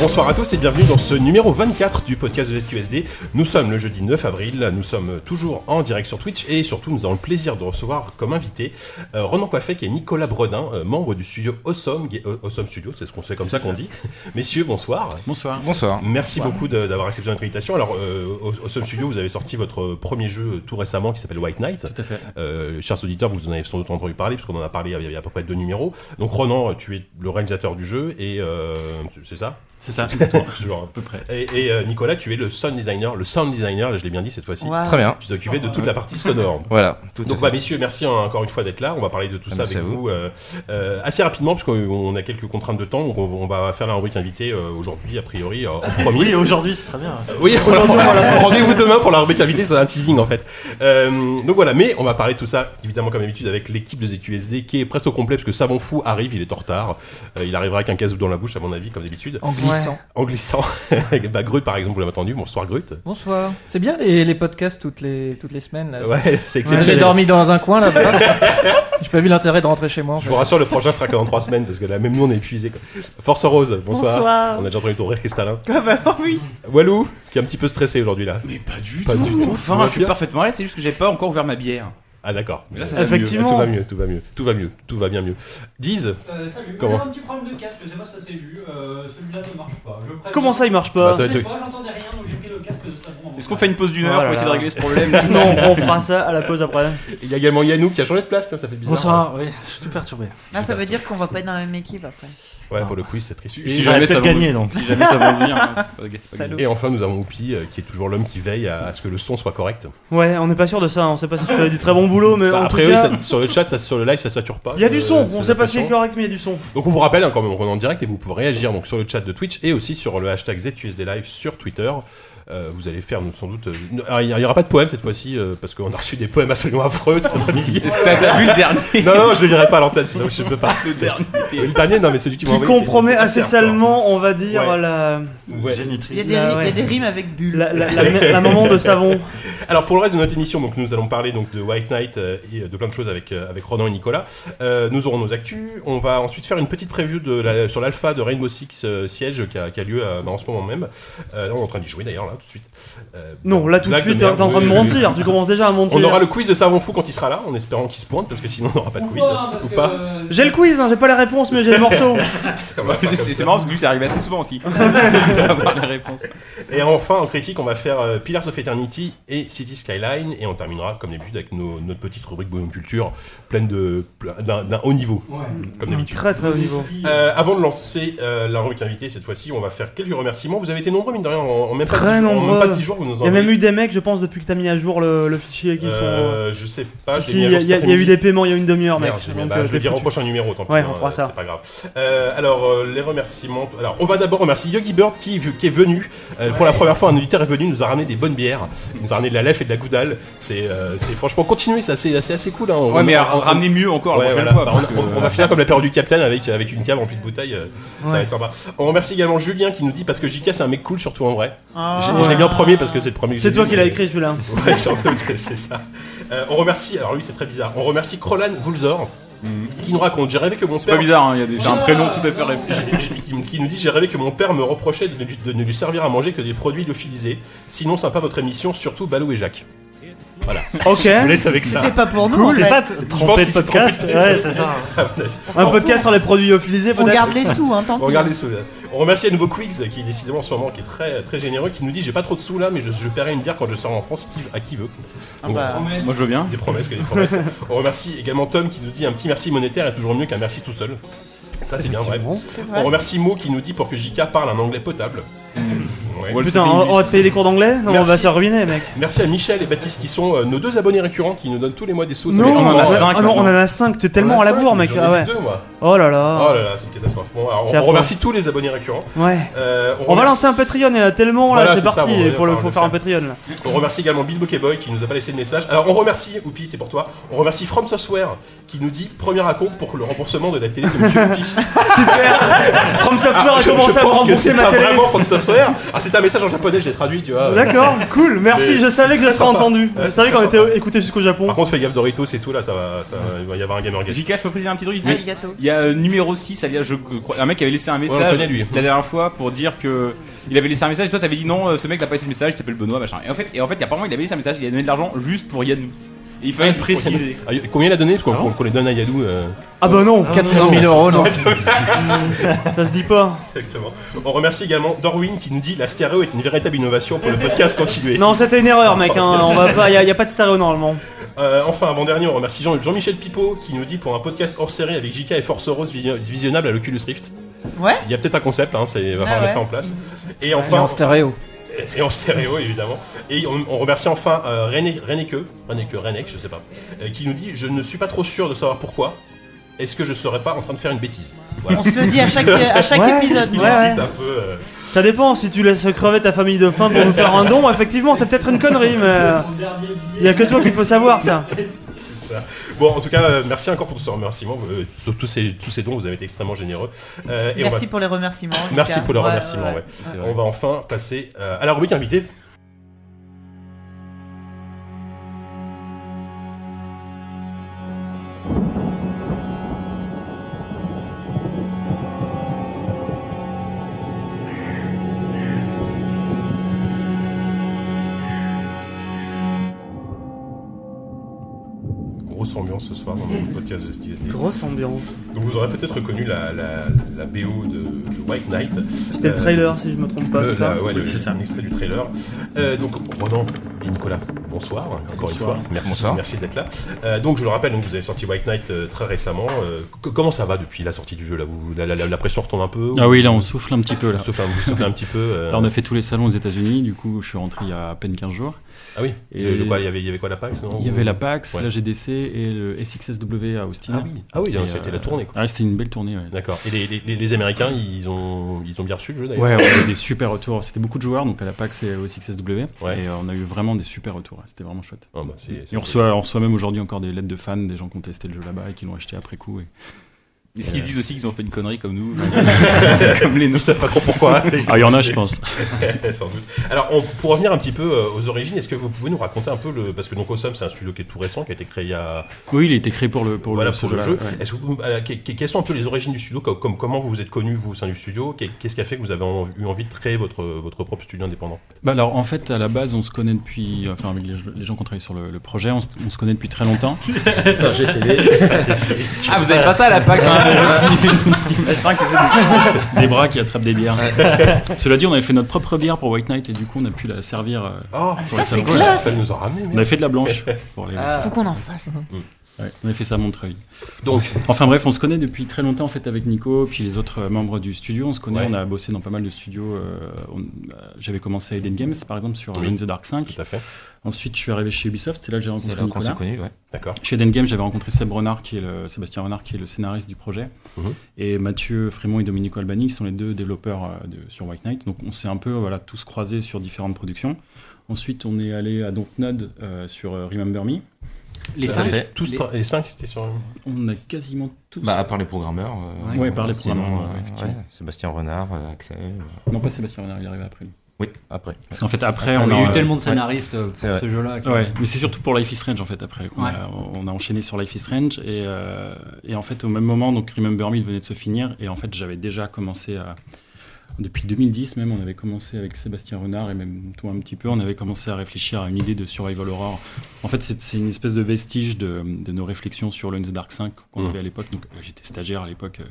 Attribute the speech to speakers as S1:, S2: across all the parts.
S1: Bonsoir à tous et bienvenue dans ce numéro 24 du podcast de ZQSD. Nous sommes le jeudi 9 avril, nous sommes toujours en direct sur Twitch et surtout nous avons le plaisir de recevoir comme invités euh, Ronan Coiffec et Nicolas Bredin, euh, membres du studio Awesome, Ga- euh, Awesome Studio, c'est ce qu'on sait comme ça,
S2: C'est
S1: qu'on
S2: ça.
S1: dit. Messieurs, bonsoir.
S2: Bonsoir.
S3: Bonsoir.
S1: Merci beaucoup de- d'avoir accepté notre invitation. Alors, euh, au- Awesome Studio, vous avez sorti votre premier jeu euh, tout récemment qui s'appelle White Knight.
S2: Tout à fait.
S1: Euh, chers auditeurs, vous en avez sans doute entendu parler, puisqu'on en a parlé il y a à peu près deux numéros. Donc, Ronan, tu es le réalisateur du jeu, et euh, c'est ça
S2: C'est ça, exactement. à
S1: Toujours un
S2: peu
S1: peu.
S2: près.
S1: Et, et, euh, Nicolas, tu es le sound designer, le sound designer, là je l'ai bien dit cette fois-ci.
S4: Wow.
S3: Très bien.
S1: Tu t'es occupé de toute la partie sonore.
S3: Voilà. Tout
S1: Donc,
S3: à
S1: bah,
S3: fait.
S1: messieurs, merci hein, encore une fois d'être là. On va parler de tout
S3: Ah,
S1: ça
S3: merci
S1: avec
S3: à vous.
S1: vous euh, euh, assez rapidement, parce qu'on a quelques contraintes de temps. Donc, on, on va faire la rubrique invité euh, aujourd'hui, a priori, euh, en premier.
S2: Oui, aujourd'hui, ce sera bien. hein.
S1: Oui, voilà, voilà. rendez-vous demain pour la rubrique invitée, c'est un teasing en fait. Euh, donc voilà, mais on va parler de tout ça, évidemment comme d'habitude, avec l'équipe de ZQSD qui est presque au complet, parce que Savon Fou arrive, il est en retard. Euh, il arrivera avec un casou dans la bouche, à mon avis, comme d'habitude.
S4: En glissant.
S1: En glissant. bah, Grut, par exemple, vous l'avez entendu, bonsoir Grut.
S4: Bonsoir. C'est bien les, les podcasts toutes les, toutes les semaines. là.
S1: Ouais, c'est
S4: Ouais, J'ai
S1: exceptionnel.
S4: dormi dans un coin là-bas. J'ai pas vu l'intérêt de rentrer chez moi. en
S1: Je
S4: fait.
S1: vous rassure, le prochain sera que dans trois semaines, parce que là, même nous, on est épuisés. quoi. Force Rose, bonsoir.
S5: Bonsoir.
S1: On a déjà entendu ton rire, Cristalin.
S5: Ah bah oui.
S1: Walou, qui est un petit peu stressé aujourd'hui là.
S2: Mais pas du
S1: Pas
S2: tout.
S1: du tout. Tout
S6: Enfin,
S1: va
S6: je suis
S1: bien
S6: parfaitement à l'aise, c'est juste que j'ai pas encore ouvert ma bière.
S1: Ah d'accord.
S6: Mais là, ça va
S1: Effectivement.
S2: Effectivement.
S1: Tout va mieux, tout va mieux, tout va mieux, tout va bien mieux. Dise,
S7: Euh, salut,
S1: Comment
S7: j'avais un petit problème de casque, je sais pas si ça s'est vu, euh, celui-là ne marche pas. Je préviens.
S2: Comment ça, il marche
S1: Bah,
S2: pas
S1: ça-
S7: Je sais pas, j'entendais rien donc j'ai pris le casque de savon.
S6: Est-ce qu'on fait une pause d'une heure
S2: Oh là
S6: pour essayer
S2: là.
S6: de régler ce problème
S2: Non, on fera ça à la pause après.
S1: il y a également Yannou qui a changé de place, tiens, ça fait bizarre.
S2: oui, je suis tout perturbé.
S5: Là, ça veut dire qu'on va pas être dans la même équipe après.
S1: Ouais, pour le quiz, c'est triste.
S6: Si jamais ça
S2: peut
S6: vaut-
S2: gagner donc.
S6: Si jamais ça va se dire, hein, c'est pas- c'est pas
S5: Salaud.
S6: grave.
S1: Et enfin, nous avons Oupi, euh, qui est toujours l'homme qui veille à, à ce que le son soit correct.
S2: Ouais, on n'est pas sûr de ça, on sait pas si tu fais du très bon boulot, mais. en
S1: Bah, a
S2: tout
S1: priori,
S2: cas,
S1: ça- sur le chat, ça, sur le live, ça sature pas.
S2: Il y a
S1: euh,
S2: du son, on
S1: j'ai
S2: sait pas si c'est
S1: l'impression.
S2: correct, mais il y a du son.
S1: Donc on vous rappelle hein, quand même qu'on est en direct et vous pouvez réagir donc sur le chat de Twitch et aussi sur le hashtag ZQSD Live sur Twitter. Euh, vous allez faire nous, sans doute. euh, une- alors, il n'y aura pas de poème cette fois-ci euh, parce qu'on a reçu des poèmes absolument affreux cet après-midi.
S6: Est-ce que t'as t'as vu le dernier
S1: non, non, je ne lirai pas à l'antenne, sinon je ne peux pas.
S6: Le dernier.
S1: Le dernier, non, mais celui qui m'a
S2: Qui
S1: envoyé,
S2: compromet
S1: c'est-
S2: assez salement, on va dire,
S1: Ouais.
S2: la,
S1: Ouais.
S5: Il y a des,
S2: Ah
S5: ri-
S2: ouais.
S5: il y a des rimes avec bulle.
S2: la, la, la- la maman de savon.
S1: Alors pour le reste de notre émission, donc nous allons parler donc de White Knight euh, et de plein de choses avec euh, avec Ronan et Nicolas. Euh, nous aurons nos actus. On va ensuite faire une petite preview de la- sur l'alpha de Rainbow Six euh, Siege qui a, qui a lieu euh, bah, en ce moment même. Euh, là, on est en train d'y jouer d'ailleurs là tout de suite. Euh,
S2: Non, là tout de
S1: blague
S2: suite, t'es t'es
S1: merde.
S2: en train de
S1: Oui, oui, oui.
S2: mentir, tu commences déjà à mentir.
S1: On aura le quiz de Savon Fou quand il sera là, en espérant qu'il se pointe parce que sinon on n'aura pas de quiz.
S7: parce
S1: ou
S7: que,
S1: pas.
S7: euh,
S2: J'ai le quiz, hein, j'ai pas la réponse, mais j'ai le morceau.
S6: C'est c'est marrant parce que lui, ça arrive assez souvent aussi. D'avoir la réponse.
S1: Et enfin en critique, on va faire euh, Pillars of Eternity et City Skyline et on terminera comme d'habitude avec nos- notre petite rubrique Bouillon Culture pleine de plein- d'un d'un haut niveau
S7: Ouais.
S1: comme d'habitude.
S2: Très très haut niveau.
S1: Euh, avant de lancer euh, la rubrique invitée, cette fois-ci, on va faire quelques remerciements. Vous avez été nombreux, mine de rien, en, en même, pas
S2: Très
S1: 10 jours- en
S2: nombreux.
S1: même pas 10 jours, vous nous
S2: Il y a
S1: envoyez.
S2: même eu des mecs, je pense, depuis que t'as mis à jour le, le fichier qui sont.
S1: Euh, Je sais pas,
S2: Si,
S1: j'ai
S2: il
S1: mis à
S2: y, a-
S1: jour cet
S2: y a y a eu
S1: après-midi.
S2: des paiements il y a une demi-heure, mec.
S1: Merde, j'ai mis-
S2: Donc,
S1: bah,
S2: euh,
S1: je le dirai au
S2: foutu.
S1: prochain numéro, tant pis.
S2: Ouais,
S1: hein,
S2: on fera ça.
S1: C'est pas grave. Euh, alors, euh, les remerciements. Alors, on va d'abord remercier Yogi Bird qui, qui est venu. Euh, Pour la première fois, un auditeur est venu, il nous a ramené des bonnes bières. Il nous a ramené de la lef et de la goudale. C'est euh, c'est franchement continuer, ça, c'est assez, assez cool. hein. On-
S6: Ouais, mais
S1: on-
S6: ra- ramenez mieux encore la
S1: Ouais,
S6: prochaine
S1: voilà.
S6: fois.
S1: Bah,
S6: parce
S1: on,
S6: que-
S1: on- on va finir comme l'apéro du Capitaine avec, avec une cave remplie de bouteilles. euh, Ça va être sympa. On remercie également Julien qui nous dit parce que JK c'est un mec cool, surtout en vrai. J'ai- Je l'ai mis en premier parce que c'est le premier que
S2: Ah. C'est
S1: j'ai
S2: toi
S1: lu,
S2: qui l'as
S1: mais-
S2: écrit celui-là.
S1: Ouais, sans doute, c'est ça. Euh, on remercie, alors lui c'est très bizarre, on remercie Crolan Vulzor qui nous raconte J'ai rêvé que mon
S6: C'est pas
S1: père.
S6: bizarre, hein, il y a des- c'est un prénom tout à fait répété.
S1: qui qui nous dit J'ai rêvé que mon père me reprochait de, ne lui- de ne lui servir à manger que des produits lyophilisés. Sinon, sympa votre émission, surtout Balou et Jacques. Voilà,
S2: Ok.
S1: je vous laisse avec ça.
S5: C'était pas pour nous. en
S2: Cool, c'est
S5: fait.
S2: pas
S1: Je pense
S2: trompé
S1: qu'il
S2: de
S1: s'est
S2: podcast.
S1: trompé de
S2: ouais.
S1: podcast.
S2: Un podcast sur les produits lyophilisés,
S5: On
S2: peut-être.
S5: garde les sous, hein, tant
S1: On
S5: pis.
S1: regarde les sous. là. On remercie à nouveau Quigs qui est décidément en ce moment qui est très très généreux, qui nous dit j'ai pas trop de sous là, mais je, je paierai une bière quand je sors en France qui- à qui veut. Donc,
S7: promesse.
S6: Ah bah, Moi, je veux bien.
S1: Des promesses, que des promesses. On remercie également Tom qui nous dit un petit merci monétaire est toujours mieux qu'un merci tout seul. Ça c'est bien vrai.
S5: C'est
S1: On
S5: vrai.
S1: remercie Mo qui nous dit pour que JK parle un anglais potable. Ouais.
S6: Mm. Wall
S2: Putain,
S6: Street
S2: on,
S6: English.
S2: on va te payer des cours d'anglais Non, on
S1: Merci.
S2: va se ruiner, mec.
S1: Merci à Michel et Baptiste qui sont euh, nos deux abonnés récurrents qui nous donnent tous les mois des sous.
S6: Non,
S1: automatiquement.
S6: on en a
S1: Ouais.
S6: cinq
S2: Ah non, on en
S6: maintenant.
S2: a 5, t'es tellement à
S1: On en a
S2: la
S1: cinq,
S2: bourre,
S1: mais
S2: mec.
S1: j'en ai
S2: Ah
S1: vu
S2: ouais.
S1: deux, moi.
S2: Oh là
S1: Oh
S2: là.
S1: là là, c'est une catastrophe. Bon, alors,
S2: C'est
S1: on
S2: affreux.
S1: remercie tous les abonnés récurrents.
S2: Ouais.
S1: Euh,
S2: On va
S1: remercie-
S2: lancer un Patreon, et tellement
S1: Voilà,
S2: là,
S1: c'est
S2: c'est
S1: ça,
S2: parti.
S1: on va
S2: Il faut
S1: faire,
S2: le-
S1: on va
S2: faut faire un Patreon là.
S1: On remercie également Bill Boy qui nous a pas laissé de message. Alors on remercie, Oupi, c'est pour toi. On remercie From Software qui nous dit premier raconte pour le remboursement de la télé de Monsieur Oupi.
S2: Super From Software a
S1: je
S2: commencé à me
S1: Ah, pense que c'est
S2: rembourser ma
S1: pas
S2: télé.
S1: vraiment From Software. Ah c'est un message en japonais, je l'ai traduit, tu vois.
S2: D'accord, cool, merci,
S1: Mais
S2: je savais que je
S1: c'est
S2: serais
S1: sympa.
S2: entendu.
S1: Ouais,
S2: Je savais
S1: c'est
S2: qu'on
S1: sympa.
S2: était écouté jusqu'au Japon.
S1: Par contre, fais gaffe Doritos et tout, là, ça va, ça va- il va y avoir un gamer gage.
S6: JK, je peux préciser un petit truc vite
S2: Ah,
S6: fait
S5: Allez, gâteau.
S6: Il y a euh, numéro 6, alias, je crois- un mec qui avait laissé un message
S1: Ouais, on le connaît, lui.
S6: la dernière fois pour dire que il avait laissé un message et toi t'avais dit non, euh, ce mec n'a pas laissé de message, il s'appelle Benoît, machin. Et en fait, et en fait, apparemment, il avait laissé un message, il a donné de l'argent juste pour Yannou. Et il fallait
S1: Ah,
S6: le préciser.
S1: Ah, combien il a donné Parce qu'on qu'on les donne à Yadou. euh,
S2: Ah bah non,
S4: 400 000 euros, non.
S2: ça se dit pas.
S1: Exactement. On remercie également Dorwin qui nous dit la stéréo est une véritable innovation pour le podcast continuer.
S2: Non, c'était une erreur, mec. Hein. On va pas, y a, y a pas de stéréo normalement.
S1: Euh, enfin, avant dernier, on remercie Jean- Jean-Michel Pipo qui nous dit pour un podcast hors série avec JK et Force Rose visio- visionnable à l'Oculus Rift.
S5: Ouais.
S1: Il y a peut-être un concept, hein, c'est- il
S5: Ah
S1: va falloir
S5: ouais.
S1: mettre ça en place. Et
S4: Mais
S1: enfin,
S4: en stéréo.
S1: et en stéréo évidemment. Et on, on remercie enfin euh, René, Reneke, Reneke, Renek, je sais pas, euh, qui nous dit je ne suis pas trop sûr de savoir pourquoi. Est-ce que je serais pas en train de faire une bêtise Voilà.
S5: On se le dit à chaque, à chaque
S2: Ouais.
S5: épisode.
S1: Il
S5: nous.
S2: Ouais.
S1: hésite un peu. euh,
S2: Ça dépend, si tu laisses crever ta famille de faim pour nous faire un don, effectivement, c'est peut-être une connerie, mais euh,
S7: Son dernier billet.
S2: il y a que toi qui peux savoir ça.
S1: C'est ça. Bon, en tout cas, euh, merci encore pour tous ces remerciements, euh, tous, tous ces, tous ces dons, vous avez été extrêmement généreux. Euh, et on va-
S5: Merci pour les remerciements. en tout
S1: merci
S5: cas.
S1: pour les
S5: Ouais,
S1: remerciements.
S5: ouais.
S1: ouais. On va enfin passer euh, à la rubrique invitée. Grosse ambiance ce soir dans le podcast de SQSD.
S2: Grosse ambiance.
S1: Donc vous aurez peut-être reconnu la, la, la BO de, de White Knight.
S2: C'était le
S1: Euh,
S2: trailer, si je me trompe pas,
S1: le-
S2: c'est ça
S1: la- ouais, le-
S3: Oui, c'est ça.
S1: un extrait du trailer. Euh, donc, Ronan et Nicolas, bonsoir. Encore
S3: Bonsoir.
S1: une fois, merci,
S3: Bonsoir.
S1: merci d'être là. Euh, donc, je le rappelle, donc, vous avez sorti White Knight euh, très récemment. Euh, que- comment ça va depuis la sortie du jeu là vous, la, la- la- la pression retombe un peu
S3: Ah oui, là on souffle un petit peu. Là.
S1: Vous soufflez un, vous soufflez un petit peu. euh,
S3: Là, on a fait tous les salons aux États-Unis, du coup, je suis rentré il y a à peine 15 jours.
S1: Ah oui.
S3: Et-
S1: Je- je vois, il, y avait, il y avait quoi la PAX non
S3: Il y avait la PAX,
S1: Ouais.
S3: la GDC et le SXSW à Austin.
S1: Ah oui, ah oui,
S3: Et,
S1: donc, ça a été
S3: euh,
S1: la tournée. quoi.
S3: Ah, c'était une belle tournée, ouais.
S1: D'accord. Et les, les- les- les Américains, ils ont, ils ont bien reçu le jeu d'ailleurs.
S3: Ouais, on a eu des super retours. C'était beaucoup de joueurs, donc à la PAX et au SXSW.
S1: Ouais.
S3: Et euh, on a eu vraiment des super retours. ouais. C'était vraiment chouette.
S1: Ah, bah, c'est- c'est-
S3: Et on reçoit, on reçoit même aujourd'hui encore des lettres de fans, des gens qui ont testé le jeu là-bas et qui l'ont acheté après coup. et-
S6: Est-ce qu'ils se disent aussi qu'ils ont fait une connerie comme nous Comme les
S1: Ils ne
S6: nôtres.
S1: savent pas trop pourquoi.
S3: Ah, il y en a, je pense.
S1: Sans doute. Alors, on- pour revenir un petit peu euh, aux origines, est-ce que vous pouvez nous raconter un peu le. Parce que donc, Awesome, c'est un studio qui est tout récent, qui a été créé il y a.
S3: Oui, il a été créé pour le, pour
S1: voilà,
S3: le, ce
S1: pour le
S3: jeu-là,
S1: jeu.
S3: ouais.
S1: Est-ce que vous- euh, que- que- quelles sont un peu les origines du studio comme, comme- Comment vous vous êtes connus, vous, au sein du studio Qu'est- Qu'est-ce qui a fait que vous avez en- eu envie de créer votre, votre propre studio indépendant
S3: Bah alors en fait à la base on se connaît depuis, enfin avec les, les gens qui ont travaillé sur le, le projet, on se, on se connaît depuis très longtemps.
S6: Ah, vous avez pas ça à la PAX hein, les jeux- machin, qui fait
S3: Ah, Des bras qui attrapent des bières. Cela dit on avait fait notre propre bière pour White Knight et du coup on a pu la servir. euh,
S1: Oh,
S3: Sur les salons.
S1: classe Elle nous en ramené,
S3: on avait fait de la blanche. Pour les...
S6: Ah.
S5: Faut qu'on en fasse.
S3: ouais, on avait fait ça à Montreuil.
S1: Mm. Donc,
S3: Enfin bref on se connaît depuis très longtemps en fait avec Nico puis les autres euh, membres du studio. On se connaît,
S1: Ouais.
S3: on a bossé dans pas mal de studios. euh, on- euh, J'avais commencé à Eden Games par exemple sur
S1: Oui.
S3: In the Dark 5.
S1: tout à fait.
S3: Ensuite je suis arrivé chez Ubisoft, c'est là que j'ai rencontré
S8: là qu'on
S3: Nicolas.
S8: s'est connus, ouais.
S1: D'accord.
S3: Chez Eden Game, j'avais rencontré Seb Renard, qui est le, Sébastien Renard, qui est le scénariste du projet,
S1: Mhm.
S3: et Mathieu Frémont et Dominico Albani, qui sont les deux développeurs euh, de- sur White Knight. Donc, on s'est un peu voilà, tous croisés sur différentes productions. Ensuite, on est allé à Dontnod euh, sur euh, Remember Me. Les
S1: Euh,
S3: cinq,
S1: tous, tra- les cinq, c'était sur.
S3: on a quasiment tous.
S8: Bah, à part les programmeurs. euh,
S3: Ouais, par les
S8: sinon,
S3: programmeurs,
S8: euh,
S3: ouais, effectivement.
S8: ouais, Sébastien Renard, euh, Axel. euh,
S3: Non, pas Sébastien Renard, il est arrivé après lui.
S8: Oui, après.
S3: Parce qu'en fait, après,
S8: Ah
S3: on
S8: oui,
S3: a.
S8: il y
S3: euh,
S8: eu
S9: tellement de scénaristes euh,
S8: C'est
S9: pour
S8: vrai.
S9: ce jeu-là. que-
S3: Ouais, mais c'est surtout pour Life is Strange en fait après. qu'on
S9: Ouais.
S3: a- on a enchaîné sur Life is Strange et, euh, et en fait au même moment donc Remember Me venait de se finir et en fait j'avais déjà commencé à depuis 2010 même on avait commencé avec Sébastien Renard et même toi un petit peu on avait commencé à réfléchir à une idée de survival horror. En fait c'est c'est une espèce de vestige de, de nos réflexions sur Lone the Dark 5 qu'on
S8: Mmh.
S1: Mhm.
S3: avait à l'époque donc euh, j'étais stagiaire à l'époque euh,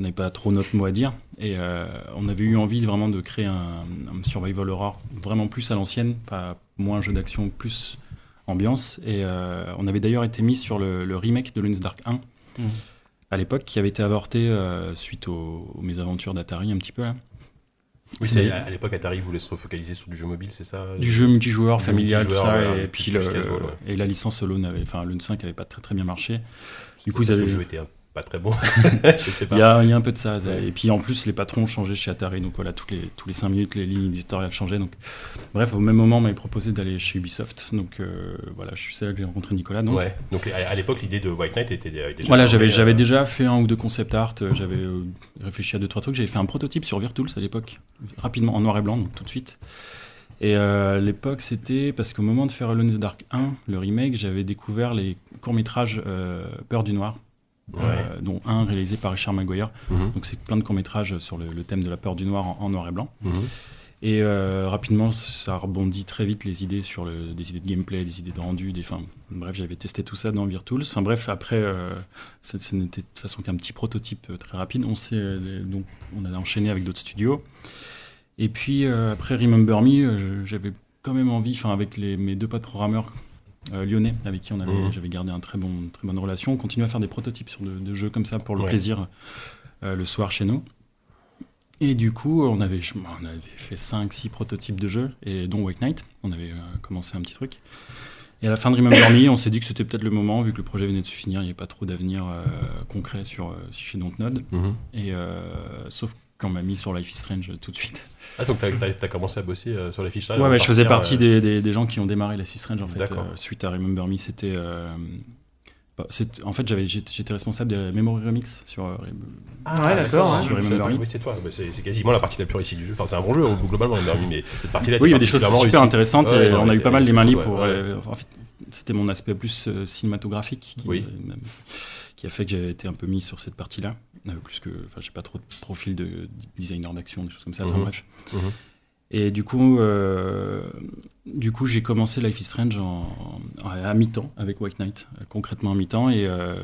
S3: on n'avait pas trop notre mot à dire. Et euh, on avait eu envie de, vraiment de créer un, un survival horror vraiment plus à l'ancienne, pas moins jeu d'action, plus ambiance. Et euh, on avait d'ailleurs été mis sur le, le remake de Loon's Dark 1
S9: Mhm.
S3: à l'époque, qui avait été avorté euh, suite aux, aux mésaventures d'Atari un petit peu là.
S1: Oui,
S3: C'est-
S1: c'est- à à l'époque, Atari voulait se focaliser sur du jeu mobile, c'est ça
S3: du jeu multijoueur
S1: euh, Du
S3: familial tout
S1: multijoueur,
S3: ça
S1: voilà,
S3: et
S1: et
S3: puis
S1: puis
S3: le-
S1: plus casual, ouais.
S3: et la licence Lone avait enfin Lone 5 avait pas très très bien marché
S1: Parce
S3: du
S1: que
S3: coup, ils
S1: le
S3: avaient-
S1: jeu était un pas très bon. je sais pas.
S3: Il y, a, il y a un peu de ça. Et puis en plus, les patrons ont changé chez Atari. Donc voilà, tous les, tous les 5 minutes, les lignes éditoriales changeaient. Donc, bref, au même moment, on m'avait proposé d'aller chez Ubisoft. Donc euh, voilà, je- c'est là que j'ai rencontré Nicolas. Donc.
S1: Ouais. Donc à à l'époque, l'idée de White Knight était dé- déjà.
S3: Voilà,
S1: sur-
S3: j'avais
S1: euh,
S3: j'avais déjà fait un ou deux concept art, euh, j'avais euh, réfléchi à deux trois trucs, j'avais fait un prototype sur Virtuals à l'époque, rapidement en noir et blanc, donc tout de suite. Et euh, à l'époque, c'était parce qu'au moment de faire Alone in the Dark 1, le remake, j'avais découvert les courts métrages Peur du noir,
S1: Ouais.
S3: euh, dont un réalisé par Richard Maguire.
S1: Mhm.
S3: Donc c'est plein de courts métrages sur le, le thème de la peur du noir en, en noir et blanc.
S1: Mhm.
S3: Et euh, rapidement, ça rebondit très vite les idées sur le, des idées de gameplay, des idées de rendu, des. Enfin, bref, j'avais testé tout ça dans Virtuals. Enfin bref, après, euh, ça, ça n'était de toute façon qu'un petit prototype euh, très rapide. On s'est euh, donc on a enchaîné avec d'autres studios. Et puis euh, après Remember Me, euh, j'avais quand même envie, enfin avec les, mes deux potes programmeurs euh, lyonnais, avec qui on avait,
S1: Mhm.
S3: j'avais gardé un très bon, une très bonne relation, on continuait à faire des prototypes sur de, de jeux comme ça pour le
S1: Ouais.
S3: plaisir euh, le soir chez nous. Et du coup, on avait, je- on avait fait 5-6 prototypes de jeux, et dont Wake Night. On avait euh, commencé un petit truc. Et à la fin de Remember Me, on s'est dit que c'était peut-être le moment, vu que le projet venait de se finir, il n'y avait pas trop d'avenir euh, concret sur, euh, chez Dontnod.
S1: Mhm.
S3: Et, euh, sauf qu'on m'a mis sur Life is Strange euh, tout de suite.
S1: Ah, donc t'as- t'as t'as commencé à euh, bosser euh, sur les fiches.
S3: Ouais, mais je faisais partie des, des- des gens qui ont démarré la Swiss Range en fait.
S1: D'accord.
S3: euh, suite à Remember Me, c'était. euh, bah, c'est- en fait, j'avais, j'étais, j'étais responsable de la Memory Remix sur. euh, Rem-
S2: Ah, ouais, d'accord. hein.
S3: Sur Remember Me.
S1: Oui, c'est toi. Mais C'est c'est quasiment la partie la plus réussie du jeu. Enfin, c'est un bon jeu, hein, globalement, Remember Me, mais cette partie-là.
S3: Oui, il y a
S1: était
S3: des choses super
S1: particulièrement réussie.
S3: intéressantes
S1: Ouais,
S3: et
S1: ouais,
S3: on a
S1: ouais,
S3: eu pas mal les mains
S1: ouais,
S3: libres pour.
S1: ouais.
S3: euh, en fait, c'était mon aspect plus euh, cinématographique qui,
S1: Oui.
S3: euh, qui a fait que j'avais été un peu mis sur cette partie-là. Euh, plus que, enfin, j'ai pas trop de profil de designer d'action, des choses comme ça. enfin,
S1: Mhm.
S3: bref.
S1: Mhm.
S3: Et du coup, euh, du coup, j'ai commencé Life is Strange en, en- à mi-temps avec White Knight, euh, concrètement à mi-temps. Et euh,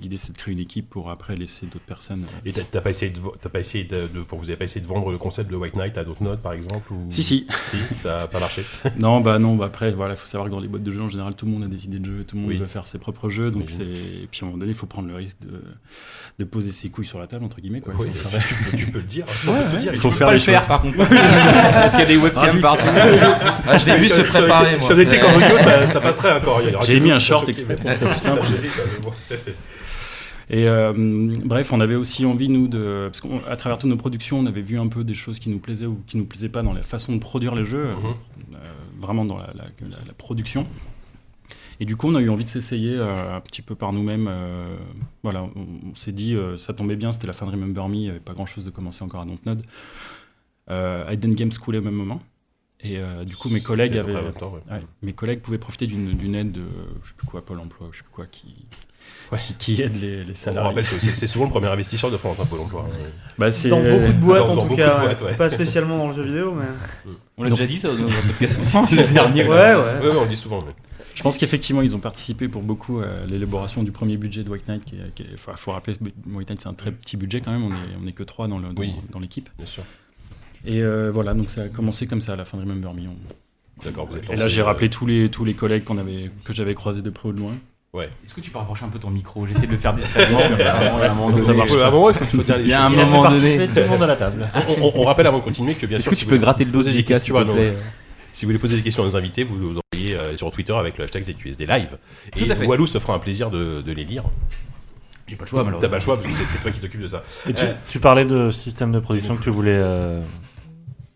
S3: l'idée, c'est de créer une équipe pour après laisser d'autres personnes. euh,
S1: Et t'as- t'as pas essayé de, vo- t'as pas essayé de, de- vous avez pas essayé de vendre le concept de White Knight à d'autres notes, par exemple ou...
S3: Si, si.
S1: Si, ça a pas marché.
S3: non, bah non, bah après, voilà, faut savoir que dans les boîtes de jeux, en général, tout le monde a des idées de jeux, tout le monde
S1: Oui.
S3: veut faire ses propres jeux. Donc
S1: Oui.
S3: c'est... Et puis à un moment donné, il faut prendre le risque de, de poser ses couilles sur la table, entre guillemets. Quoi.
S1: Oui,
S3: Faut
S1: tu,
S3: faire-
S1: tu peux, tu peux le dire. On peut tout dire.
S3: Il
S1: et
S3: faut
S1: tu
S3: faire
S6: pas
S3: les
S6: le
S3: choses.
S6: faire par contre. Parce qu'il y a des webcams partout.
S4: Ah, je l'ai vu
S1: Si
S4: se
S1: on- si on
S4: préparer,
S1: était-
S4: moi.
S1: Si on était qu'en audio, ça, ça passerait encore. Il y aura
S3: J'ai
S1: que
S3: mis
S1: nous,
S3: un
S1: ça
S3: short
S1: se-
S3: exprès pour
S1: Ouais,
S3: faire plus
S1: ça,
S3: simple.
S1: j'ai dit, quoi, mais bon.
S3: Et euh, bref, on avait aussi envie, nous, de. Parce qu'à travers toutes nos productions, on avait vu un peu des choses qui nous plaisaient ou qui nous plaisaient pas dans la façon de produire les jeux,
S1: Mhm.
S3: euh, vraiment dans la, la- la- la production. Et du coup, on a eu envie de s'essayer euh, un petit peu par nous-mêmes. euh, voilà, on, on s'est dit, euh, ça tombait bien, c'était la fin de Remember Me, il n'y avait pas grand-chose de commencer encore à Dontnod. Euh, Eden Games coulait au même moment. Et euh, du coup, mes collègues
S1: C'est à peu près
S3: avaient.
S1: en même temps, ouais.
S3: Ouais, mes collègues pouvaient profiter d'une d'une aide de, je sais plus quoi, Pôle emploi, je sais plus quoi, qui, qui, qui aide les, les
S1: On
S3: salariés.
S1: rappelle, que c'est c'est souvent le premier investisseur de France, un Pôle emploi. hein.
S3: Bah, c'est-
S2: Dans beaucoup de boîtes,
S1: dans
S2: en
S1: beaucoup
S2: tout
S1: de
S2: cas.
S1: boîtes,
S2: ouais.
S1: ouais.
S2: Pas spécialement dans le jeu vidéo, mais.
S6: On l'a déjà dit ça dans notre podcast. Le dernier.
S2: Ouais, ouais.
S1: Ouais, ouais, on le dit souvent. mais-
S3: Je pense qu'effectivement, ils ont participé pour beaucoup à l'élaboration du premier budget de White Knight. Qui est- qui est- enfin, faut rappeler, White Knight, c'est un très
S6: Mm.
S3: petit budget quand même. On est, on est que trois dans le- dans-
S1: Oui.
S3: dans l'équipe.
S1: Bien sûr.
S3: Et euh, voilà, donc ça a commencé comme ça à la fin de Remember Me. On-
S1: D'accord. vous êtes
S3: Et là,
S1: lancé,
S3: j'ai
S1: euh,
S3: rappelé tous les, tous les collègues qu'on avait, que j'avais croisés de près ou de loin.
S6: Est-ce que tu peux rapprocher un peu ton micro J'essaie de le faire discrètement. mais vraiment, il y a un moment
S1: on-
S6: donné-
S1: on- à un moment, il faut, il faut dire les
S6: Il y a un
S1: choses.
S5: Il a fait
S6: moment donné.
S5: participer tout le monde à la table.
S1: On, on- on rappelle avant de continuer que bien
S6: Est-ce
S1: sûr,
S6: que
S1: si
S6: tu
S1: vous
S6: peux
S1: voulez
S6: gratter le dos
S1: poser
S6: du
S1: des
S6: casque, s'il
S1: questions à
S6: te
S1: nos-
S6: plaît
S1: si vous voulez poser des questions à nos invités, vous nous envoyez euh, sur Twitter avec le hashtag ZQSD Live.
S6: Tout
S1: et
S6: à fait.
S1: Walou se fera un plaisir de, de les lire.
S6: J'ai pas le choix,
S1: T'as
S6: malheureusement.
S1: pas le choix parce que c'est- c'est toi qui t'occupes de ça.
S9: Et tu,
S1: Euh,
S9: tu parlais de système de production que tu voulais. euh,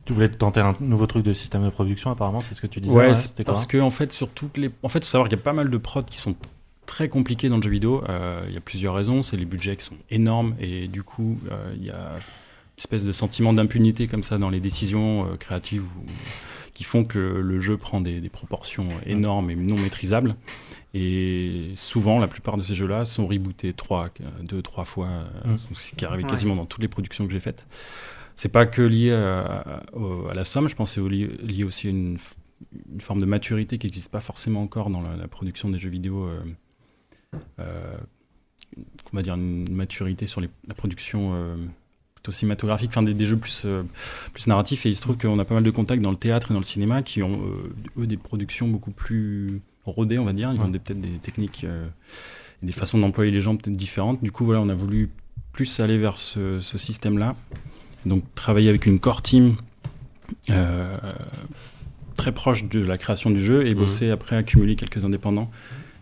S9: tu voulais tenter un nouveau truc de système de production, apparemment, c'est ce que tu disais.
S3: Ouais,
S9: ouais,
S3: c'est
S9: c'était quoi
S3: parce que en fait, sur toutes les, en fait, faut savoir qu'il y a pas mal de prods qui sont très compliqués dans le jeu vidéo. Euh, Il y a plusieurs raisons. C'est les budgets qui sont énormes et du coup, euh, il y a une espèce de sentiment d'impunité comme ça dans les décisions euh, créatives ou- qui font que le jeu prend des, des proportions
S9: Mm.
S3: énormes et non maîtrisables. Et souvent, la plupart de ces jeux-là sont rebootés trois, euh, deux, trois fois, euh,
S9: Mm.
S3: ce qui est arrivé quasiment dans toutes les productions que j'ai faites. C'est pas que lié à, à- au- à la somme, je pense que c'est au- lié, lié aussi à une, f- une forme de maturité qui n'existe pas forcément encore dans la, la production des jeux vidéo. euh, euh, qu'on va dire une maturité sur les- la production euh, plutôt cinématographique, enfin des, des jeux plus, euh, plus narratifs. Et il se trouve qu'on a pas mal de contacts dans le théâtre et dans le cinéma qui ont, euh, eux, des productions beaucoup plus rodées, on va dire. Ils ont
S9: Ouais.
S3: des- peut-être des techniques euh, et des façons d'employer les gens peut-être différentes. Du coup, voilà, on a voulu plus aller vers ce, ce système-là. Donc, travailler avec une core team. euh, très proche de la création du jeu et bosser après accumuler quelques indépendants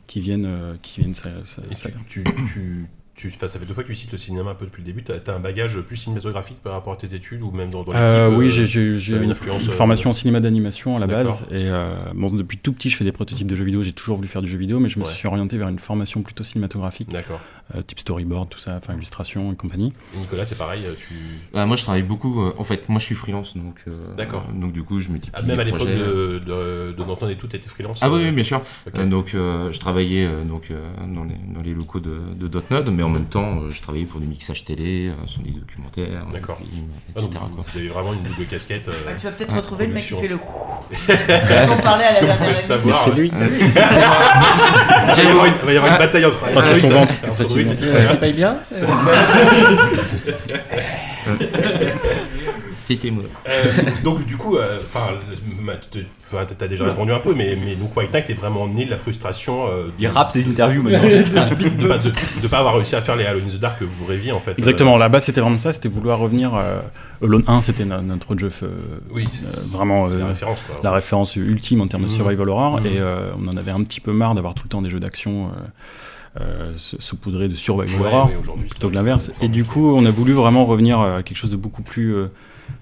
S3: qui viennent, euh, qui viennent ça- ça-
S1: Et
S3: ça-
S1: tu, tu, tu- tu, enfin, ça fait deux fois que tu cites le cinéma un peu depuis le début. Tu as, un bagage plus cinématographique par rapport à tes études ou même dans, dans
S3: Euh,
S1: l'équipe,
S3: oui,
S1: euh,
S3: j'ai- j'ai j'ai
S1: t'as une
S3: une,
S1: influence,
S3: une
S1: euh,
S3: formation en cinéma d'animation à la
S1: D'accord.
S3: base. Et euh, bon, depuis tout petit, je fais des prototypes de jeux vidéo. J'ai toujours voulu faire du jeu vidéo, mais je me
S1: Ouais.
S3: suis orienté vers une formation plutôt cinématographique,
S1: D'accord.
S3: euh, type storyboard, tout ça, enfin illustration et compagnie.
S1: Et Nicolas, c'est pareil. euh, Tu...
S8: Bah, moi, je travaille beaucoup. euh, en fait, moi, je suis freelance, donc. euh,
S1: D'accord.
S8: donc, du coup, je multiplie.
S1: Ah, même
S8: les
S1: à l'époque
S8: projets.
S1: de, de, de Danton et tout, t'étais freelance.
S8: Ah
S1: euh,
S8: oui, oui, bien sûr.
S1: ok.
S8: Euh, donc, euh, je travaillais euh, donc euh, dans, les, dans les locaux de, de Dotnod, mais en même temps, euh, je travaillais pour du mixage télé, euh, sur des documentaires, des
S1: D'accord.
S8: films,
S1: Ah, donc,
S8: etc.
S1: vous,
S8: quoi.
S1: vous avez vraiment une double casquette. euh,
S5: Bah, tu vas peut-être
S8: Ah,
S5: retrouver le mec qui
S1: production.
S5: fait le dont on parlait à la
S1: si on
S5: dernière
S1: pouvait le
S5: émission.
S1: savoir.
S3: Mais c'est lui.
S1: Il va y avoir une, il va y avoir une
S8: Ah.
S1: bataille entre.
S3: Enfin, c'est son ventre.
S1: entre Druid et-
S4: Ça paye bien
S8: C'était moi.
S1: Euh, donc du coup, euh, enfin, le- ma- te- enfin, t'as déjà répondu un peu, mais, mais donc White Knight est vraiment né de la frustration euh,
S6: Il rappe ses interviews maintenant.
S1: de ne pas, de- de pas avoir réussi à faire les Halo in the Dark que vous rêviez en fait. euh,
S3: Exactement, là-bas c'était vraiment ça, c'était vouloir revenir. Euh, Alone 1, c'était no- notre jeu euh,
S1: Euh, oui, c'est-
S3: euh, vraiment
S1: c'est la
S3: euh,
S1: référence. quoi.
S3: la référence ultime en termes de
S1: Mhm.
S3: survival horror
S1: Mhm.
S3: et euh, on en avait un petit peu marre d'avoir tout le temps des jeux d'action euh, euh, se- saupoudrés de survival
S1: Ouais,
S3: horror
S1: mais aujourd'hui,
S3: plutôt
S1: c'est-
S3: que l'inverse
S1: c'est-
S3: et du coup on a voulu vraiment revenir euh, à quelque chose de beaucoup plus euh,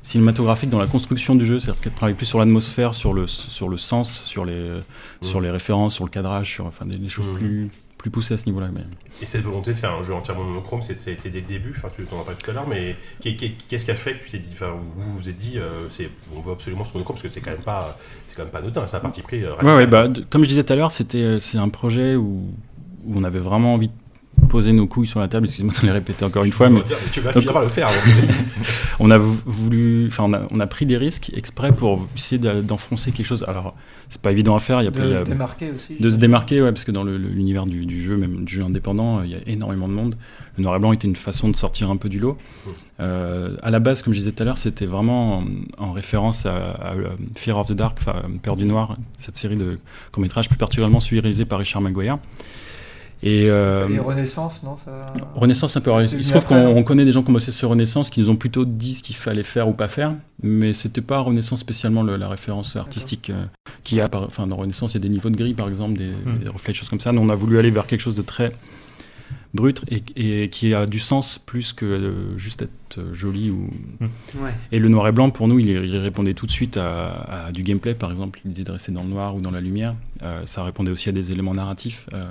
S3: cinématographique dans la construction du jeu c'est-à-dire qu'elle travaille plus sur l'atmosphère sur le sur le sens sur les
S1: Mmh.
S3: sur les références sur le cadrage sur enfin des, des choses
S1: Mhm.
S3: plus plus poussées à ce niveau-là mais
S1: Euh, Et cette volonté de faire un jeu entièrement monochrome, c'est- c'était dès le début, enfin tu t'en as parlé tout à l'heure, mais qu'est- qu'est- qu'est-ce qui a fait que tu t'es dit, enfin vous vous êtes dit, euh, c'est- on veut absolument ce monochrome parce que c'est quand même pas, c'est quand même pas anodin, c'est un parti pris. euh,
S3: Ouais,
S1: radical.
S3: ouais, bah, de- comme je disais tout à l'heure, c'était euh, c'est un projet où, où on avait vraiment envie de poser nos couilles sur la table. Excusez-moi de les répéter encore une fois, mais
S1: tu vas
S3: Donc-
S1: finir par le faire. donc.
S3: on a vou- voulu, enfin, on a, on a pris des risques exprès pour essayer d'a- d'enfoncer quelque chose. Alors, c'est pas évident à faire. Il y a,
S4: De
S3: il y a-
S4: se démarquer aussi.
S3: de se démarquer, ouais, parce que dans le- le- l'univers du, du jeu, même du jeu indépendant, euh, il y a énormément de monde. Le noir et blanc était une façon de sortir un peu du lot.
S4: Hmm.
S3: Euh, à la base, comme je disais tout à l'heure, c'était vraiment en, en référence à, à, euh, Fear of the Dark, enfin euh, Peur du Noir, cette série de courts-métrages, plus particulièrement celui réalisé par Richard Maguire. Et, euh,
S4: Et Renaissance, non ça...
S3: Renaissance un peu.
S4: C'est
S3: Il se
S4: venu
S3: trouve
S4: après,
S3: qu'on
S4: non
S3: on connaît des gens qui ont bossé sur Renaissance qui nous ont plutôt dit ce qu'il fallait faire ou pas faire, mais c'était pas Renaissance spécialement le- la référence artistique euh, qu'il y a. par- Enfin, dans Renaissance, il y a des niveaux de gris par exemple, des,
S9: Hmm.
S3: des reflets, des choses comme ça. Nous, on a voulu aller vers quelque chose de très brut et, et qui a du sens plus que euh, juste être euh, joli ou.
S4: Hmm.
S2: Ouais.
S3: Et le noir et blanc pour nous, il, il répondait tout de suite à, à du gameplay par exemple, l'idée de rester dans le noir ou dans la lumière. Euh, ça répondait aussi à des éléments narratifs. euh,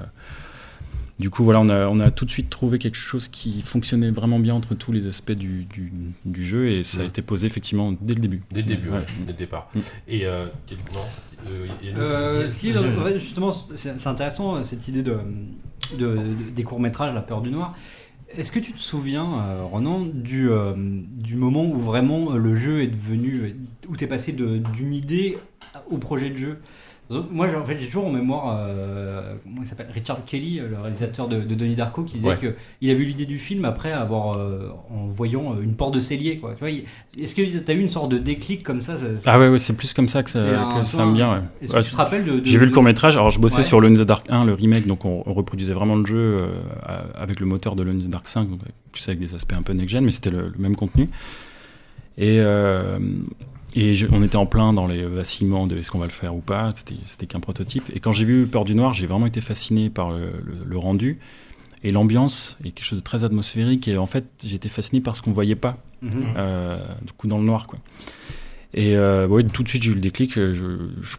S3: du coup, voilà, on a, on a tout de suite trouvé quelque chose qui fonctionnait vraiment bien entre tous les aspects du, du- du jeu et ça a
S1: Mhm.
S3: été posé effectivement dès le début.
S1: Dès le début,
S3: Mm. Ouais.
S1: ouais, dès le départ.
S3: Mm.
S1: Et euh, quel- non, euh, il y a une-
S7: Euh, si,
S9: Je-
S7: en fait, justement, c'est c'est intéressant euh, cette idée de, de- de- des courts métrages, la peur du noir. Est-ce que tu te souviens, euh, Ronan, du, euh, du moment où vraiment euh, le jeu est devenu, euh, où t'es passé de- d'une idée au projet de jeu moi, j'ai- en fait, j'ai toujours en mémoire euh, comment il s'appelle Richard Kelly, euh, le réalisateur de, de Denis Darko, qui disait
S1: Ouais.
S7: que il avait eu l'idée du film après avoir euh, en voyant euh, une porte de cellier. Quoi. Tu vois, il- Est-ce que t'as eu une sorte de déclic comme ça, ça- ça-
S3: Ah ouais, ouais, c'est plus comme ça que ça,
S7: C'est un
S3: que ça me
S7: peu
S3: vient. ouais.
S7: Est-ce
S3: Ouais,
S7: que tu te rappelles de, de-
S3: J'ai vu le
S7: de-
S3: court métrage, alors je bossais
S7: Ouais.
S3: sur Lone in the Dark 1, le remake, donc on, on reproduisait vraiment le jeu euh, à- avec le moteur de Lone in the Dark 5, donc avec- tu sais, avec des aspects un peu next-gen, mais c'était le, le même contenu. Et, euh, et je- on était en plein dans les vacillements de est-ce qu'on va le faire ou pas, c'était- c'était qu'un prototype. Et quand j'ai vu Peur du Noir, j'ai vraiment été fasciné par le, le- le rendu et l'ambiance, et quelque chose de très atmosphérique, et en fait j'étais fasciné par ce qu'on voyait pas
S7: Mhm.
S3: euh, du coup dans le noir quoi. Et euh, ouais, tout de suite j'ai eu le déclic. euh, Je, je-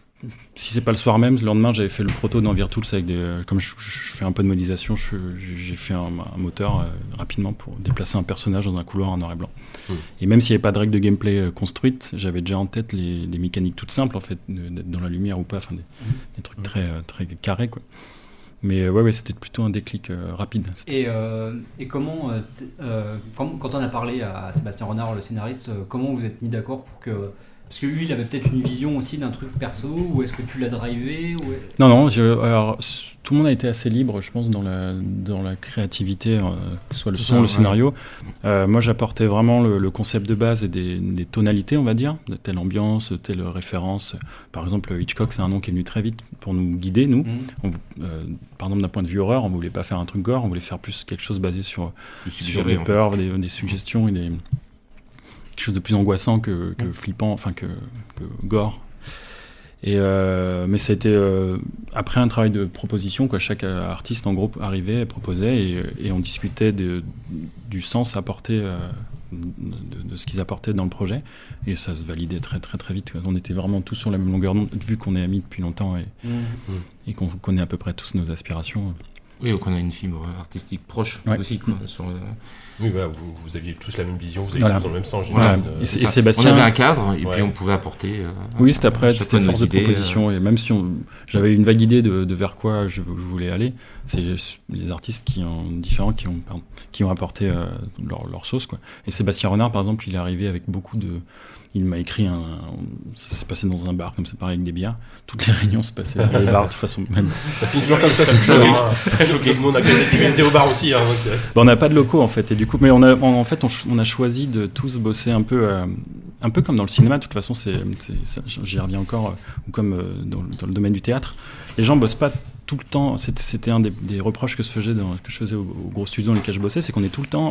S3: si c'est pas le soir même, le lendemain j'avais fait le proto dans Virtools avec des, euh, comme je, je fais un peu de modélisation, je- j'ai fait un, un moteur euh, rapidement pour déplacer un personnage dans un couloir en noir et blanc.
S1: Mm.
S3: Et même s'il n'y avait pas de règle de gameplay euh, construite, j'avais déjà en tête les, les mécaniques toutes simples en fait, de- d'être dans la lumière ou pas, enfin des, des trucs très euh, très carrés quoi. Mais euh, ouais, ouais c'était plutôt un déclic euh, rapide.
S7: Et, euh, et comment, euh, t- euh, quand, quand on a parlé à Sébastien Renard, le scénariste, euh, comment vous êtes mis d'accord pour que. Parce que lui, il avait peut-être une vision aussi d'un truc perso, ou est-ce que tu l'as drivé ou...
S3: Non, non, je- alors, s- tout le monde a été assez libre, je pense, dans la, dans la créativité, euh, que ce soit le
S9: Tout
S3: son,
S9: ça,
S3: le
S9: ouais.
S3: scénario. Euh, moi, j'apportais vraiment le, le concept de base et des, des tonalités, on va dire, de telle ambiance, telle référence. Par exemple, Hitchcock, c'est un nom qui est venu très vite pour nous guider, nous.
S7: Mhm.
S3: On vou- euh, par exemple, d'un point de vue horreur, on voulait pas faire un truc gore, on voulait faire plus quelque chose basé sur,
S8: Je
S3: sur
S8: suggérais,
S3: des
S8: en fait.
S3: peurs, des, des suggestions et des, quelque chose de plus angoissant que, que flippant, enfin que, que gore. Et, euh, mais ça a été euh, après un travail de proposition, quoi. Chaque euh, artiste en groupe arrivait, et proposait, et, et on discutait de- du sens apporté, euh, de, de ce qu'ils apportaient dans le projet. Et ça se validait très très très vite. quoi. On était vraiment tous sur la même longueur d'onde, vu qu'on est amis depuis longtemps et,
S8: Mm.
S3: et qu'on connaît à peu près tous nos aspirations.
S8: Oui, donc on a une fibre artistique proche
S3: Ouais.
S8: aussi. Quoi, sur, euh,
S1: Oui, voilà, vous, vous aviez tous la même vision, vous aviez
S3: Voilà.
S1: tous dans le même sens.
S3: Voilà.
S1: j'imagine.
S3: Et, c'est-
S8: c'est
S3: et
S8: ça.
S3: Sébastien.
S8: On avait un cadre et
S1: Ouais.
S8: puis on pouvait apporter. euh,
S3: Oui, c'était après,
S8: chacun
S3: c'était
S8: nos
S3: force de
S8: idées, euh.
S3: proposition. Et même si on- j'avais une vague idée de, de vers quoi je, vou- je voulais aller, c'est les artistes qui ont, différents qui ont, pardon, qui ont apporté euh, leur, leur sauce. Quoi. Et Sébastien Renard, par exemple, il est arrivé avec beaucoup de. Il m'a écrit un. Ça s'est passé dans un bar, comme ça, pareil, avec des bières. Toutes les réunions se passaient dans les bars, de toute façon. Même.
S1: Ça finit toujours hein. comme ça, c'est
S3: choqué.
S1: Très choqué. Nous, on a causé du musée au bar aussi. hein, donc, euh,
S3: Bah, on n'a pas de locaux, en fait. Et du coup, mais on a, en, en fait, on, ch- on a choisi de tous bosser un peu, euh, un peu comme dans le cinéma. De toute façon, c'est, c'est- ça, j'y reviens encore, euh, ou comme euh, dans, le- dans le domaine du théâtre. Les gens bossent pas tout le temps. C'était, c'était un des, des reproches que, se faisait dans- que je faisais au, au gros studio dans lequel je bossais, c'est qu'on est tout le temps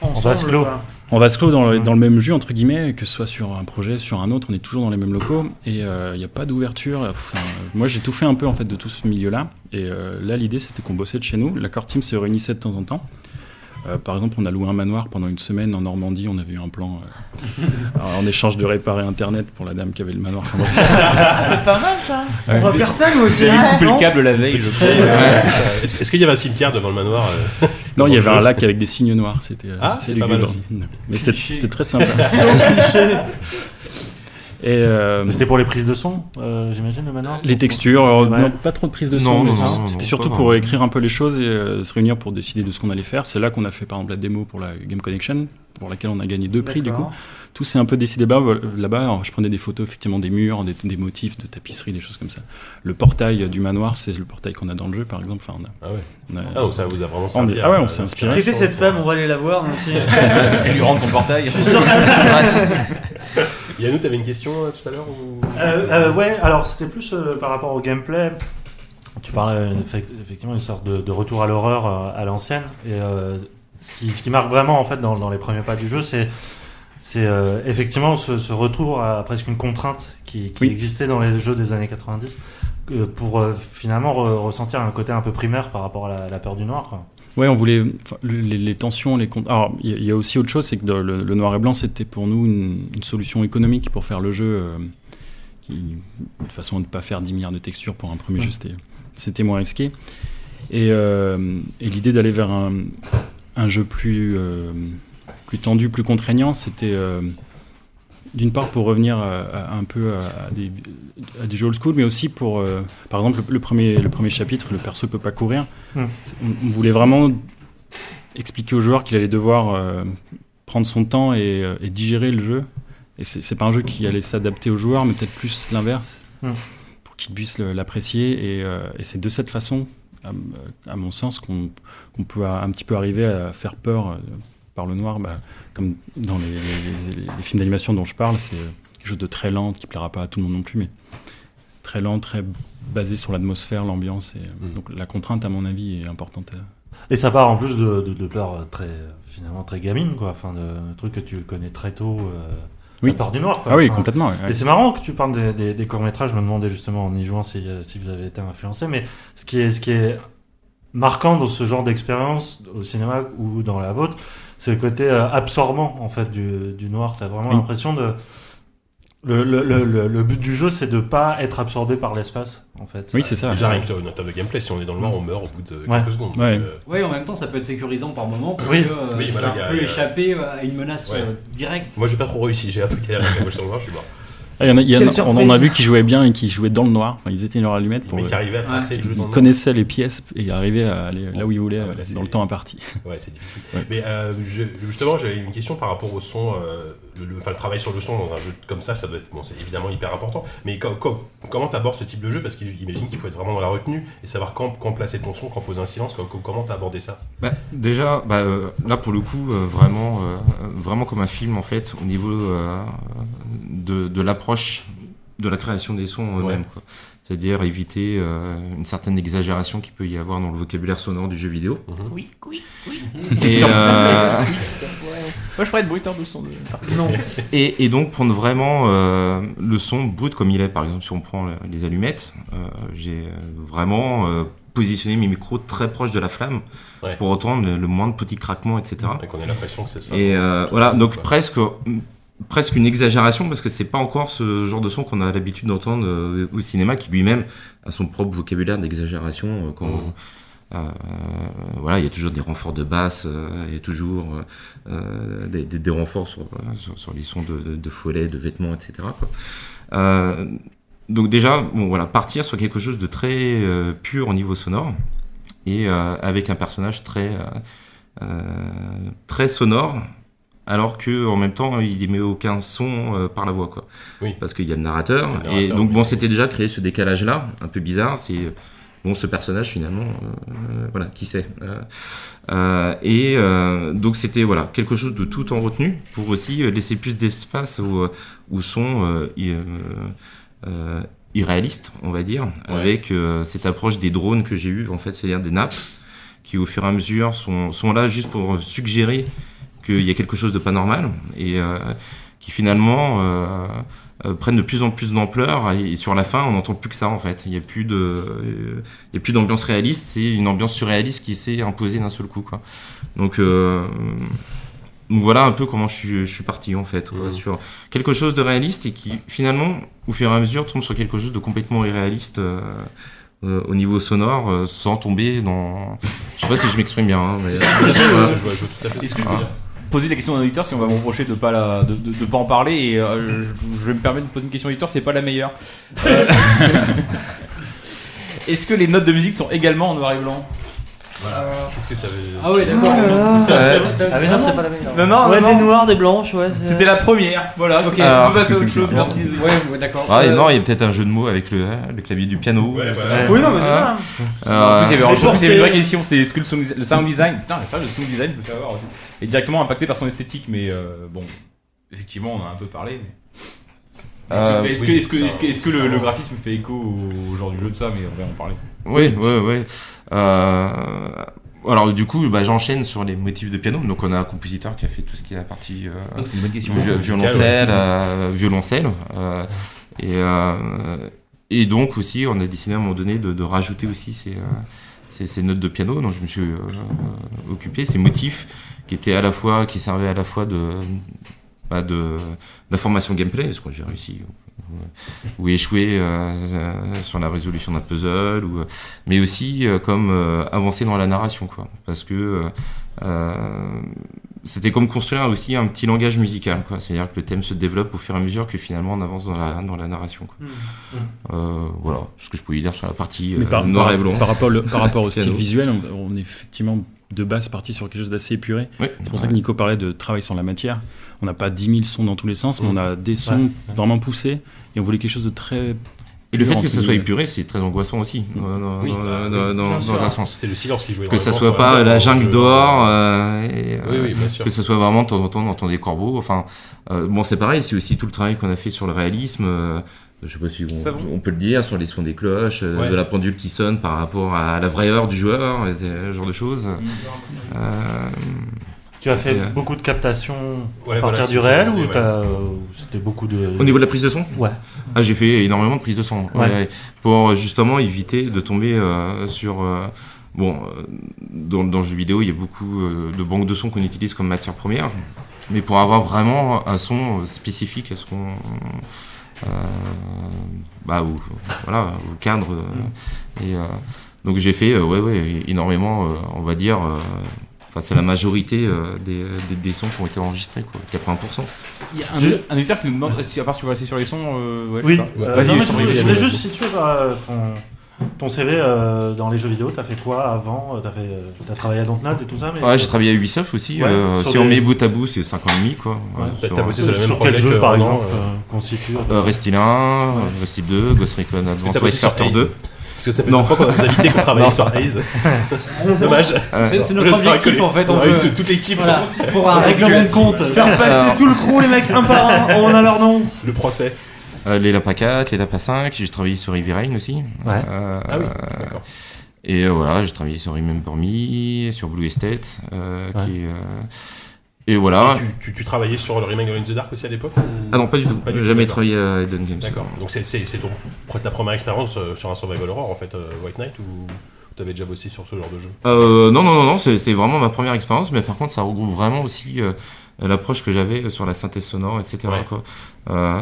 S3: en,
S10: En vase clos.
S3: on va se clos
S11: Mmh.
S3: dans le, dans le même jus, entre guillemets, que ce soit sur un projet, sur un autre, on est toujours dans les mêmes locaux et il n'y a pas d'ouverture. Enfin, euh, moi, j'ai tout fait un peu en fait de tout ce milieu-là. Et euh, là, l'idée, c'était qu'on bossait de chez nous. La core team se réunissait de temps en temps. Euh, par exemple, on a loué un manoir pendant une semaine en Normandie. On avait eu un plan euh, alors, en échange de réparer Internet pour la dame qui avait le manoir. Enfin, bref.
S11: C'est pas mal ça.
S3: Ouais.
S6: On va faire ça nous aussi.
S2: Vous
S11: Ah,
S2: avez
S6: hein,
S2: coupé
S6: non
S2: le câble la veille, je crois.
S1: ça- Est-ce est-ce qu'il y avait un cimetière devant le manoir euh
S3: euh, non, il y avait
S1: Bonjour.
S3: un lac avec des signes noirs. C'était euh,
S1: Ah,
S3: assez
S1: c'est pas mal
S3: lugubre.
S1: aussi.
S3: Mais c'était
S6: Cliché.
S3: c'était très sympa. Et euh,
S10: Mais C'était pour les prises de son, euh, j'imagine, le manoir
S3: Les textures, alors,
S10: Ouais.
S3: non, pas trop de prise de
S8: Non,
S3: son. mais
S8: non,
S3: c'est-
S8: non,
S3: C'était
S8: non,
S3: surtout
S8: pas
S3: pour
S8: vraiment.
S3: écrire un peu les choses et euh, se réunir pour décider de ce qu'on allait faire. C'est là qu'on a fait par exemple la démo pour la Game Connection, pour laquelle on a gagné deux prix du coup.
S6: D'accord.
S3: Tout s'est un peu décidé là- là-bas. Alors, je prenais des photos effectivement des murs, des, des motifs, de tapisserie, des choses comme ça. Le portail euh, du manoir, c'est le portail qu'on a dans le jeu par exemple. Enfin, on a-
S1: Ah ouais.
S3: on a-
S1: Ah, donc ça vous a
S3: On
S1: vraiment
S3: est-
S1: servi.
S3: ah ouais,
S1: à-
S3: on s'est
S1: à
S3: inspiré.
S6: Qui était cette
S1: l'inspiration,
S6: femme On va aller la voir.
S2: hein,
S6: nous aussi.
S2: Elle lui rentre son portail.
S1: quoi. Yannou, t'avais une question euh, tout à l'heure ou-
S10: Euh, euh, ouais, alors c'était plus euh, par rapport au gameplay. Tu parlais euh, effect- effectivement d'une sorte de, de retour à l'horreur euh, à l'ancienne. Et euh, ce, qui, ce qui marque vraiment en fait dans, dans les premiers pas du jeu, c'est c'est euh, effectivement ce, ce retour à presque une contrainte qui, qui
S3: Oui.
S10: existait dans les jeux des années 90 euh, pour euh, finalement re- ressentir un côté un peu primaire par rapport à la, la peur du noir. Quoi.
S3: Ouais, on voulait enfin, le- les, les tensions, les comptes. Alors, il y, a- il y a aussi autre chose, c'est que dans le, le noir et blanc, c'était pour nous une, une solution économique pour faire le jeu, euh, qui- de façon à ne pas faire 10 milliards de textures pour un premier jeu, c'était- c'était moins risqué. Et, euh, et l'idée d'aller vers un, un jeu plus, euh, plus tendu, plus contraignant, c'était euh, d'une part pour revenir à- à- un peu à, à des, à des jeux old school, mais aussi pour, euh, par exemple, le, le premier, le premier chapitre, le perso peut pas courir.
S10: Mm.
S3: C'est- On, on voulait vraiment expliquer au joueur qu'il allait devoir euh, prendre son temps et, euh, et digérer le jeu. Et c'est c'est pas un jeu qui allait s'adapter au joueur, mais peut-être plus l'inverse,
S10: Mm.
S3: pour qu'il puisse le- l'apprécier. Et, euh, et c'est de cette façon, à, m- à mon sens, qu'on qu'on peut a- un petit peu arriver à faire peur euh, par le noir, bah, comme dans les, les- les- les films d'animation dont je parle, c'est euh, quelque chose de très lent qui plaira pas à tout le monde non plus, mais très lent, très basé sur l'atmosphère, l'ambiance. Et, euh,
S1: Mm.
S3: Donc la contrainte, à mon avis, est importante.
S10: Mmh.
S3: euh.
S10: Et ça part en plus de, de, de peur euh, très euh, finalement très gamine quoi, enfin de, de trucs que tu connais très tôt. euh,
S3: Oui.
S10: La peur du noir. Quoi.
S3: Ah oui,
S10: Enfin,
S3: complètement. ouais, ouais.
S10: Et c'est marrant que tu parles des, des- des courts-métrages. Je me demandais justement en y jouant si, euh, si vous avez été influencé. Mais ce qui est, ce qui est marquant dans ce genre d'expérience au cinéma ou dans la vôtre, c'est le côté euh, absorbant en fait du, du noir. Tu as vraiment
S3: Oui.
S10: l'impression de. Le, le- le- le- le but du jeu, c'est de pas être absorbé par l'espace en fait.
S3: Oui, c'est ça.
S1: Déjà, rien que euh, en termes de gameplay, si on est dans le noir, on meurt au bout de
S10: Ouais.
S1: quelques secondes.
S3: Ouais.
S1: donc, euh,
S4: Oui, en même temps, ça peut être sécurisant par moment parce
S10: Oui.
S4: que euh,
S1: Oui, voilà,
S4: ça
S1: y a-
S4: peut
S1: y a-
S4: échapper à une menace
S1: Ouais.
S4: euh, directe.
S1: Moi, j'ai pas trop réussi, j'ai un peu galéré quand moi, je suis dans le noir, je suis mort.
S3: Ah, il y en a- il y en a-
S6: Quelle
S3: on en a
S6: surprise.
S3: vu qui jouaient bien et qui jouaient dans le noir. Enfin, ils étaient leur allumette pour.
S1: Mais qui
S3: le-
S1: arrivait à tracer le jeu
S3: Ils
S1: dans le noir.
S3: connaissaient les pièces et arrivaient à aller là où ils voulaient,
S1: Ah ouais,
S3: euh,
S1: c'est-
S3: dans le temps imparti.
S1: Ouais, c'est difficile.
S3: Ouais.
S1: Mais euh, je- justement, j'avais une question par rapport au son. euh, le, le- enfin, le travail sur le son dans un jeu comme ça, ça doit être. Bon, c'est évidemment hyper important. Mais co- co- comment t'abordes ce type de jeu Parce que j'imagine qu'il faut être vraiment dans la retenue et savoir quand, quand placer ton son, quand poser un silence. Quand, comment t'as abordé ça
S8: Bah, déjà, bah, euh, là pour le coup, euh, vraiment, euh, vraiment comme un film en fait, au niveau euh, de, de l'approche de la création des sons eux-mêmes. quoi. C'est-à-dire éviter euh, une certaine exagération qu'il peut y avoir dans le vocabulaire sonore du jeu vidéo.
S1: Mhm.
S6: euh,
S8: euh, Oui, oui, oui. Et, euh,
S6: Moi, je ferais de bruiteur de son. de-
S8: Et, et donc prendre vraiment euh, le son brut comme il est. Par exemple, si on prend les allumettes, euh, j'ai euh, vraiment euh, positionné mes micros très proches de la flamme
S1: Ouais.
S8: pour entendre le moins de petits craquements, etc.
S1: Et qu'on ait l'impression que c'est ça.
S8: Et euh,
S1: Tout
S8: voilà,
S1: le monde,
S8: donc
S1: quoi.
S8: presque presque une exagération parce que c'est pas encore ce genre de son qu'on a l'habitude d'entendre euh, au cinéma qui lui-même a son propre vocabulaire d'exagération euh, quand
S1: Mhm.
S8: euh, voilà il y a toujours des renforts de basse euh, il y a toujours euh, euh, des, des- des renforts sur, euh, sur, sur les sons de, de, de follets de vêtements etc quoi. Euh, donc déjà bon voilà partir sur quelque chose de très euh, pur au niveau sonore et euh, avec un personnage très euh, euh, très sonore alors que en même temps il émet aucun son euh, par la voix quoi
S1: Oui.
S8: parce qu'il y a le narrateur,
S1: Le narrateur,
S8: et donc
S1: oui.
S8: bon c'était déjà créé ce décalage là un peu bizarre c'est euh, bon ce personnage finalement euh, voilà qui sait Euh, euh, et euh, donc c'était voilà quelque chose de tout en retenue pour aussi euh, laisser plus d'espace au, au son euh, i- euh, euh, irréaliste on va dire
S1: Ouais.
S8: avec euh, cette approche des drones que j'ai eu en fait c'est-à-dire des nappes qui au fur et à mesure sont, sont là juste pour suggérer qu'il y a quelque chose de pas normal et euh, qui finalement euh, euh, prennent de plus en plus d'ampleur et sur la fin on n'entend plus que ça en fait. Il n'y a plus de, euh, il y a plus d'ambiance réaliste, c'est une ambiance surréaliste qui s'est imposée d'un seul coup quoi. Donc, euh, donc voilà un peu comment je suis, je suis parti en fait quoi,
S1: Mhm.
S8: sur quelque chose de réaliste et qui finalement au fur et à mesure tombe sur quelque chose de complètement irréaliste. euh, euh, au niveau sonore, euh, sans tomber dans. Je sais pas si je m'exprime bien. hein, mais-
S1: Je vois- je vois tout à fait.
S6: Euh, Est-ce que je peux
S8: Ah.
S6: poser la question à un auditeur si on va me reprocher de pas la, de, de- de pas en parler et euh, je, je vais me permettre de poser une question à l'auditeur, c'est pas la meilleure. Euh, Est-ce que les notes de musique sont également en noir et blanc
S1: Qu'est-ce que ça veut
S7: Ah ouais, d'accord.
S9: Ah, mais non, c'est pas la même.
S6: Non non,
S2: Ouais,
S6: non,
S2: des
S6: non.
S2: noires, des blanches, ouais. c'est-
S6: C'était la première. Voilà. Ok.
S2: Ah.
S8: Alors,
S6: on peut passer à autre chose.
S8: c'est
S6: Merci.
S7: Ouais, ouais, d'accord.
S8: Ah, et
S7: Euh,
S8: non, il y a peut-être un jeu de mots avec le, le clavier du piano.
S1: Ouais,
S8: je
S6: bah,
S8: sais
S1: voilà.
S8: pas.
S2: Oui, non, mais c'est ça.
S8: Ah.
S2: hein.
S8: Euh,
S6: hein. En plus, il y avait,
S2: Mais
S6: en
S2: je
S6: plus,
S2: pense
S6: il y avait une
S2: que-
S6: vraie question, c'est est-ce que le sound, le sound design, putain, ça, le sound design peut faire avoir aussi, est directement impacté par son esthétique, mais euh, bon, effectivement, on en a un peu parlé. Mais...
S8: Euh,
S6: Mais est-ce que,
S1: oui,
S6: est-ce que, est-ce que, est-ce que le,
S1: ça-
S6: le graphisme fait écho au, au genre du jeu de ça, mais on va en parler.
S8: Oui, oui, oui. Euh, alors du coup, bah, j'enchaîne sur les motifs de piano. Donc on a un compositeur qui a fait tout ce qui est la partie euh,
S6: Donc c'est une bonne question.
S8: vi- violoncelle, euh, violoncelle. euh, et, euh, et donc aussi, on a décidé à un moment donné de, de rajouter aussi ces, euh, ces, ces notes de piano. Donc je me suis euh, occupé ces motifs qui étaient à la fois, qui servaient à la fois de bah, de d'information gameplay, parce que j'ai réussi ou, ou échoué euh, euh, sur la résolution d'un puzzle, ou, mais aussi euh, comme euh, avancer dans la narration, quoi. Parce que euh, euh, c'était comme construire aussi un petit langage musical, quoi. C'est-à-dire que le thème se développe au fur et à mesure que finalement on avance dans la, dans la narration, quoi. Euh, voilà, ce que je pouvais dire sur la partie euh,
S3: Mais par,
S8: noir
S3: par-
S8: et blanc.
S3: Par rapport, le- par rapport au style
S8: Piano.
S3: visuel, on, on est effectivement de base parti sur quelque chose d'assez épuré.
S8: Oui.
S3: C'est pour ça que Nico parlait de travail sur la matière. On n'a pas 10 000 sons dans tous les sens, mais on a des sons vraiment poussés et on voulait quelque chose de très.
S8: Et le fait que
S3: entre
S8: ça soit
S3: guillemets.
S8: épuré, c'est très angoissant aussi, dans, dans-
S1: Oui,
S8: dans-
S1: bah,
S8: dans-
S1: oui,
S8: dans-
S1: bien
S8: dans
S1: sûr.
S8: un sens.
S1: C'est le silence qui joue.
S8: Que ça
S1: énormément
S8: soit
S1: sur
S8: pas
S1: map, dans
S8: la
S1: le
S8: jungle
S1: jeu.
S8: dehors, euh, et, euh,
S1: Oui, oui, bien sûr.
S8: que ce soit vraiment de temps en temps d'entendre des corbeaux. Enfin, euh, bon, c'est pareil, c'est aussi tout le travail qu'on a fait sur le réalisme. euh, je sais pas si
S6: Ça va.
S8: on, on peut le dire, sur les sons des cloches, euh,
S1: Ouais.
S8: de la pendule qui sonne par rapport à la vraie heure du joueur, et ce genre de choses.
S1: Mm.
S8: Euh,
S9: Tu as fait
S8: Et, euh,
S9: beaucoup de captations
S1: Ouais,
S9: à partir
S1: voilà,
S9: du
S1: c'est-
S9: réel
S1: ouais.
S9: ou t'as, euh, ou c'était beaucoup de.
S8: au niveau de la prise de son,
S9: Ouais.
S8: ah, j'ai fait énormément de prises de son.
S9: Ouais.
S8: Ouais, pour justement éviter de tomber euh, sur. euh, bon, euh, dans, dans le jeu vidéo, il y a beaucoup euh, de banques de sons qu'on utilise comme matière première. Mais pour avoir vraiment un son euh, spécifique à ce qu'on. euh, bah, au, voilà, au cadre. euh, et, euh, donc j'ai fait euh, ouais, ouais, énormément, euh, on va dire. euh, Enfin, c'est la majorité euh, des, des, des sons qui ont été enregistrés, quoi, 80%.
S6: Il y a un,
S9: Je-
S6: un auditeur qui nous demande, si- à part si tu veux rester sur les sons, euh, ouais, je sais
S9: Oui,
S6: pas.
S9: euh,
S6: Vas-y,
S9: non, mais
S6: je
S9: je,
S6: t'en
S9: voulais-
S6: prie.
S9: je voulais juste situer euh, ton, ton CV euh, dans les jeux vidéo. T'as fait quoi avant Euh, T'as fait, euh, t'as travaillé à Dontnod et tout ça mais
S8: Ouais, j'ai travaillé à Ubisoft aussi.
S9: Ouais,
S8: euh,
S9: sur
S8: si on
S9: des-
S8: met bout à bout, c'est 5 ans et demi, quoi.
S9: Ouais,
S8: Euh,
S1: T'as-
S8: sur,
S1: T'as bossé sur le même
S9: Sur quel
S1: projet que
S9: jeu, par
S1: Ronan,
S9: exemple,
S1: euh,
S9: euh, constitue
S8: euh, Rest in 1,
S9: Ouais.
S8: Rest in 2, Ghost Recon
S1: t'as
S8: Advanced
S1: bossé sur
S8: Fighter
S1: Haze.
S8: 2.
S1: Parce que ça fait
S8: Non.
S1: deux fois qu'on a des invités qui ont travaillé sur Haze. Dommage.
S7: C'est c'est notre
S1: Je serais
S7: objectif
S1: collé.
S7: en fait. On
S1: Ouais,
S7: veut,
S1: tout- Toute l'équipe,
S7: voilà, pour un
S1: Parce que-
S7: règlement de compte.
S2: Faire passer
S8: Alors.
S2: tout le crew, les mecs, un par un, on a leur nom.
S1: le procès.
S8: Euh, les Lapa 4, les Lapa 5, j'ai travaillé sur Riverine aussi.
S9: Ouais.
S8: Euh,
S1: Ah oui, d'accord.
S8: Et euh, voilà, j'ai travaillé sur Remember Me, sur Blue Estate, euh,
S9: Ouais.
S8: qui est, euh, Et voilà.
S1: Et tu, tu- tu travaillais sur le remake Alone in the Dark aussi à l'époque ou-
S8: Ah non, pas du tout.
S1: du
S8: Jamais
S1: d'accord.
S8: travaillé à Eden Games.
S1: D'accord. Donc c'est- c'est c'est ton- ta première expérience euh, sur un survival horror en fait, euh, White Knight, ou t'avais déjà bossé sur ce genre de jeu
S8: Euh, non, non, non, non, c'est c'est vraiment ma première expérience, mais par contre, ça regroupe vraiment aussi euh, l'approche que j'avais sur la synthèse sonore, etc.
S1: Ouais.
S8: quoi. Euh,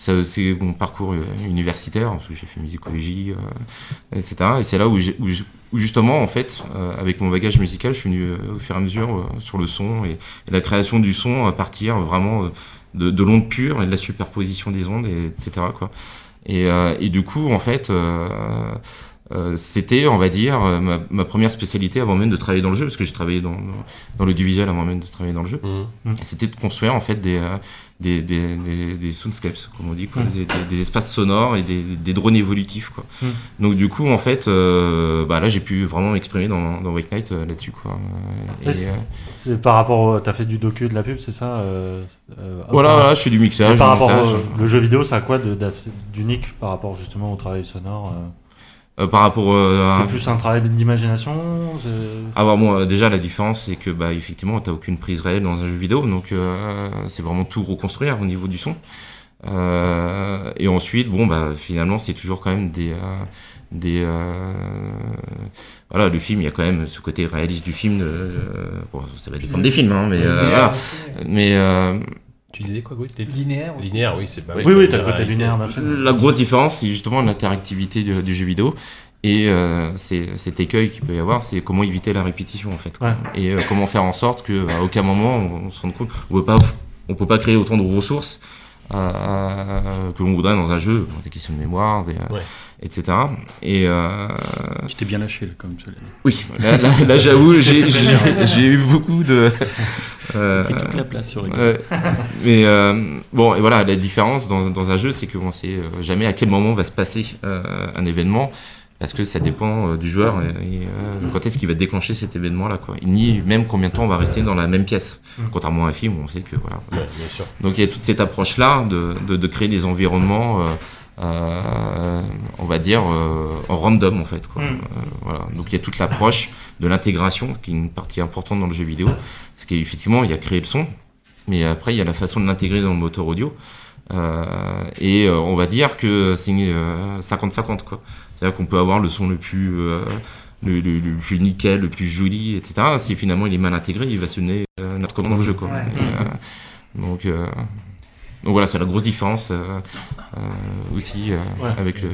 S8: ça, c'est mon parcours euh, universitaire, parce que j'ai fait musicologie, euh, etc. Et c'est là où, j'ai- où j- où justement, en fait, euh, avec mon bagage musical, je suis venu euh, au fur et à mesure euh, sur le son et, et la création du son à partir vraiment euh, de, de l'onde pure et de la superposition des ondes, et, etc. Quoi. Et, euh, et du coup, en fait, euh, euh, c'était, on va dire, euh, ma, ma première spécialité avant même de travailler dans le jeu, parce que j'ai travaillé dans, dans l'audiovisuel avant même de travailler dans le jeu.
S1: Mhm.
S9: Mhm.
S8: Et C'était de construire, en fait, des, euh, des, des, des, des soundscapes, comme on dit, quoi,
S9: Mhm.
S8: des, des- des espaces sonores et des, des drones évolutifs. Quoi.
S9: Mhm.
S8: Donc, du coup, en fait, euh, bah, là, j'ai pu vraiment m'exprimer dans, dans Wake Night euh, là-dessus. quoi. Euh,
S9: Et
S8: et,
S9: c'est-
S8: euh,
S9: C'est par rapport au. T'as fait du docu, de la pub, c'est ça euh, euh,
S8: Voilà,
S9: enfin,
S8: voilà, je fais du mixage,
S9: et Par
S8: du
S9: rapport
S8: montage.
S9: au le jeu vidéo, ça a quoi de- d'assez- d'unique par rapport justement au travail sonore euh
S8: euh, par rapport euh, à
S9: C'est plus un travail d'imagination c'est-
S8: Ah bah bon, euh, déjà la différence c'est que bah effectivement t'as aucune prise réelle dans un jeu vidéo, donc euh, c'est vraiment tout reconstruire au niveau du son. Euh, et ensuite, bon bah finalement c'est toujours quand même des euh, des euh, voilà le film il y a quand même ce côté réaliste du film euh, bon, ça va dépendre des films hein, mais euh, voilà. mais euh,
S1: Tu disais quoi, Gwyn Les-
S4: Linéaire. aussi.
S1: Linéaire, oui, c'est bah,
S8: Oui,
S9: Oui, oui,
S1: la
S9: t'as le côté
S1: réalité. Euh,
S9: lunaire d'un film.
S8: la grosse différence, c'est justement l'interactivité du, du jeu vidéo. Et euh, c'est- cet écueil qu'il peut y avoir, c'est comment éviter la répétition en fait. quoi.
S9: Ouais.
S8: Et euh, comment faire en sorte qu'à aucun moment on, on se rende compte, on peut pas, on peut pas créer autant de ressources euh, que l'on voudrait dans un jeu, Bon, des questions de mémoire, des, euh,
S1: Ouais.
S8: etc. Et euh,
S3: Je t'ai bien lâché, là, comme tu l'as dit.
S8: oui, là, là- là, j'avoue, j'ai j'ai- j'ai eu beaucoup de. euh,
S3: Pris toute la place sur le
S8: Ouais. mais euh, bon, et voilà, la différence dans, dans un jeu, c'est qu'on sait euh, jamais à quel moment va se passer euh, un événement, parce que ça dépend euh, du joueur et, et, euh, quand est-ce qu'il va déclencher cet événement-là, quoi. Ni même combien de temps on va rester dans la même pièce. Contrairement à un film, où on sait que voilà.
S1: Mmh. Ouais, bien sûr.
S8: Donc il y a toute cette approche-là de, de, de créer des environnements. euh, euh, on va dire euh, en random en fait quoi.
S9: Mm.
S8: Euh, voilà. donc il y a toute l'approche de l'intégration qui est une partie importante dans le jeu vidéo parce qu'effectivement il y a créé le son mais après il y a la façon de l'intégrer dans le moteur audio Euh, et euh, on va dire que c'est euh, 50-50 quoi c'est à dire qu'on peut avoir le son le plus euh, le, le- le plus nickel le plus joli etc si finalement il est mal intégré il va sonner euh, notre commande dans le jeu quoi
S5: Ouais.
S8: Et, euh, donc euh, donc voilà, c'est la grosse différence euh, euh, aussi euh, avec le,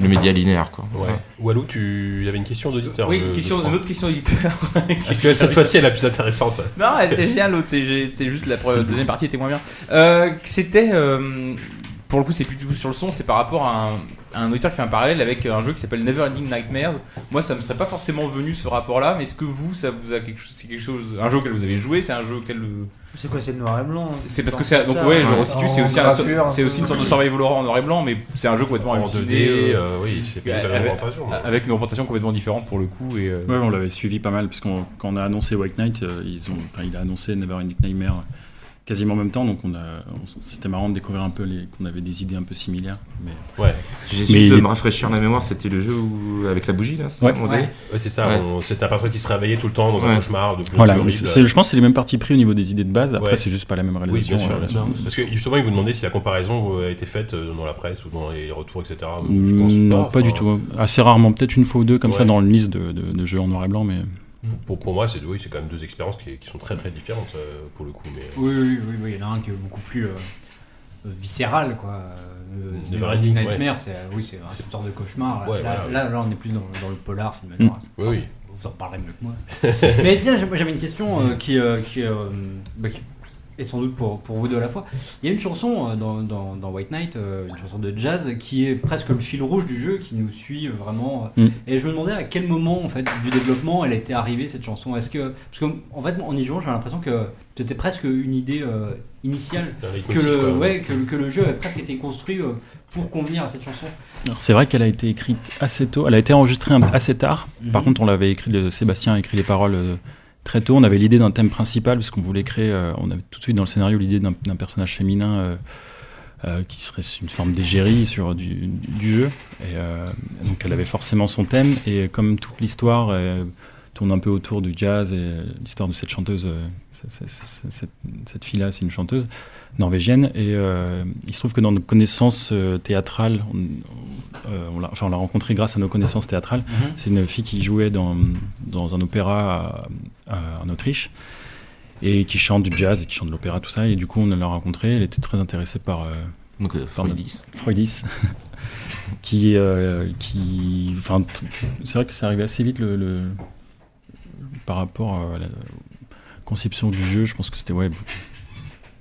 S8: le média linéaire. Quoi.
S1: Ouais. Walou, tu il y avait une question d'auditeur.
S6: Oui,
S1: je-
S6: une,
S1: je
S6: question,
S1: crois.
S6: une autre question éditeur. Ah
S1: Parce que cette fois-ci, elle est la plus intéressante.
S6: Non, elle était géniale, l'autre. C'est j'ai- c'est juste la pre- deuxième partie était moins bien. Euh, c'était. euh, pour le coup, c'est plus du tout sur le son, c'est par rapport à un, à un auteur qui fait un parallèle avec euh, un jeu qui s'appelle Never Ending Nightmares. Moi, ça me serait pas forcément venu ce rapport-là, mais est-ce que vous, ça vous a quelque chose. C'est quelque chose. Un jeu auquel vous avez joué, c'est un jeu auquel. euh,
S12: C'est quoi, c'est le noir et blanc
S6: C'est parce que c'est.
S12: comme
S6: Donc,
S12: ça,
S6: ouais, je
S12: hein.
S6: resitue, c'est
S12: En
S6: aussi, un,
S12: gravure, un
S6: c'est
S12: peu.
S6: aussi une sorte de survival horror en noir et blanc, mais c'est un jeu complètement
S1: En 2D,
S6: halluciné. euh,
S1: euh, oui, c'est pas hein.
S6: avec-
S1: la même orientation. mais-
S6: Avec une représentation complètement différente pour le coup. Et, euh,
S3: Ouais, on l'avait suivi pas mal, parce qu'on quand on a annoncé White Knight, euh, ils ont, enfin, il a annoncé Never Ending Nightmare euh, quasiment en même temps, donc on a, on s- c'était marrant de découvrir un peu les, qu'on avait des idées un peu similaires. Mais
S8: J'ai
S3: Mais
S8: su
S3: il
S8: de
S3: est-
S8: me rafraîchir la mémoire, c'était le jeu où, avec la bougie, là c'est
S3: Ouais.
S8: ça, mon dé
S1: Ouais, c'est ça,
S8: Ouais.
S1: on- c'est un personnage qui se réveillait tout le temps dans un
S8: Ouais.
S1: cauchemar de plus
S3: voilà,
S1: en plus
S3: mais
S1: horrible.
S3: c'est- c'est- je pense que c'est les mêmes parties pris au niveau des idées de base. Après,
S1: Ouais.
S3: c'est juste pas la même
S1: Oui,
S3: réalisation.
S1: bien sûr,
S3: euh,
S1: bien sûr. Parce que justement, ils vous demandaient si la comparaison euh, a été faite euh, dans la presse ou dans les retours, etc. Je pense
S3: Mm, Non, pas du
S1: enfin,
S3: tout. Assez rarement, peut-être une fois ou deux comme ça
S1: Ouais.
S3: dans une liste de, de- de jeux en noir et blanc, mais
S1: Pour, pour moi, c'est oui, c'est quand même deux expériences qui, qui sont très très différentes euh, pour le coup. Mais
S7: Oui, oui, oui, oui, il y en a un qui est beaucoup plus euh, viscéral, quoi. Euh,
S1: Never
S7: Never
S1: Ending,
S7: Ending Nightmare, c'est euh, oui, c'est une sorte de cauchemar.
S1: Ouais,
S7: là,
S1: voilà. Mmh.
S7: là, là, on est plus dans, dans le polar, film noir.
S1: oui, oui.
S7: Vous en parlerez mieux que moi. Mais tiens, j'ai- moi, j'avais une question euh, qui, euh, qui, euh, bah, qui est sans doute pour, pour vous deux à la fois. Il y a une chanson euh, dans, dans, dans White Knight, euh, une chanson de jazz, qui est presque le fil rouge du jeu, qui nous suit vraiment.
S3: Mm.
S7: Et je me demandais à quel moment en fait, du développement elle était arrivée, cette chanson. Est-ce que. Parce qu'en en fait, en y jouant, j'avais l'impression que c'était presque une idée euh, initiale.
S1: c'est un
S7: Que
S1: leitmotiv,
S7: le,
S1: quoi.
S7: ouais, que, le- que le jeu avait presque été construit euh, pour convenir à cette chanson.
S3: Alors, c'est vrai qu'elle a été écrite assez tôt. Elle a été enregistrée un- assez tard. Par
S7: Mhm.
S3: contre, on l'avait écrit. le- Sébastien a écrit les paroles euh, très tôt. On avait l'idée d'un thème principal parce qu'on voulait créer. euh, on avait tout de suite dans le scénario l'idée d'un d'un personnage féminin euh, euh, qui serait une forme d'égérie sur du, du jeu. Et euh, donc, elle avait forcément son thème. Et comme toute l'histoire. euh, tourne un peu autour du jazz et euh, l'histoire de cette chanteuse, euh, c'est- c'est- c'est- cette, cette fille-là, c'est une chanteuse norvégienne. Et euh, il se trouve que dans nos connaissances euh, théâtrales, on, euh, on l'a, enfin, on l'a rencontrée grâce à nos connaissances théâtrales.
S8: Mhm.
S3: C'est une fille qui jouait dans, dans un opéra à- à- en Autriche et qui chante du jazz et qui chante de l'opéra, tout ça. Et du coup, on l'a rencontrée. Elle était très intéressée par. euh,
S8: Donc, euh,
S3: par notre-
S8: Freudis.
S3: Freudis. qui. euh, qui enfin, t- c'est vrai que ça arrivait assez vite le, le- par rapport euh, à la conception du jeu. Je pense que c'était. Ouais,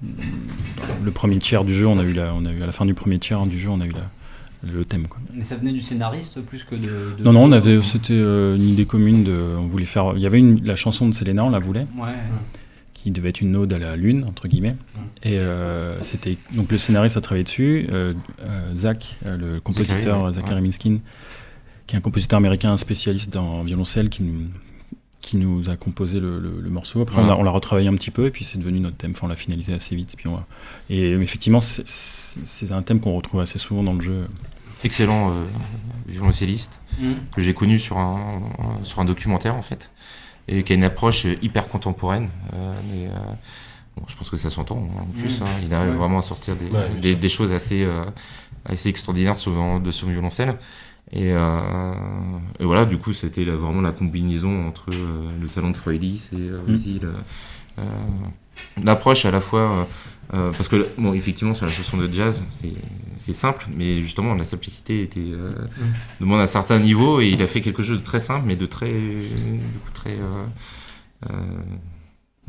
S3: le premier tiers du jeu, on a eu, la, on a eu à la fin du premier tiers du jeu, on a eu la- le thème. Quoi.
S4: Mais ça venait du scénariste plus que de. de-
S3: Non, non, on avait, c'était euh, une idée commune. De, on voulait faire. Il y avait une, la chanson de Selena, on la voulait.
S4: Ouais.
S3: Qui devait être une ode à la lune entre guillemets. Et euh, c'était donc le scénariste a travaillé dessus. euh, euh, Zach, euh, le compositeur
S8: Zachary,
S3: Zachary,
S8: ouais.
S3: Minskin, qui est un compositeur américain, un spécialiste en violoncelle, qui nous qui nous a composé le, le- le morceau. Après,
S8: Voilà.
S3: on a- on l'a retravaillé un petit peu, et puis c'est devenu notre thème. Enfin, on l'a finalisé assez vite. Puis on a- Et effectivement, c'est- c'est c'est un thème qu'on retrouve assez souvent dans le jeu.
S8: excellent euh, violoncelliste
S4: Mm.
S8: que j'ai connu sur un, un- euh, sur un documentaire en fait et qui a une approche euh, hyper contemporaine euh, mais, euh, bon, je pense que ça s'entend hein, en plus
S4: Mm.
S8: hein. il arrive
S4: Ouais.
S8: vraiment à sortir des,
S1: Ouais, bien
S8: des,
S1: sûr.
S8: des choses assez euh, assez extraordinaires de son, de son violoncelle et, euh, et voilà du coup c'était la- vraiment la combinaison entre euh, le talent de Freulis et euh,
S3: Mm.
S8: aussi le- euh, l'approche à la fois euh, euh, parce que, bon, effectivement, sur la chanson de jazz, c'est c'est simple, mais justement, la simplicité était, euh, demande un certain niveau et il a fait quelque chose de très simple, mais de très, du coup, très, euh, euh,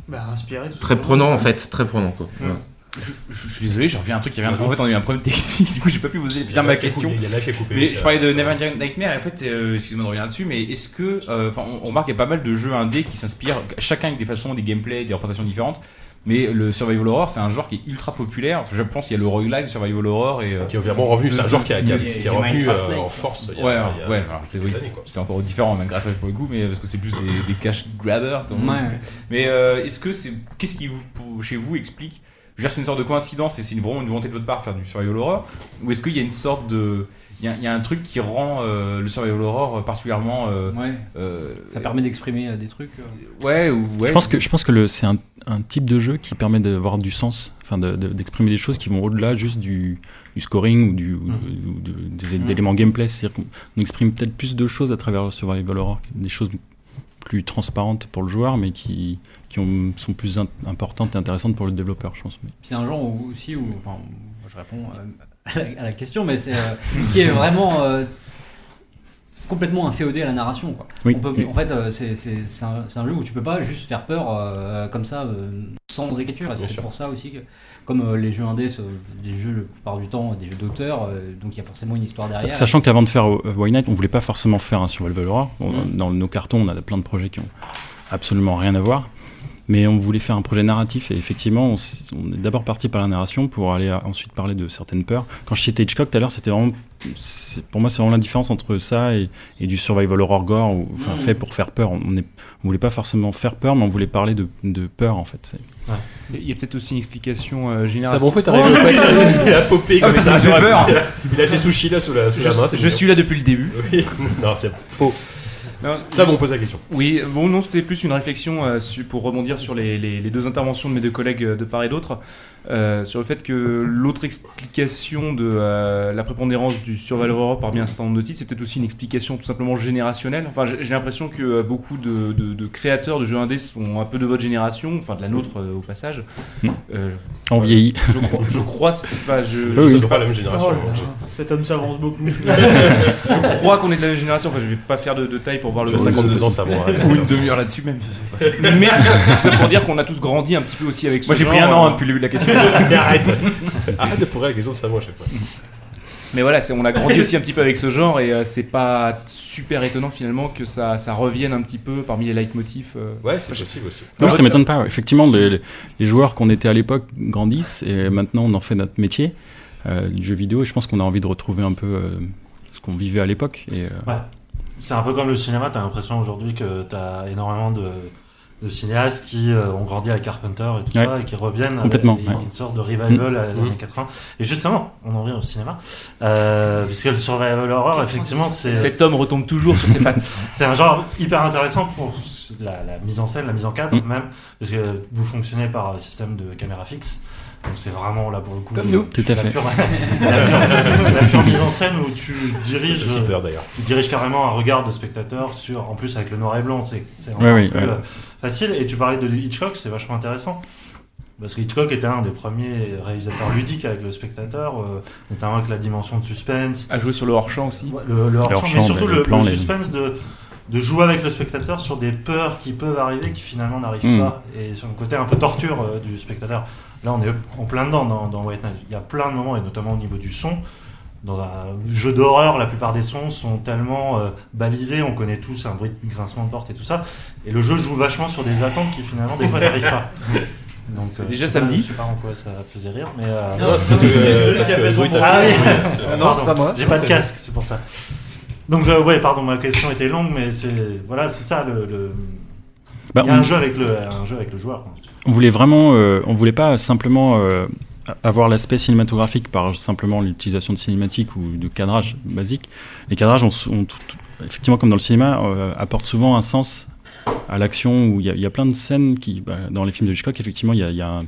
S10: Bah, inspiré tout
S8: très
S10: simplement.
S8: prenant en fait, très prenant quoi.
S10: Ouais.
S8: Voilà.
S6: Je, je- je suis désolé, j'ai reviens à un truc qui vient. En fait, on a eu un problème technique, du coup, j'ai pas pu poser bien ma question.
S1: Il y a la qui a coupé.
S6: Mais je parlais de
S1: Never
S6: Neverending Nightmare, et en fait, euh, excuse-moi de revenir dessus, mais est-ce que. euh, Enfin, on, on remarque qu'il y a pas mal de jeux indés qui s'inspirent, chacun avec des façons, des gameplays, des représentations différentes. Mais le Survival Horror, c'est un genre qui est ultra populaire. Enfin, je pense qu'il y a le roguelike, le Survival Horror et. euh,
S1: Qui est vraiment revenu, c'est un
S6: C'est-
S1: genre qui, a- qui a-
S6: c'est-
S1: qui
S6: c'est
S1: est revenu
S6: Minecraft,
S1: euh,
S6: là.
S1: en force il y a,
S6: Ouais,
S1: il y a
S6: ouais, alors, c'est oui.
S1: quelques années, quoi.
S6: C'est encore différent, Minecraft pour le coup, mais parce que c'est plus des, des cash grabbers. comme on dit.
S4: Ouais.
S6: Mais euh, est-ce que c'est qu'est-ce qui vous, pour- chez vous explique Je veux dire, c'est une sorte de coïncidence et c'est une- vraiment une volonté de votre part de faire du survival horror Ou est-ce qu'il y a une sorte de il y, a, il y a un truc qui rend euh, le survival horror particulièrement euh,
S4: Ouais.
S6: euh,
S4: Ça permet d'exprimer euh, des trucs. euh.
S6: ouais ou ouais
S3: Je pense que, je pense que le- c'est un, un type de jeu qui permet d'avoir du sens, enfin de- de- d'exprimer des choses qui vont au-delà juste du, du scoring ou, du, ou de- ou de- des
S4: Mm.
S3: éléments gameplay. C'est-à-dire qu'on on exprime peut-être plus de choses à travers le Survival Horror, des choses plus transparentes pour le joueur, mais qui, qui ont- sont plus in- importantes et intéressantes pour le développeur, je pense. Mais-
S4: Puis c'est un genre où- aussi où, enfin, moi, je réponds euh, à, la, à la question, mais c'est euh, qui est vraiment euh, complètement inféodé à la narration. Quoi.
S3: Oui.
S4: On peut-
S3: Oui.
S4: En fait, euh, c'est, c'est- c'est un, c'est un jeu où tu peux pas juste faire peur euh, comme ça, euh, sans écriture. Et
S1: Bien
S4: C'est
S1: sûr.
S4: pour ça aussi que, comme euh, les jeux indés, euh, des jeux la plupart du temps, des jeux d'auteur, euh, donc il y a forcément une histoire derrière.
S3: Sachant qu'avant de faire euh, Why Night, on voulait pas forcément faire un survival horror. On-
S4: Mm.
S3: Dans nos cartons, on a plein de projets qui ont absolument rien à voir. Mais on voulait faire un projet narratif et effectivement, on, s- on est d'abord parti par la narration pour aller à- ensuite parler de certaines peurs. Quand je citais Hitchcock tout à l'heure, c'était vraiment, c'est- pour moi, c'est vraiment la différence entre ça et, et du survival horror gore, ou, enfin
S4: Mm.
S3: fait pour faire peur. On, on est- on voulait pas forcément faire peur, mais on voulait parler de, de peur en fait. C'est-
S11: Il y a peut-être aussi une explication euh,
S1: Ça
S11: générale.
S1: bon, fait arrivé au fait, Oh, il a popé.
S6: Ah,
S1: comme
S6: putain, ça me fait peur.
S1: Il a ses sushis là sous la, sous
S11: je
S1: la main. c'est
S11: je suis là depuis le début.
S1: mignon. Oui. Non, c'est faux.
S11: Non,
S1: Ça, bon, on pose la question.
S11: Oui, bon, non, c'était plus une réflexion euh, su- pour rebondir sur les, les- les deux interventions de mes deux collègues euh, de part et d'autre, euh, sur le fait que l'autre explication de euh, la prépondérance du survival horror parmi un certain nombre de titres, c'est peut-être aussi une explication tout simplement générationnelle. Enfin, j'ai j'ai l'impression que euh, beaucoup de, de- de créateurs de jeux indés sont un peu de votre génération, enfin de la nôtre euh, au passage.
S1: Hmm.
S3: Mm.
S11: Euh,
S3: On vieillit.
S11: je crois, je crois, c'est- enfin, je- je
S1: Nous
S11: sais
S1: sommes
S11: pas.
S1: pas la même génération.
S10: Oh là là, cet homme s'avance beaucoup.
S11: Je crois qu'on est de la même génération. Enfin, je vais pas faire de, de taille pour voir
S1: Tu
S11: le.
S1: as
S11: le-
S1: 52 ans, ça va.
S6: ou une demi-heure là-dessus même.
S11: Mais tout ça, tout ça pour dire qu'on a tous grandi un petit peu aussi avec ce
S6: Moi j'ai
S11: genre,
S6: pris un an
S11: euh,
S6: hein, depuis le début de la question.
S1: Arrête. Arrête Ah, de pourrir la question de Samo à chaque fois.
S11: Mais voilà, c'est- on a grandi aussi un petit peu avec ce genre et euh, c'est pas super étonnant finalement que ça, ça revienne un petit peu parmi les leitmotifs. euh.
S1: Ouais, c'est possible aussi.
S3: Non, ça m'étonne pas. ouais. Effectivement, les, les- les joueurs qu'on était à l'époque grandissent et maintenant on en fait notre métier, euh, du jeu vidéo, et je pense qu'on a envie de retrouver un peu euh, ce qu'on vivait à l'époque. Et, euh,
S10: C'est un peu comme le cinéma, t'as l'impression aujourd'hui que t'as énormément de, de cinéastes qui euh, ont grandi à Carpenter et tout
S3: Ouais.
S10: ça, et qui reviennent
S3: Complètement,
S10: avec une-
S3: ouais. Mm.
S10: une sorte de revival à l'année 80. Et justement, on en revient au cinéma, euh, puisque le survival horror, effectivement, c'est euh,
S11: Cet homme retombe toujours sur ses pattes.
S10: c'est un genre hyper intéressant pour la, la mise en scène, la mise en cadre
S3: Mm.
S10: même, parce que vous fonctionnez par euh, système de caméra fixe. Donc c'est vraiment là pour le coup
S3: Comme
S10: le-
S3: nous. Tout à
S10: la
S3: fait.
S10: pure- la pure- la pure mise en scène où tu diriges,
S1: Ça fait aussi peur, d'ailleurs.
S10: tu diriges carrément un regard de spectateur sur, en plus avec le noir et blanc, c'est c'est encore
S3: Ouais, oui,
S10: plus
S3: ouais.
S10: euh, facile. Et tu parlais de Hitchcock, c'est vachement intéressant. Parce que Hitchcock était un des premiers réalisateurs ludiques avec le spectateur, euh, notamment avec la dimension de suspense.
S13: À jouer sur le hors-champ aussi.
S10: le, le hors-champ,
S13: hors-champ,
S10: mais surtout
S13: le-
S10: le,
S13: le plan,
S10: le
S13: les-
S10: suspense de, de jouer avec le spectateur sur des peurs qui peuvent arriver, qui finalement n'arrivent
S6: Hmm.
S13: Mm.
S10: pas, et sur le côté un peu torture euh, du spectateur. Là, on est en plein dedans dans, dans White Night. Il y a plein de moments, et notamment au niveau du son. Dans un jeu d'horreur, la plupart des sons sont tellement euh, balisés, on connaît tous un bruit de grincement de porte et tout ça. Et le jeu joue vachement sur des attentes qui finalement des fois n'arrivent pas. Donc,
S6: C'est
S10: euh,
S6: déjà
S10: je sais pas-
S6: samedi.
S10: Je sais pas en quoi ça faisait rire, mais.
S11: euh,
S6: Non, c'est parce que-
S10: euh,
S6: parce que
S10: Ah
S6: Zoé
S10: oui.
S6: t'a fait ça.
S10: Ah,
S6: Non, c'est pas
S10: pardon.
S6: moi.
S10: J'ai pas de casque, c'est pour ça. Donc euh, ouais, pardon, ma question était longue, mais c'est voilà, c'est ça le. le-
S3: Bah,
S10: Il y a un
S3: on-
S10: jeu avec le un jeu avec le joueur. quoi.
S3: On voulait vraiment, euh, on voulait pas simplement euh, avoir l'aspect cinématographique par simplement l'utilisation de cinématiques ou de cadrage basique. Les cadrages, ont, sou- ont tout- tout- effectivement, comme dans le cinéma, euh, apportent souvent un sens à l'action où il y, a- il y a plein de scènes qui, bah, dans les films de Hitchcock, effectivement, il y a, il y a un-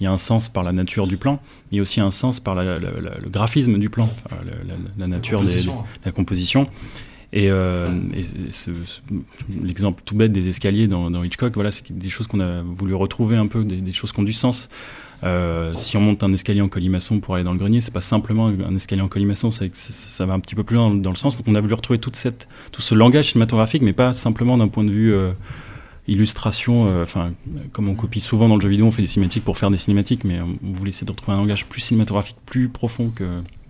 S3: il y a un sens par la nature du plan, mais il y a aussi un sens par la- la- la- le graphisme du plan, enfin, la, la- la- la nature des,
S10: composition.
S3: la composition. Et, euh, et ce- ce- l'exemple tout bête des escaliers dans, dans Hitchcock, voilà, c'est des choses qu'on a voulu retrouver un peu, des, des choses qui ont du sens. Euh, si on monte un escalier en colimaçon pour aller dans le grenier, c'est pas simplement un escalier en colimaçon, c'est que ça, ça va un petit peu plus loin dans, dans le sens. Donc on a voulu retrouver toute cette, tout ce langage cinématographique, mais pas simplement d'un point de vue euh, illustration, euh, enfin, comme on copie souvent dans le jeu vidéo, on fait des cinématiques pour faire des cinématiques, mais on, on voulait essayer de retrouver un langage plus cinématographique, plus profond que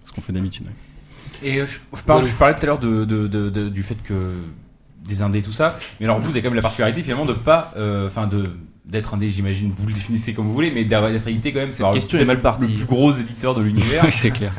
S3: ce qu'on fait d'habitude. ouais.
S6: Et euh, je, je parle- je parlais tout à l'heure de, de- de- de- du fait que des indés tout ça, mais alors vous avez quand même la particularité finalement de pas, euh, enfin de d'être indé, j'imagine, vous le définissez comme vous voulez, mais d'avoir- d'être édité quand même. Cette
S3: question est mal
S6: partie. Le plus gros éditeur de l'univers.
S3: Oui, c'est clair.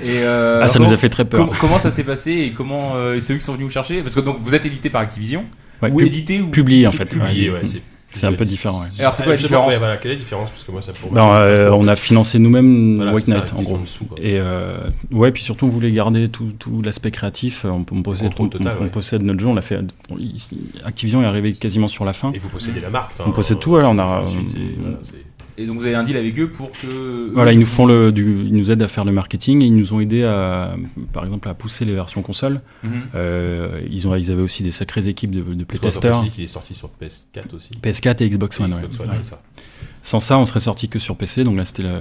S6: Et euh,
S3: Ah, ça
S6: comment-
S3: nous a fait très peur.
S6: com- comment ça s'est passé et comment euh, ceux qui sont venus vous chercher Parce que donc vous êtes édité par Activision
S3: Ouais,
S6: ou
S3: pub-
S6: édité ou
S3: publié, en fait.
S6: Publié,
S3: Ouais,
S6: ouais, c'est-
S3: C'est un peu différent. ouais.
S6: Alors c'est quoi la
S1: Justement,
S6: différence
S1: ouais, voilà, quelle est la différence Parce que moi, ça pour
S3: Ben, euh, on a financé nous-mêmes
S1: Voilà,
S3: White
S1: c'est ça,
S3: Knight en
S1: ils
S3: gros.
S1: sont dessous, quoi.
S3: et euh, ouais, puis surtout on voulait garder tout, tout l'aspect créatif. Euh, On, on possède,
S1: Contrôle
S3: on-
S1: total,
S3: on
S1: ouais.
S3: possède notre jeu. On l'a fait. on- il- Activision est arrivé quasiment sur la fin.
S1: Et vous possédez la marque, enfin,
S3: On possède
S1: euh,
S3: tout. ouais, on a.
S1: ensuite, c'est-
S3: on-
S1: voilà,
S6: Et donc vous avez un deal avec eux pour que. euh,
S3: Voilà, ils nous font le, du- ils nous aident à faire le marketing et ils nous ont aidés à, par exemple, à pousser les versions consoles.
S1: Mhm.
S3: Euh, ils ont, ils avaient aussi des sacrées équipes de, de
S1: Parce qu'on a
S3: playtesters.
S1: précisé qu'il est sorti sur PS4 aussi.
S3: PS4 et Xbox One, ouais.
S1: Xbox One,
S3: Ouais.
S1: c'est ça.
S3: Sans ça, on serait sorti que sur PC. Donc là, c'était la-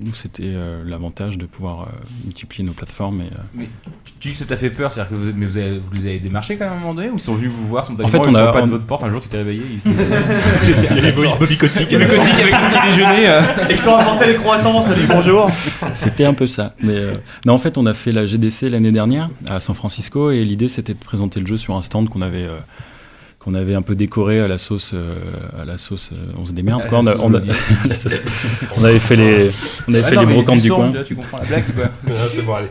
S3: nous, c'était euh, l'avantage de pouvoir euh, multiplier nos plateformes. Et, euh,
S6: Mais tu- tu dis que ça t'a fait peur, c'est-à-dire que vous, mais vous, avez, vous les avez démarchés quand même à un moment donné ou ils sont venus vous voir, sont
S3: En fait,
S6: ils
S3: on
S6: sont
S3: a-
S6: pas
S3: on-
S6: de votre porte un jour tu t'es réveillé, ils étaient-
S1: Il y avait Bobby- Bobby Kotick.
S6: Bobby Kotick avec le petit déjeuner. euh.
S11: Et je t'en apportais les croissants, salut, bonjour.
S3: C'était un peu ça. Mais euh, non, en fait, on a fait la GDC l'année dernière à San Francisco et l'idée c'était de présenter le jeu sur un stand qu'on avait euh, qu'on avait un peu décoré à la sauce euh, à la sauce euh, on se démerde
S6: À
S3: quoi. On,
S6: la
S3: a-
S6: sauce
S3: on a-
S6: Olivier.
S3: la sauce- on avait fait les on avait
S6: Ah
S3: fait
S6: non,
S3: les
S6: mais
S3: brocantes
S6: tu
S3: du
S6: sens,
S3: coin.
S6: tu vois, Tu comprends la blague ou quoi
S1: Ouais, c'est bon, allez.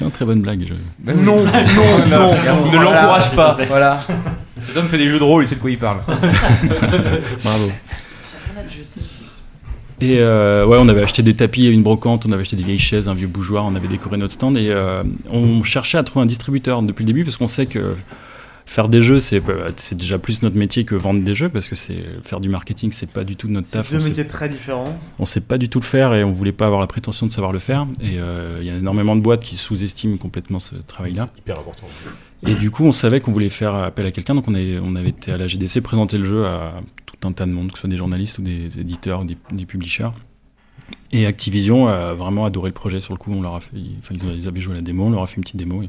S3: Non, très bonne blague. je-
S6: Non,
S10: non,
S6: non, merci.
S10: non,
S6: ne
S10: voilà,
S6: l'encourage
S10: s'il
S6: pas.
S10: te plaît.
S6: Voilà. Cet homme fait des jeux de rôle, il sait de quoi il parle.
S3: Bravo. Et euh, ouais, on avait acheté des tapis et une brocante, on avait acheté des vieilles chaises, un vieux bougeoir, on avait décoré notre stand et euh, on cherchait à trouver un distributeur depuis le début parce qu'on sait que faire des jeux, c'est euh, c'est déjà plus notre métier que vendre des jeux parce que c'est faire du marketing, c'est pas du tout notre taf.
S2: C'est deux
S3: on sait-
S2: métiers très différents.
S3: on sait pas du tout le faire et on voulait pas avoir la prétention de savoir le faire. Et euh, il y a énormément de boîtes qui sous-estiment complètement ce travail-là.
S1: Hyper important.
S3: Et du coup, on savait qu'on voulait faire appel à quelqu'un, donc on, est- on avait été à la GDC présenter le jeu à tout un tas de monde, que ce soit des journalistes ou des éditeurs, ou des, des publishers. Et Activision a vraiment adoré le projet sur le coup. On leur a fait, enfin, ils, ont- ils avaient joué à la démo, on leur a fait une petite démo. Et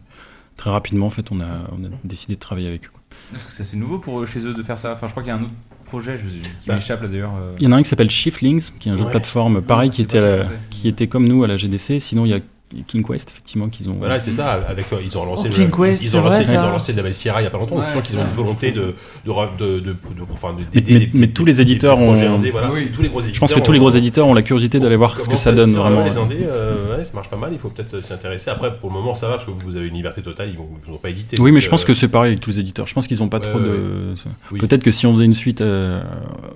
S3: très rapidement, en fait, on a, on a décidé de travailler avec eux. quoi.
S6: Parce que c'est assez nouveau pour eux, chez eux de faire ça. Enfin, je crois qu'il y a un autre projet je- qui
S3: Bah.
S6: m'échappe là d'ailleurs. euh.
S3: Il y en a un qui s'appelle Shiftlings, qui est un jeu de
S6: Ouais.
S3: plateforme pareil,
S6: Ah,
S3: qui,
S6: c'est
S3: était
S6: pas
S3: à
S6: ça
S3: la-
S6: que je sais.
S3: qui était comme nous à la GDC. Sinon, il y a King Quest, effectivement, qu'ils ont.
S1: Voilà, c'est ça. Avec, euh, ils ont lancé,
S2: Oh, King
S1: le-
S2: Quest,
S1: ils ont
S2: c'est
S1: lancé,
S2: vrai,
S1: ils
S2: ça.
S1: ont lancé le label Sierra il y a pas longtemps.
S2: Ouais,
S1: je crois qu'ils
S2: c'est
S1: ont
S2: vrai.
S1: une volonté de, de, ra- de, de, de- enfin, de-
S3: Mais,
S1: d'aider
S3: mais-
S1: les-
S3: mais tous les
S1: des- des
S3: éditeurs ont.
S1: projets indés, voilà. Tous les gros
S3: je pense que
S1: éditeurs
S3: tous les gros
S1: ont-
S3: éditeurs ont la curiosité d'aller voir ce que
S1: Comment
S3: ça donne
S1: se fait,
S3: vraiment.
S1: Les indés, euh, ouais, ça marche pas mal. Il faut peut-être euh, s'y intéresser. Après, pour le moment, ça va parce que vous avez une liberté totale. Ils vont, ils vous ont pas édité.
S3: Oui,
S1: donc,
S3: mais je pense
S1: euh,
S3: que c'est pareil avec tous les éditeurs. Je pense qu'ils n'ont pas
S1: Ouais,
S3: trop
S1: ouais,
S3: de.
S1: Oui.
S3: Peut-être que si on faisait une suite, euh,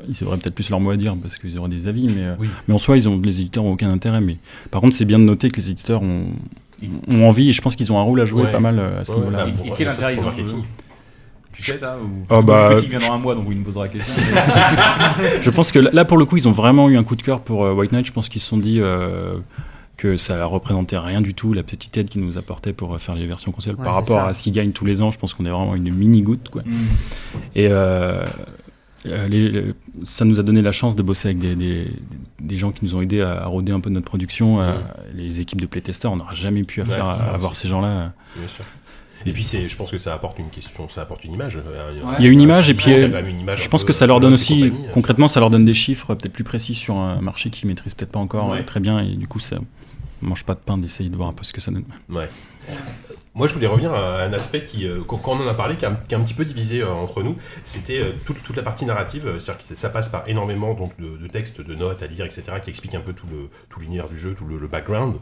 S3: ils auraient peut-être plus leur mot à dire parce qu'ils auraient des avis. Mais, euh,
S1: Oui.
S3: mais en soi, ils ont, les éditeurs n'ont aucun intérêt. Mais par contre, c'est bien de noter que les éditeurs ont, ont envie et je pense qu'ils ont un rôle à jouer
S1: Ouais.
S3: pas mal euh, à ce
S1: Ouais,
S3: niveau-là.
S1: bah,
S6: Et- et quel
S1: euh,
S6: intérêt ils
S1: pour
S6: ont,
S1: marketing.
S6: eux Tu sais ça ou...
S3: Ah bah,
S6: Parce que Nicotique vient dans un mois, donc il me posera la question.
S3: je pense que là- là, pour le coup, ils ont vraiment eu un coup de cœur pour euh, White Knight. Je pense qu'ils se sont dit euh, que ça représentait rien du tout, la petite aide qu'ils nous apportaient pour euh, faire les versions consoles
S2: Ouais,
S3: par
S2: c'est
S3: rapport
S2: ça.
S3: à ce qu'ils gagnent tous les ans. Je pense qu'on est vraiment une mini-goutte. quoi.
S2: Mm.
S3: Et euh, euh, les- le- ça nous a donné la chance de bosser avec des, des- des gens qui nous ont aidés à, à roder un peu notre production. euh, Les équipes de playtesters, on n'aurait jamais pu
S1: Mm. Ouais,
S3: faire,
S1: c'est ça,
S3: avoir
S1: aussi.
S3: ces gens-là. euh,
S1: Bien sûr. Et puis c'est, je pense que ça apporte une question, ça apporte une image. euh,
S3: Il y a une
S1: euh,
S3: image et
S1: qui
S3: puis
S1: manque,
S3: euh,
S1: quand même une image
S3: je
S1: un
S3: pense
S1: peu-
S3: que ça leur
S1: un peu
S3: donne
S1: de
S3: aussi
S1: compagnie. hein.
S3: concrètement ça leur donne des chiffres euh, peut-être plus précis sur un marché qu'ils maîtrisent peut-être pas encore
S1: Ouais.
S3: euh, très bien et du coup ça mange pas de pain d'essayer de voir un peu ce que ça donne.
S1: Ouais. Moi, je voulais revenir à un aspect qui, euh, quand quand on en a parlé, qui a un, qui a un petit peu divisé euh, entre nous. C'était euh, toute, toute la partie narrative. euh, C'est-à-dire que ça passe par énormément donc, de, de textes, de notes à lire, etc., qui expliquent un peu tout, le, tout l'univers du jeu, tout le, le background.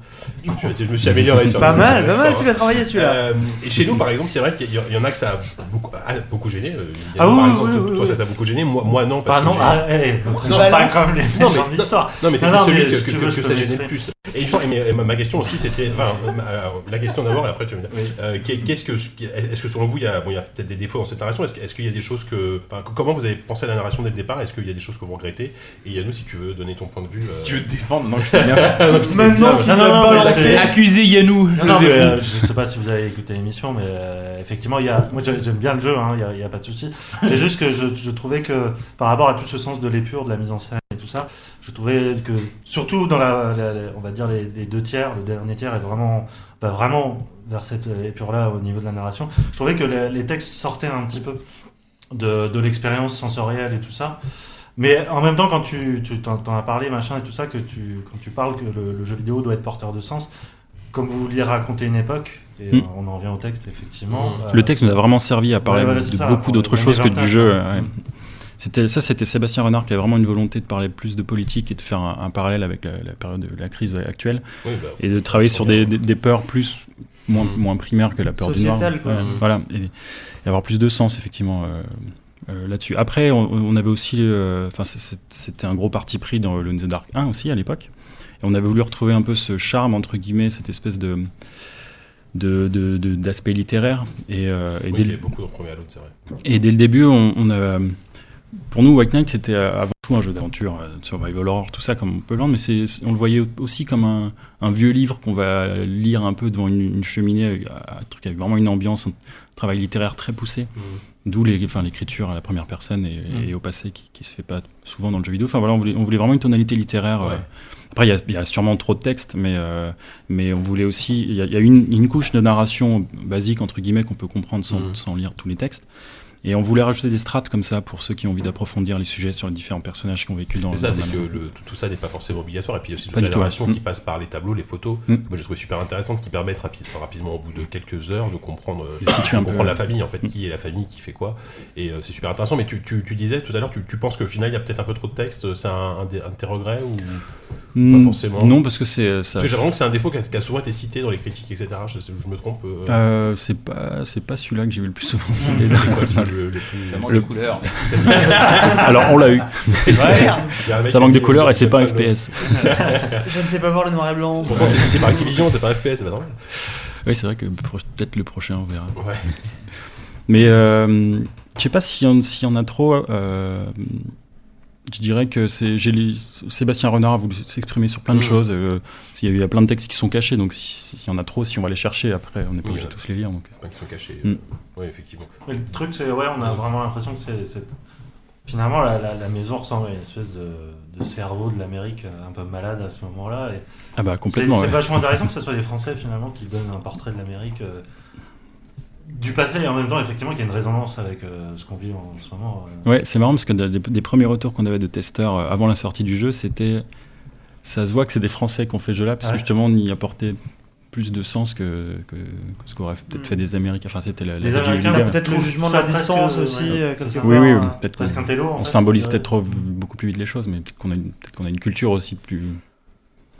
S1: Je me suis, je me suis amélioré sur
S2: Pas
S1: le-
S2: mal, pas
S1: l'accent,
S2: mal,
S1: hein.
S2: tu l'as travaillé, celui-là.
S1: Euh, et chez nous, par exemple, c'est vrai qu'il y, a- il y en a que ça a beaucoup, a beaucoup gêné. euh, il y en a,
S10: Ah oui,
S1: par
S10: oui,
S1: exemple,
S10: oui,
S1: toi,
S10: oui,
S1: toi,
S10: oui.
S1: ça t'a beaucoup gêné. Moi, moi non. Parce
S10: Bah
S1: que
S10: non,
S1: j'ai-
S10: ah, eh,
S1: Non,
S10: c'est pas
S1: mais-
S10: comme les
S1: non,
S10: gens
S1: mais-
S10: d'histoire.
S1: Non, mais t'es
S10: Non,
S1: plus
S10: non,
S1: celui
S10: mais
S1: que,
S10: si
S1: que-
S10: tu veux,
S1: que
S10: je peux
S1: ça gênait le
S10: m'exprimer.
S1: plus. Et, je- et ma- et ma, ma question aussi, c'était. enfin, ma- alors, la question d'abord, et après tu me dis. Euh, qu'est- qu'est-ce que, est-ce que selon vous, il y a, bon, il y a peut-être des défauts dans cette narration Est-ce, que- est-ce qu'il y a des choses que. enfin, comment vous avez pensé à la narration dès le départ Est-ce qu'il y a des choses que vous regrettez Et Yannou, si tu veux donner ton point de vue. euh,
S6: Si tu veux te défendre, non, je t'aime bien.
S10: Maintenant
S1: qu'il
S10: qu'il n'a pas
S6: l'accès. Accusez Yannou,
S10: Non, non, mais,
S6: levez-vous.
S10: euh, je sais pas si vous avez écouté l'émission, mais euh, effectivement, il y a... moi j'ai- j'aime bien le jeu, hein, il n'y a, il y a pas de souci. C'est juste que je, je trouvais que par rapport à tout ce sens de l'épure, de la mise en scène et tout ça, je trouvais que surtout dans la, la- la- on va dire les, les deux tiers, le dernier tiers est vraiment, va vraiment vers cette euh, épure-là au niveau de la narration. Je trouvais que les, les textes sortaient un petit peu de, de l'expérience sensorielle et tout ça. Mais en même temps, quand tu, tu t'en, t'en as parlé, machin et tout ça, que tu, quand tu parles que le, le jeu vidéo doit être porteur de sens, comme vous vouliez raconter une époque, et
S3: Mm.
S10: euh, on en revient au texte, effectivement. euh,
S1: Mmh.
S3: Le texte nous a vraiment servi à parler
S10: Ouais, voilà, c'est
S3: de
S10: ça,
S3: beaucoup
S10: on
S3: d'autres
S10: est
S3: choses que du
S10: 29,
S3: jeu.
S10: ouais.
S3: euh, ouais. C'était ça, c'était Sébastien Renard qui avait vraiment une volonté de parler plus de politique et de faire un, un parallèle avec la, la période de la crise actuelle
S1: Oui, bah, Mmh.
S3: et de travailler sur des, des- des peurs plus moins, moins primaires que la peur du noir.
S2: Sociétale, quoi.
S3: Ouais,
S2: Mhm.
S3: Voilà, et, et avoir plus de sens effectivement. euh, euh, là-dessus. Après, on, on avait aussi, euh, enfin, c'est- c'est- c'était un gros parti pris dans le the Dark 1 aussi à l'époque. Et on avait voulu retrouver un peu ce charme entre guillemets, cette espèce de de- de- de- d'aspect littéraire. Et, euh, et
S1: Oui,
S3: dès
S1: il y
S3: le-
S1: a beaucoup de premier à l'autre, c'est vrai.
S3: et dès le début, on, on a- pour nous, White Knight, c'était euh, avant tout un jeu d'aventure, euh, de survival horror, tout ça, comme on peut l'entendre, mais c'est- c'est- on le voyait aussi comme un, un vieux livre qu'on va lire un peu devant une, une cheminée, euh, un truc avec vraiment une ambiance, un travail littéraire très poussé. D'où les- enfin, l'écriture à la première personne et,
S10: Mm.
S3: et au passé qui, qui se fait pas souvent dans le jeu vidéo. Enfin voilà, on voulait, on voulait vraiment une tonalité littéraire. euh.
S1: Ouais.
S3: Après, il y a- il y, a sûrement trop de textes, mais, euh, mais on voulait aussi. Il y a, il y a une, une couche de narration basique, entre guillemets, qu'on peut comprendre sans,
S1: Mm.
S3: sans lire tous les textes. Et on voulait rajouter des strates comme ça pour ceux qui ont envie d'approfondir les sujets sur les différents personnages qui ont vécu dans
S1: C'est ça,
S3: dans
S1: c'est
S3: la-
S1: que le- tout, tout ça n'est pas forcément obligatoire. Et puis il y a aussi
S3: Pas
S1: toute la
S3: du tout, ouais.
S1: narration
S3: Mm.
S1: qui passe par les tableaux, les photos,
S3: Mm.
S1: que moi j'ai trouvé super intéressante, qui permettent rapi- rapidement, au bout de quelques heures, de comprendre, euh,
S3: De situer un
S1: de
S3: peu,
S1: comprendre
S3: ouais.
S1: la
S3: Mm.
S1: famille, en fait, qui est la famille, qui fait quoi. Et euh, c'est super intéressant. Mais tu, tu- tu disais tout à l'heure, tu, tu penses qu'au final, il y a peut-être un peu trop de texte, c'est un, un des- un de tes regrets ou
S3: Mm,
S1: pas forcément
S3: Non, parce que c'est. euh, ça-
S1: Parce que j'ai l'impression que c'est un défaut qui a, qui a souvent été cité dans les critiques, etc. Je, je me trompe. euh,
S3: Euh, c'est pas, c'est pas celui-là que j'ai vu le plus souvent.
S1: c'est quoi qui est le- le plus-
S6: Ça manque
S3: Le-
S6: de couleurs.
S3: Alors on l'a eu.
S1: C'est vrai. Il y a un mec
S3: Ça
S1: qui
S3: manque
S1: dit,
S3: de couleurs et
S1: j'aime
S3: c'est pas
S1: le-
S3: FPS.
S2: Je ne sais pas voir le noir et blanc.
S1: Pourtant, c'est édité par Activision, c'est pas FPS, c'est pas normal.
S3: Oui, c'est vrai que pro- peut-être le prochain, on verra.
S1: Ouais.
S3: Mais euh, je sais pas s'il y, en- s'il y en a trop. euh, je dirais que c'est, j'ai lu- Sébastien Renard a voulu s'exprimer sur plein de
S1: Mhm.
S3: choses. euh, s'il y a eu- il y a plein de textes qui sont cachés, donc si- s'il y en a trop, si on va les chercher après, on n'est pas
S1: Oui,
S3: obligé
S1: ouais.
S3: de tous les lire. Donc.
S1: Enfin, qui sont cachés. euh.
S3: Mm.
S1: Oui, effectivement.
S10: Mais le truc, c'est ouais, on a vraiment l'impression que c'est. c'est- Finalement, la, la- la maison ressemble à une espèce de, de cerveau de l'Amérique euh, un peu malade à ce moment-là. et
S3: Ah bah
S10: C'est
S3: complètement.
S10: c'est
S3: ouais.
S10: vachement intéressant que ce soit les Français finalement qui donnent un portrait de l'Amérique euh, du passé et en même temps, effectivement, qu'il y a une résonance avec euh, ce qu'on vit en, ce moment. euh.
S3: Ouais, c'est marrant parce que des, des premiers retours qu'on avait de testeurs euh, avant la sortie du jeu, c'était. Ça se voit que c'est des Français qui ont fait ce jeu-là, parce que
S10: Ouais.
S3: justement, on y apportait plus de sens que, que- que ce qu'auraient peut-être
S2: Mm.
S3: fait des Américains. Enfin, c'était la, la
S10: Les
S3: vie du- du
S10: Américains,
S3: gars.
S10: peut-être
S2: Peut-être le
S10: Tout
S2: jugement de
S10: ça
S2: la
S10: presque,
S2: distance
S10: ouais,
S2: aussi,
S10: ouais,
S2: euh,
S10: c'est
S2: quelque
S10: ça.
S2: part.
S3: Oui, oui,
S2: euh,
S3: oui, peut-être qu'on
S10: Parce qu'un télo, en
S3: on
S10: fait,
S3: symbolise
S10: euh,
S3: peut-être trop, beaucoup plus vite les choses, mais peut-être qu'on a, une- peut-être qu'on a une culture aussi plus,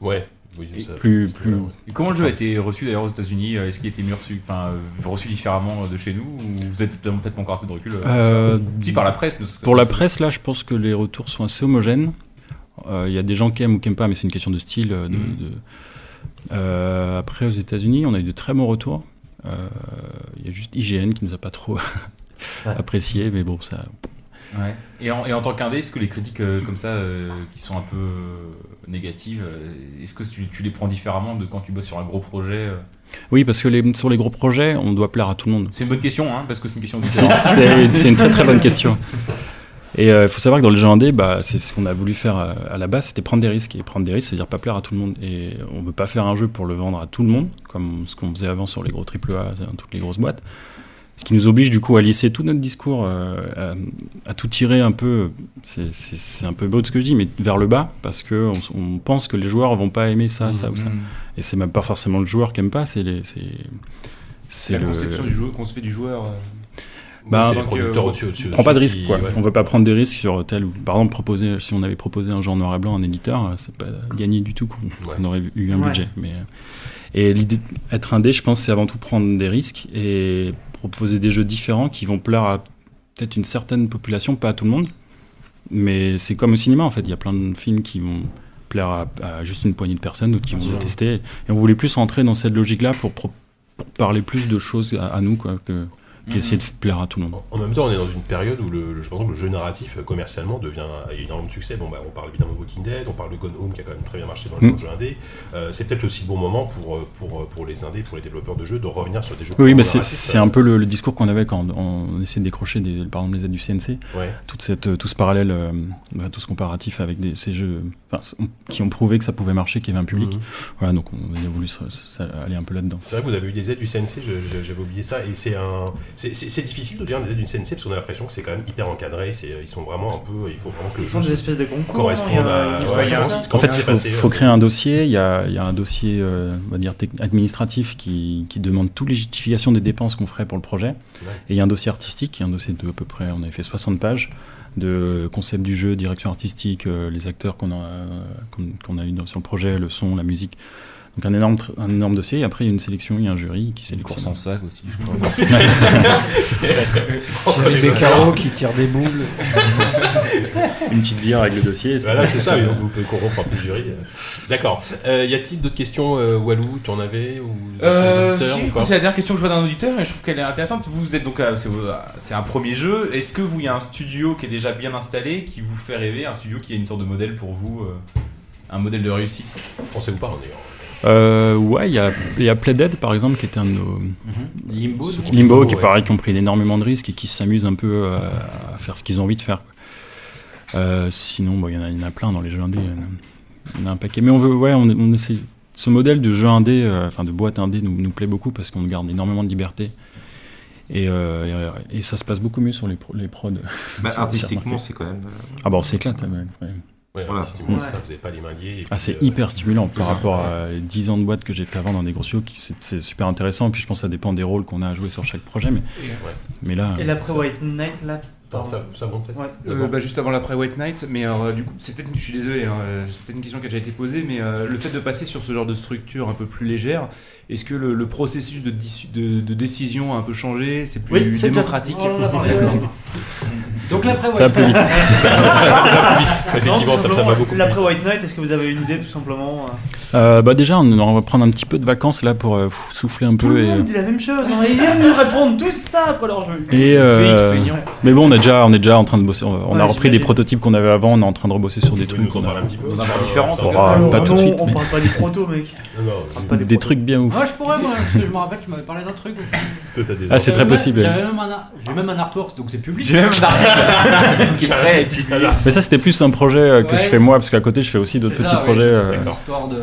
S1: Ouais. Oui, ça-
S3: plus, plus.
S6: Et comment le jeu a été reçu d'ailleurs aux États-Unis euh, Est-ce qu'il a été mieux reçu, enfin, euh, reçu différemment de chez nous Ou vous êtes peut-être pas encore assez de recul euh,
S3: Euh,
S6: sur ça Si par la presse. ne serait-
S3: Pour la presse, là, je pense que les retours sont assez homogènes. Euh, Il y a des gens qui aiment ou qui aiment pas, mais c'est une question de style. euh, de-
S6: Mhm.
S3: de- Euh, après, aux États-Unis, on a eu de très bons retours. Euh, Il y a juste IGN qui nous a pas trop apprécié, mais bon, ça.
S6: Ouais. Et, en, et en tant qu'indé, est-ce que les critiques euh, comme ça, euh, qui sont un peu euh, négatives, euh, est-ce que tu, tu les prends différemment de quand tu bosses sur un gros projet euh
S3: Oui, parce que les- sur les gros projets, on doit plaire à tout le monde.
S6: C'est une bonne question, hein, parce que c'est une question de
S3: C'est- C'est c'est une très très bonne question. Et il faut savoir que dans le jeu indé, bah, c'est ce qu'on a voulu faire à, à la base, c'était prendre des risques. Et prendre des risques, c'est-à-dire pas plaire à tout le monde. Et on ne peut pas faire un jeu pour le vendre à tout le monde, comme ce qu'on faisait avant sur les gros AAA, dans toutes les grosses boîtes. Ce qui nous oblige du coup à lisser tout notre discours, euh, à, à tout tirer un peu, c'est- c'est c'est un peu beau de ce que je dis, mais vers le bas, parce qu'on on pense que les joueurs vont pas aimer ça, ça ou ça.
S12: Mmh,
S6: Mhm.
S3: Et c'est même pas forcément le joueur qui aime pas, c'est les- c'est- c'est
S12: la
S3: le-
S12: conception du jeu qu'on se fait du joueur. euh,
S3: bah,
S12: en tant que-
S3: on prend pas de risque quoi. On veut pas prendre des risques sur tel ou par exemple proposer si on avait proposé un genre noir et blanc à un éditeur, euh, c'est pas gagné du tout qu'on qu'on aurait eu un
S2: Ouais.
S3: budget. Mais euh, et l'idée être indé, je pense, c'est avant tout prendre des risques et proposer des jeux différents qui vont plaire à peut-être une certaine population, pas à tout le monde. Mais c'est comme au cinéma en fait, il y a plein de films qui vont plaire à, à juste une poignée de personnes, d'autres qui vont
S2: sûr.
S3: détester. Et on voulait plus rentrer dans cette logique-là pour, pro- pour parler plus de choses à, à nous quoi, que qu'essayer
S2: Mhm.
S3: de plaire à tout le monde.
S1: En même temps, on est dans une période où le, le- je pense que le jeu narratif euh, commercialement devient a eu énormément de succès. Bon, bah, on parle évidemment de Walking Dead, on parle de Gone Home qui a quand même très bien marché dans le
S3: Mm.
S1: jeu indé. Euh, c'est peut-être aussi le bon moment pour, euh, pour, euh, pour les indés, pour les développeurs de jeux, de revenir sur des jeux.
S3: Oui,
S1: purement
S3: mais c'est
S1: narratifs,
S3: c'est
S1: euh,
S3: un peu le, le discours qu'on avait quand on, on essayait de décrocher, des, par exemple, les aides du CNC.
S1: Ouais.
S3: Toute cette, tout ce parallèle, euh, bah, tout ce comparatif avec des, ces jeux enfin, c- on- qui ont prouvé que ça pouvait marcher, qu'il y avait un public. Voilà, donc on a voulu se- se- aller un peu là-dedans.
S1: C'est vrai que vous avez eu des aides du CNC, je- je- j'avais oublié ça, et c'est un, c'est- c'est c'est difficile de dire des aides du CNC parce qu'on a l'impression que c'est quand même hyper encadré. C'est, ils sont vraiment un peu, il faut vraiment que le
S10: Ils font
S1: jeu
S10: des espèces de concours, hein,
S1: corresponde
S10: il y a-
S1: à.
S10: il y a- il y a un-
S1: comment-
S3: En fait,
S1: comment
S3: il
S1: c'est
S3: faut,
S1: passé,
S3: faut
S1: euh,
S3: créer un dossier. Il y a, il y a un dossier euh, on va dire, tec- administratif qui, qui demande toutes les justifications des dépenses qu'on ferait pour le projet. Et il y a un dossier artistique, qui est un dossier de à peu près, on avait fait 60 pages de concept du jeu, direction artistique, euh, les acteurs qu'on a, euh, qu'on- qu'on a eu dans- sur le projet, le son, la musique. Donc un énorme, tr- un énorme dossier. Et après, il y a une sélection, il y a un jury qui sélectionne.
S6: course en sac aussi, je crois.
S3: Thierry Beccaro qui tire des boules. Une petite bière avec le dossier.
S1: Voilà, c'est ça, oui, donc vous pouvez corrompre un peu le jury. D'accord. Euh, y a-t-il d'autres questions, euh, Walou Tu en avais ou
S6: Euh,
S1: des auditeurs,
S6: si,
S1: ou
S6: du coup,
S1: pas
S6: c'est la dernière question que je vois d'un auditeur et je trouve qu'elle est intéressante. Vous êtes donc, euh, c'est euh, c'est un premier jeu. Est-ce que vous, il y a un studio qui est déjà bien installé, qui vous fait rêver, un studio qui est une sorte de modèle pour vous, euh, un modèle de réussite
S1: Français ou pas, d'ailleurs
S3: Euh, ouais, il y a, il y a Playdead par exemple qui était un de nos.
S6: Mm-hmm. Limbo,
S3: Ceux
S6: donc.
S3: qui- Limbo, qui
S6: Ouais.
S3: pareil, qui ont pris énormément de risques et qui s'amusent un peu euh, à faire ce qu'ils ont envie de faire. quoi. Euh, sinon, bon, il y, en a- il y en a plein dans les jeux indés. il y en a- Il y en a un paquet. Mais on veut, ouais, on, on essaie. Ce modèle de jeu indé, euh, enfin de boîte indé, nous, nous plaît beaucoup parce qu'on garde énormément de liberté. Et, euh, et- et ça se passe beaucoup mieux sur les, pro- les prods.
S8: Bah,
S3: J'ai
S8: artistiquement,
S3: remarqué.
S8: c'est quand même, euh,
S3: Ah bon, on s'éclate. là, ouais, ouais.
S1: Ouais,
S8: Voilà.
S1: artistiquement,
S8: Ouais.
S1: ça, vous n'avez pas les mains liées. et
S3: Ah,
S1: puis,
S3: c'est
S1: euh,
S3: hyper stimulant par
S1: c'est ça.
S3: rapport à les 10 euh, ans de boîte que j'ai fait avant dans des gros studios, qui- c'est- c'est super intéressant. Et puis je pense que ça dépend des rôles qu'on a à jouer sur chaque projet. Mais,
S1: Ouais.
S3: mais là. euh,
S10: Et l'après White Knight, là.
S1: Attends, ça, ça monte peut-être
S10: Ouais.
S1: D'abord.
S12: Euh, bah, juste avant l'après White Knight, mais alors, euh, du coup, c'est peut-être, je suis désolé, hein, euh, c'est peut-être une question qui a déjà été posée, mais euh, le fait de passer sur ce genre de structure un peu plus légère, est-ce que le, le processus de, dis- de- de décision a un peu changé C'est plus
S10: Oui, c'est déjà- Oh,
S12: démocratique
S10: on en a parlé,
S12: D'accord.
S10: ouais. Donc l'après White
S12: Ça va plus vite.
S10: Knight.
S12: Ça va plus vite. Effectivement,
S10: Non, tout
S12: ça- ça va
S10: simplement,
S12: beaucoup plus
S10: L'après White Knight, est-ce que vous avez une idée tout simplement euh,
S3: Euh, bah déjà, on, on va prendre un petit peu de vacances là pour euh, pff, souffler un
S10: Tout
S3: peu
S10: le
S3: et.
S10: monde dit la même chose. On vient de nous répondre tous ça après leur jeu.
S3: et, euh,
S10: Pays de feignants.
S3: mais bon, on est déjà, on est déjà en train de bosser. On, on
S10: Ouais,
S3: a repris des
S10: j'imagine.
S3: prototypes qu'on avait avant. On est en train de rebosser sur des trucs. qu'on a-
S6: Dans un peu différent, en tout
S3: Oh,
S6: cas.
S3: pas tout
S10: non,
S3: de suite,
S10: on
S3: mais
S10: parle pas des protos, mec.
S1: Non, non,
S10: On parle pas
S3: des,
S10: protos.
S3: trucs bien ouf.
S7: Moi, je pourrais, moi, parce que je me rappelle, tu m'avais parlé d'un truc.
S1: Toi, t'as des
S3: Ah, c'est très
S7: J'avais
S3: possible.
S7: même- J'avais même un, ar- j'ai même un artwork, donc c'est public.
S6: J'ai même un article qui est prêt à être publié.
S3: Mais ça, c'était plus un projet euh, que
S7: Ouais.
S3: je fais moi, parce qu'à côté, je fais aussi d'autres
S7: C'est ça,
S3: petits
S7: oui.
S3: projets. euh,
S7: Histoire de.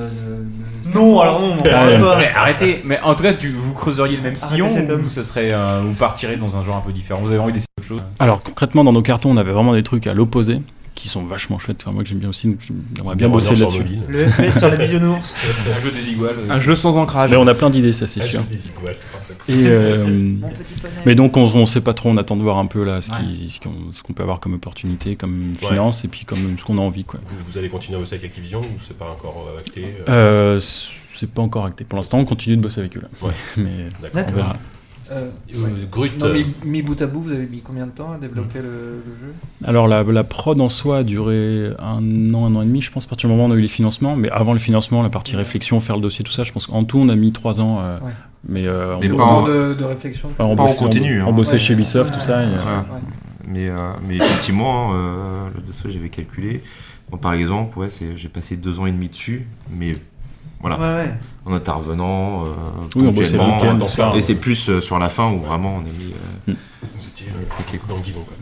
S10: Non, alors non, on en
S3: Ah, ouais.
S10: parle pas.
S6: Mais arrêtez, mais en tout cas, tu- vous creuseriez le même sillon
S10: cet homme.
S6: ou ce serait, euh, vous partirez dans un genre un peu différent Vous avez envie d'essayer autre chose
S3: Alors concrètement, dans nos cartons, on avait vraiment des trucs à l'opposé qui sont vachement chouettes. Enfin, moi que j'aime bien aussi, donc on a bien
S1: On
S3: bossé
S1: revient sur
S3: là-dessus.
S1: mobile.
S10: Le FPS sur la bisounours.
S6: Un jeu des iguales.
S12: Un jeu sans ancrage.
S3: Mais on a plein d'idées, ça c'est
S1: Ah,
S3: sûr.
S1: c'est des iguales, c'est pour ça.
S3: Et, euh,
S10: Mon petit poney.
S3: mais donc on, on sait pas trop, on attend de voir un peu là ce qui- ce qu'on ce qu'on peut avoir comme opportunité, comme
S1: Ouais.
S3: finance et puis comme ce qu'on a envie quoi.
S1: Vous, vous allez continuer à bosser avec Activision ou c'est pas encore euh, acté euh,
S3: Euh, c'est pas encore acté. Pour l'instant, on continue de bosser avec eux là.
S1: Ouais.
S3: Euh, Mais on
S1: D'accord.
S3: verra.
S1: Euh, euh, Hmm. Grut.
S4: Non, mais mis bout à bout, vous avez mis combien de temps à développer le, le jeu
S3: Alors la, la prod en soi a duré un an, un an et demi, je pense, à partir du moment où on a eu les financements. Mais avant le financement, la partie réflexion, faire le dossier, tout ça, je pense qu'en tout, on a mis trois ans euh, Mais euh,
S8: Mais
S3: on-
S8: pas
S3: on-
S8: en-
S4: de- de réflexion.
S3: Enfin, on
S8: Pas en
S3: bossait- on-
S8: continu, hein.
S3: On bossait
S8: Ouais,
S3: chez Ubisoft, tout ça. et, euh,
S8: Voilà. Mais, euh, mais effectivement, hein, euh, le dossier, j'avais calculé. Bon, par exemple, ouais, c'est- j'ai passé deux ans et demi dessus, mais voilà.
S9: Ouais, ouais.
S8: En intervenant, euh,
S3: Oui, on bossait le Mm.
S8: ponctuellement,
S3: week-end,
S8: euh,
S3: dans ce cas,
S8: et c'est
S3: ouais.
S8: plus euh, sur la fin où vraiment on a mis. euh,
S1: C'était dans le guidon. Quoi.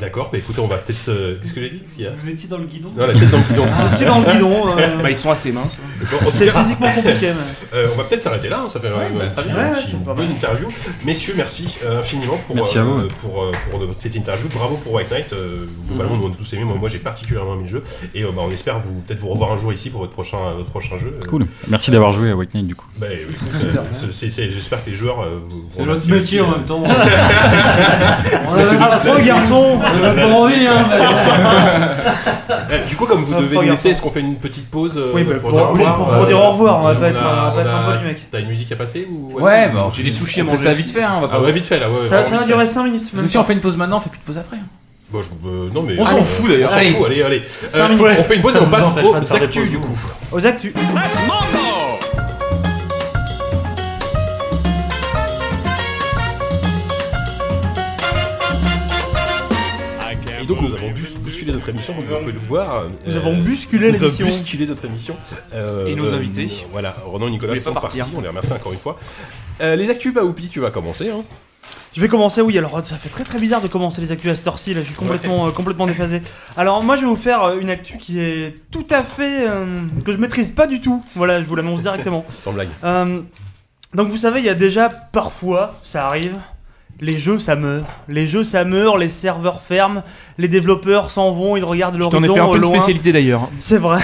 S1: D'accord, bah écoutez, on va peut-être se. Qu'est-ce que j'ai dit Qu'est-ce qu'il y a
S10: Vous étiez dans le guidon
S1: Non, la tête dans le guidon.
S10: Les pieds dans le guidon, euh. Bah, ils sont
S1: assez minces.
S10: C'est physiquement compliqué, mais-
S1: on va peut-être s'arrêter là, hein, ça fait euh,
S10: bah,
S1: très bien.
S10: ouais, ouais,
S1: Puis
S10: c'est
S1: une
S10: pas
S1: bonne
S10: mal.
S1: interview. Messieurs, merci euh, infiniment pour,
S3: Merci à vous.
S1: pour, euh, pour de- cette interview. Bravo pour White Knight. euh, globalement,
S3: Mhm.
S1: nous on a tous aimé. Moi, moi j'ai particulièrement aimé le jeu. Et euh, bah, on espère vous peut-être vous revoir un jour ici pour votre prochain, votre prochain jeu. Euh,
S3: Cool. Merci d'avoir joué à White Knight, du coup.
S1: Bah, euh, écoute, euh, c'est- c'est- c'est- j'espère que les joueurs euh, vous, vous
S10: C'est
S1: remercient
S10: notre
S1: aussi,
S10: métier en
S1: euh.
S10: même temps. On a même pas trop,
S1: Merci.
S10: garçon. On a même pas envie, hein.
S1: Euh, du coup, comme vous
S10: Ah, pas
S1: devez nous laisser,
S10: garçon.
S1: est-ce qu'on fait une petite pause euh,
S10: Oui, bah, pour- oui, pour- pour dire au revoir, on va pas être- on va pas être un peu du mec.
S1: T'as une musique à passer ou
S6: Ouais, bah, on- on fait ça vite fait, hein, on va pas-
S1: Ah ouais, vite fait là. Ouais,
S6: Ça-
S1: vraiment
S6: ça va
S1: vite
S6: durer
S1: fait.
S6: cinq minutes, Parce que même si pas. on fait une pause maintenant, on fait plus de pause après.
S1: Bon, je- euh, non mais
S6: On s'en fout, d'ailleurs.
S1: On s'en
S6: Allez.
S1: fout, allez, allez.
S6: Cinq
S1: Euh,
S6: minutes.
S1: on fait une pause et
S6: Ça
S1: on
S6: nous
S1: passe
S6: empêche pas de
S1: aux
S6: faire des
S1: actus
S6: pauses,
S1: du
S6: nous.
S1: coup.
S2: Aux actus.
S1: Et donc nous avons bus- bousculé notre émission, comme vous pouvez le voir. Euh,
S10: Nous avons bousculé
S1: nous avons
S10: l'émission.
S1: bousculé notre émission. Euh,
S10: Et nos
S1: euh,
S10: invités.
S1: Voilà, Renan et Nicolas
S10: Ils voulaient
S1: sont
S10: pas
S1: partis,
S10: partir.
S1: on les remercie encore une fois. Euh, les actus, Baoupi, tu vas commencer. Hein.
S2: Je vais commencer, oui, alors ça fait très très bizarre de commencer les actus à cette heure-ci, là, je suis complètement, euh, complètement déphasé. Alors moi je vais vous faire euh, une actu qui est tout à fait... euh, que je maîtrise pas du tout, voilà, je vous l'annonce directement.
S1: Sans blague.
S2: Euh, donc vous savez, il y a déjà parfois, ça arrive, les jeux ça meurt. Les jeux ça meurt, les serveurs ferment, les développeurs s'en vont, ils regardent
S4: t'en ai
S2: l'horizon
S4: fait un peu
S2: euh,
S4: une
S2: loin.
S4: spécialité, d'ailleurs.
S2: C'est vrai.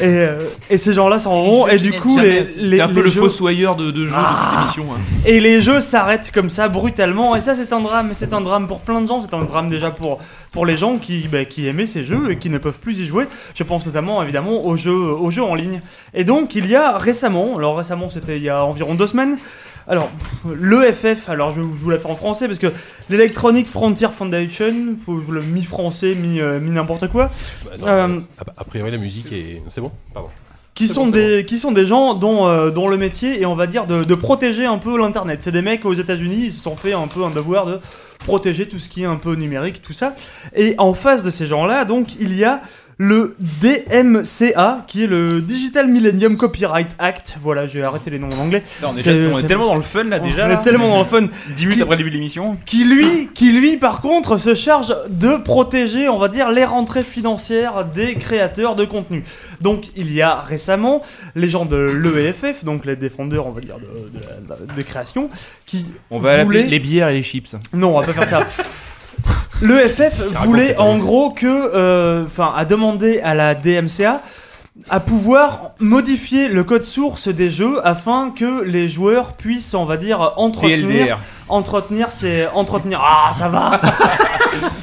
S2: et, euh, et ces gens-là s'en vont, et du coup les... les-
S10: T'es un peu
S2: les
S10: le
S2: jeux-
S10: fossoyeur de, de jeu de cette émission. hein.
S2: et les jeux s'arrêtent comme ça brutalement. Et ça, c'est un drame. C'est un drame pour plein de gens. C'est un drame déjà pour, pour les gens qui, bah, qui aimaient ces jeux et qui ne peuvent plus y jouer. Je pense notamment, évidemment, aux jeux, aux jeux en ligne. Et donc, il y a récemment, alors récemment, c'était il y a environ deux semaines. Alors, l'EFF, alors je vais vous je vous la faire en français parce que l'Electronic Frontier Foundation, faut que je le mi-français, mi- euh, mi-n'importe quoi.
S1: Attends,
S2: Euh,
S1: a- a priori, la musique est. C'est bon Pardon.
S2: qui sont, des, qui sont des gens dont, euh, dont le métier est, on va dire, de, de protéger un peu l'Internet. C'est des mecs aux États-Unis, ils se sont fait un peu un devoir de protéger tout ce qui est un peu numérique, tout ça. Et en face de ces gens-là, donc, il y a le DMCA, qui est le Digital Millennium Copyright Act. Voilà, j'ai arrêté les noms en anglais.
S6: Putain, on est déjà- on est tellement dans le fun, là, déjà,
S2: On
S6: là.
S2: est tellement dans le fun.
S6: 10 minutes après le début de l'émission.
S2: Qui lui, qui lui, par contre, se charge de protéger, on va dire, les rentrées financières des créateurs de contenu. Donc, il y a récemment les gens de l'EFF, donc les défendeurs, on va dire, de, de la- de la- des créations, qui
S10: On va l'appeler
S2: voulaient...
S10: les bières et les chips.
S2: Non, on va pas faire ça. Le FF voulait en gros que, euh, enfin, a demandé à la DMCA à pouvoir modifier le code source des jeux afin que les joueurs puissent, on va dire, entretenir,
S6: TLDR.
S2: entretenir ces, entretenir, ah ça va,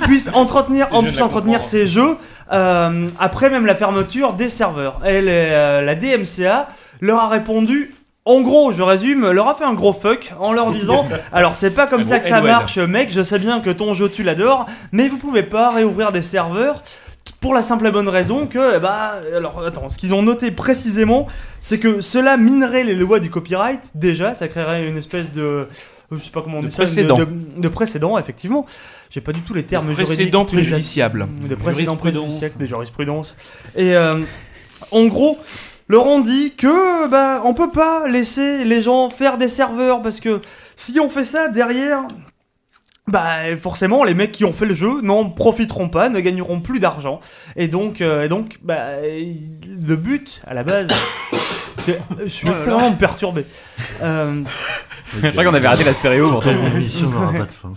S2: puissent entretenir, en puisse entretenir ces jeux euh, après même la fermeture des serveurs. Et les, euh, la DMCA leur a répondu. En gros, je résume, leur a fait un gros fuck en leur disant Alors, c'est pas comme
S10: Un
S2: ça
S10: gros
S2: que ça
S10: LOL.
S2: marche, mec, je sais bien que ton jeu tu l'adores, mais vous pouvez pas réouvrir des serveurs pour la simple et bonne raison que, eh bah, alors attends, ce qu'ils ont noté précisément, c'est que cela minerait les lois du copyright, déjà, ça créerait une espèce de. euh, Je sais pas comment on
S10: De
S2: dit ça,
S10: précédent.
S2: de, de précédent, effectivement. J'ai pas du tout les termes juridiques.
S10: précédent
S2: tous les-
S10: préjudiciable.
S2: De précédent
S10: Jurisprudence.
S2: préjudiciable, des jurisprudences. Et euh, en gros, leur ont dit que bah, on peut pas laisser les gens faire des serveurs parce que si on fait ça derrière, bah forcément les mecs qui ont fait le jeu n'en profiteront pas, ne gagneront plus d'argent. Et donc, euh, et donc bah, il- le but à la base, c'est- euh, je suis
S10: Oh là là.
S2: extrêmement perturbé. Euh,
S6: Je crois qu'on avait raté la stéréo. pour
S9: Cette émission n'aura pas de fin.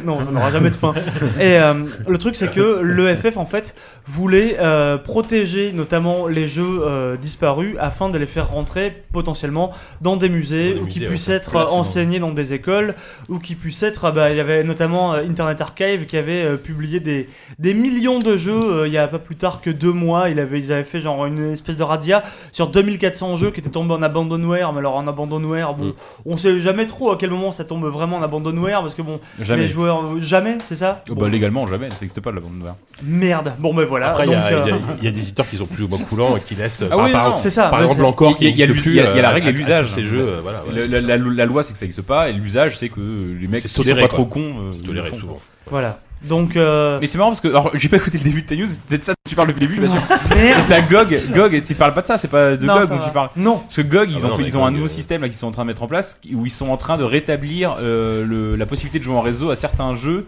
S2: non, ça n'aura jamais de fin. Et euh, le truc, c'est que l'EFF, en fait, voulait euh, protéger notamment les jeux euh, disparus afin de les faire rentrer potentiellement dans des musées
S10: Dans des
S2: ou qui
S10: musées,
S2: puissent
S10: ouais.
S2: être
S10: Là,
S2: euh,
S10: c'est bon.
S2: enseignés dans des écoles ou qui puissent être. bah, Il y avait notamment euh, Internet Archive qui avait euh, publié des, des millions de jeux euh, il y a pas plus tard que deux mois. Il avait, ils avaient fait genre une espèce de radia sur 2000 1400 jeux qui étaient tombés en abandonware, mais alors en abandonware, bon,
S14: Mm.
S2: on sait jamais trop à quel moment ça tombe vraiment en abandonware, parce que bon,
S6: Jamais.
S2: les joueurs, euh, jamais, c'est ça
S6: Oh,
S2: Bon,
S6: bah, légalement, jamais, ça n'existe pas la bande noire.
S2: Merde, bon ben voilà.
S1: Après, il y, a-
S2: donc,
S1: il y a-
S2: euh,
S1: il y a des éditeurs qui sont plus ou moins coulants Oh, et qui laissent.
S6: Ah oui, non, non.
S1: c'est ça. Par exemple, encore,
S6: il y a- il y a,
S1: qui
S6: l'us-
S1: n'existe
S6: il y a-
S1: plus,
S6: il y a la
S1: euh,
S6: règle
S1: à-
S6: et
S1: à- à
S6: l'usage.
S1: tous Ces jeux, euh, voilà.
S6: Le- la, la- la loi, c'est que ça n'existe pas, et l'usage, c'est que les mecs
S1: C'est
S6: qui sont
S1: toléré,
S6: pas
S1: quoi.
S6: trop cons. euh,
S1: C'est toléré,
S6: le font,
S1: souvent.
S6: quoi.
S2: Voilà. Donc. euh,
S6: Mais c'est marrant parce que alors, j'ai pas écouté le début de ta news, c'est peut-être ça dont tu parles depuis le début, bien sûr.
S2: Merde.
S6: T'as GOG, GOG, et tu parles pas de ça, c'est pas de
S2: Non,
S6: GOG
S2: ça
S6: dont
S2: va.
S6: tu parles.
S2: Non.
S6: Parce que GOG, ils
S1: Ah
S6: ont,
S1: non,
S6: fait-
S1: mais
S6: ils ont un
S1: GOG,
S6: nouveau
S1: euh,
S6: système là qu'ils sont en train de mettre en place qui- où ils sont en train de rétablir euh, le- la possibilité de jouer en réseau à certains jeux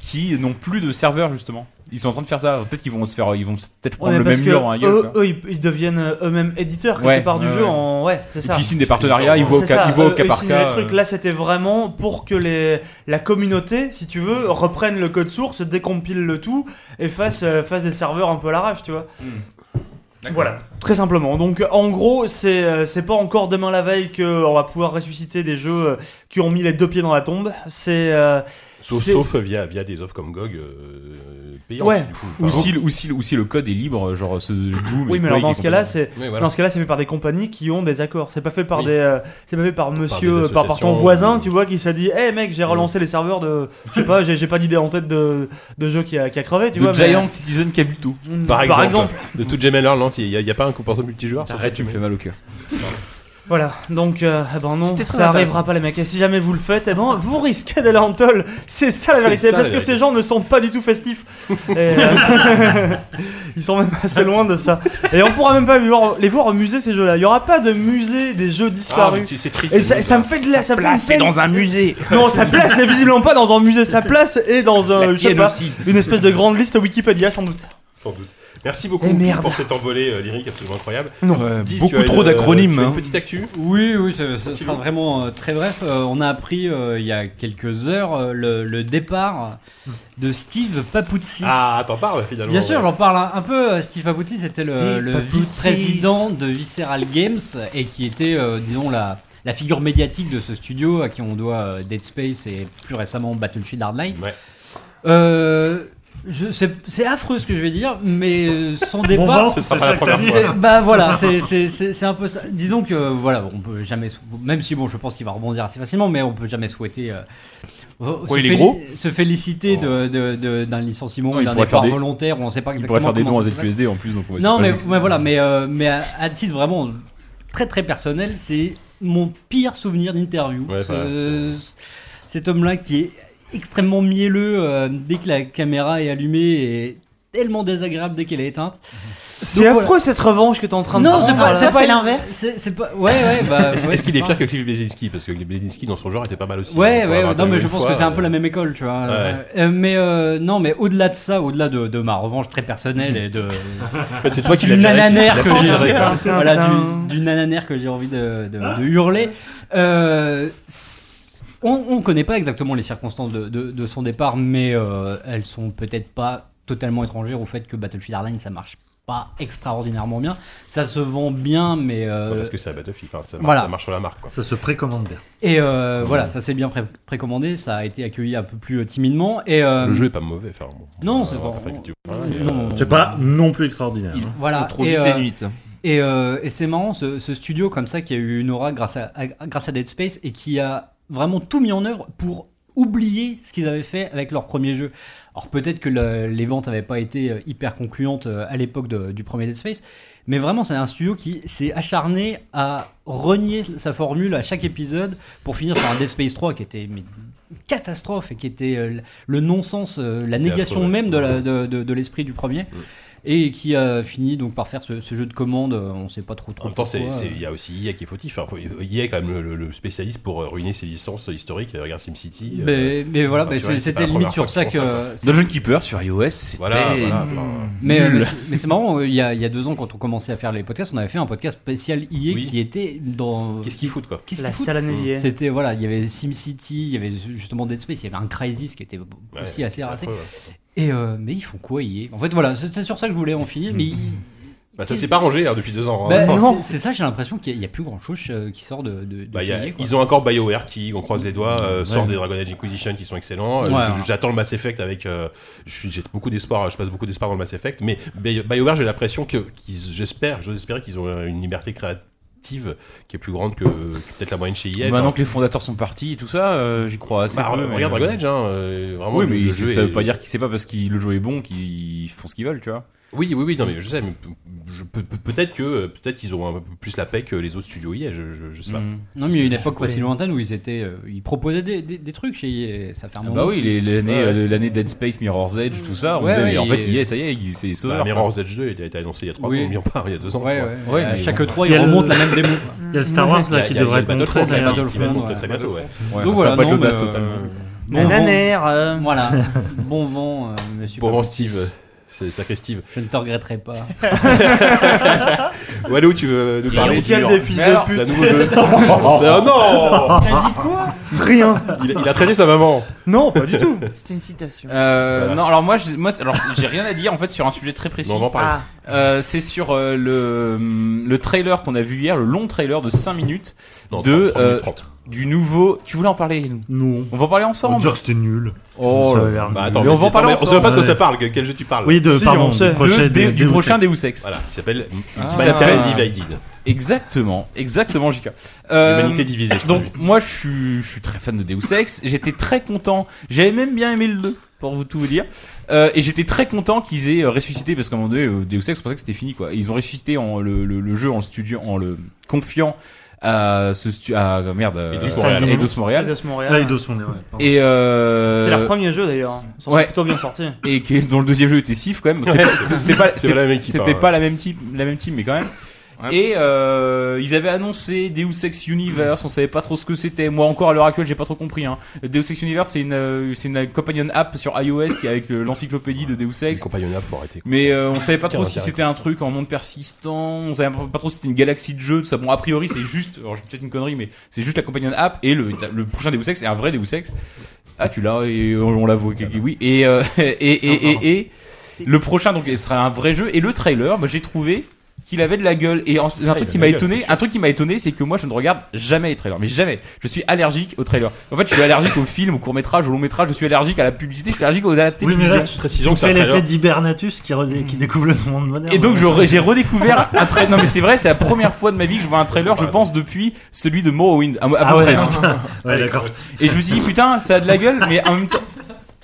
S6: qui n'ont plus de serveur justement. Ils sont en train de faire ça. Peut-être qu'ils vont se faire, ils vont peut-être
S2: Ouais,
S6: prendre le
S2: parce
S6: même hein,
S2: que euh,
S6: mur en ailleurs.
S2: eux, eux, ils, ils deviennent euh, eux-mêmes éditeurs quelque
S6: Ouais,
S2: part du
S6: ouais,
S2: jeu
S6: ouais.
S2: en ouais c'est
S6: Et
S2: ça
S6: puis ils signent des partenariats, ils voient au
S2: C'est
S6: cas-
S2: ça,
S6: ils voient au
S2: eux,
S6: cas
S2: eux,
S6: par
S2: signent
S6: cas,
S2: les trucs
S6: euh.
S2: là c'était vraiment pour que les la communauté si tu veux reprenne le code source décompile le tout et fasse euh, fasse des serveurs un peu à l'arrache tu vois
S10: Hmm.
S2: Voilà, très simplement. Donc en gros, c'est euh, c'est pas encore demain la veille que on va pouvoir ressusciter des jeux euh, qui ont mis les deux pieds dans la tombe. C'est euh,
S1: Sauf,
S2: c'est-
S1: sauf via, via des offres comme GOG euh, payantes.
S2: Ouais.
S1: du coup.
S6: Ou,
S1: Enfin,
S6: si, le- ou, si, le- ou si le code est libre, genre ce Doom.
S2: Oui,
S6: et
S2: mais alors
S6: Quake
S2: dans
S6: et
S2: ce cas-là,
S6: compagnie.
S2: c'est
S1: Oui, voilà.
S2: dans ce cas-là, c'est fait par des compagnies qui ont des accords. C'est pas fait par des, euh, c'est pas fait par monsieur, euh,
S1: des
S2: par, par ton
S1: associations
S2: voisin, tu vois, qui s'est dit, hé mec, j'ai relancé les serveurs de, je sais pas, j'ai j'ai pas d'idée en tête de, de jeu qui a, qui a crevé, tu
S6: de
S2: vois. mais-
S6: Giant Citizen Kabuto.
S2: Mm,
S1: par,
S2: par
S1: exemple,
S2: exemple.
S1: de tout Jamel Erland, il n'y a, pas un comportement multijoueur. sur
S6: Arrête, tu me
S1: Jamel.
S6: fais mal au cœur.
S2: Voilà, donc euh, eh ben non,
S6: C'était très
S2: ça arrivera
S6: intéressant.
S2: pas les mecs. Et si jamais vous le faites, eh ben vous risquez d'aller en tôle. C'est ça la
S1: C'est
S2: vérité,
S1: ça,
S2: parce
S1: la
S2: que
S1: vérité.
S2: ces gens ne sont pas du tout festifs. Et, euh, ils sont même assez loin de ça. Et on pourra même pas les voir, les voir au musée ces jeux-là. Il y aura pas de musée des jeux
S1: Ah,
S2: disparus.
S1: mais tu- c'est triste.
S2: Et
S1: c'est
S2: ça,
S1: triste.
S2: ça me fait de la. Ça
S6: Placé dans un musée.
S2: Non, sa place n'est visiblement pas dans un musée. Sa place est dans un, je
S6: La
S2: sais
S6: tienne
S2: pas,
S6: aussi.
S2: une espèce de grande liste Wikipédia sans doute.
S1: Sans doute. Merci beaucoup
S2: Eh merde.
S1: pour cet envolé euh, lyrique absolument incroyable.
S11: Ouais,
S1: Dis, tu
S11: beaucoup
S1: as
S11: trop
S1: une, euh,
S11: d'acronymes.
S1: tu as
S11: hein.
S1: Une petite actu.
S4: Oui, oui, ça, ça sera vraiment euh, très bref. Euh, on a appris euh, il y a quelques heures euh, le, le départ de Steve Papoutis.
S1: Ah, t'en parles finalement.
S4: Bien sûr, j'en parle un, un peu. euh, Steve Papoutis était le,
S1: Steve
S4: le
S1: Papoutis.
S4: vice-président de Visceral Games et qui était, euh, disons, la, la figure médiatique de ce studio à qui on doit euh, Dead Space et plus récemment Battlefield Hardline.
S1: Ouais.
S4: Euh, je- c'est c'est affreux ce que je vais dire, mais euh, son
S10: Bon
S4: départ.
S10: vent,
S1: ce sera
S10: c'est
S1: pas
S10: ça
S1: la
S10: que
S1: première
S10: t'as dit.
S1: fois.
S4: C'est- Bah voilà, c'est- c'est c'est- c'est un peu ça. Disons que voilà, on peut jamais, sou- même si bon, je pense qu'il va rebondir assez facilement, mais on peut jamais souhaiter. euh, se,
S6: il est
S4: féli-
S6: gros
S4: se féliciter
S1: Oh.
S4: de- de- de- d'un licenciement
S6: Non,
S4: ou
S6: il
S4: d'un
S6: pourrait
S4: départ
S6: faire des-
S4: volontaire, ou on sait pas
S6: Il
S4: exactement.
S6: pourrait faire des
S4: comment
S6: dons à
S4: ça se passe.
S6: ZQSD en plus, donc ouais,
S4: Non,
S6: c'est pas
S4: mais,
S6: logique.
S4: mais voilà, mais, euh, mais à, à titre vraiment très très personnel, c'est mon pire souvenir d'interview.
S1: Ouais,
S4: Ce-
S1: voilà,
S4: cet homme-là qui est extrêmement mielleux euh, dès que la caméra est allumée et tellement désagréable dès qu'elle est éteinte.
S2: C'est
S4: Donc,
S2: affreux
S4: voilà.
S2: cette revanche que t'es en train de
S4: Non,
S2: prendre,
S4: c'est pas,
S2: là.
S15: Ah, Ça,
S4: c'est pas
S15: c'est l'inverse.
S4: C'est c'est pas, ouais, ouais, bah.
S1: Est-ce
S4: ouais,
S1: est-ce qu'il est
S4: pas-
S1: pire que Cliff Blazinski Parce que Cliff Blazinski, dans son genre, était pas mal aussi. hein,
S4: Ouais,
S1: On
S4: ouais,
S1: pourra
S4: ouais,
S1: raconter
S4: non, mais
S1: une
S4: je pense
S1: fois,
S4: que c'est un peu
S1: euh,
S4: la même école, tu vois.
S1: Ouais.
S4: Euh, mais euh, non, mais au-delà de ça, au-delà de, de ma revanche très personnelle et de.
S1: En fait, c'est toi qui
S4: du
S1: l'as viré,
S4: nananaire que
S1: qui l'as
S4: j'ai
S1: viré.
S4: voilà, du, du nananaire que j'ai envie de, de- de hurler. Euh, c'est- on ne connaît pas exactement les circonstances de, de- de son départ, mais euh, elles sont peut-être pas totalement étrangères au fait que Battlefield Hardline ça marche pas extraordinairement bien. Ça se vend bien, mais euh,
S1: Ouais, Bah, Parce que c'est à Battlefield, enfin, ça marche-
S4: Voilà.
S1: ça marche sur la marque. quoi.
S10: Ça se précommande bien.
S4: et euh, voilà, ça s'est bien pré- précommandé, ça a été accueilli un peu plus euh, timidement et euh,
S1: Le jeu est pas mauvais, enfin. bon.
S4: Non, c'est
S1: Euh,
S4: pas-
S1: on va faire que tu- voilà, et, euh,
S4: non,
S10: C'est pas non plus extraordinaire. hein.
S4: voilà
S11: Trop
S4: et,
S11: vite
S4: euh,
S11: et nuit.
S4: Et, euh, et c'est marrant, ce, ce studio comme ça qui a eu une aura grâce à, à- grâce à Dead Space et qui a vraiment tout mis en œuvre pour oublier ce qu'ils avaient fait avec leur premier jeu. Alors peut-être que le- les ventes n'avaient pas été euh, hyper concluantes euh, à l'époque de- du premier Dead Space, mais vraiment c'est un studio qui s'est acharné à renier sa formule à chaque épisode pour finir sur un Dead Space 3 qui était mais, une catastrophe et qui était euh, le non-sens, euh, la négation
S1: affreux, ouais.
S4: même de la- de- de- de l'esprit du premier et qui a fini donc par faire ce, ce jeu de commande. euh, On sait pas trop
S1: En
S4: trop.
S1: même temps, c'est-
S4: pourquoi,
S1: c'est-
S4: euh.
S1: il y a aussi IA qui est fautif. Enfin, faut- IA est quand même le, le- le spécialiste pour euh, ruiner ses licences historiques. Euh, Regarde SimCity. euh,
S4: Mais, mais voilà,
S1: bah,
S4: bah,
S1: tu vois,
S4: c'est-
S1: c'est
S4: c'était
S1: pas la
S4: limite
S1: première fois
S4: sur ça
S1: qu'ils
S4: que.
S1: font ça,
S6: Dungeon Keeper sur iOS, c'était.
S1: Voilà, voilà. enfin, euh,
S4: Mais, euh,
S6: Nul.
S4: mais c'est- mais c'est marrant, il y, a, il y a deux ans, quand on commençait à faire les podcasts, on avait fait un podcast spécial IA
S1: Oui.
S4: qui était dans.
S1: Qu'est-ce qu'ils foutent, quoi
S4: Qu'est-ce
S2: La
S4: qu'ils foutent
S2: salle à Neuillet.
S4: C'était, voilà, il y avait SimCity, il y avait justement Dead Space, il y avait un Crisis qui était
S1: Ouais,
S4: aussi assez raté.
S1: affreux, ouais.
S4: Et euh, mais ils font quoi, IA En fait, voilà, c'est c'est sur ça que je voulais en finir, mais ils-
S1: Bah, ça s'est pas rangé hein, depuis deux ans. hein.
S4: Bah,
S1: Enfin,
S4: c'est- c'est ça, j'ai l'impression qu'il n'y a, plus grand chose qui sort de. de, de
S1: Bah, il y a-
S4: chez IA, quoi.
S1: ils ont encore BioWare qui, on croise les doigts, euh, sort des Dragon Age Inquisition qui sont excellents. Euh,
S4: Ouais.
S1: je- J'attends le Mass Effect avec. euh, je suis- j'ai beaucoup d'espoir, je passe beaucoup d'espoir dans le Mass Effect. Mais Bio- BioWare, j'ai l'impression que qu'ils- j'espère, j'espérais qu'ils ont euh, une liberté créative active qui est plus grande que, que peut-être la moyenne chez EA.
S6: Maintenant
S1: Enfin,
S6: que les fondateurs sont partis et tout ça, euh, j'y crois assez.
S1: Bah,
S6: peu,
S1: regarde
S6: mais-
S1: Dragon Age, hein, euh, vraiment,
S6: Oui,
S1: le-
S6: mais
S1: le
S6: ça
S1: jeu
S6: ça
S1: est-
S6: veut pas dire que c'est pas parce que le jeu est bon qu'ils font ce qu'ils veulent, tu vois.
S1: Oui, oui, oui, non, mais je sais, mais p- je- pe- pe- peut-être que peut-être qu'ils ont un peu plus la paix que les autres studios IA, je, je, je sais pas.
S7: Mm.
S6: Mm.
S7: Non, mais il y a une
S1: Je
S7: époque pas
S1: suppose.
S7: si lointaine où ils étaient, euh, ils proposaient des, des- des trucs chez EA, ça fait un
S6: Ah
S7: moment.
S6: bah oui, les- l'année
S7: Ouais.
S6: euh, l'année Dead Space, Mirror's Edge, tout ça. On
S7: Ouais,
S6: disait,
S7: ouais,
S6: mais en
S7: il
S6: fait,
S7: est-
S6: il est, ça y est, il- c'est sauveur.
S1: Bah, Mirror's
S6: quoi.
S1: Edge 2 il a été annoncé il y a 3
S6: Oui.
S1: ans, bien pas, il y a 2 ans.
S6: Ouais,
S1: quoi.
S6: ouais, ouais. Ouais, mais bon.
S7: trois, ils remontent la même démo.
S1: Il y a le Star Wars, là, qui devrait être montré, d'ailleurs. Il va être montré très bientôt, ouais. Ouais, ça
S7: Donc voilà,
S1: va pas être
S7: non,
S1: l'audace
S7: mais, euh,
S1: totalement.
S7: bon vent.
S2: Nananère, euh.
S7: Voilà, bon vent, euh, monsieur.
S1: Bon vent,
S7: Papendice.
S1: Steve. C'est sacré Steve.
S7: Je ne te regretterai pas.
S1: Walou, tu veux nous
S7: Et
S1: parler
S7: lequel
S1: du-
S7: des fils
S1: Mais
S7: de
S1: alors,
S7: pute
S1: d'un nouveau jeu C'est- oh
S10: T'as
S1: non
S10: dit quoi
S2: Rien
S1: il, a- il a traité sa maman.
S2: Non, pas du tout
S10: C'était une citation.
S6: Euh, Non, alors moi, j'ai- moi, alors j'ai rien à dire en fait sur un sujet très précis.
S10: Mais on va en parler.
S6: Euh, c'est sur euh, le le trailer qu'on a vu hier, le long trailer de 5 minutes de
S10: trente, trente,
S6: euh, du nouveau. Tu voulais en parler nous
S9: Non.
S6: On va en parler ensemble.
S9: On va dire que c'était nul.
S6: Oh,
S9: Ça a
S6: là
S9: l'air
S6: là.
S9: nul.
S1: Bah, attends,
S6: Mais on
S1: mais
S6: va en parler
S1: mais on sait même pas de quoi
S9: ensemble.
S1: ça parle, que- quel jeu tu parles.
S9: Oui, de-
S6: Si, pardon, on sait. du prochain De- Dé- du
S1: du
S6: Deus prochain
S1: prochain
S6: Ex. Deus Ex.
S1: Voilà, qui s'appelle
S6: Ah.
S1: qui s'appelle Divided.
S6: Exactement, exactement, JK.
S1: L'humanité divisée, je
S6: Donc, moi, je suis, je suis très fan de Deus Ex. J'étais très content. J'avais même bien aimé le 2, pour vous tout vous dire. Euh, et j'étais très content qu'ils aient euh, ressuscité, parce qu'à un moment donné, euh, Deus Ex, on pensait que c'était fini, quoi. Ils ont ressuscité en, le, le- le jeu en le studio, en le confiant à ce stu- à, merde, euh,
S9: Eidos Montréal.
S6: Eidos Montréal.
S2: Eidos Montréal.
S9: Ah, Eidos Montréal, ouais, pardon.
S6: Et, euh,
S2: C'était leur premier jeu d'ailleurs. Ils sont
S6: Ouais.
S2: plutôt bien sortis.
S6: et qui- dont le deuxième jeu était Sif quand même.
S2: Ouais,
S6: C'était pas- C'était c'était pas,
S2: c'est pas la même équipe,
S6: c'était
S2: hein, ouais.
S6: pas la même team, la même team, mais quand même. Et euh, ils avaient annoncé Deus Ex Universe, on savait pas trop ce que c'était. Moi encore à l'heure actuelle, j'ai pas trop compris. Hein. Deus Ex Universe, c'est une, euh, c'est une companion app sur iOS qui est avec euh, l'encyclopédie de Deus Ex.
S1: Compagnon là, faut arrêter. quoi.
S6: Mais euh, on savait pas trop
S1: Tiens,
S6: si
S1: direct.
S6: c'était un truc en monde persistant, on savait pas, pas trop si c'était une galaxie de jeux, tout ça. Bon, a priori, c'est juste, alors j'ai peut-être une connerie, mais c'est juste la compagnon app et le, le prochain Deus Ex est un vrai Deus Ex. Ah, tu l'as, et on, on l'avoue, ok, oui. Et, euh, et, et, et, et, et le prochain, donc, il sera un vrai jeu. Et le trailer, bah, j'ai trouvé qu'il avait de la gueule. Et en- un
S1: il a
S6: truc
S1: de
S6: qui
S1: la
S6: m'a
S1: gueule,
S6: étonné,
S1: c'est sûr.
S6: un truc qui m'a étonné, c'est que moi, je ne regarde jamais les trailers, mais jamais. Je suis allergique aux trailers. En fait, je suis allergique aux films, aux courts métrages, aux longs métrages. Je suis allergique à la publicité, je suis allergique aux- à la
S9: Oui,
S6: télévision.
S9: mais là, tu, tu fais l'effet d'Hibernatus qui, redé- qui découvre le monde moderne.
S6: Et donc je re- j'ai redécouvert un trailer. Non mais c'est vrai, c'est la première fois de ma vie que je vois un trailer. Je pense depuis celui de Morrowind. À, à peu
S9: Ah ouais,
S6: près.
S9: putain. Ouais, d'accord.
S6: Et je me suis dit putain, ça a de la gueule, mais en même temps.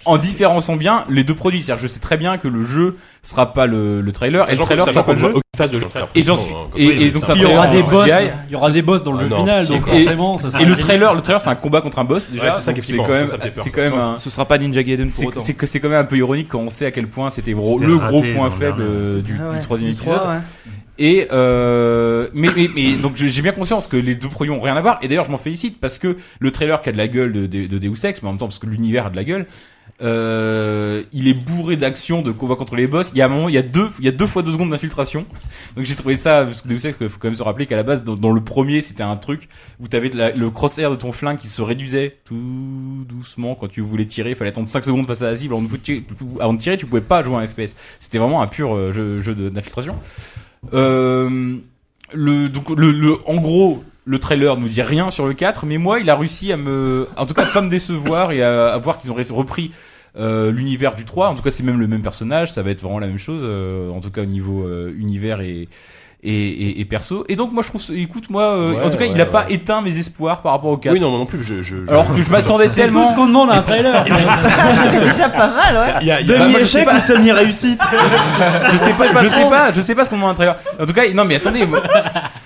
S6: En différenciant bien les deux produits, c'est-à-dire je sais très bien que le jeu sera pas le, le trailer et le
S1: Sachant que
S6: trailer
S1: ça
S6: sera pas
S1: raconte
S6: le jeu.
S1: aucune phase de jeu.
S6: Et j'en suis.
S1: Oui,
S6: Et,
S1: mais
S6: et donc
S1: ça
S6: ça
S1: Il y aura
S6: fera
S1: des
S6: un
S1: boss,
S6: CGI.
S7: il y aura des boss
S1: Ah
S7: dans le jeu
S6: non,
S7: final,
S6: si.
S7: donc
S6: Et-
S7: forcément, ça sera
S6: Et le
S7: très
S6: trailer, le trailer, c'est un combat contre un boss déjà.
S1: Ouais, Ah, c'est ça qui est
S6: donc
S1: flippant,
S6: quand même,
S1: ça, ça fait peur,
S6: c'est
S1: ça.
S6: quand même.
S1: Non,
S6: un-
S1: ce sera pas Ninja Gaiden pour
S6: c'est-
S1: autant.
S6: C'est que c'est quand même un peu ironique quand on sait à quel point c'était gros-
S1: C'était
S6: le gros
S1: raté
S6: point
S1: dans le
S6: faible
S1: dernier.
S6: euh, du,
S1: Ah ouais,
S6: du troisième
S1: du
S6: épisode.
S1: trois, ouais.
S6: Et euh, mais, mais, mais donc je- j'ai bien conscience que les deux produits ont rien à voir. Et d'ailleurs, je m'en félicite parce que le trailer qui a de la gueule de, de, de Deus Ex, mais en même temps parce que l'univers a de la gueule. euh, il est bourré d'actions, de combats contre les boss. Il y a un moment, il y a deux, il y a deux fois deux secondes d'infiltration. Donc j'ai trouvé ça parce que Deus Ex, faut quand même se rappeler qu'à la base, dans, dans le premier, c'était un truc où t'avais de la- le crosshair de ton flingue qui se réduisait tout doucement quand tu voulais tirer. Il fallait attendre 5 secondes face à la cible avant de, foutre- avant de tirer. Tu pouvais pas jouer un FPS. C'était vraiment un pur euh, jeu, jeu de- d'infiltration. Euh, le, donc, le, le- en gros, le trailer nous dit rien sur le 4, mais moi, il a réussi à me, en tout cas, à pas me décevoir et à, à voir qu'ils ont ré- repris euh, l'univers du 3. En tout cas, c'est même le même personnage, ça va être vraiment la même chose, euh, en tout cas au niveau euh, univers et, et, et- et perso. Et donc, moi, je trouve, ce- écoute, moi, euh,
S1: Ouais,
S6: en tout cas,
S1: ouais,
S6: il a
S1: ouais.
S6: pas éteint mes espoirs par rapport au 4.
S1: Oui, non, moi non plus. Je, je- je-
S6: Alors que je m'attendais
S1: C'est
S6: tellement.
S1: tout ce qu'on
S7: demande à un trailer.
S10: C'est déjà pas mal, ouais.
S1: Ah, Il y a- il y a-
S6: Bah, moi, je
S2: Demi-échec
S6: sais pas.
S2: ou semi-réussite
S6: je sais pas, je sais
S2: trop.
S6: pas, je sais pas ce qu'on met dans un trailer. En tout cas, non mais attendez, moi,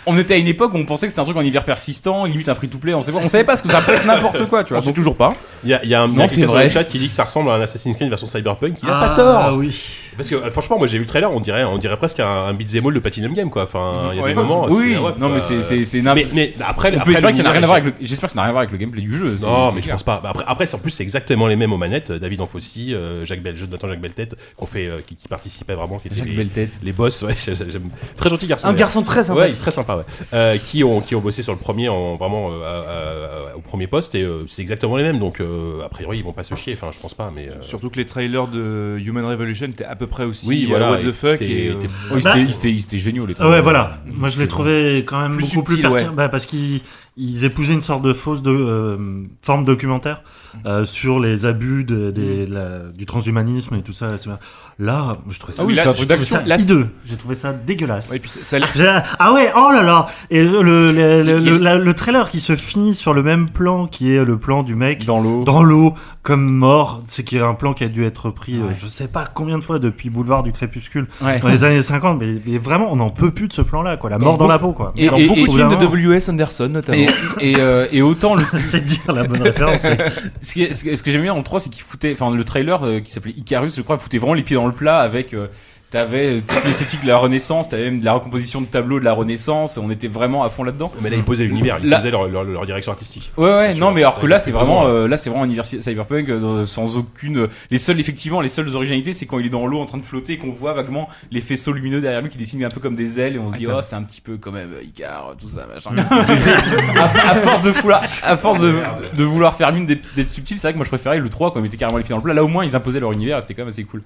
S6: on était à une époque où on pensait que c'était un truc en hiver persistant, limite un free to play, on sait pas, on savait pas ce que ça peut être n'importe quoi, tu vois.
S1: On sait
S6: toujours pas.
S1: Il y a, il y a un
S6: Non,
S1: non,
S6: c'est
S1: sur
S6: vrai.
S1: le chat qui dit que ça ressemble à un Assassin's Creed version Cyberpunk. Il a
S9: Ah,
S1: pas tort.
S9: oui.
S1: Parce que euh, franchement, moi j'ai vu le trailer, on dirait, on dirait presque un, un beat'em all de Platinum Game quoi. Enfin, il y a
S6: Ouais.
S1: des moments.
S6: Oui,
S1: c'est- ouais,
S6: non
S1: quoi.
S6: mais c'est c'est c'est
S1: Mais, mais après,
S6: on peut
S1: après,
S6: espérer que ça n'a rien à
S1: l'univers
S6: voir
S1: est-
S6: avec le, j'espère que ça n'a rien à voir avec le gameplay du jeu. c'est-
S1: Non,
S6: c'est
S1: mais je
S6: clair.
S1: pense pas. Bah, Après, après c'est- en plus, c'est exactement les mêmes aux manettes. Euh, David Anfossi, euh, Jacques Bel, Jonathan Jacques Beltête, qu'on fait, euh, qui, qui participait vraiment, qui étaient
S6: Jacques
S1: les,
S6: Belletête.
S1: les boss. ouais, c'est- j'aime. Très gentil garçon.
S2: Un
S1: d'ailleurs.
S2: garçon très
S1: Ouais,
S2: sympathique.
S1: très sympa. Ouais. Euh, qui ont qui ont bossé sur le premier, en, vraiment euh, à- à- à- au premier poste, et euh, c'est exactement les mêmes. Donc, euh, a priori, ils vont pas se chier. Enfin, je pense pas. Mais euh,
S8: Surtout que les trailers de Human Revolution étaient à peu près aussi
S1: Oui,
S8: euh,
S1: voilà,
S8: what the
S1: et
S8: fuck
S1: t'es-
S8: et,
S1: t'es-
S8: euh,
S6: Oh, ils étaient- ils étaient- ils étaient géniaux les
S9: Ah ouais,
S6: trailers.
S9: voilà. Moi, je l'ai trouvé quand même
S6: Plus
S9: beaucoup
S6: subtil,
S9: plus pertinent.
S6: ouais.
S9: bah, parce qu'il ils épousaient une sorte de fausse de, euh, forme documentaire euh, sur les abus de- des-
S6: Mm.
S9: la- du transhumanisme et tout ça. c'est bien. Là, je trouvais ça,
S16: Ah oui,
S9: là,
S16: c'est un
S9: j'ai
S16: truc
S9: trouvé
S16: d'action.
S9: ça
S16: Là, c'est-
S9: hideux. J'ai trouvé ça dégueulasse.
S16: Ouais, et puis ça- ça a l'air-
S9: Ah, ah ouais, oh là là Et le, le- le- le- la- le trailer qui se finit sur le même plan, qui est le plan du mec
S16: dans l'eau,
S9: dans l'eau comme mort, c'est qu'il y a un plan qui a dû être pris, euh, je sais pas combien de fois depuis Boulevard du Crépuscule
S16: Ouais.
S9: dans les années 50, mais, mais vraiment on n'en peut plus de ce plan-là, quoi, la
S16: Dans
S9: mort dans la
S16: beaucoup-
S9: peau, quoi.
S16: et-
S9: Dans
S16: et-
S9: beaucoup
S16: et-
S9: de
S16: films de
S9: films.
S16: W.S. Anderson, notamment.
S6: Et, et, euh, et autant le.
S9: c'est dire la bonne référence, mais-
S6: ce que, ce que- ce que j'aime bien dans le 3, c'est qu'il foutait. Enfin, le trailer euh, qui s'appelait Icarus, je crois, foutait vraiment les pieds dans le plat avec. euh, T'avais euh, toute l'esthétique de la Renaissance, t'avais même de la recomposition de tableaux de la Renaissance, on était vraiment à fond là-dedans.
S1: Mais là, ils posaient l'univers, ils
S6: Là-
S1: posaient leur, leur- leur direction artistique.
S6: Ouais ouais
S1: Sur
S6: non
S1: la-
S6: mais alors que
S1: avec
S6: là
S1: la
S6: c'est
S1: présence,
S6: vraiment
S1: ouais.
S6: euh, là c'est vraiment universi- cyberpunk euh, sans aucune les seuls effectivement les seules originalités c'est quand il est dans l'eau en train de flotter et qu'on voit vaguement les faisceaux lumineux derrière lui qui dessinent un peu comme des ailes et on se dit
S16: Attends.
S6: oh c'est un petit peu quand même euh, Icar tout ça machin Les ailes- à, à force de vouloir à force de, de vouloir faire mine d'être d'être subtil c'est vrai que moi je préférais le 3 quand ils mettaient carrément les pieds dans le plat là au moins ils imposaient leur univers et c'était quand même assez cool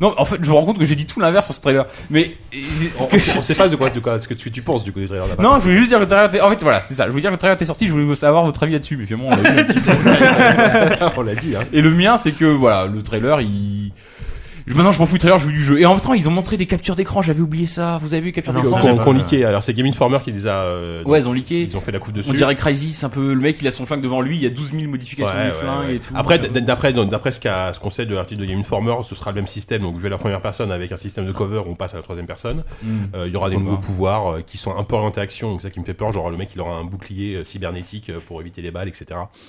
S6: non en fait je me rends compte que j'ai dit tout l'inverse sur ce trailer mais
S1: On, on sait pas de quoi, de quoi, ce que tu, tu penses du coup du trailer là-bas.
S6: non, je voulais juste dire que le trailer. était- En fait, voilà, c'est ça. Je voulais dire que le trailer était sorti. Je voulais savoir votre avis là-dessus. Mais finalement, on l'a eu un petit peu.
S1: On l'a dit, hein.
S6: Et le mien, c'est que voilà, le trailer, il. je- Maintenant, je m'en fous du trailer, je veux du jeu. Et en même temps, ils ont montré des captures d'écran. J'avais oublié ça. Vous avez vu les captures d'écran
S1: Qu'on qu'on leaké. Alors, c'est Game Informer qui les a. euh,
S6: Ouais,
S1: donc,
S6: ils ont leaké.
S1: Ils ont fait la coupe dessus.
S6: On dirait Crysis, un peu. Le mec, il a son flingue devant lui. Il y a 12 000 modifications
S1: Ouais,
S6: du
S1: ouais,
S6: flingue
S1: ouais.
S6: et tout.
S1: Après, d- d'après, donc, d'après ce qu'a- ce qu'on sait de l'article de Game Informer, ce sera le même système. Donc, vu à la première personne avec un système de cover, on passe à la troisième personne. Euh,
S6: Mm.
S1: Il y aura des
S6: Pourquoi
S1: nouveaux pouvoirs euh, qui sont un peu orientés action. Donc, ça qui me fait peur. Genre, le mec, il aura un bouclier euh, cybernétique euh, pour éviter les balles, etc.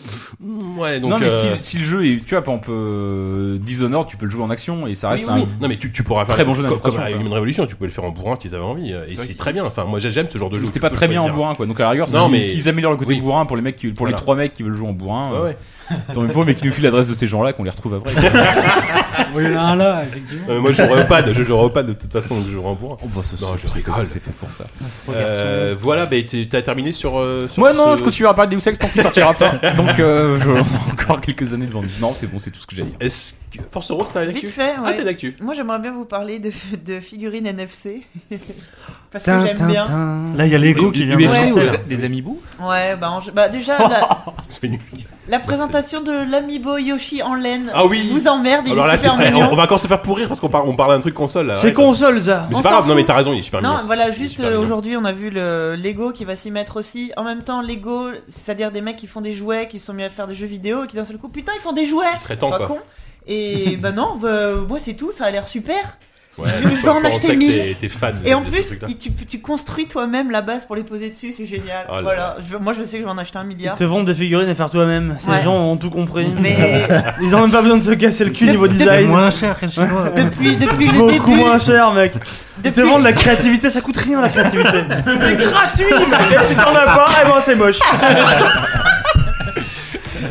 S1: Mm, Ouais, donc.
S6: non, mais
S1: euh,
S6: si, si le jeu est. Tu vois, par exemple, euh, Dishonored, tu peux le jouer en action et ça
S1: Ah Oui,
S6: reste
S1: oui,
S6: un.
S1: oui. Non, mais tu, tu pourras faire
S6: Très bon jeu
S1: comme,
S6: d'infiltration,
S1: comme à
S6: quoi.
S1: Human Revolution, tu pouvais le faire en bourrin si t'avais envie. euh, Et
S6: C'est vrai
S1: c'est
S6: que-
S1: très bien. Enfin, moi, j'aime ce genre de jeu. où
S6: C'était
S1: tu
S6: pas
S1: peux
S6: très bien en
S1: choisir.
S6: bourrin quoi. Donc à la rigueur,
S1: Non,
S6: si-
S1: mais-
S6: s'ils améliorent le côté
S1: oui.
S6: bourrin pour les mecs qui- pour
S1: Voilà.
S6: les trois mecs qui veulent jouer en bourrin,
S1: Ouais,
S6: euh,
S1: ouais.
S6: tant mieux pour mais qui nous filent l'adresse de ces gens-là qu'on les retrouve après.
S7: Ah, Oui, il y en a un là, effectivement.
S1: Euh, moi, je jouerai au pad, je jouerai au pad de toute façon, donc je jouerai en bourrin.
S6: non,
S1: je rigole.
S6: Oh, bah, C'est fait pour ça.
S1: Euh, voilà, bah, t'es- t'as terminé sur. euh, sur
S6: Moi non,
S1: ce-
S6: je continue à parler des Deus Ex tant qu'il sortira pas. Donc euh, je- encore quelques années devant nous. Non, c'est bon, c'est tout ce que j'ai à dire.
S1: Est-ce que Force Rose, t'as l'actu
S5: Vite fait,
S1: Ah,
S5: ouais.
S1: t'as l'actu.
S5: Moi, j'aimerais bien vous parler de, de figurines NFC. Parce
S9: Tin,
S5: que j'aime
S9: tin,
S5: bien.
S9: tin. Là, il y a Lego qui vient de
S5: Ouais.
S9: lancer, là.
S16: Des amiibo
S5: Ouais, bah, en- bah, déjà, la, la présentation de l'amiibo Yoshi en laine
S1: Ah oui.
S5: vous emmerde, il
S1: Alors
S5: est
S1: là, c'est
S5: super
S1: vrai,
S5: mignon.
S1: on, on va encore se faire pourrir parce qu'on parle, on parle d'un truc console. là.
S2: C'est
S1: Ouais,
S2: console, ça.
S1: Mais
S5: On
S1: c'est pas
S5: s'en
S1: grave. Non,
S5: fout.
S1: mais t'as raison, il est super
S5: Non,
S1: mignon.
S5: voilà, juste
S1: super
S5: euh,
S1: mignon.
S5: aujourd'hui, on a vu le Lego qui va s'y mettre aussi. En même temps, Lego, c'est-à-dire des mecs qui font des jouets, qui se sont mis à faire des jeux vidéo et qui d'un seul coup, putain, ils font des jouets.
S1: Il serait temps,
S5: pas
S1: quoi.
S5: con. Et bah non, bah, moi c'est tout, ça a l'air super.
S1: Ouais,
S5: je vais
S1: toi,
S5: en
S1: toi, on sait
S5: acheter
S1: que
S5: 1000.
S1: t'es- t'es fan de-
S5: et en
S1: de ce
S5: plus,
S1: truc-là.
S5: il- tu, tu construis toi-même la base pour les poser dessus, c'est génial.
S1: Oh là
S5: voilà, je- moi je sais que je vais en acheter un milliard.
S2: Te vendre des figurines et faire toi-même. Ces
S5: Ouais.
S2: gens ont tout compris.
S5: Mais-
S2: Ils ont même pas besoin de se casser le cul niveau design.
S9: moins cher que chez moi.
S5: Depuis- depuis le
S2: Beaucoup
S5: début-
S2: moins cher, mec. Ils te
S5: Depuis-
S2: vendent la créativité, ça coûte rien la créativité.
S5: C'est gratuit
S2: Et si t'en as pas, eh ben c'est moche.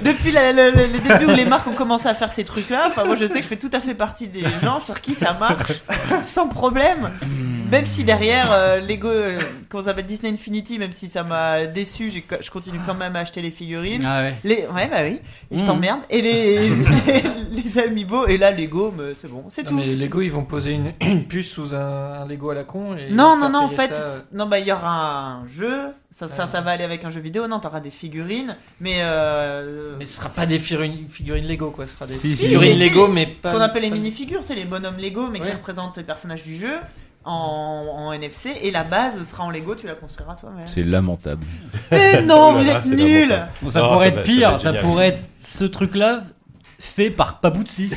S5: Depuis la- le, le- le début où les marques ont commencé à faire ces trucs-là, enfin, moi je sais que je fais tout à fait partie des gens sur qui ça marche sans problème.
S7: Hmm.
S5: Même si derrière euh, Lego, euh, qu'on s'appelle Disney Infinity, même si ça m'a déçu, j'ai co- je continue quand même à acheter les figurines.
S7: Ah ouais.
S5: Les, ouais, bah oui, et je
S7: Mhm.
S5: t'emmerde. Et les, les, les amiibo, et là Lego, mais c'est bon, c'est
S16: Non,
S5: tout.
S16: mais Lego, ils vont poser une, une puce sous un, un Lego à la con. Et
S5: Non, non,
S16: faire
S5: non, en
S16: payer
S5: fait,
S16: ça, euh,
S5: c'est- non, bah, il y aura un jeu, ça, ça,
S16: Ah.
S5: ça va aller avec un jeu vidéo, non, t'auras des figurines, mais. euh,
S16: Mais ce sera pas des figurines, figurines Lego, quoi. Ce sera des
S5: Si, si.
S16: figurines Lego, mais
S5: Si,
S16: pas.
S5: Qu'on appelle les
S16: pas-
S5: minifigures, c'est les bonhommes Lego, mais qui
S16: Ouais.
S5: représentent les personnages du jeu en, en NFC, et la base sera en Lego, tu la construiras toi-même.
S6: C'est lamentable.
S1: Oh
S7: Eh
S5: Mais non, vous êtes nuls
S7: Bon, ça
S6: Non,
S7: pourrait être
S6: ça va- ça va
S7: pire,
S6: être
S7: ça,
S6: génial.
S7: pourrait être ce truc-là fait par Paboutsi.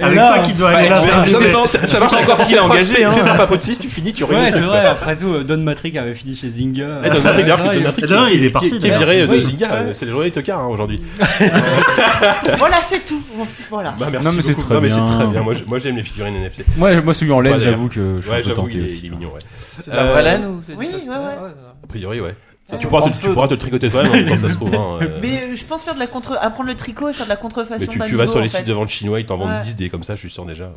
S9: Avec toi qui dois aller là, ça- ça- ça- ça marche encore qui l'a engagé, hein.
S1: Pas pot de 6, tu finis, tu rigoles.
S7: Ouais, c'est vrai, après tout, euh, Don Matrick avait fini chez Zynga.
S5: euh,
S1: Eh, Don Matrick, d'ailleurs, Don Matrick, qui-
S9: il est
S1: qui-
S9: parti,
S1: Qui est
S9: d'ailleurs.
S1: viré de
S9: Oui.
S1: Zynga, euh, c'est les journées des tocards hein, aujourd'hui.
S5: Voilà, c'est tout Bon, Voilà.
S1: Bah, merci
S6: Non, mais c'est
S1: beaucoup.
S6: très
S1: Non, mais
S6: bien.
S1: c'est très bien. Moi, je- Moi, j'aime les figurines NFC.
S6: Moi, je- moi, celui en laine,
S1: Ouais,
S6: j'avoue
S1: d'ailleurs.
S6: que je suis
S1: ouais,
S6: un peu
S1: j'avoue,
S6: tenté
S1: il est-
S6: aussi. hein.
S1: il est mignon, ouais.
S16: C'est de la vraie laine ou c'est
S5: Oui, ouais, ouais.
S1: A priori, ouais. Ça,
S5: Ouais.
S1: tu, pourras te,
S16: Prendre
S1: tu
S16: feu.
S1: pourras te le tricoter toi-même en même temps, ça se trouve. hein, euh.
S5: Mais euh, je pense faire de la contre... apprendre le tricot et faire de la contrefaçon
S1: Mais tu, tu
S5: d'amiibo,
S1: vas sur les
S5: en fait.
S1: sites de vente chinois, ils t'en vendent
S5: Ouais.
S1: 10 des comme ça, je suis sûr déjà.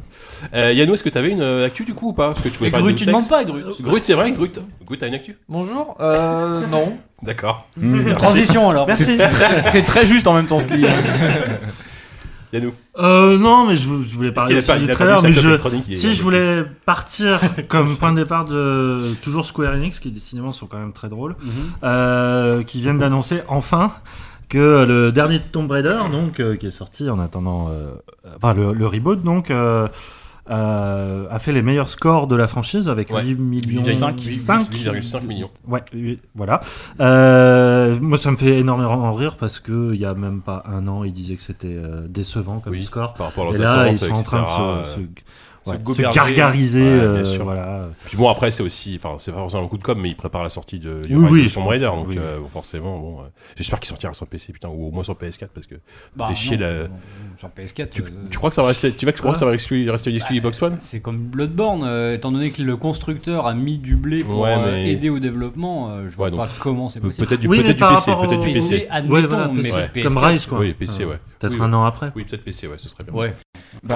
S1: Euh, Yannou, est-ce que t'avais une euh, actu du coup ou pas Parce que tu voulais
S16: Et
S1: parler
S16: Grut,
S1: de
S16: tu
S1: sexe.
S16: demandes pas, Grut.
S1: Grut, c'est vrai, Grut. Grut, t'as une actu
S16: Bonjour Euh, non.
S1: D'accord.
S16: Mhm.
S1: Merci.
S16: Transition, alors. Merci. hein.
S6: C'est très, c'est très juste en même temps ce qu'il y a.
S1: Yannou.
S10: Euh, non, mais je, vou- je voulais parler
S1: Il a
S10: aussi
S1: pas-
S10: du
S1: il a pas
S10: trailer,
S1: mis sa
S10: mais
S1: clope
S10: je,
S1: électronique, il est-
S10: si je voulais partir comme point de départ de toujours Square Enix, qui décidément sont quand même très drôles,
S1: Mhm.
S10: euh, qui viennent d'annoncer enfin que le dernier de Tomb Raider, donc, euh, qui est sorti en attendant, euh, enfin, le, le reboot, donc, euh, euh, a fait les meilleurs scores de la franchise avec
S1: Ouais.
S10: 8 millions
S1: 8,5,
S10: 5,
S1: 8,5 millions.
S10: Ouais, oui, voilà. Euh, moi, ça me fait énormément rire parce que il y a même pas un an, ils disaient que c'était euh, décevant comme
S1: Oui,
S10: score.
S1: par rapport à leurs
S10: Et là, ils
S1: attentes,
S10: sont en train de
S1: etc.,
S10: se, se,
S1: euh,
S10: ouais,
S1: se
S10: se
S1: goberger.
S10: gargariser.
S1: Ouais, bien
S10: euh,
S1: sûr.
S10: voilà.
S1: Puis bon, après, c'est aussi, enfin, c'est pas forcément un coup de com', mais il prépare la sortie de
S10: Oui, oui, je
S1: Tomb
S10: pense,
S1: Raider, donc
S10: oui.
S1: euh, bon, forcément, bon, euh, j'espère qu'il sortira sur PC, putain, ou au moins sur PS4, parce que
S17: Bah,
S1: t'es chier
S17: non,
S1: la.
S17: Sur PS4.
S7: euh,
S1: Tu, tu crois que ça va rester, tu vas- tu crois que ça va exclu- rester une exclu Xbox One
S7: Bah, C'est comme Bloodborne, euh, étant donné que le constructeur a mis du blé pour
S1: Ouais,
S7: euh,
S1: mais-
S7: aider au développement, euh, je vois
S1: Ouais, donc,
S7: pas comment c'est
S1: peut-
S7: possible.
S1: Peut-être du, peut-être du PC, peut-être du PC.
S7: admettons, mais
S1: Ouais.
S7: PS4,
S10: Comme Rise, quoi.
S1: Oui, PC,
S4: Ah.
S10: Euh,
S1: ouais.
S10: peut-être
S1: Oui,
S10: un
S1: oui.
S10: an après.
S1: Oui, peut-être PC, ouais, ce serait bien.
S8: Ouais.
S12: Bah,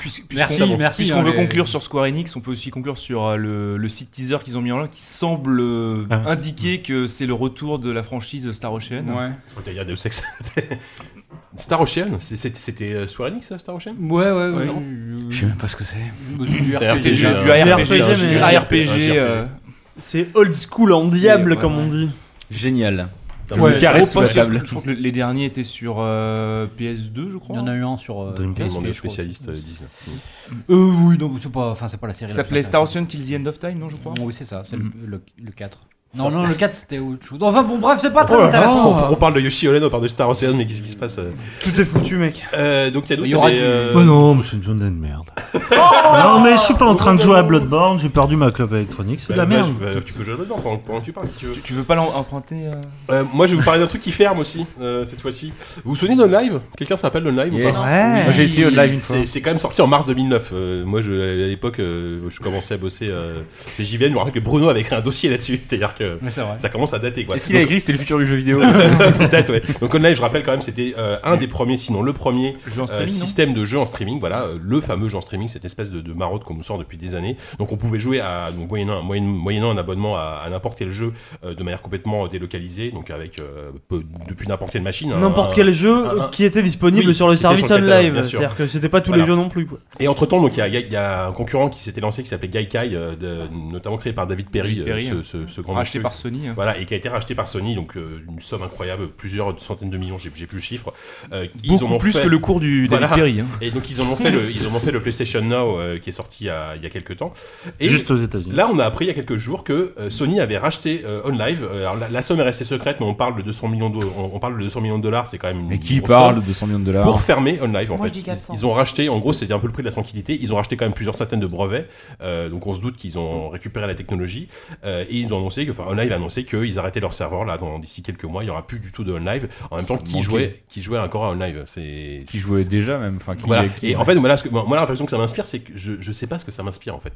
S8: puisque- puisqu'on-
S12: puisqu'on- Puisqu'on
S8: hein,
S12: veut
S8: les-
S12: conclure sur Square Enix, on peut aussi conclure sur euh, le, le site teaser qu'ils ont mis en ligne qui semble euh,
S1: Ah.
S12: indiquer que c'est le retour de la franchise Star Ocean.
S1: Je crois qu'il y a Deus Ex. Star Ocean C'est- c'est- C'était euh, Square Enix, ça, Star Ocean
S7: Ouais, ouais, ouais.
S1: non.
S7: Je
S8: Je sais même pas ce que c'est.
S7: C'est du
S1: C'est un
S7: RPG,
S1: RPG,
S7: du
S1: hein.
S7: RPG,
S1: C'est un
S7: mais-
S1: JRPG,
S7: du
S1: un
S7: RPG,
S1: JRPG.
S7: euh,
S2: C'est old school en diable,
S12: ouais,
S2: comme on
S12: ouais.
S2: dit.
S6: Génial.
S12: Je me caresse sous la table. Je crois que le- les derniers étaient sur euh, PS2, je crois.
S7: Il y en a eu un sur. euh,
S1: Dreamcast,
S7: PS,
S1: on est
S7: je crois.
S1: spécialiste, euh, Disney.
S7: Euh, oui, non, c'est pas, enfin, c'est pas la série.
S12: Ça
S7: la
S12: s'appelait
S7: plus
S12: Star Ocean Till the End of Time, non, je crois
S7: intéressante. Oui, c'est ça, c'est le-
S12: Mhm.
S7: le, le 4. Non, non, le 4 c'était autre chose. Enfin bon, bref, c'est pas très
S1: Oh là là,
S7: intéressant. hein.
S1: on, on parle de Yoshi Olen, on parle de Star Ocean, mais qu'est-ce qui se passe euh
S2: Tout est foutu, mec.
S1: donc, Yannou,
S2: Il y aura
S1: t'avais,
S2: du-
S1: euh,
S2: Oh non, mais c'est une journée de merde. non, mais je suis pas en train de jouer à Bloodborne, j'ai perdu ma clope électronique, c'est de la
S1: Bah,
S2: merde.
S1: je- bah, tu peux jouer dedans pendant, pendant que tu parles si tu veux.
S12: Tu veux pas l'emprunter
S1: Euh, moi, je vais vous parler d'un truc qui ferme aussi euh, cette fois-ci. Vous vous souvenez d'On Live Quelqu'un se rappelle d'On Live
S12: Yes.
S1: ou pas
S12: Ouais. Moi, j'ai essayé On Live une fois.
S1: C'est- C'est quand même sorti en mars 2009. Euh, moi, je, à l'époque, euh, je commençais à bosser euh, chez JVN. Je me rappelle que Bruno avait écrit un dossier là-dessus. C'est-à-dire que
S7: c'est vrai.
S1: ça commence à dater. quoi.
S6: Est-ce qu'il a
S1: Donc-
S6: écrit que c'était le futur du jeu vidéo
S1: Peut-être, ouais. Donc, On Live, je rappelle quand même, c'était euh, un des premiers, sinon le premier
S6: Jeu en
S1: euh,
S6: streaming, non
S1: système de jeu en streaming. Voilà, euh, le fameux jeu en streaming, cette espèce de, de maraude qu'on nous sort depuis des années. Donc, on pouvait jouer à, donc, moyennant, moyennant, moyennant un abonnement à, à n'importe quel jeu euh, de manière complètement délocalisée, donc avec euh, peu- depuis n'importe quelle machine. un-
S2: N'importe quel jeu
S1: hein. un- un-
S2: qui était disponible
S1: Oui,
S2: sur le
S1: qui était
S2: service
S1: sur le catalogue,
S2: online.
S1: bien sûr.
S2: C'est-à-dire que c'était pas tous les
S1: Voilà.
S2: jeux non plus. quoi.
S1: Et entre temps, donc il y a- il y, a- il y a un concurrent qui s'était lancé qui s'appelait Gaikai, euh, de- notamment créé par David Perry,
S12: David Perry,
S1: euh, ce, ce- ce grand
S12: racheté
S1: monsieur.
S12: par Sony, hein.
S1: Voilà, et qui a été racheté par Sony, donc euh, une somme incroyable, plusieurs centaines de millions, j'ai j'ai plus le chiffre. Euh,
S12: Beaucoup
S1: en ont
S12: plus que le cours du David Perry, hein.
S1: Et donc ils en ont fait le, ils en ont fait le PlayStation Now euh, qui est sorti à- il y a quelques temps. Et
S2: Juste aux États-Unis.
S1: Là, on a appris il y a quelques jours que euh, Sony avait racheté euh, On Live. Euh, alors, la, la somme est restée secrète, mais on parle de 200 millions de, on, on parle de 200 millions de dollars, c'est quand même.
S6: Mais
S1: une
S6: qui
S1: grosse
S6: parle
S1: somme.
S6: de 200 millions de dollars
S1: Pour fermer On Live, en
S5: Moi,
S1: fait.
S5: je dis 400.
S1: Ils ont racheté, en gros, c'était un peu le prix de la tranquillité. Ils ont racheté quand même plusieurs centaines de brevets. Euh, donc, on se doute qu'ils ont récupéré la technologie. Euh, et ils ont annoncé que, enfin, OnLive a annoncé qu'ils arrêtaient leur serveur là dans- d'ici quelques mois. Il n'y aura plus du tout de OnLive. En même temps, qui
S6: manquait.
S1: jouait, qui jouait encore à OnLive C'est
S6: Qui jouait déjà même. Enfin, qui-
S1: voilà.
S6: qui-
S1: Et en fait, voilà, ce que, moi, la réflexion que ça m'inspire, c'est que je, je sais pas ce que ça m'inspire en fait.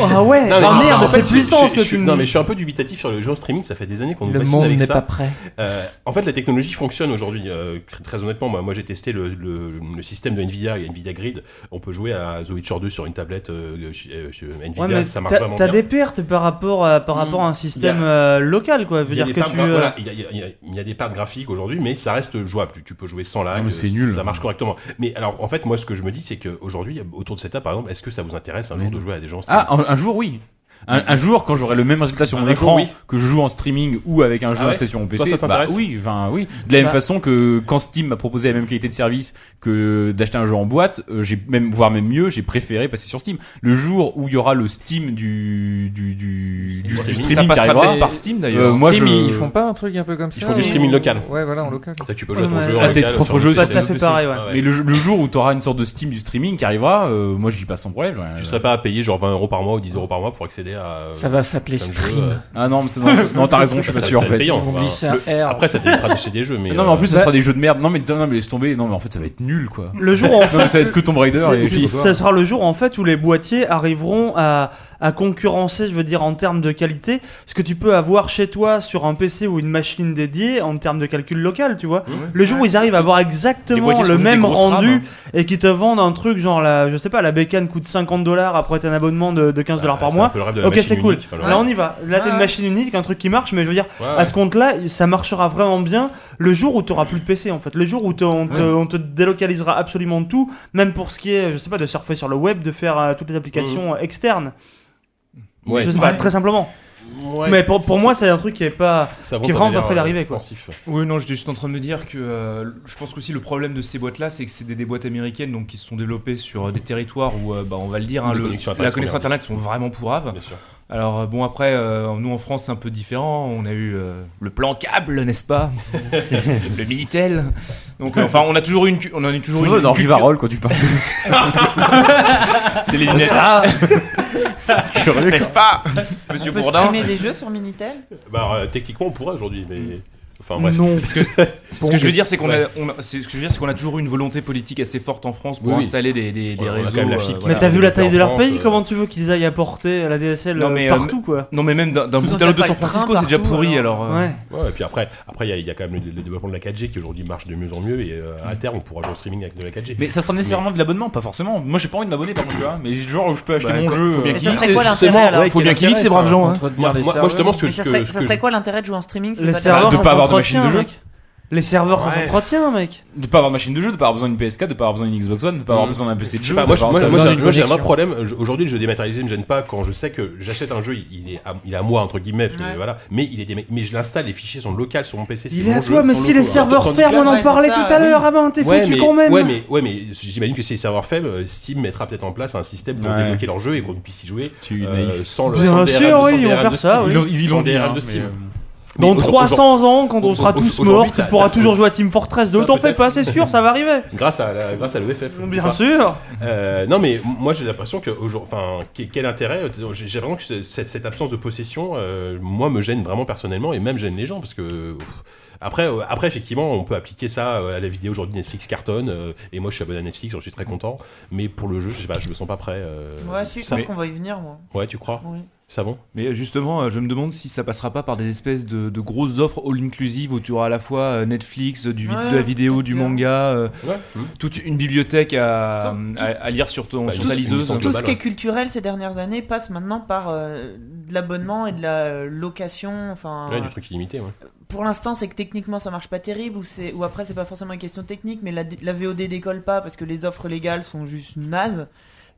S2: Ah ouais,
S1: Non, mais-
S2: ah merde,
S1: en fait,
S2: c'est
S1: je-
S2: puissant
S1: je-
S2: ce que
S1: je suis-
S2: tu me
S1: Non,
S2: dis.
S1: mais je suis un peu dubitatif sur le jeu en streaming, ça fait des années qu'on nous
S16: Le
S1: bassine
S16: monde
S1: avec
S16: n'est
S1: ça.
S16: pas prêt.
S1: Euh, en fait, la technologie fonctionne aujourd'hui. Euh, cr- très honnêtement, moi, moi j'ai testé le, le- le système de Nvidia et Nvidia Grid. On peut jouer à The Witcher 2 sur une tablette euh, chez- euh, chez Nvidia,
S2: Ouais, mais
S1: ça marche
S2: t'as-
S1: vraiment
S2: t'as
S1: bien.
S2: des pertes par rapport à, par rapport à un système
S1: Hmm. Il y a-
S2: euh, local, quoi. Veut
S1: Il y a
S2: dire que
S1: des parts
S2: tu.
S1: gra-
S2: euh,
S1: voilà, il y a- il y a- il y a- il y a des parts graphiques aujourd'hui, mais ça reste jouable. Tu, tu peux jouer sans lag.
S6: mais c'est
S1: euh,
S6: nul.
S1: Ça marche correctement. Mais alors, en fait, moi, ce que je me dis, c'est qu'aujourd'hui, autour de cette table, par exemple, est-ce que ça vous intéresse un jour de jouer à des gens en streaming
S6: Ah, un, un jour, oui. Un, un jour, quand j'aurai le même résultat sur
S1: Un
S6: mon
S1: jour,
S6: écran
S1: oui.
S6: que je joue en streaming ou avec un jeu
S1: Ah ouais
S6: installé sur mon
S1: Toi, ça
S6: PC, bah
S1: t'intéresse
S6: oui, enfin oui. De la même
S1: Bah.
S6: façon que quand Steam m'a proposé la même qualité de service que d'acheter un jeu en boîte, euh, j'ai même voire même mieux, j'ai préféré passer sur Steam. Le jour où il y aura le Steam du du du, du
S1: Ça
S6: streaming
S1: passera
S6: qui
S1: peut-être
S6: arrivera
S1: par Steam, d'ailleurs.
S6: Euh, moi,
S16: Steam,
S6: je-
S16: ils font pas un truc un peu comme
S1: Ils
S16: ça
S1: font du
S16: ou-
S1: streaming local.
S16: Ouais, voilà, en local.
S1: Ça, tu peux jouer à ton
S2: Ouais,
S1: jeu en
S2: ouais.
S6: à Ah, tes
S1: local,
S6: propres
S1: sur
S6: jeux,
S1: ton
S6: c'est
S2: tout à fait
S1: PC.
S2: pareil, ouais.
S6: Mais le, le jour où tu auras une sorte de Steam du streaming qui arrivera, euh, moi j'y passe sans problème. j'en ai-
S1: Tu serais pas à payer genre 20 euros par mois ou 10 euros par mois pour accéder à. euh,
S16: Ça va s'appeler
S1: plein de
S16: stream.
S1: jeux, euh,
S6: Ah non, mais c'est- non, je- non, t'as raison, je suis pas
S1: ça-
S6: sûr
S1: ça
S6: en
S1: va être
S6: fait.
S1: payant,
S16: On
S1: enfin,
S16: glisse un
S1: le-
S16: R.
S1: Après, ça t'évitera d'acheter des jeux, mais.
S6: non, mais en plus, ça
S16: bah-
S6: sera des jeux de merde. Non, mais, non, mais laisse tomber. Non, mais en fait, ça va être nul, quoi.
S2: Le jour où on
S6: Non, mais ça va être que Tomb Raider
S2: C'est-
S6: et
S2: c'est-
S6: je sais pas.
S2: Ce sera le jour en fait où les boîtiers arriveront à, à concurrencer, je veux dire, en termes de qualité, ce que tu peux avoir chez toi sur un PC ou une machine dédiée en termes de calcul local, tu vois. Le jour où ils arrivent à avoir
S6: Les
S2: exactement
S6: boîtiers
S2: le
S6: sont juste
S2: même
S6: des grosses
S2: rendu
S6: rames, hein.
S2: et qui te vendent un truc genre la, je sais pas, la bécane coûte 50 dollars après un abonnement de, de 15
S6: Bah,
S2: dollars par
S1: c'est
S2: mois.
S1: un peu le rêve de la
S2: ok,
S1: machine
S2: c'est cool.
S1: unique, enfin, le
S2: Là,
S1: rêve.
S2: on y va. Là, t'as
S1: Ouais,
S2: une
S8: Ah.
S1: ouais.
S2: machine unique, un truc qui marche, mais je veux dire,
S1: Ouais,
S2: à ce
S1: ouais.
S2: compte-là, ça marchera vraiment bien le jour où tu auras plus de PC en fait. Le jour où te- on, te,
S1: Ouais.
S2: on te délocalisera absolument tout, même pour ce qui est, je sais pas, de surfer sur le web, de faire euh, toutes les applications euh, externes.
S1: Ouais.
S2: Je sais pas,
S1: Ouais.
S2: très simplement.
S1: Ouais.
S2: mais pour, pour
S1: Ça-
S2: moi, c'est un truc qui est pas, qui est vraiment pas
S1: euh,
S2: près
S6: euh,
S2: d'arriver quoi.
S8: Oui, non, j'étais juste en train de me dire que euh, je pense qu'aussi le problème de ces boîtes-là, c'est que c'est des, des boîtes américaines donc qui se sont développées sur euh, des territoires où, euh, bah, on va le dire, hein,
S12: Les
S8: le-
S12: connexions Internet
S8: la
S12: sont
S8: connaissance
S12: merdiques.
S8: internet sont vraiment pourraves. Alors euh, bon après euh, nous en France c'est un peu différent, on a eu euh, le plan câble n'est-ce pas Le Minitel. Donc euh, enfin on a toujours eu une cu- on en a eu toujours
S6: C'est
S8: une,
S6: vrai, dans
S8: une
S6: Rivarol, quand tu parles de ça.
S8: c'est les lunettes.
S6: Ça. C'est curieux,
S8: n'est-ce
S6: quoi.
S8: pas
S5: On
S8: Monsieur
S5: peut
S8: Bourdin.
S5: streamer des jeux sur Minitel
S1: euh, Bah, euh, techniquement, on pourrait aujourd'hui, mais. Enfin, bref.
S8: Parce que, ce que je veux dire, c'est qu'on
S1: Ouais.
S8: a, on a- c'est- ce que je veux dire, c'est qu'on a toujours eu une volonté politique assez forte en France pour
S1: Oui, oui.
S8: installer des, des, des
S1: Ouais, on a
S8: réseaux.
S1: quand même la
S8: euh,
S1: FIC qui
S8: voilà.
S2: mais t'as vu la taille de leur
S8: En
S2: pays
S1: euh.
S8: France,
S2: Comment tu veux qu'ils aillent apporter la DSL
S8: Non, mais, euh,
S2: partout quoi
S8: non, mais même d'un- d'un
S2: Ils ont
S8: bout à
S2: déjà
S8: l'autre de
S2: pas
S8: San
S2: le train
S8: Francisco, c'est déjà
S2: partout,
S8: pourri, alors, euh.
S1: Ouais, et puis après, après, il y, a- il y a quand même le, le développement de la 4G qui aujourd'hui marche de mieux en mieux et euh, à terme on pourra jouer au streaming avec de la 4G.
S6: Mais ça sera nécessairement de l'abonnement, pas forcément. Moi j'ai pas envie de m'abonner par contre, tu vois. Mais genre où je peux acheter
S8: Bah,
S6: mon
S8: quoi,
S6: jeu.
S8: faut bien
S6: euh,
S8: qu'ils vivent, c'est justement, ouais, quel intérêt, ça,
S5: hein.
S8: entretenir
S1: Moi-
S8: les
S1: moi-
S8: serveurs.
S1: moi, justement, ce que
S5: Mais
S1: je-
S5: ça
S1: que-
S5: serait,
S1: ce
S5: ça
S1: que
S5: serait
S1: je-
S5: quoi l'intérêt de jouer en streaming c'est
S2: Les
S5: pas
S2: serveurs,
S6: Bah, de
S2: ça
S6: pas avoir de
S2: s'entretient,
S6: machine de jeu.
S2: mec. Les serveurs, ça s'entretient, mec.
S6: De pas avoir de machine de jeu, de pas avoir besoin d'une PS4, de pas avoir besoin d'une Xbox One, de pas avoir besoin d'un PC de
S1: Je
S6: jeu.
S1: sais pas,
S6: de
S1: Mm. Bah,
S6: pas
S1: moi, moi,
S6: avoir
S1: moi,
S6: besoin
S1: j'ai-
S6: d'une
S1: moi, j'ai un vrai
S6: connexion.
S1: problème. Je- Aujourd'hui, le jeu dématérialisé me gêne pas quand je sais que j'achète un jeu, il il est, à, il est à moi entre guillemets, parce que,
S2: Ouais.
S1: voilà. Mais il est déma- mais je l'installe, les fichiers sont locaux sur mon PC. c'est
S2: Il est
S1: mon
S2: à
S1: jeu,
S2: toi, mais
S1: sans
S2: si
S1: logo.
S2: les serveurs
S1: Alors,
S2: ferment, on
S1: tandis que là,
S2: en parlait tout à l'heure. Ah ben, t'es
S1: Ouais,
S2: foutu
S1: mais-
S2: quand même.
S1: Ouais, mais, ouais, mais j'imagine que si les serveurs faibles, Steam mettra peut-être en place un système pour
S6: Ouais.
S1: débloquer leur jeu et pour qu'on puisse y jouer
S6: Tu es
S1: euh,
S6: naïf.
S1: sans le
S2: Bien
S1: sans
S2: sûr,
S1: DRM,
S2: oui,
S1: sans
S2: ils vont
S1: DRM de
S2: faire ça,
S1: Steam.
S2: oui.
S6: Ils- ils l'ont
S1: Sans
S6: dit,
S1: DRM
S6: hein,
S1: de Steam.
S6: mais, euh,
S1: Mais
S2: Dans
S1: aujourd'hui-
S2: 300 ans, quand on sera
S1: aujourd'hui-
S2: tous
S1: aujourd'hui,
S2: morts, tu
S1: t'as-
S2: pourras
S1: t'as-
S2: toujours jouer à Team Fortress de
S1: Ça,
S2: temps fait
S1: peut-être.
S2: pas, c'est sûr, ça va arriver.
S1: Grâce à la, grâce à l'EFF.
S2: Bien sûr.
S1: Euh, non mais moi j'ai l'impression que aujourd'hui- enfin que- quel intérêt euh, J'ai j'ai l'impression que c'est- cette, cette absence de possession, euh, moi me gêne vraiment personnellement et même gêne les gens parce que ouf. après euh, après effectivement on peut appliquer ça euh, à la vidéo aujourd'hui Netflix cartonne euh, et moi je suis abonné à Netflix, j'en suis très content. Mais pour le jeu, je sais pas, je me sens pas prêt. euh,
S5: Ouais, si, je
S1: ça-
S5: pense qu'on va y venir, moi.
S1: Ouais, tu crois
S5: Oui.
S1: Ça bon
S8: Mais euh, justement, euh, je me demande si ça passera pas par des espèces de, de grosses offres all-inclusive où tu auras à la fois euh, Netflix, euh, du, vid-
S5: Ouais,
S8: de la vidéo,
S5: peut-être
S8: du
S5: bien.
S8: manga, euh,
S1: Ouais.
S8: toute une bibliothèque à,
S5: Tout-
S8: à- à lire sur, ton,
S1: Bah,
S8: sur
S1: tout-
S8: ta liseuse.
S1: tout-
S5: Tout ce
S1: Global,
S5: qui est
S1: ouais.
S5: culturel ces dernières années passe maintenant par euh, de l'abonnement et de la euh, location. Enfin,
S1: Ouais, du truc illimité, ouais.
S5: pour l'instant, c'est que techniquement ça marche pas terrible, ou, c'est- ou après, c'est pas forcément une question technique, mais la, la VOD décolle pas parce que les offres légales sont juste nazes.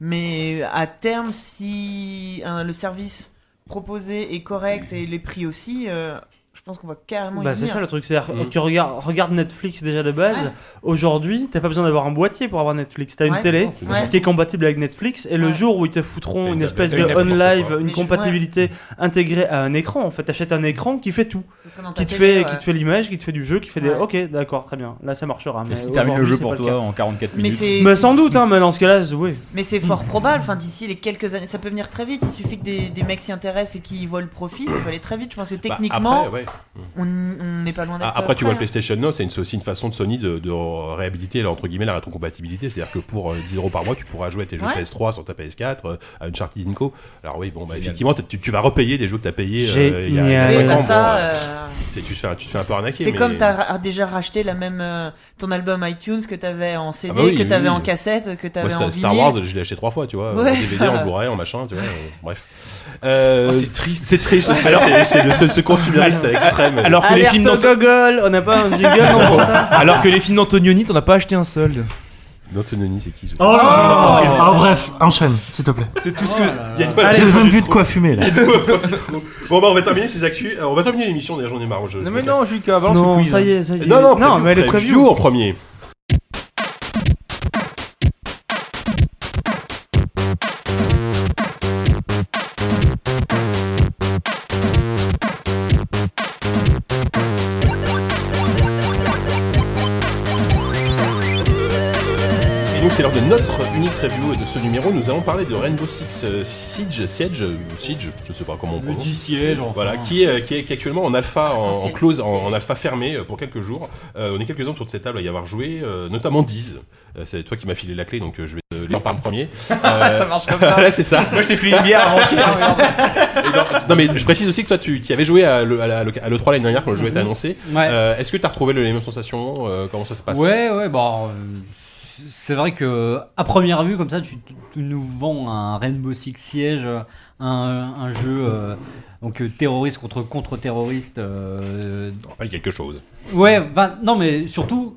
S5: Mais à terme, si hein, le service proposé est correct et les prix aussi, euh, je pense qu'on va carrément y
S2: Bah, c'est
S5: venir.
S2: ça le truc, c'est-à-dire
S1: Mm.
S2: que regarde, regarde Netflix déjà de base. Aujourd'hui, t'as pas besoin d'avoir un boîtier pour avoir Netflix. T'as
S5: Ouais.
S2: une télé
S5: Non, c'est bien.
S2: qui est compatible avec Netflix. Et le jour où ils te foutront une,
S1: une
S2: espèce de
S1: tablette, une appli,
S2: on-live,
S1: quoi.
S2: une
S5: Mais je-
S2: compatibilité intégrée à un écran, en fait, t'achètes un écran qui fait tout.
S5: Ça serait dans ta
S2: Qui te,
S5: télé,
S2: fait,
S5: ouais.
S2: qui te fait l'image, qui te fait du jeu, qui fait des.
S5: Ouais.
S2: Ok, d'accord, très bien. Là, ça marchera. mais
S6: Est-ce qu'il termine le
S2: aujourd'hui,
S6: jeu
S2: c'est
S6: pour
S2: pas le
S6: toi
S2: cas.
S6: en 44
S5: Mais
S6: minutes
S5: c'est-
S2: Mais sans doute, hein, mais dans ce cas-là, oui.
S5: Mais c'est fort
S1: Mm.
S5: probable, enfin d'ici les quelques années, ça peut venir très vite, il suffit que des, des mecs s'y intéressent et qu'ils y voient le profit, ça peut aller très vite. Je pense que
S1: Bah,
S5: techniquement,
S1: après, ouais.
S5: on on n'est pas loin
S1: Ah,
S5: d'être.
S1: Après, tu vois, le
S5: prêt, hein.
S1: PlayStation Now, c'est une- c'est aussi une façon de Sony de, de réhabiliter, là, entre guillemets, la rétrocompatibilité. C'est-à-dire que pour euh, 10 euros par mois, tu pourras jouer à tes jeux
S5: Ouais.
S1: PS3 sur ta PS4, euh, à une Uncharted Inco. Alors, oui, bon, bah, effectivement, tu, tu vas repayer des jeux que tu as payés euh, il y a
S2: Génial.
S1: 5 ans.
S5: Oui, ça,
S1: bon, euh,
S5: euh,
S1: c'est- tu, te fais, un- tu te fais un peu arnaquer.
S5: C'est
S1: mais-
S5: comme t'as ra- ah, déjà racheté la même euh, ton album iTunes que t'avais en CD,
S1: Ah bah oui,
S5: que
S1: oui,
S5: t'avais
S1: oui.
S5: en cassette, que
S1: Moi,
S5: t'avais en
S1: Star, Star
S5: vinyle.
S1: Wars, je l'ai acheté trois fois, tu vois.
S5: Ouais.
S1: En DVD, en Blu-ray, en machin, tu vois. euh, bref. Euh,
S8: Oh, c'est triste.
S1: C'est triste. c'est-
S2: Alors-
S1: c'est- C'est le- ce, ce consumérisme extrême.
S8: Alors que les
S2: Alerte
S8: films
S2: au
S8: d'Anto-
S2: Google, on n'a pas un jingle
S1: hein.
S2: non, pour ça.
S8: Alors que les films d'Antonioni, t'en as pas acheté un seul.
S1: D'Antononi, c'est qui je sais
S10: Oh,
S1: pas.
S10: Ah, bref, enchaîne, s'il te plaît.
S8: C'est
S5: Oh
S8: tout ce que.
S1: Il y a du mal à
S10: J'ai
S1: trouver
S10: même
S1: du
S10: plus de quoi fumer là.
S1: Bon bah on va terminer ces actus, Euh, on va terminer l'émission d'ailleurs j'en ai marre. Je, je
S8: Non, mais
S1: me
S8: non, Jules, avant,
S2: Non,
S8: c'est quiz.
S2: ça y est, ça y est.
S1: casse. non non,
S2: mais elle est prévue.
S1: en premier. Et Donc c'est l'heure de notre unique review de ce numéro. Nous allons parler de Rainbow Six euh, Siege, Siege, euh, ou Siege, je sais pas comment on prononce.
S10: siège, enfin.
S1: Voilà, qui est, euh, qui est, qui est actuellement en alpha, en, en
S10: c'est-
S1: close, en, en alpha fermé euh, pour quelques jours. Euh, on est quelques uns autour de cette table à y avoir joué, euh, notamment Diz. Euh, c'est toi qui m'as filé la clé, donc euh, je vais te l'en parler en premier.
S6: Ça marche comme ça.
S1: Là, c'est ça.
S6: Moi, je t'ai filé une bière avant-hier, merde.
S1: Et non, non, mais je précise aussi que toi, tu, tu y avais joué à le- à la- à l'E3 l'année dernière quand le jeu était
S4: Mhm.
S1: annoncé.
S4: Ouais.
S1: Euh, Est-ce que tu as retrouvé les mêmes sensations euh, Comment ça se passe
S4: Ouais, ouais, bon. euh, C'est vrai que à première vue, comme ça, tu, tu- tu nous vends un Rainbow Six Siege, euh, un, un jeu euh, donc euh, terroriste contre contre-terroriste. euh,
S1: rappelle quelque chose.
S4: Ouais, ben, non, mais surtout,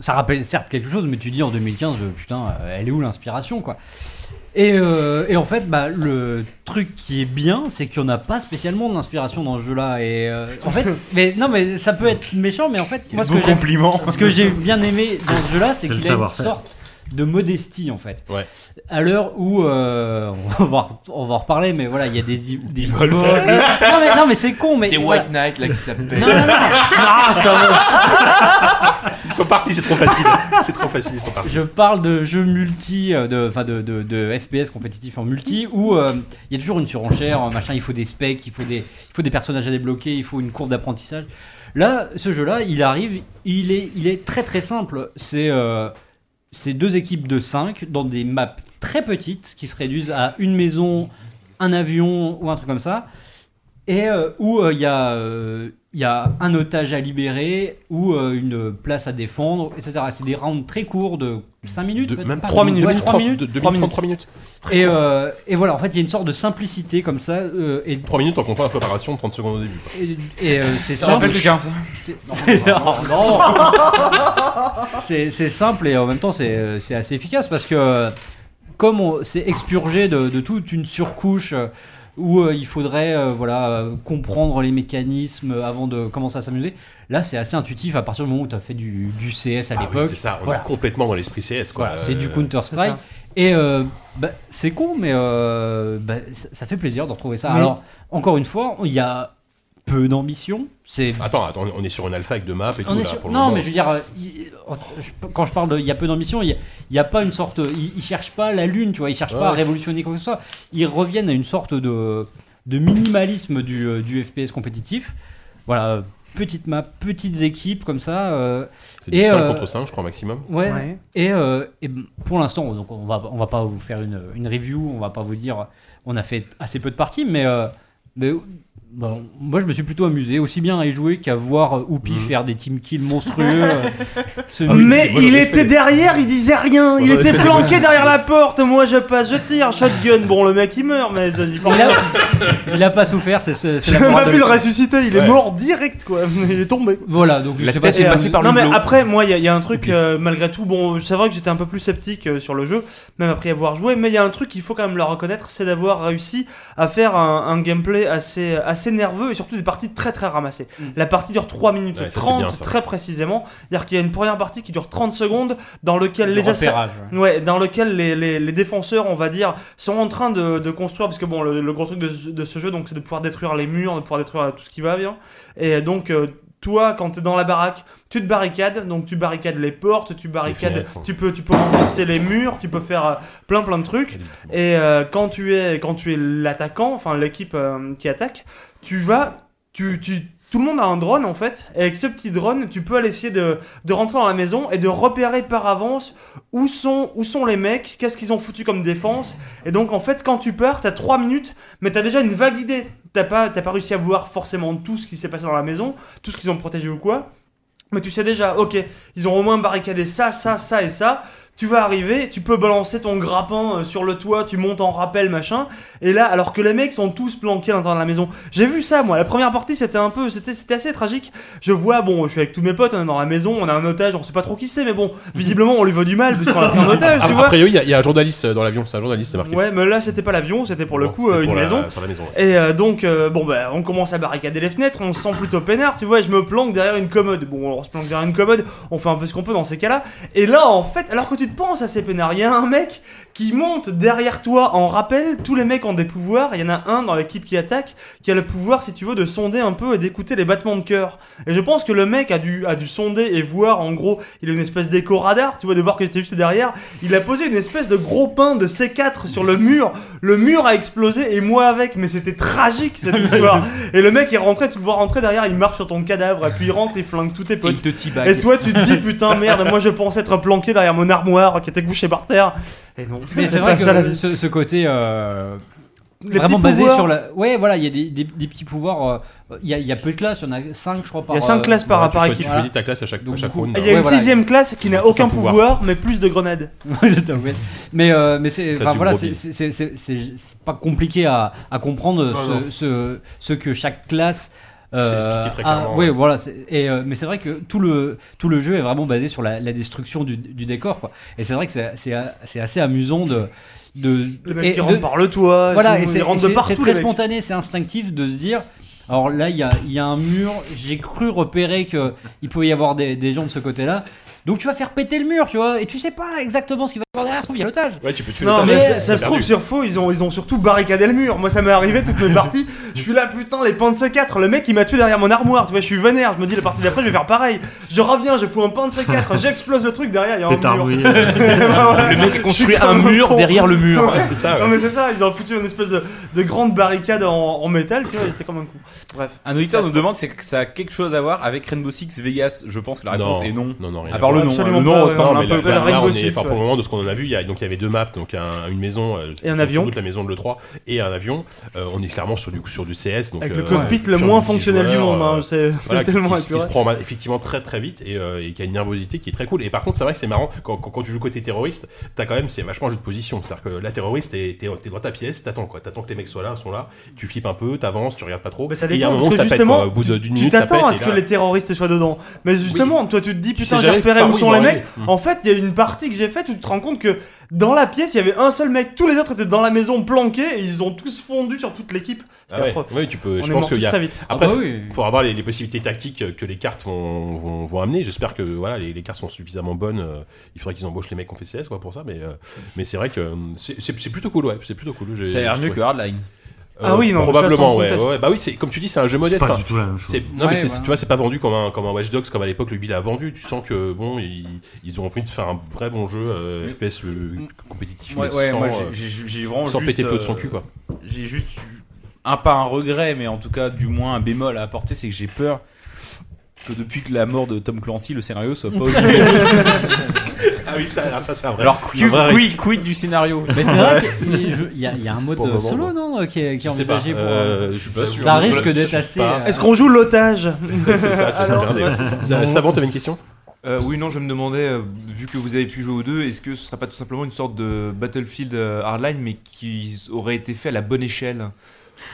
S4: ça rappelle certes quelque chose, mais tu dis en 2015, euh, putain, euh, elle est où l'inspiration, quoi et, euh, et en fait, bah, le truc qui est bien, c'est qu'il n'y en a pas spécialement d'inspiration dans ce jeu-là. Et euh, en fait, mais non, mais ça peut être méchant, mais en fait, moi, ce
S10: beau
S4: que, j'aime-
S10: compliment.
S4: ce que j'ai bien aimé dans ce jeu-là,
S10: C'est
S4: c'est
S10: le
S4: qu'il a une
S10: savoir-faire.
S4: sorte de modestie, en fait.
S1: Ouais.
S4: À l'heure où euh, on, va, en- on va en reparler, mais voilà, il y a des des
S6: Evolve.
S4: non mais, non, mais c'est con, mais
S6: Des
S4: voilà.
S6: White Knight, là, qui se la pètent.
S4: Non, non, non.
S5: Ah,
S4: Non, ça va.
S1: Ils sont partis, c'est trop facile. C'est trop facile, ils sont partis.
S4: Je parle de jeux multi, euh, de, enfin de, de, de FPS compétitifs en multi, où euh, il y a toujours une surenchère, euh, machin, il faut des specs, il faut des, il faut des personnages à débloquer, il faut une courbe d'apprentissage. Là, ce jeu-là, il arrive, il est, il est très très simple. C'est euh, c'est deux équipes de 5 dans des maps très petites qui se réduisent à une maison, un avion ou un truc comme ça. Et euh, où euh, il y, a, euh, il y a un otage à libérer ou euh, une place à défendre, etc. C'est des rounds très courts de 5 minutes, peut-être
S1: même
S4: pas.
S1: pas, trois
S4: Ouais,
S1: minutes.
S4: trois
S1: Trois-
S4: minutes.
S1: de- de
S4: Trois
S1: minutes, trois minutes. très
S4: Et,
S1: court.
S4: euh, et voilà, en fait, il y a une sorte de simplicité comme ça. euh, et
S1: 3 minutes en comptant la préparation, 30 secondes au début. quoi.
S4: Et, et, euh, c'est
S1: Ça
S4: simple.
S1: rappelle quelqu'un, ça
S4: C'est-
S1: Non, non, non.
S4: C'est c'est simple et en même temps c'est euh, c'est assez efficace parce que euh, comme on- c'est expurgé de, de toute une surcouche euh, où euh, il faudrait euh, voilà euh, comprendre les mécanismes avant de commencer à s'amuser. Là, c'est assez intuitif à partir du moment où tu as fait du, du CS à
S1: Ah oui,
S4: l'époque.
S1: c'est ça, on
S4: Voilà.
S1: est complètement dans l'esprit CS. quoi.
S4: Voilà, c'est du
S1: Euh,
S4: Counter-Strike. Et euh, bah, c'est con, mais euh, bah, ça ça fait plaisir de retrouver ça.
S1: Oui.
S4: Alors, encore une fois, il y a peu d'ambition. C'est
S1: Attends, attends, on est sur une alpha avec deux maps et tout.
S4: on est
S1: là,
S4: sur-
S1: pour le
S4: Non,
S1: moment.
S4: mais je veux dire, euh, il- je- quand je parle de- il y a peu d'ambition, il y a- il n'y a pas une sorte. Ils ils cherchent pas la lune, tu vois, ils cherchent
S1: Ouais,
S4: pas à
S1: ouais.
S4: révolutionner quoi que ce soit. Ils reviennent à une sorte de, de minimalisme du, euh, du FPS compétitif. Voilà, euh, petite map, petites équipes comme ça. euh,
S1: C'est du cinq
S4: euh,
S1: contre cinq, je crois, maximum.
S4: Ouais.
S1: Ouais.
S4: Et, euh, et pour l'instant, donc on va, on va pas vous faire une, une review, on va pas vous dire. On a fait assez peu de parties, mais. euh, mais bon, moi, je me suis plutôt amusé, aussi bien à y jouer qu'à voir euh,
S1: Mhm.
S4: Oupi faire des team kills monstrueux. euh, se-
S1: Ah
S2: Mais il était derrière, il disait rien, il
S4: Moi, j'aurais
S2: était
S4: fait des
S2: planqué
S4: bonnes-
S2: derrière la porte. Moi je passe, je tire, shotgun. Bon, le mec il meurt, mais ça j'y
S4: Il a, il a pas souffert, c'est ce. c'est
S2: J'ai
S4: la
S2: même
S4: morale
S2: pas
S4: de
S2: pu le
S4: l'histoire.
S2: ressusciter, il est mort direct quoi, il est tombé.
S4: Voilà, donc je sais pas si
S2: Et, euh, Non mais
S4: après
S2: après, moi il y, a- il y a un truc, euh, malgré tout, bon, c'est vrai que j'étais un peu plus sceptique euh, sur le jeu, même après y avoir joué, mais il y a un truc qu'il faut quand même leur reconnaître, c'est d'avoir réussi à faire un, un gameplay assez, assez nerveux et surtout des parties très très ramassées.
S4: Mm.
S2: La partie dure 3 minutes
S10: Ouais, ça, c'est
S2: 30
S10: bien, ça.
S2: très précisément, c'est-à-dire qu'il y a une première partie qui dure 30 secondes dans lequel
S10: Le
S2: les assa-
S10: repérage, ouais.
S2: Ouais, dans lequel les, les- les défenseurs, on va dire, sont en train de, de construire, parce que bon, le, le gros truc de, ce- de ce jeu, donc, c'est de pouvoir détruire les murs, de pouvoir détruire tout ce qui va bien. Et donc, euh, toi, quand t'es dans la baraque, tu te barricades, donc tu barricades les portes, tu barricades,
S10: fenêtres.
S2: tu peux, tu peux renforcer les murs, tu peux faire euh, plein plein de trucs. Et euh, quand tu es, quand tu es l'attaquant, enfin l'équipe euh, qui attaque, tu vas, tu, tu, tout le monde a un drone en fait, et avec ce petit drone, tu peux aller essayer de, de rentrer dans la maison et de repérer par avance où sont, où sont les mecs, qu'est-ce qu'ils ont foutu comme défense. Et donc en fait, quand tu pars, t'as 3 minutes, mais t'as déjà une vague idée. T'as pas, t'as pas réussi à voir forcément tout ce qui s'est passé dans la maison, tout ce qu'ils ont protégé ou quoi. Mais tu sais déjà, ok, ils ont au moins barricadé ça, ça, ça et ça. Tu vas arriver, tu peux balancer ton grappin euh, sur le toit, tu montes en rappel, machin. Et là, alors que les mecs sont tous planqués à l'intérieur de la maison. J'ai vu ça, moi. La première partie, c'était un peu, c'était, c'était assez tragique. Je vois, bon, je suis avec tous mes potes, on est dans la maison, on a un otage, on sait pas trop qui c'est, mais bon, visiblement, on lui veut du mal, puisqu'on a pris un otage, tu
S1: A
S2: vois.
S1: priori, il y a- il y, a un journaliste dans l'avion, c'est un journaliste, c'est marqué.
S2: Ouais, mais là c'était pas l'avion, c'était pour le
S1: Non,
S2: coup
S1: c'était
S2: euh, une
S1: pour la-
S2: maison.
S1: sur la maison,
S2: Et euh, donc, euh, bon, bah, on commence à barricader les fenêtres, on se sent plutôt peinard, tu vois, et je me planque derrière une commode. Bon, on se planque derrière une commode, on fait un peu ce qu'on peut dans ces cas-là. Et là, en fait, alors que tu te penses à ces peinards, il y a un mec qui monte derrière toi en rappel. Tous les mecs ont des pouvoirs. Il y en a un dans l'équipe qui attaque qui a le pouvoir, si tu veux, de sonder un peu et d'écouter les battements de cœur. Et je pense que le mec a dû, a dû sonder et voir, en gros, il a une espèce d'écho radar, tu vois, de voir que c'était juste derrière. Il a posé une espèce de gros pain de C4 sur le mur. Le mur a explosé et moi avec. Mais c'était tragique cette histoire. et le mec est rentré, tu le vois rentrer derrière, il marche sur ton cadavre. Et puis il rentre, il flingue tous tes potes.
S4: Il te teabag.
S2: Et toi, tu te dis, putain, merde, moi je pensais être planqué derrière mon armoire qui était couchée par terre. Et non.
S4: Mais c'est
S2: pas
S4: vrai
S2: ça, la
S4: que
S2: vie.
S4: ce, ce côté euh,
S2: Les
S4: vraiment
S2: petits
S4: basé
S2: pouvoirs.
S4: sur la. Ouais, voilà, il y a des, des- des petits pouvoirs. euh, Il y, a, il y a peu de classes, il y en a 5 je crois par.
S2: Il y a cinq
S4: euh,
S2: classes par,
S4: voilà,
S2: par
S4: tu
S1: Bah, Tu
S2: équipe.
S1: choisis ta classe à chaque,
S4: Donc,
S1: à chaque
S4: du coup,
S1: round.
S2: Et il y a une
S4: Ouais, voilà.
S2: sixième classe qui n'a aucun
S1: Sans pouvoir.
S2: pouvoir. mais plus de grenades.
S4: choisis- Ouais, mais euh, mais c'est
S1: Classe
S4: enfin,
S1: du
S4: voilà,
S1: gros
S4: c'est
S1: bide.
S4: c'est- c'est- c'est- c'est- c'est pas compliqué à, à comprendre
S16: Non,
S4: ce,
S16: non.
S4: Ce, ce que chaque classe. euh,
S1: C'est expliqué très
S4: a.
S1: clairement,
S4: ouais,
S1: ouais.
S4: voilà. c'est- Et euh, mais c'est vrai que tout le tout le jeu est vraiment basé sur la, la destruction du, du décor, quoi. Et c'est vrai que c'est c'est c'est assez amusant de de
S2: Le mec
S4: et
S2: qui
S4: de-
S2: rentre par le toit.
S4: voilà,
S2: tout,
S4: et c'est
S2: il rentre
S4: et
S2: de
S4: c'est-
S2: partout.
S4: c'est très
S2: les mecs.
S4: spontané, c'est instinctif de se dire. Alors là, il y a, il y a un mur. J'ai cru repérer que il pouvait y avoir des, des gens de ce côté-là. Donc tu vas faire péter le mur, tu vois, et tu sais pas exactement ce qu'il va y avoir derrière. Trouve, il y a l'otage.
S1: Ouais, tu peux tuer
S2: Non,
S1: le
S2: mais
S1: target,
S2: ça, ça
S1: t'as
S2: se trouve,
S1: perdu.
S2: sur faux, ils ont, ils ont surtout barricadé le mur. Moi, ça m'est arrivé toutes mes parties. Je suis là, putain, les pans de C4. Le mec, il m'a tué derrière mon armoire. Tu vois, je suis vénère. Je me dis, la partie d'après, je vais faire pareil. Je reviens, je fous un pan de C4, j'explose le truc derrière. Il y a un
S10: Pétard,
S2: mur.
S10: oui.
S2: le mec a construit un mur derrière le mur.
S1: Ouais, c'est ça.
S2: Non
S1: ouais.
S2: mais c'est ça, ils ont foutu une espèce de, de grande barricade en, en métal, tu vois, j'étais comme un con. Bref.
S6: Un auditeur nous demande si ça a quelque chose à voir avec Rainbow Six Vegas. Je pense que la réponse est non.
S1: Non, non, rien
S6: À part
S1: voir.
S6: le nom, hein.
S2: Absolument
S6: le nom
S2: pas, ouais.
S1: Non,
S6: ressemble
S1: mais
S6: un peu.
S1: là, là,
S2: la Rainbow
S1: on est-
S2: Six,
S1: enfin,
S2: ouais.
S1: pour le moment, de ce qu'on en a vu, il y, a, donc, il y avait deux maps, donc un- une maison, euh,
S2: Et un
S1: sans
S2: avion.
S1: doute la maison de l'E3, et un avion. Euh, on est clairement sur du, sur du CS. Donc,
S2: Avec le
S1: euh,
S2: cockpit
S1: sur
S2: le
S1: du
S2: moins
S1: multijoueur,
S2: fonctionnel du monde, hein,
S1: euh,
S2: c'est
S1: voilà,
S2: c'est
S1: qui,
S2: tellement
S1: qui- qui se
S2: épuré.
S1: prend ma- effectivement très très vite et, euh, et qui a une nervosité qui est très cool. Et par contre, c'est vrai que c'est marrant quand, quand, quand tu joues côté terroriste, t'as quand même c'est vachement un jeu de position. C'est-à-dire que la terroriste, t'es t'es- t'es dans ta pièce, t'attends quoi, t'attends que les mecs soient là, sont là, tu flippes un peu, t'avances, tu regardes pas trop.
S2: Mais Oh, bah, ça
S1: Et il y a
S2: dépend,
S1: un moment
S2: parce que
S1: ça pète,
S2: justement,
S1: quoi. au bout de- d'une
S2: Tu
S1: minute, ça pète.
S2: t'attends à
S1: et
S2: ce que
S1: là-
S2: les terroristes soient dedans. Mais justement, toi tu te dis putain,
S1: sais
S2: j'ai
S1: jamais Ah bah
S2: repéré
S1: par
S2: où
S1: où ils
S2: sont
S1: vont
S2: les
S1: arriver.
S2: mecs. En fait, il y a une partie que j'ai faite où tu te rends compte que dans la pièce, il y avait un seul mec, tous les autres étaient dans la maison planqués et ils ont tous fondu sur toute l'équipe.
S1: Ah
S2: C'était
S1: ouais,
S2: affreux.
S1: ouais, tu peux.
S2: On
S1: Je
S2: est
S1: pense
S2: mort
S1: qu'il y
S2: tous
S1: a
S2: très vite.
S1: Après,
S4: Ah bah
S1: faut-
S4: oui.
S1: faut avoir les, les possibilités tactiques que les cartes vont, vont, vont amener. J'espère que voilà, les, les cartes sont suffisamment bonnes. euh, Il faudrait qu'ils embauchent les mecs en PCS quoi, pour ça. Mais, euh, mais c'est vrai que euh, c'est c'est- c'est plutôt cool. Ouais, c'est plutôt cool. J'ai-
S6: Ça a l'air
S1: j'ai
S6: mieux que
S1: trouvé.
S6: Hardline.
S2: Ah oui, non, ça, sans
S1: probablement. Ouais,
S2: conteste.
S1: ouais, bah oui, c'est- comme tu dis, c'est un jeu
S10: C'est
S1: modeste.
S10: pas
S1: hein.
S10: du tout la même chose.
S1: C'est- Non mais
S4: Ouais,
S1: c'est-
S4: voilà.
S1: tu vois c'est pas vendu comme un, comme un Watch Dogs comme à l'époque le Bill a vendu tu sens que bon ils, ils ont envie de faire un vrai bon jeu euh,
S6: Mais-
S1: FPS euh, compétitif
S6: Mm. Ouais,
S1: mais
S6: ouais,
S1: sans,
S6: moi
S1: euh,
S6: j'ai- j'ai j'ai vraiment
S1: sans
S6: juste,
S1: péter peu de son
S6: euh,
S1: cul quoi
S6: J'ai juste eu un pas un regret, mais en tout cas du moins un bémol à apporter, c'est que j'ai peur que depuis que la mort de Tom Clancy, le scénario soit pas. au niveau.
S1: ah oui ça, ça c'est un vrai
S6: Alors
S1: un
S6: quid,
S1: vrai
S6: quid,
S1: risque.
S6: quid du scénario
S4: Mais c'est vrai qu'il y, a- il y a un mode
S1: Pour le moment,
S4: solo, non, qui est, qui est
S1: Je sais
S4: envisagé
S1: pas,
S4: pour.
S1: euh, je suis pas sûr.
S4: ça
S1: Je
S4: risque
S1: sais
S4: d'être
S1: pas.
S4: assez. euh,
S2: Est-ce qu'on joue l'otage
S1: C'est ça, tu
S2: Alors,
S1: regardez.
S11: euh,
S1: Ça- Savant, t'avais une question
S12: Euh, oui, non, je me demandais, euh, vu que vous avez pu jouer aux deux, est-ce que ce serait pas tout simplement une sorte de Battlefield euh, Hardline, mais qui aurait été fait à la bonne échelle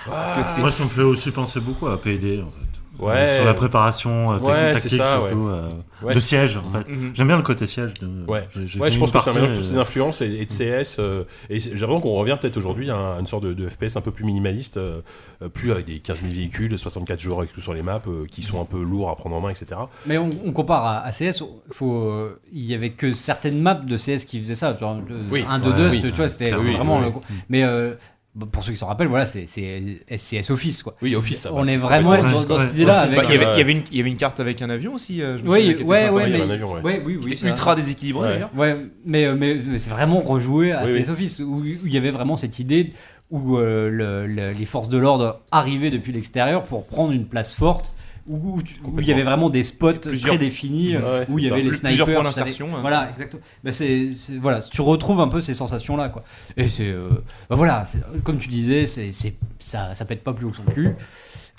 S12: Parce que c'est
S10: Moi, ça me fait aussi penser beaucoup à PD, en fait.
S1: Ouais.
S10: Sur la préparation, euh, technique,
S1: Ouais, c'est
S10: tactique,
S1: ça, ouais.
S10: surtout. euh,
S1: Ouais,
S10: de
S1: c'est-
S10: siège, en fait.
S12: Mhm.
S10: J'aime bien le côté siège. De...
S1: Ouais.
S10: J'ai- j'ai
S1: Ouais,
S10: fait
S1: je
S10: une
S1: pense que c'est un
S10: partie,
S1: mélange de toutes
S10: euh,
S1: ces influences et, et de CS. euh, et c'est- j'ai l'impression qu'on revient peut-être aujourd'hui à, un- une sorte de, de FPS un peu plus minimaliste, euh, euh, plus avec des 15 000 véhicules, 64 joueurs avec tout sur les maps, euh, qui sont un peu lourds à prendre en main, etc.
S4: Mais on, on compare à, à CS, faut, euh, il y avait que certaines maps de CS qui faisaient ça. Genre, euh,
S1: Oui.
S4: 1, 2,
S10: Ouais,
S4: 2,
S10: oui.
S4: tu vois, c'était
S10: Clairement,
S4: c'était vraiment
S1: oui,
S4: le gros. Mais euh, bah, pour ceux qui s'en rappellent, voilà, c'est c'est SCS Office, quoi.
S1: Oui, Office. ça va,
S4: on est
S1: c'est
S4: vraiment
S10: complètement-
S4: dans,
S10: Ouais,
S4: dans
S10: ouais,
S4: cette idée-là. avec-
S1: ouais. Bah,
S12: il, y avait,
S1: euh,
S12: il y avait une, il y avait une carte avec un avion aussi, euh, je me souviens,
S4: Oui,
S12: qui était
S4: ouais,
S12: sympa.
S4: ouais,
S1: il y
S4: mais
S1: avait un avion, ouais.
S4: ouais, oui, oui,
S12: Qui était
S4: ça-
S12: ultra déséquilibré
S1: Ouais.
S12: d'ailleurs.
S4: Ouais, mais, euh, mais, mais c'est vraiment rejoué à
S1: Oui,
S4: CS Office, où où il y avait vraiment cette idée où euh, le- le- les forces de l'ordre arrivaient depuis l'extérieur pour prendre une place forte, où, où tu- où il y avait vraiment des spots
S12: Plusieurs-
S4: prédéfinis, euh,
S1: Ouais,
S4: où il y
S1: ça.
S4: avait les
S12: Plus-
S4: snipers.
S12: plusieurs points
S4: tu savais-
S12: d'insertion, hein.
S4: Voilà, exactement. Ben, c'est- c'est- voilà, tu retrouves un peu ces sensations-là. Quoi. Et c'est. euh, ben voilà, c'est- comme tu disais, c'est, c'est- ça, ça pète pas plus haut que son cul.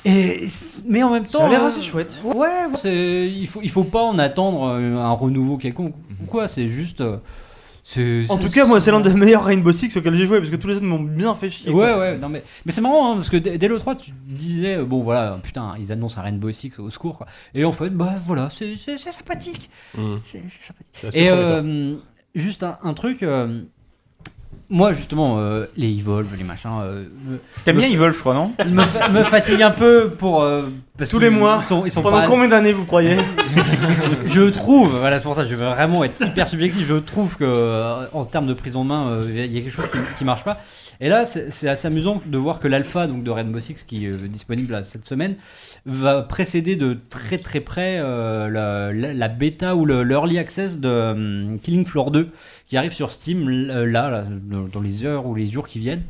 S4: Et, c'est- mais en même temps.
S2: Ça a l'air
S4: euh,
S2: assez chouette.
S4: Ouais, ouais, c'est- il faut il faut pas en attendre euh, un renouveau quelconque
S1: Mhm.
S4: ou quoi, c'est juste euh, c'est-
S2: En tout cas, moi, c'est l'un des meilleurs Rainbow Six auquel j'ai joué parce que tous les autres m'ont bien fait chier.
S4: Ouais
S2: quoi.
S4: ouais, non mais mais c'est marrant hein, parce que dès dès le 3 tu te disais euh, bon voilà, putain, ils annoncent un Rainbow Six au secours quoi. Et en fait, bah voilà, c'est c'est- c'est sympathique.
S1: Mmh.
S4: C'est c'est sympathique.
S1: C'est assez
S4: Et
S1: prometteur.
S4: euh, juste un, un truc euh, moi justement euh, les Evolve, les machins euh, me-
S6: T'aimes bien Evolve, je crois, non
S4: me, fa- me fatigue un peu pour euh, Parce
S2: Tous les
S4: qu'ils-
S2: mois.
S4: ils sont- ils sont
S2: Pendant
S4: pas-
S2: combien d'années vous croyez
S4: je trouve, voilà, c'est pour ça que je veux vraiment être hyper subjectif. Je trouve que euh, en termes de prise en main, euh, il y a quelque chose qui, qui marche pas. Et là, c'est c'est assez amusant de voir que l'alpha donc de Rainbow Six qui est euh, disponible là, cette semaine va précéder de très très près euh, la, la- la bêta ou le- l'early access de hum, Killing Floor 2 qui arrive sur Steam l- euh, là, là, dans- dans les heures ou les jours qui viennent.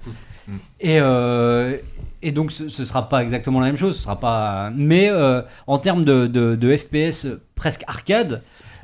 S4: Et, euh, et donc ce, ce sera pas exactement la même chose, ce sera pas. Mais euh, en termes de, de- de FPS presque arcade,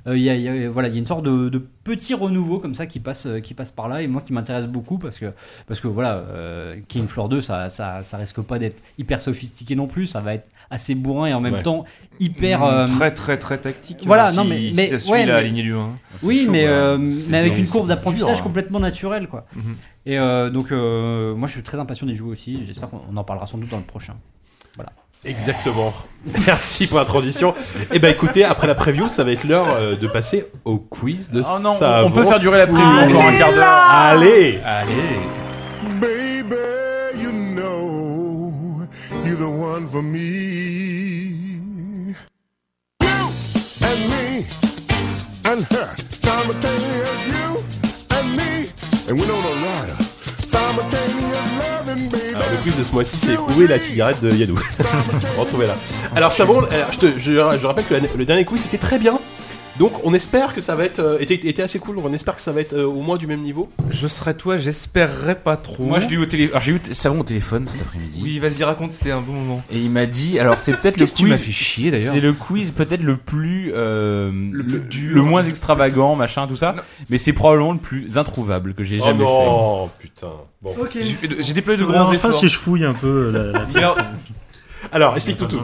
S4: euh, il y a, il y a- voilà, il y a une sorte de, de petit renouveau comme ça qui passe, qui passe par là et moi qui m'intéresse beaucoup parce que parce que voilà, euh, King Floor 2, ça, ça, ça risque pas d'être hyper sophistiqué non plus, ça va être assez bourrin et en même
S11: Ouais.
S4: temps hyper
S11: Mm,
S4: euh,
S11: très, très, très tactique,
S4: Voilà,
S11: euh,
S4: non
S11: si-
S4: mais
S11: si
S4: mais
S11: ça suit
S4: ouais,
S11: la
S4: mais-
S11: lignée du un. hein. C'est
S4: oui,
S11: chaud,
S4: mais
S11: ouais.
S4: euh,
S11: C'était-
S4: mais avec une
S11: c'était
S4: courbe
S11: dur,
S4: d'apprentissage
S11: hein.
S4: complètement naturelle quoi.
S11: Mhm.
S4: Et euh, donc euh, moi je suis très impatient d'y jouer aussi, j'espère qu'on on en parlera sans doute dans le prochain. Voilà.
S1: Exactement. Merci pour la transition. Et ben écoutez, après la preview, ça va être l'heure euh, de passer au quiz de
S6: Oh non,
S1: Savon
S6: on peut faire durer la preview
S1: Fou.
S6: encore un quart d'heure.
S1: Allez
S6: Allez.
S8: Baby, you know you're the one for me. You and me and her simultaneous. You and me and Winona Ryder simultaneous loving, baby.
S1: Alors, le quiz de ce mois-ci, c'est Où est la cigarette de Yadou Retrouvez-la. Alors, Savon, euh, je, te- je, je rappelle que la- le dernier quiz était très bien. Donc, on espère que ça va être. euh, était, était assez cool. On espère que ça va être euh, au moins du même niveau.
S11: Je serais toi, j'espérerais pas trop.
S6: Moi, je l'ai eu au téléphone. Alors, j'ai eu t- Savon au téléphone cet après-midi.
S11: Oui, vas-y, raconte, c'était un bon moment.
S6: Et il m'a dit, alors c'est peut-être le
S11: Qu'est-ce
S6: quiz.
S11: que tu m'as fait chier, d'ailleurs
S6: C'est le quiz peut-être le plus, euh, le, le moins extravagant, machin, tout ça. Mais c'est probablement le plus introuvable que j'ai
S1: Oh
S6: jamais
S1: non,
S6: fait.
S1: putain. Bon.
S6: Ok.
S11: J'ai fait de- j'ai
S10: Je
S11: déployé de
S10: ne
S11: grands
S10: pas
S11: efforts.
S10: si je fouille un peu la, la
S11: Alors,
S10: pièce.
S1: Alors,
S10: explique tout, tout.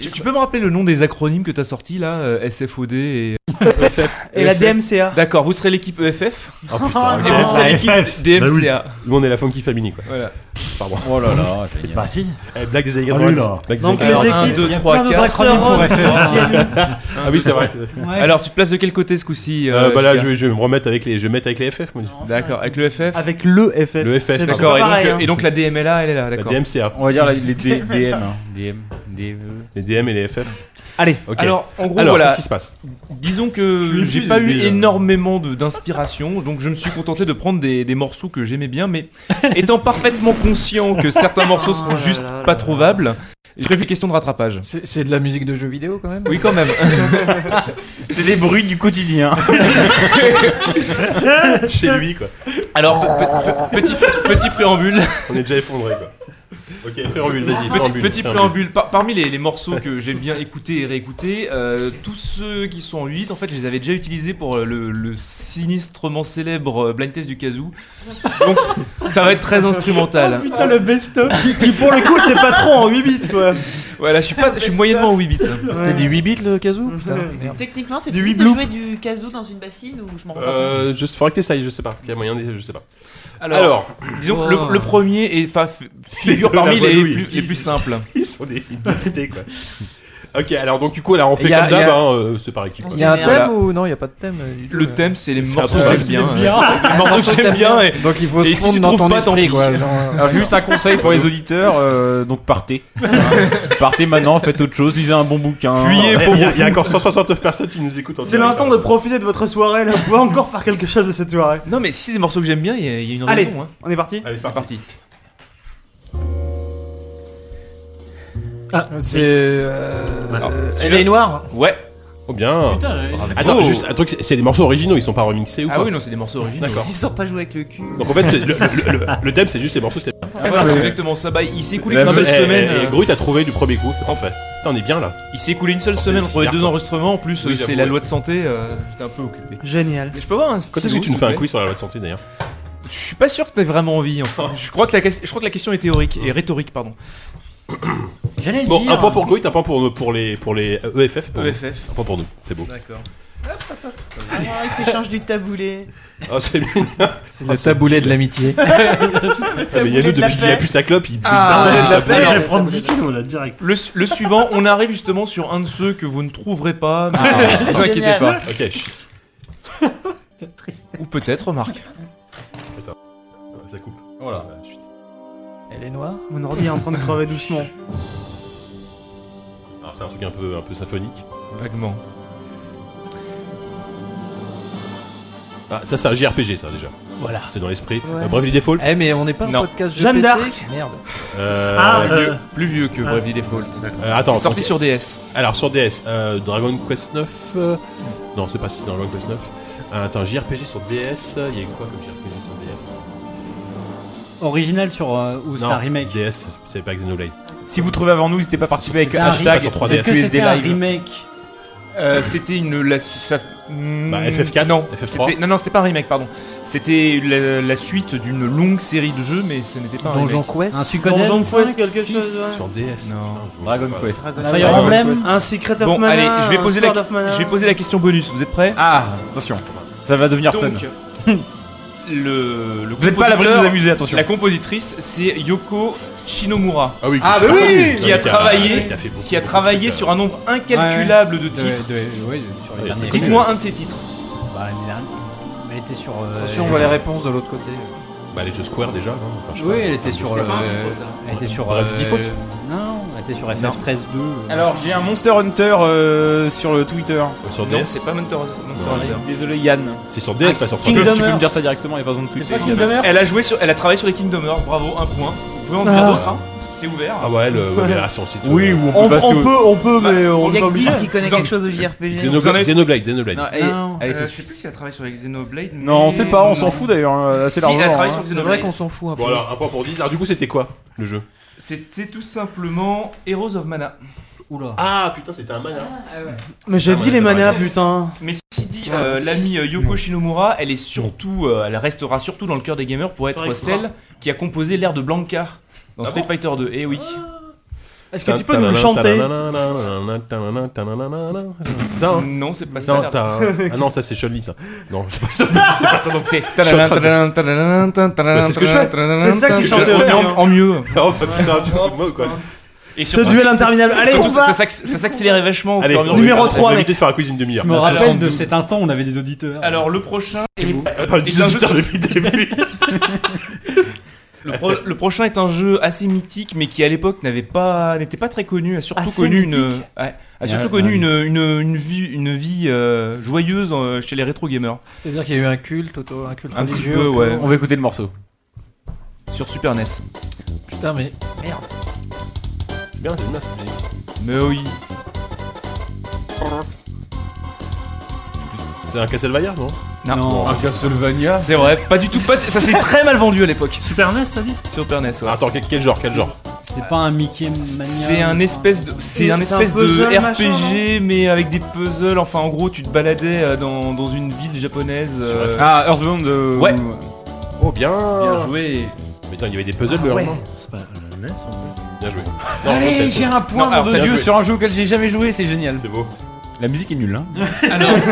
S11: Tu, tu peux me rappeler le nom des acronymes que t'as sorti là euh, SFOD et euh, EFF
S2: Et la DMCA.
S11: D'accord, vous serez l'équipe E EFF.
S1: Oh putain,
S11: Ah, et vous serez
S1: Bah
S11: l'équipe
S10: Bah
S11: DMCA.
S1: Nous, on est la funky family, quoi.
S11: Voilà.
S1: Pardon.
S11: Oh là là, c'est
S1: c'est
S11: bien.
S1: Eh, blague des années
S11: Oh
S1: 90.
S11: là là.
S1: Blague des
S11: Donc,
S1: années
S11: les
S1: 90.
S11: équipes, il y a plein d'autres acronymes pour
S6: hein.
S11: FF.
S1: Ah oui, c'est vrai.
S11: Ouais. Alors, tu te places de quel côté ce coup-ci
S1: Euh, bah là,
S11: Jika
S1: je vais, je vais me remettre avec les, je vais me mettre avec les FF, moi.
S11: D'accord, avec le FF
S2: Avec le FF.
S1: Le FF,
S11: D'accord, et, donc, et donc la DMLA, elle est là, Ah, d'accord.
S1: DMCA.
S6: On va dire la- les D- DM, hein. DM, DME.
S1: Les DM et les FF.
S2: Allez,
S1: ok.
S11: Alors, en gros,
S1: Alors,
S11: voilà.
S1: qu'est-ce qui se passe
S11: Disons
S1: Je suis
S11: que j'ai
S1: obligé
S11: pas
S1: de
S11: eu
S1: dire.
S11: énormément de- d'inspiration, donc je me suis contenté de prendre des, des morceaux que j'aimais bien, mais étant parfaitement conscient que certains morceaux seront juste pas trouvables, j'ai prévu question de rattrapage.
S18: C'est de la musique de jeux vidéo quand même
S11: Oui, quand même.
S6: C'est les bruits du quotidien.
S1: Chez lui, quoi.
S11: Alors, pe- pe- petit, petit préambule.
S1: On est déjà effondré, quoi. Ok, préambule, vas-y,
S11: Petit-
S1: préambule.
S11: Petit préambule. Par- parmi les, les morceaux que j'aime bien écouter et réécouter, euh, tous ceux qui sont en 8, en fait, je les avais déjà utilisés pour euh, le, le sinistrement célèbre euh, blind test du Kazoo. Donc, ça va être très instrumental.
S2: Oh, Putain, le best-of qui, pour le coup, t'es pas trop en 8 bits quoi.
S11: Voilà, je suis, pas, je suis moyennement en 8 bits.
S18: Ah,
S2: C'était du
S18: 8 bits le Kazoo Putain,
S5: euh, Techniquement, c'est
S1: Du
S5: possible de
S1: bibelou.
S5: jouer du kazoo dans une bassine ou je m'en rends pas compte.
S1: Euh, je, faudrait que t'essayes, je sais pas. Il y a moyen, de- je sais pas.
S11: Alors, disons,
S1: Oh.
S11: le, le premier est, enfin, f- figure
S1: deux, la
S11: parmi les
S1: grenouille.
S11: plus, les plus simples.
S1: Ils sont des pétés, quoi. Ok, alors donc du coup, alors on fait
S18: Y a-
S1: comme d'hab,
S18: y a-
S1: hein, euh, c'est par équipe. quoi.
S18: Il y a un
S1: Voilà.
S18: thème ou non, il n'y a pas de thème euh, du tout,
S11: Le
S18: euh.
S11: thème, c'est les
S1: C'est
S11: morceaux
S1: un
S11: que
S1: peu
S11: j'aime
S1: ça.
S11: bien.
S18: Ah,
S11: Les morceaux que j'aime bien. Et,
S18: Donc il faut
S11: et
S18: se
S11: si
S18: fondre
S11: tu
S18: dans
S11: trouves
S18: ton
S11: pas, tant
S18: esprit
S11: pis.
S18: quoi. genre, euh,
S6: Alors j'ai juste un conseil pour les auditeurs, euh, donc partez. partez maintenant, faites autre chose, lisez un bon bouquin.
S1: Il y a- il y a- il y a encore 169 personnes qui nous écoutent. en
S2: C'est
S1: direct,
S2: l'instant de
S1: hein.
S2: profiter de votre soirée là. Vous pouvez encore faire quelque chose de cette soirée.
S11: Non, mais si c'est des morceaux que j'aime bien, il y, a- il y a une
S2: Allez,
S11: raison. hein.
S2: on est parti.
S1: Allez, c'est
S11: C'est
S1: parti.
S11: parti.
S2: Ah,
S18: C'est. euh,
S1: Bah,
S11: Alors,
S18: euh, Elle
S11: celui-là-
S18: est noire Oh.
S11: Ouais.
S1: Oh bien.
S11: Bravo.
S1: Attends, juste un truc, c'est- c'est des morceaux originaux, ils sont pas remixés ou
S11: Ah
S1: quoi
S11: oui, non, c'est des morceaux originaux.
S1: D'accord.
S5: Ils ont pas joué avec le cul.
S1: Donc en fait, c'est- le, le- le- le thème, c'est juste les morceaux que t'aimes.
S11: Ah, voilà, c'est exactement ça. Bah, il s'est écoulé
S1: La
S11: une seule
S1: eh,
S11: semaine.
S1: eh,
S11: euh,
S1: Gru, t'as trouvé du premier coup. En fait, Putain, on est bien là.
S11: Il s'est écoulé une seule
S1: Sortez
S11: semaine
S1: les
S11: entre les
S1: cigares,
S11: deux
S1: quoi.
S11: enregistrements. En plus,
S1: Oui,
S11: euh, c'est
S1: j'avoue,
S11: la
S1: ouais.
S11: loi de santé. hein, euh, J'étais un peu occupé.
S2: Génial.
S11: Je peux avoir un
S1: Quand est-ce que tu nous fais un quiz sur la loi de santé d'ailleurs
S11: Je suis pas sûr que t'aies vraiment envie. enfin. Je crois que la, ques- je crois que la question est théorique et rhétorique, pardon.
S4: J'allais le
S1: Bon,
S4: dire.
S1: un point pour Gru, un point pour, pour les, pour les euh, EFF. pour nous.
S11: EFF.
S1: Un point pour nous, c'est beau.
S11: E D'accord.
S5: Ah, ils s'échangent du taboulé.
S1: Ah, c'est mignon.
S18: C'est le taboulet de l'amitié.
S1: Ah, mais Yannou,
S5: de la
S1: depuis qu'il a
S5: paix.
S1: plus sa clope, il.
S11: Ah,
S1: putain, il tape
S10: Je
S1: merde.
S10: vais prendre 10 kilos là direct.
S11: Le, su- le suivant, on arrive justement sur un de ceux que vous ne trouverez pas. Mais
S3: Ah,
S11: ne vous inquiétez
S5: Génial.
S11: pas.
S1: Ah, Ok, je suis-
S11: Ou peut-être, hein, Marc.
S1: ça coupe.
S11: Voilà.
S1: Ah, je suis-
S18: Elle est noire
S2: Mon ordi est en train de crever doucement.
S1: Ah, Alors, c'est un truc un peu, un peu symphonique.
S11: Vaguement.
S1: Ah, ça, c'est un JRPG, ça, déjà.
S3: Voilà.
S1: C'est dans l'esprit.
S3: Ouais.
S1: Euh, Bravely Default
S3: Eh, mais on n'est pas un podcast de
S1: Jeanne
S3: PC.
S1: d'Arc.
S3: Merde.
S1: Euh,
S3: Ah,
S11: euh, plus vieux que
S1: ah.
S11: Bravely Default.
S1: Euh, attends,
S11: Sorti
S1: donc-
S11: sur DS.
S1: Alors sur DS, euh, Dragon Quest 9. euh, Non, c'est pas si Dragon Quest 9. Euh, attends, JRPG sur DS. euh, Il y a eu quoi comme JRPG sur DS
S4: Original sur euh, ou c'est
S1: Non,
S4: un remake
S1: DS, c'est pas Xenoblade.
S6: Si vous trouvez avant nous, n'hésitez pas à participer avec
S4: C'est un
S6: hashtag
S4: remake. Est-ce que c'était un remake
S11: Euh, c'était une. La, ça-
S1: Bah,
S11: Hmm,
S1: FF4,
S11: Non,
S1: FF3.
S11: c'était- non, non, c'était pas un remake, pardon. C'était la, la suite d'une longue série de jeux, mais ce n'était pas un
S3: Donjon
S11: remake.
S3: Quest
S4: Un suicoden Donjon
S2: Quest, quelque chose, ouais.
S1: Sur DS. putain,
S11: Dragon
S1: pas.
S11: Quest.
S2: Dragon Fire Quest. Emblem, un Secret of
S11: bon,
S2: Mana,
S11: Allez, je vais,
S2: un
S11: poser
S2: Sword
S11: la,
S2: of Mana.
S11: je vais poser la question bonus. Vous êtes prêts
S6: Ah, attention. Ça va devenir fun.
S11: Donc, Le, le
S6: Vous êtes pas à l'abri de
S11: compositeur-
S6: vous amuser, attention.
S11: La compositrice, c'est Yoko Shinomura.
S1: Ah oui,
S11: ah
S1: qui-
S11: bah oui,
S1: qui
S11: qui a
S1: a-
S11: travaillé,
S1: qui a fait beaucoup,
S11: qui a
S1: beaucoup
S11: travaillé
S1: de trucs, euh,
S11: sur un nombre incalculable de titres. Dites-moi un de ces titres.
S4: Bah, l'année dernière. Elle était sur. euh,
S3: Attention, on voit les réponses de l'autre côté.
S1: Bah, les jeux Square déjà, non Enfin, je sais
S4: Oui,
S1: pas.
S4: elle était sur.
S3: C'est
S4: euh,
S3: pas un titre, ça.
S4: Elle était sur.
S1: Bref,
S4: euh,
S1: Default.
S4: Non, elle était sur FF13 2. euh,
S11: Alors, j'ai un Monster Hunter euh, sur le Twitter.
S1: Sur
S11: non,
S1: DS.
S11: c'est pas Monster, Monster
S1: Non.
S11: Hunter. Désolé, Yann.
S1: C'est sur
S6: Ah,
S1: DS, pas sur 3DS.
S11: Kingdom
S6: Tu peux
S11: Hearts.
S6: me dire ça directement, il n'y a pas besoin de tweeter.
S11: Pas Kingdom Hearts. Elle a joué sur, elle a travaillé sur les Kingdom Hearts. Bravo, un point. Vous pouvez en dire
S1: Ah.
S11: d'autres. hein C'est ouvert.
S1: Ah ouais, le, ouais, mais là, c'est ensuite, euh,
S11: ou
S2: On, on peut, on peut, mais on
S19: Bah, Il y
S2: est
S19: a
S2: pas
S19: que
S2: obligé.
S19: 10 qui connaît quelque chose au JRPG.
S1: Xenoblade,
S11: Vous en avez-
S1: Xenoblade, Xenoblade.
S6: Non, allez,
S2: Non.
S6: allez,
S11: Euh,
S6: c'est
S11: je sais plus si elle travaille sur les Xenoblade.
S6: Non, on
S11: mais-
S6: sait pas, on s'en
S11: non.
S6: fout d'ailleurs, euh, assez
S11: Si, elle
S6: largement.
S11: travaille
S6: hein.
S11: sur
S3: C'est vrai qu'on s'en fout un peu.
S1: Bon, alors, un point pour 10. Alors, du coup, c'était quoi le jeu
S11: C'était tout simplement Heroes of Mana.
S4: Oula.
S1: Ah putain, c'était un mana.
S2: Mais j'ai
S1: Ah,
S2: dit
S1: ouais,
S2: les
S1: t'as
S2: manas,
S1: raison.
S2: putain.
S11: Mais ceci
S1: Ah,
S11: dit, euh, l'ami euh, Yoko Shinomura, elle est surtout, euh, elle restera surtout dans le cœur des gamers pour être
S2: Faudrait
S11: celle qui a composé l'air de Blanca dans
S1: Ah
S11: Street Fighter 2. Eh oui.
S2: Est-ce que tu peux nous le chanter
S1: Non.
S11: Non, c'est pas ça.
S1: Non,
S11: l'air de-
S1: t'as- Ah non, ça c'est Chun-Li ça. Non, c'est pas ça.
S11: Donc c'est.
S1: c'est ce que je fais.
S2: C'est ça que c'est chanté aussi. hein.
S11: En mieux.
S1: Oh bah, putain, tu te fous de moi ou quoi
S11: Et
S2: Ce
S11: surtout,
S2: duel
S11: ça-
S2: interminable. Allez,
S11: surtout,
S2: on
S11: ça-
S2: va.
S11: ça s'acc- ça s'accélérait vachement. au
S1: Allez,
S11: fur et à mesure.
S2: numéro
S1: on
S2: 3,
S1: va
S2: mec.
S1: éviter de faire un quiz une demi-heure.
S4: Je me
S1: Merci.
S4: rappelle de cet instant, on avait des auditeurs.
S11: Alors le prochain. est-
S1: Ah, pas du
S11: Et c'est un jeu
S1: auditeur
S11: sur-
S1: depuis le début.
S11: Le, pro- le prochain est un jeu assez mythique, mais qui à l'époque n'avait pas, n'était pas très connu, a
S6: Ah,
S11: surtout
S2: Assez
S11: connu
S2: mythique.
S11: une, ouais, a surtout
S4: un-
S11: connu
S4: un
S11: une, une, une vie, une vie euh, joyeuse euh, chez les rétro gamers.
S3: C'est-à-dire qu'il y a eu un culte, auto, un culte
S11: Un petit
S3: religieux.
S11: peu,
S3: autour.
S11: ouais.
S6: On va écouter le morceau.
S11: Sur Super NES.
S3: Putain, mais
S1: Bien, c'est bien, c'est bien.
S11: Mais oui.
S1: Euh, C'est un Castlevania, non
S11: Non.
S4: Non.
S6: Un Castlevania
S11: C'est vrai, pas du tout, pas, ça s'est très mal vendu à l'époque.
S10: Super
S6: E
S10: NES, t'as dit
S11: Sur Super NES, ouais.
S1: Ah, Attends, quel, quel genre, quel genre
S4: C'est pas un Mickey Mania.
S11: C'est un espèce de, c'est
S2: C'est
S11: un
S2: un
S11: espèce de
S2: puzzle,
S11: RPG,
S2: machin,
S11: mais avec des puzzles. Enfin, en gros, tu te baladais euh, dans, dans une ville japonaise. euh,
S6: Ah, Earthbound. euh,
S11: Ouais.
S1: Oh bien.
S11: bien joué.
S1: Mais attends, il y avait des puzzles le lendemain.
S10: C'est pas la NES en
S1: Bien joué. Non,
S6: Allez,
S1: c'est-
S6: j'ai un point,
S11: Non,
S6: mon
S11: alors,
S6: de
S1: bien
S6: Dieu,
S1: joué.
S6: sur un jeu auquel j'ai jamais joué, c'est génial.
S1: C'est beau.
S6: La musique est nulle, hein.
S11: Ah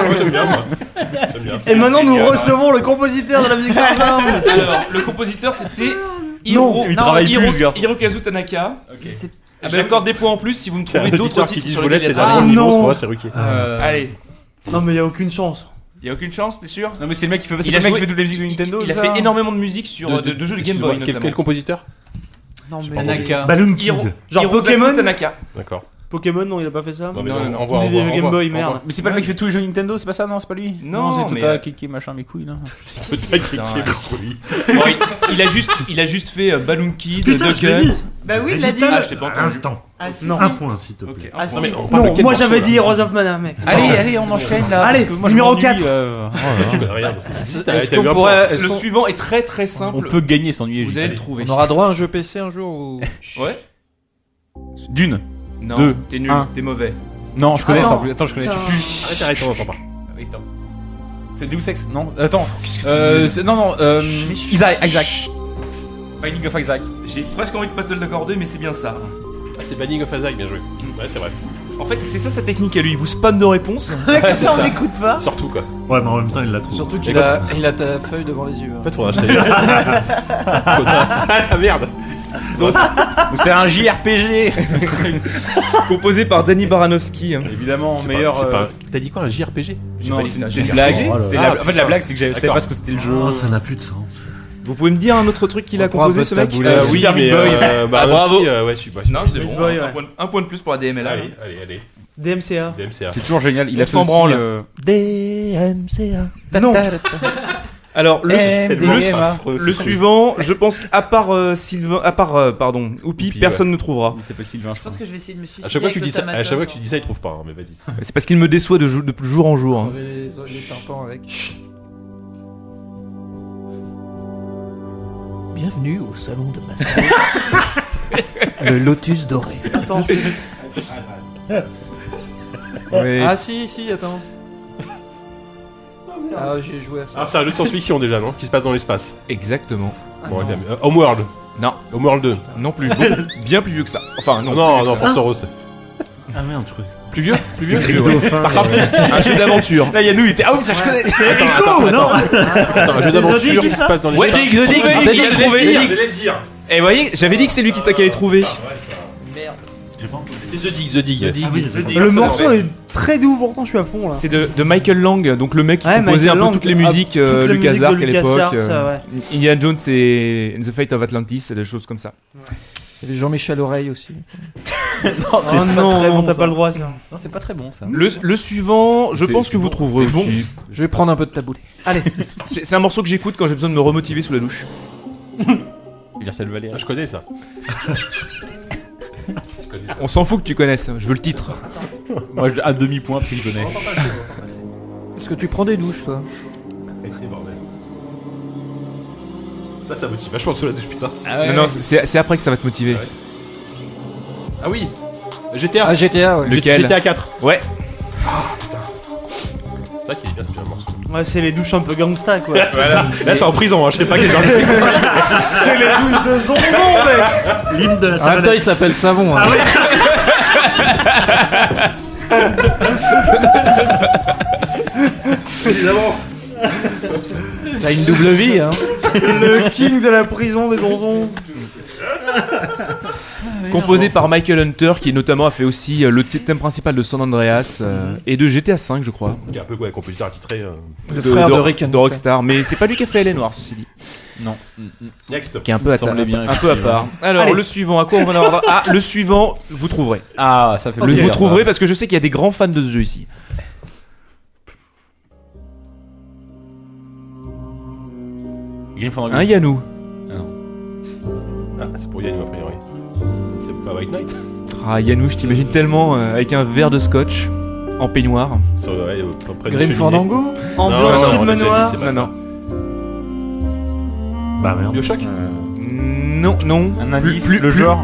S1: Ouais, J'aime bien, moi. J'aime bien.
S2: Et maintenant, nous recevons le compositeur de la musique d'Arnam.
S11: Alors, le compositeur, c'était
S2: Non,
S11: Hiro-
S6: il travaille
S11: Hiro-
S6: plus, ce garçon.
S11: Hirokazu Tanaka.
S19: C'est-
S11: Ah bah, J'accorde des points en plus si vous me
S1: Il y a
S11: trouvez
S1: un
S11: d'autres
S1: auditeur
S11: titres
S1: qui dit je
S11: sur
S1: vous
S11: lesquels
S1: laisse,
S11: être-
S1: c'est dernier
S2: Ah,
S1: niveau,
S2: non.
S1: Oh, c'est moi, c'est Ruki.
S11: Ah, Allez,
S2: Non, mais il y a aucune chance.
S11: il y a aucune chance, t'es sûr
S6: Non, mais c'est le mec qui fait,
S11: Il
S6: c'est pas
S11: a
S6: le mec
S11: joué-
S6: qui fait toutes les musiques de Nintendo.
S11: Il a
S6: ça
S11: fait énormément de musique sur euh, de, de jeux de Game Boy.
S1: Excusez-moi, quel,
S11: notamment.
S1: quel compositeur
S2: Non, mais.
S4: Tanaka.
S10: Balloon
S11: Hiro-
S10: Kid.
S2: Genre
S11: Hirokazu
S2: Pokémon
S11: Tanaka.
S1: D'accord.
S2: Pokémon, non, il a pas fait ça.
S1: Non, mais
S11: Non, non,
S1: on-
S11: non.
S1: on voit,
S2: Des
S1: on voit,
S2: jeux
S1: on
S2: Game
S1: voit.
S2: Boy,
S1: On
S2: merde.
S1: voit.
S6: Mais c'est pas le mec qui fait tous les jeux Nintendo, c'est pas ça, non, c'est pas lui.
S11: Non,
S6: c'est
S11: mais, euh,
S6: Tota, Kiki, machin, mes couilles, là.
S1: Putain, quel-
S11: Putain,
S1: quel
S11: ouais.
S1: bruit.
S11: Bon, il, il a juste, il a juste fait euh, Balloon Kid,
S10: Putain,
S11: Duck
S10: je l'ai
S11: Hunt.
S10: dit
S19: Bah oui, il l'a dit.
S11: Ah, je t'ai pas
S10: Un
S11: entendu.
S10: Instant.
S19: Ah, si,
S10: Non.
S19: si.
S10: Un point, s'il te
S11: Ok,
S10: plaît.
S11: un
S19: Ah,
S11: point.
S19: si.
S1: mais on-
S2: Non, moi j'avais dit Heroes of Mana, mec.
S6: Allez, allez, on enchaîne là.
S2: Allez,
S6: parce que moi, je
S2: numéro
S6: m'ennuie,
S2: 4.
S6: euh,
S10: Ah,
S6: oh là là.
S1: Tu connais rien. donc. Si, Bah, t'as-
S3: est-ce
S1: t'as eu
S3: qu'on
S1: un
S3: pourrait. est-ce
S11: Le
S3: qu'on-
S11: suivant est très très
S6: On
S11: simple.
S6: peut gagner, s'ennuyer.
S11: Vous
S6: juste.
S11: allez le trouver.
S3: On aura droit à un jeu PC un jour ou.
S11: Ouais.
S6: Dune.
S11: Non,
S6: Deux.
S11: t'es nul,
S6: Un.
S11: t'es mauvais.
S6: Non, je connais
S2: Attends.
S6: ça. en plus. Attends, je connais.
S2: Putain.
S1: Arrête, arrête, on va pas.
S11: Ah, Attends.
S6: C'est Deus Ex Non, attends. Euh, c'est- non, non, euh, Isaac. Isaac. Binding of Isaac.
S11: J'ai presque envie de battle d'accorder, mais c'est bien ça.
S1: Ah, c'est Banning of Isaac, bien joué. Ouais, c'est vrai.
S11: En fait, c'est ça sa technique à lui. Il vous spam de réponses.
S19: Comme ça, on n'écoute pas.
S1: Surtout quoi.
S10: Ouais, mais en même temps, il l'a trouvé.
S3: Surtout qu'il a, il a ta feuille devant les yeux. hein.
S1: En fait, faudra acheter. Faudra. Ah la merde.
S6: C'est un JRPG.
S11: Composé par Danny hein. Baranovski.
S6: Évidemment,
S1: C'est pas-
S6: meilleur.
S1: c'est pas-
S6: euh,
S1: T'as dit quoi, un JRPG
S11: J'ai pas
S6: Non,
S11: dit
S6: c'est
S11: ça,
S6: une
S11: j'ai
S6: une
S11: dit
S6: blague.
S10: ça.
S6: C'était la- En fait, la blague, c'est que j'avais- je savais
S1: Oh D'accord. Ah,
S6: pas ce que c'était le jeu.
S10: Oh, ça n'a plus de sens.
S11: Vous pouvez me dire un autre truc qu'il a composé ce mec
S1: Euh, oui, mais, euh, bah,
S11: Ah, bravo.
S1: Arnofsky, euh, ouais, super,
S11: Non,
S1: super
S11: c'est
S1: Meat
S11: bon.
S1: Boy,
S11: un,
S1: ouais.
S11: point, un point de plus pour la DMLA.
S1: Allez, allez, allez.
S2: DMCA.
S1: DMCA.
S6: C'est toujours génial. Il a
S11: On
S6: fait
S11: s'en branle.
S6: le
S11: DMCA. Non. Alors le,
S6: MDMA.
S11: le, le suivant, je pense qu'à part euh, Sylvain, à part euh, pardon, Oupi,
S1: Oupi,
S11: personne
S1: ouais.
S11: ne trouvera.
S6: Il s'appelle Sylvain, je
S20: Je pense que je vais essayer de me suicider.
S1: À chaque fois que tu
S20: avec
S1: dis ça, à
S20: l'automate.
S1: chaque fois que tu dis ça, il trouve pas. hein, mais vas-y.
S11: C'est parce qu'il me déçoit de, jou- de plus jour en jour. hein.
S4: Crever les, les tympans avec.
S5: Bienvenue au salon de massage. le lotus doré.
S2: Attends.
S5: Oui.
S4: Ah si, si, attends. Ah, j'ai joué à ça.
S1: Ah, c'est un jeu de science-fiction déjà, non Qui se passe dans l'espace.
S11: Exactement. Ah,
S1: Bon, bien, mais, euh, Homeworld.
S11: Non.
S1: Homeworld 2.
S11: Non plus. beaucoup- bien plus vieux que ça. Enfin non.
S1: Non,
S11: plus vieux
S1: non,
S11: que ça.
S1: Force Rose.
S10: Ah merde, je croyais.
S11: Plus vieux Plus vieux
S10: Le
S11: Plus vieux, ouais.
S10: dauphin,
S11: Starcraft
S10: euh.
S2: Ah,
S11: Un jeu d'aventure.
S6: Là, il y a nous, il était. Ah oui, ça je connais.
S10: C'est Rico, non
S1: Attends,
S11: Ah,
S1: un jeu d'aventure qui se passe dans
S11: Ouais,
S1: l'espace.
S11: Dick, The Dick,
S6: Ouais, il
S11: The Dick,
S6: a trouvé.
S11: The Dick.
S1: Je vais le dire.
S11: Et voyez, j'avais dit que c'est lui qui t'a- qui avait trouvé.
S1: C'est The Dig, The Dig.
S10: Ah oui,
S1: The Dig.
S2: Le
S1: Ça,
S2: morceau
S1: ouais.
S2: est très doux, pourtant je suis à fond là.
S11: C'est de, de Michael Lang, donc le mec qui
S2: Ouais,
S11: composait
S2: Michael
S11: un peu
S2: Lang,
S11: toutes les
S2: ah,
S11: musiques,
S2: toutes
S11: euh,
S2: les musiques de
S11: LucasArts à l'époque.
S2: LucasArts,
S11: euh, Indiana Jones et The Fate of Atlantis, et des choses comme ça.
S4: Il y avait Jean-Michel Oreille aussi.
S11: Non,
S2: Oh non, on t'a pas le droit ça.
S6: Non, c'est pas très bon ça.
S11: Le, le suivant, je
S6: C'est-
S11: pense
S6: c'est
S11: que vous
S6: bon,
S11: trouverez
S6: c'est bon.
S11: aussi.
S4: Je vais prendre un peu de taboulé.
S11: C'est c'est un morceau que j'écoute quand j'ai besoin de me remotiver sous la douche.
S6: Virtual Valet.
S1: Ah, Je connais ça. Je connais ça.
S11: On s'en fout que tu connaisses, je veux le titre.
S6: Moi, je- à demi-point parce qu'il connaît.
S4: Est-ce que tu prends des douches, toi
S1: C'est bordel. Ça, ça motive vachement sous la douche, putain.
S11: non, non, c'est c'est après que ça va te motiver.
S1: Ouais. Ah oui GTA
S4: Ah, GTA, ouais.
S11: Le- lequel
S1: GTA 4.
S11: Ouais.
S1: C'est vrai qu'il est bien ce petit morceau.
S2: Ouais, c'est les douches un peu gangsta quoi.
S1: Voilà. Là, c'est en prison, hein, je sais pas quel genre de-
S2: c'est les douches de zonzon, mec
S10: L'hymne
S2: Ah,
S10: de la
S11: Ah,
S5: En même temps,
S10: savane.
S5: il s'appelle Savon.
S10: Ah
S5: hein.
S4: T'as une double vie, hein.
S2: Le king de la prison des zonzons. Ah,
S11: Composé par Michael Hunter, qui notamment a fait aussi euh, le th- thème principal de San Andreas euh, et de GTA V, je crois.
S1: Qui est un peu quoi, compositeur attitré. euh.
S4: Le frère de, Rick
S11: de Rockstar, mais c'est pas lui qui a fait Les Noirs, ceci dit.
S6: Non.
S11: Mm,
S1: Next.
S11: Qui est un peu,
S6: me
S11: à, ta-
S6: semblait bien,
S11: un peu à part. Alors,
S2: Allez.
S11: le suivant, à quoi on va en avoir Ah, le suivant, vous trouverez.
S6: Ah, ça fait
S11: Le,
S6: plaisir.
S11: vous trouverez parce que je sais qu'il y a des grands fans de ce jeu ici. Hein, Yannou
S1: Ah, c'est pour Yannou, a priori. C'est pas White Knight
S11: Ah, Yannou, je t'imagine tellement euh, avec un verre de scotch en peignoir.
S1: Ça, ouais, euh, près d'une
S4: Grim
S1: cheminée.
S4: Fandango
S2: En
S1: Non,
S2: blanc
S1: non,
S2: sous
S1: on
S2: le
S1: l'a déjà
S2: manoir.
S1: dit, c'est pas
S11: Non,
S1: ça.
S11: Ah non.
S10: Bah merde.
S1: Bioshock
S11: Non, non.
S6: Un
S11: Plus-
S6: indice,
S11: plus-
S6: le
S11: plus-
S6: genre.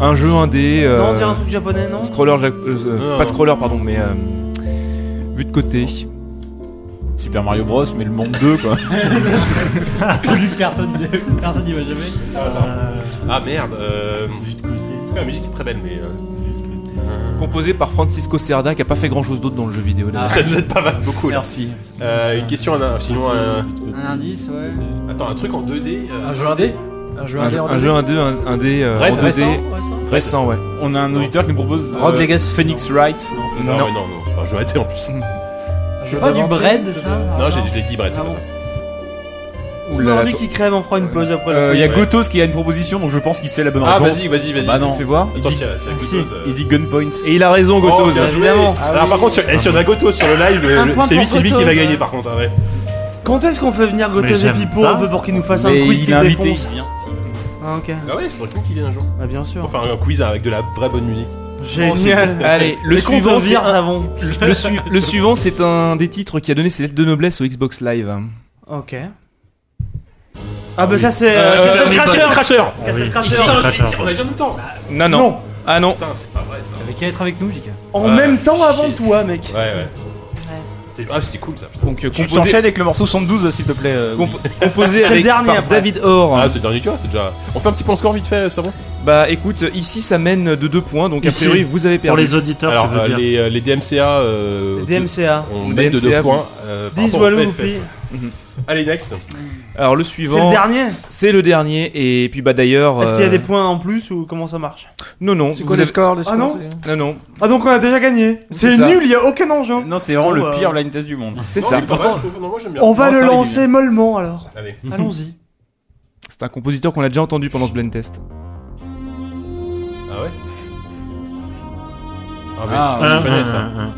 S11: Un jeu indé. euh,
S2: Non, on dirait un truc japonais, non
S11: Scroller, Jack- euh, euh,
S1: Non.
S11: pas scroller, pardon, mais euh, vu de côté.
S6: Super Mario Bros, mais le monde 2, quoi.
S21: personne personne n'y va jamais.
S1: Ah merde, euh. Ouais, La musique est très belle, mais. euh,
S11: Composé par Francisco Cerda qui a pas fait grand chose d'autre dans le jeu vidéo. d'ailleurs.
S1: Ah, Ça nous aide pas beaucoup là.
S6: Merci.
S1: Euh, une question, un- sinon un.
S21: Un indice, ouais.
S1: Attends, un truc en 2D. euh,
S4: Un jeu indé Un jeu
S11: Un,
S4: indé
S11: jeu-
S4: en
S11: un jeu indé, un, indé euh,
S1: Raid
S11: en 2D,
S4: récent
S11: récent, ouais.
S6: On a un auditeur qui nous propose. euh,
S4: Rogue Legacy.
S6: Phoenix Wright.
S1: Ah, ouais,
S11: Non.
S1: non, non, c'est pas un jeu indé en plus.
S4: Je
S21: Pas du bread, ça
S1: Non, j'ai- je l'ai dit, Brett, c'est
S21: Ah
S1: pas
S21: bon.
S1: ça.
S11: Oula,
S2: Mardi qui crève, on fera une pause après.
S6: Euh, Il
S2: la pause.
S6: y a Gotos qui a une proposition, donc je pense qu'il sait la bonne
S1: Ah,
S6: réponse.
S1: vas-y, vas-y, vas-y.
S6: Bah non.
S11: Fais voir.
S1: Attends, c'est c'est à
S2: Merci.
S1: Gotos. euh.
S6: Il dit Gunpoint.
S11: Et il a raison,
S1: Oh,
S11: Gotos.
S1: bien joué.
S11: Ah
S1: Alors, par contre, sur- eh, si on a Gotos sur le live,
S20: Un
S1: le-
S20: point
S1: c'est
S20: pour
S1: lui c'est lui qui
S20: Gotos,
S1: va
S20: ouais.
S1: gagner par contre. hein, ouais.
S2: Quand est-ce qu'on fait venir
S10: Mais
S2: Gotos et
S10: j'aime
S2: Pipo
S10: pas.
S2: un peu pour qu'ils nous fassent un
S6: Mais
S2: quiz qui
S6: il est invité.
S2: défonce Ah, ok.
S1: Ah ouais, c'est vrai qu'il vient un jour.
S2: Bah, bien sûr.
S1: Enfin, un quiz avec de la vraie bonne musique.
S2: Génial.
S11: Allez, le
S2: Mais qu'on
S11: suivant,
S2: peut
S11: c'est
S2: dire
S11: un-
S2: savon.
S11: le, su- le suivant, c'est un des titres qui a donné ses lettres de noblesse au Xbox Live.
S2: Ok.
S6: Euh,
S2: Ah, bah ça c'est. euh,
S1: Euh,
S2: Castle Crasher.
S1: Crasher
S10: Ah oui.
S2: Castle Crasher.
S10: Ici.
S1: Putain, je l'ai dit, On a dit en même temps
S11: Non, non.
S2: Non.
S11: Ah non.
S1: Putain, c'est pas vrai ça.
S21: T'avais qu'à être avec nous, JK.
S2: En
S1: Ouais.
S11: Ah,
S2: même temps avant
S1: Shit.
S2: toi, mec.
S1: Ouais, ouais. C'était- Ah, c'était cool ça. putain.
S11: Donc, euh,
S6: Tu
S11: composé,
S6: t'enchaînes avec le morceau 72, s'il te plaît. euh,
S11: compo- composé
S2: C'est le
S11: avec
S2: dernier
S11: par
S2: après.
S11: David Orr.
S1: Ah, c'est le dernier cas, c'est déjà. On fait un petit point score vite fait, ça va
S11: Bah écoute, ici ça mène de deux points, donc a
S10: Ici.
S11: priori vous avez
S10: Pour
S11: perdu.
S10: les auditeurs,
S1: Alors,
S10: tu veux
S1: euh,
S10: dire.
S1: les, euh, les DMCA. euh,
S2: DMCA.
S1: On
S11: DMCA,
S1: mène de deux
S11: vous-
S1: points. euh, par
S2: 10
S1: rapport au
S2: Walou,
S1: PFF.
S2: Oupi.
S1: Mhm. Allez, next. Ah,
S11: Alors le
S2: C'est le
S11: suivant,
S2: dernier
S11: c'est le dernier, et puis bah d'ailleurs.
S2: Est-ce qu'il y a
S11: euh,
S2: des points en plus ou comment ça marche
S11: Non, non.
S4: C'est
S11: vous
S4: quoi les
S11: avez-
S4: scores, les
S2: Ah
S4: scores
S2: non
S4: c'est-
S11: Non, non,
S2: Ah, donc on a déjà gagné. C'est
S6: ça.
S2: nul, il y a aucun enjeu.
S6: Non, c'est vraiment
S2: Oh,
S6: le
S2: bah.
S6: pire blind test du monde.
S11: c'est
S1: Non,
S11: ça.
S1: pas mal, je trouve- non, moi j'aime bien.
S2: On va
S6: Non,
S2: le
S6: ça, il est
S2: lancer mollement alors.
S1: Allez.
S2: Allons-y.
S12: C'est un compositeur qu'on a déjà entendu pendant ce blind test.
S1: Ah ouais Ah, mais
S6: Ah,
S1: ça, je
S6: ouais.
S1: connais ça.
S6: Mhm.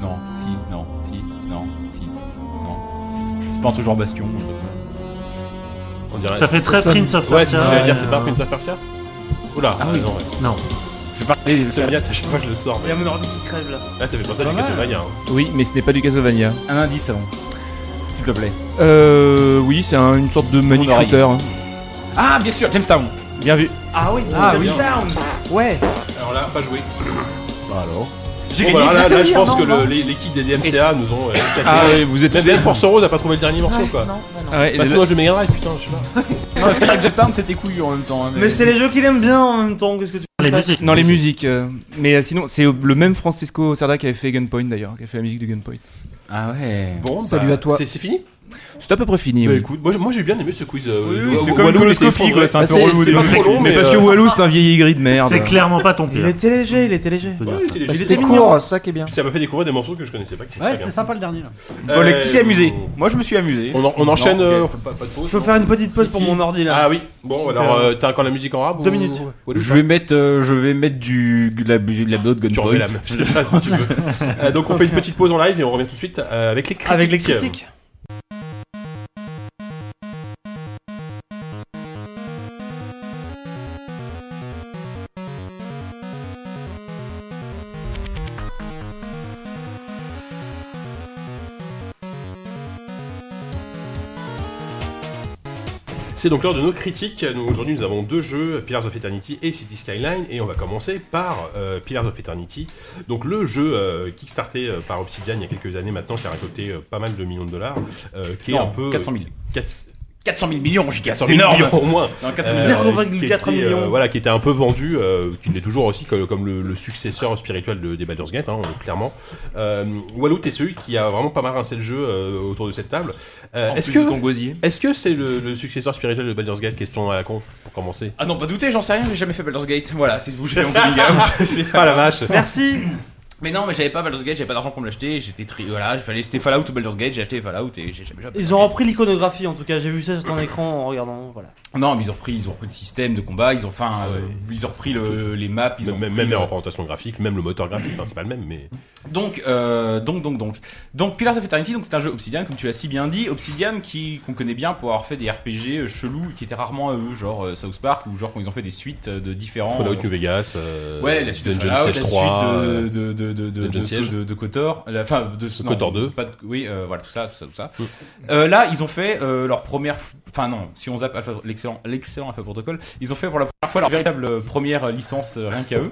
S6: Non, si, non, si, non, si, non. C'est pas un truc genre Bastion.
S1: On
S6: dirait-
S1: Ça fait très
S6: sonne-
S1: Prince of
S6: Ouais,
S1: Persia,
S6: c'est ce que j'allais dire,
S1: euh,
S6: c'est pas Prince of Persia
S1: Oula,
S6: Ah
S1: ah,
S6: oui.
S1: non, ouais.
S6: Non. Je vais parler des
S1: serviettes à chaque fois que je le sors.
S2: Il y a mon ordi qui crève là.
S1: Là, Ah, ça fait penser à du Castlevania. hein.
S12: Oui, mais ce n'est pas du Castlevania.
S6: Un indice avant. S'il te plaît.
S12: Euh, oui, c'est un- une sorte de manic
S6: oreille.
S12: shooter. hein.
S6: Ah, bien sûr, Jamestown.
S12: Bien vu.
S2: Ah oui,
S6: Ah
S2: James
S6: oui.
S2: Down. Ouais.
S1: Alors là, pas joué.
S6: Bah alors.
S1: J'ai
S6: Bon,
S1: gagné,
S6: bah,
S1: là,
S6: c'est
S1: là, je
S6: bien,
S1: pense
S6: non,
S1: que
S6: non.
S1: le- les- l'équipe des
S6: Et
S1: DMCA
S6: c'est-
S1: nous ont. euh,
S6: Ah
S1: capté.
S6: ouais, vous êtes
S1: Même
S6: fous.
S1: la Force Rose a pas trouvé le dernier morceau,
S6: Ouais,
S1: quoi.
S6: non, bah non.
S1: Bah,
S6: Ah ouais, et
S1: c'est
S6: le-
S1: dommage de Mega Drive, putain, je sais pas.
S6: Non, mais Jamestown, c'était couillu en même temps. hein,
S2: Mais c'est les jeux qu'il aime bien en même temps. Qu'est-ce que tu veux que je fasse
S12: Non, les musiques. euh, mais euh, sinon, c'est le même Francisco Cerda qui avait fait Gunpoint d'ailleurs, qui a fait la musique de Gunpoint.
S6: Ah ouais.
S1: Bon,
S12: Salut
S1: bah,
S12: à toi.
S1: C'est c'est fini
S12: C'est à peu près fini.
S1: Bah
S12: oui.
S1: écoute, moi, j'ai- moi j'ai bien aimé ce quiz. euh,
S12: Oui,
S1: Wa-
S12: oui, c'est
S1: Wa-
S12: comme
S1: Walou était
S12: Coloscophie, quoi,
S1: effondré.
S12: c'est un peu
S1: bah, c'est-
S12: relou au
S1: c'est pas
S12: début.
S1: trop long,
S12: Mais parce que
S1: euh,
S12: Walou, c'est un vieil aigri de merde.
S10: C'est clairement pas ton
S2: Il
S10: pire.
S2: était léger, il était léger.
S10: dire ça.
S1: ouais, il était léger.
S10: Bah,
S1: Il
S10: c'était
S1: était
S10: court,
S1: mignon.
S22: ça qui est bien.
S1: Puis ça m'a fait découvrir des morceaux que je connaissais pas. qui étaient
S4: Ouais,
S1: très bien.
S4: c'était sympa le dernier. là.
S6: Bon, les-
S1: Euh,
S6: qui s'est amusé Moi, je me suis amusé.
S1: On, en- on enchaîne.
S6: Non,
S1: euh,
S6: ok.
S1: on fait pas, pas de pause.
S2: Je peux
S1: non
S2: faire une petite pause pour
S6: si.
S2: mon ordi là.
S1: Ah oui, bon, alors euh, t'as encore la musique en rap
S2: Deux
S1: ou-
S2: minutes.
S1: Walou,
S6: Je vais mettre, euh, je vais mettre du de la de l'abdo de
S1: Tu remets la
S6: Gunpoint.
S1: même, c'est ça, si tu veux. Euh, donc on fait une petite pause en live et on revient tout de suite euh, avec les critiques.
S2: Avec les critiques.
S1: C'est donc l'heure de nos critiques. Nous, aujourd'hui, nous avons deux jeux, Pillars of Eternity et City Skyline, et on va commencer par euh, Pillars of Eternity. Donc le jeu euh, kickstarté euh, par Obsidian il y a quelques années maintenant, qui a récolté euh, pas mal de millions de dollars, euh, qui est
S6: Non,
S1: un peu
S6: 400 000.
S1: 400
S6: 400 000 millions, giga, c'est
S1: 400 000
S6: énorme.
S1: millions au moins.
S6: Non, 400 000.
S2: 0,4
S1: Euh, qui était, euh,
S2: millions.
S1: voilà, qui était un peu vendu, euh, qui l'est toujours aussi comme, comme le, le successeur spirituel de, des Baldur's Gate, hein, clairement. Euh, Walou, t'es celui qui a vraiment pas mal rincé le jeu euh, autour de cette table. Euh,
S12: En
S1: Est-ce
S12: plus
S1: que
S12: de ton gosier.
S1: est-ce que c'est le, le successeur spirituel de Baldur's Gate Question à la con pour commencer.
S6: Ah non, pas douter, j'en sais rien, j'ai jamais fait Baldur's Gate. Voilà, c'est vous, j'ai mon coming out. C'est pas-
S1: Ah la vache.
S2: Merci.
S6: Mais non, mais j'avais pas Baldur's Gate, j'avais pas d'argent pour me l'acheter, j'étais tri... voilà, fallait c'était Fallout ou Baldur's Gate, j'ai acheté Fallout et j'ai jamais jamais-
S2: Ils ont repris l'iconographie en tout cas. J'ai vu ça sur ton écran en regardant. Voilà.
S6: Non, mais ils ont repris, ils ont repris le système de combat, ils ont enfin euh, ils ont repris le- les maps, ils ont
S1: Ah même
S6: repris
S1: même
S6: le-
S1: les représentations graphiques, même le moteur graphique, enfin, c'est pas le même, mais
S6: Donc, euh, donc, donc, donc. Donc, Pillars of Eternity, donc, c'est un jeu Obsidian, comme tu l'as si bien dit. Obsidian, qui, qu'on connaît bien pour avoir fait des RPG euh, chelous, qui étaient rarement à eux, genre euh, South Park, ou genre quand ils ont fait des suites euh, de différents.
S1: Fallout
S6: euh,
S1: New Vegas. euh,
S6: Ouais, la suite de
S1: Dungeon
S6: Fallout,
S1: Siege 3.
S6: la
S1: euh,
S6: suite de, de, de, de, de,
S1: Dungeon
S6: de-
S1: Siege.
S6: de- de Kotor, la, enfin de, non,
S1: Kotor 2.
S6: pas de- oui, euh, voilà tout ça, tout ça, tout ça.
S1: Mm.
S6: Euh, là, ils ont fait euh, leur première, enfin non, si on zappe Alpha- l'excellent, l'excellent Alpha Protocol, ils ont fait pour la première fois leur véritable euh, première licence euh, rien qu'à eux,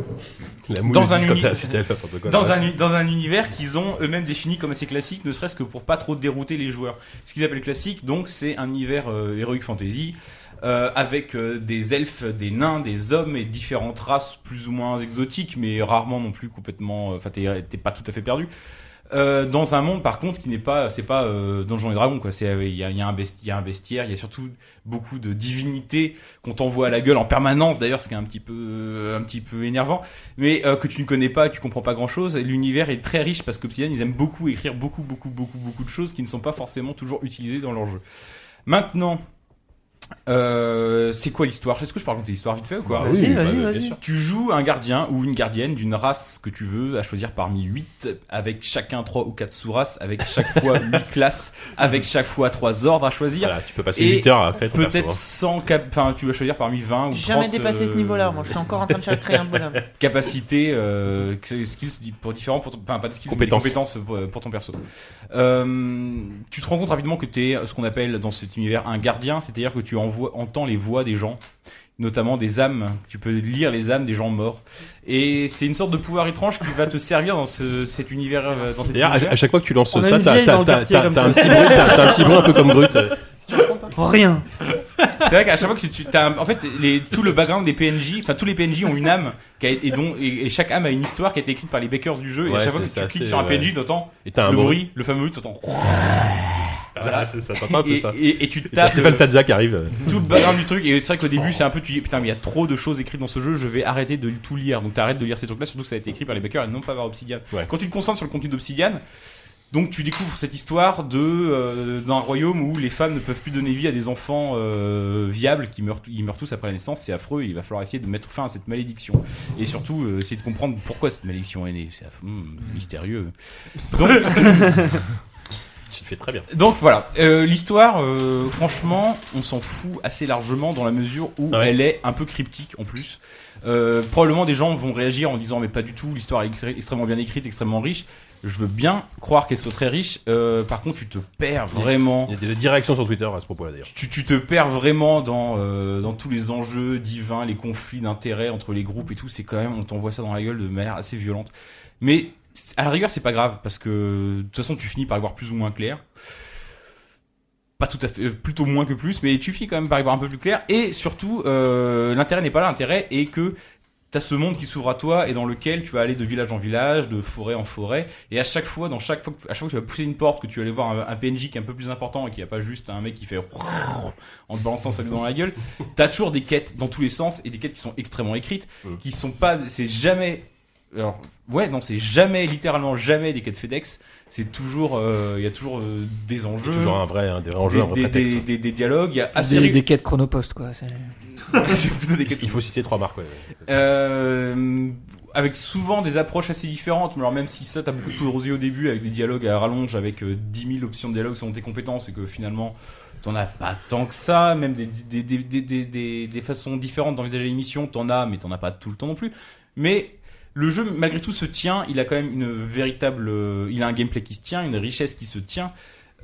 S1: la moule
S6: dans un
S1: discothèque,
S6: univers-
S1: c'était Alpha Protocol, hein.
S6: dans
S1: ouais.
S6: un u- dans un univers qu'ils ont eux-mêmes défini comme assez classique, ne serait-ce que pour pas trop dérouter les joueurs. Ce qu'ils appellent classique, donc, c'est un univers euh, heroic fantasy. euh, avec euh, des elfes, des nains, des hommes et différentes races plus ou moins exotiques, mais rarement non plus complètement. euh, Enfin, t'es t'es pas tout à fait perdu. Euh, dans un monde, par contre, qui n'est pas, c'est pas euh, Donjons et Dragons, quoi. C'est, euh, il y a, il y a un besti- il y a un bestiaire, il y a surtout beaucoup de divinités qu'on t'envoie à la gueule en permanence. D'ailleurs, ce qui est un petit peu, euh, un petit peu énervant, mais euh, que tu ne connais pas, tu comprends pas grand chose. L'univers est très riche parce qu'Obsidian, ils aiment beaucoup écrire beaucoup, beaucoup, beaucoup, beaucoup de choses qui ne sont pas forcément toujours utilisées dans leur jeu. Maintenant, euh, c'est quoi l'histoire Est-ce que je peux raconter l'histoire vite fait ou quoi
S1: Ah oui,
S2: Vas-y,
S1: bah,
S2: vas-y,
S1: bien
S2: vas-y.
S1: sûr.
S6: tu joues un gardien ou une gardienne d'une race que tu veux à choisir parmi 8 avec chacun 3 ou 4 sous-races avec chaque fois 8 classes avec chaque fois 3 ordres à choisir
S1: Voilà, tu peux passer
S6: Et
S1: 8 heures à créer ton perso,
S6: peut-être
S1: hein.
S6: 100 cap- enfin tu vas choisir parmi 20 ou 30
S5: J'ai jamais dépassé ce
S6: euh,
S5: niveau-là. Moi, je suis encore en train de chercher créer un bonhomme.
S6: capacités, euh, skills di- pour différents, pour ton- enfin, pas des skills, mais des
S1: Compétences.
S6: compétences pour, pour ton perso. Euh, tu te rends compte rapidement que tu es ce qu'on appelle dans cet univers un gardien, c'est-à-dire que tu envoies, entends les voix des gens, notamment des âmes. Tu peux lire les âmes des gens morts. Et c'est une sorte de pouvoir étrange qui va te servir dans ce, cet univers. euh, Dans cet
S1: D'ailleurs, à,
S6: univers.
S1: à chaque fois que tu lances
S2: On a
S1: ça,
S2: une
S1: t'as
S2: vieille dans
S1: t'as-
S2: le
S1: t'as-
S2: quartier
S1: t'as-
S2: comme
S1: t'as
S2: ça.
S1: un petit bruit, t'as t'as un petit bruit un peu comme brut.
S2: Rien.
S6: C'est vrai qu'à chaque fois que tu- tu as en fait les, tout le background des PNJ, enfin tous les PNJ ont une âme qui a- et dont et, et chaque âme a une histoire qui a été écrite par les bakers du jeu et à
S1: Ouais,
S6: chaque fois
S1: c'est-
S6: que
S1: c'est
S6: tu cliques
S1: assez,
S6: sur un
S1: ouais.
S6: PNJ t'entends
S1: Et t'as un
S6: le
S1: bruit.
S6: bruit, le fameux bruit t'entends
S1: Voilà, c'est ça, t'entends un peu
S6: et,
S1: ça.
S6: et- et tu
S1: Et t'as
S6: tapes
S1: Stéphane
S6: le-
S1: Plaza qui arrive.
S6: tout le background du truc et c'est vrai qu'au début c'est un peu tu dis putain mais il y a trop de choses écrites dans ce jeu je vais arrêter de tout lire donc t'arrêtes de lire ces trucs là surtout que ça a été écrit par les backers et non pas par Obsidian
S1: Ouais.
S6: quand tu te concentres sur le contenu d'Obsidian Donc tu découvres cette histoire de euh, d'un royaume où les femmes ne peuvent plus donner vie à des enfants euh, viables qui meurent, ils meurent tous après la naissance, c'est affreux, et il va falloir essayer de mettre fin à cette malédiction. Et surtout euh, essayer de comprendre pourquoi cette malédiction est née. C'est aff- hmm, mystérieux. Donc,
S1: Tu le fais très bien.
S6: donc voilà, Euh, l'histoire, euh, franchement, on s'en fout assez largement dans la mesure où elle est un peu cryptique en plus. Euh, probablement des gens vont réagir en disant mais pas du tout, l'histoire est extré- extrêmement bien écrite, extrêmement riche. Je veux bien croire qu'elle soit très riche. Euh, par contre, tu te perds vraiment.
S1: Il y a déjà 10 réactions sur Twitter à ce propos-là d'ailleurs.
S6: Tu, tu te perds vraiment dans, euh, dans tous les enjeux divins, les conflits d'intérêts entre les groupes et tout. C'est quand même, on t'envoie ça dans la gueule de manière assez violente. Mais c- à la rigueur, c'est pas grave parce que de toute façon, tu finis par y voir plus ou moins clair. Pas tout à fait, euh, plutôt moins que plus, mais tu finis quand même par y voir un peu plus clair. Et surtout, euh, l'intérêt n'est pas là. L'intérêt est que T'as ce monde qui s'ouvre à toi et dans lequel tu vas aller de village en village, de forêt en forêt, et à chaque fois, dans chaque fois, que tu- à chaque fois que tu vas pousser une porte, que tu vas aller voir un, un PNJ qui est un peu plus important et qui a pas juste un mec qui fait en te balançant sa gueule dans la gueule, t'as toujours des quêtes dans tous les sens et des quêtes qui sont extrêmement écrites,
S1: Mm.
S6: qui sont pas, c'est jamais alors, ouais, non, c'est jamais, littéralement jamais des quêtes FedEx. C'est toujours, euh, il y a toujours euh, des enjeux.
S1: toujours un vrai- un des vrais enjeux, un vrai
S6: Des, des,
S1: prétexte.
S6: des- des dialogues, il y a assez.
S22: Des, des quêtes chronopost, quoi. c'est-
S6: C'est plutôt des quêtes.
S1: Il faut citer trois marques. ouais.
S6: Euh, avec souvent des approches assez différentes, mais alors même si ça t'as beaucoup rosé au début avec des dialogues à rallonge, avec euh, 10 000 options de dialogue selon tes compétences, et que finalement t'en as pas tant que ça, même des, des, des, des, des- des- des façons différentes d'envisager les missions, t'en as, mais t'en as pas tout le temps non plus. Mais le jeu malgré tout se tient, il a quand même une véritable, euh, il a un gameplay qui se tient, une richesse qui se tient.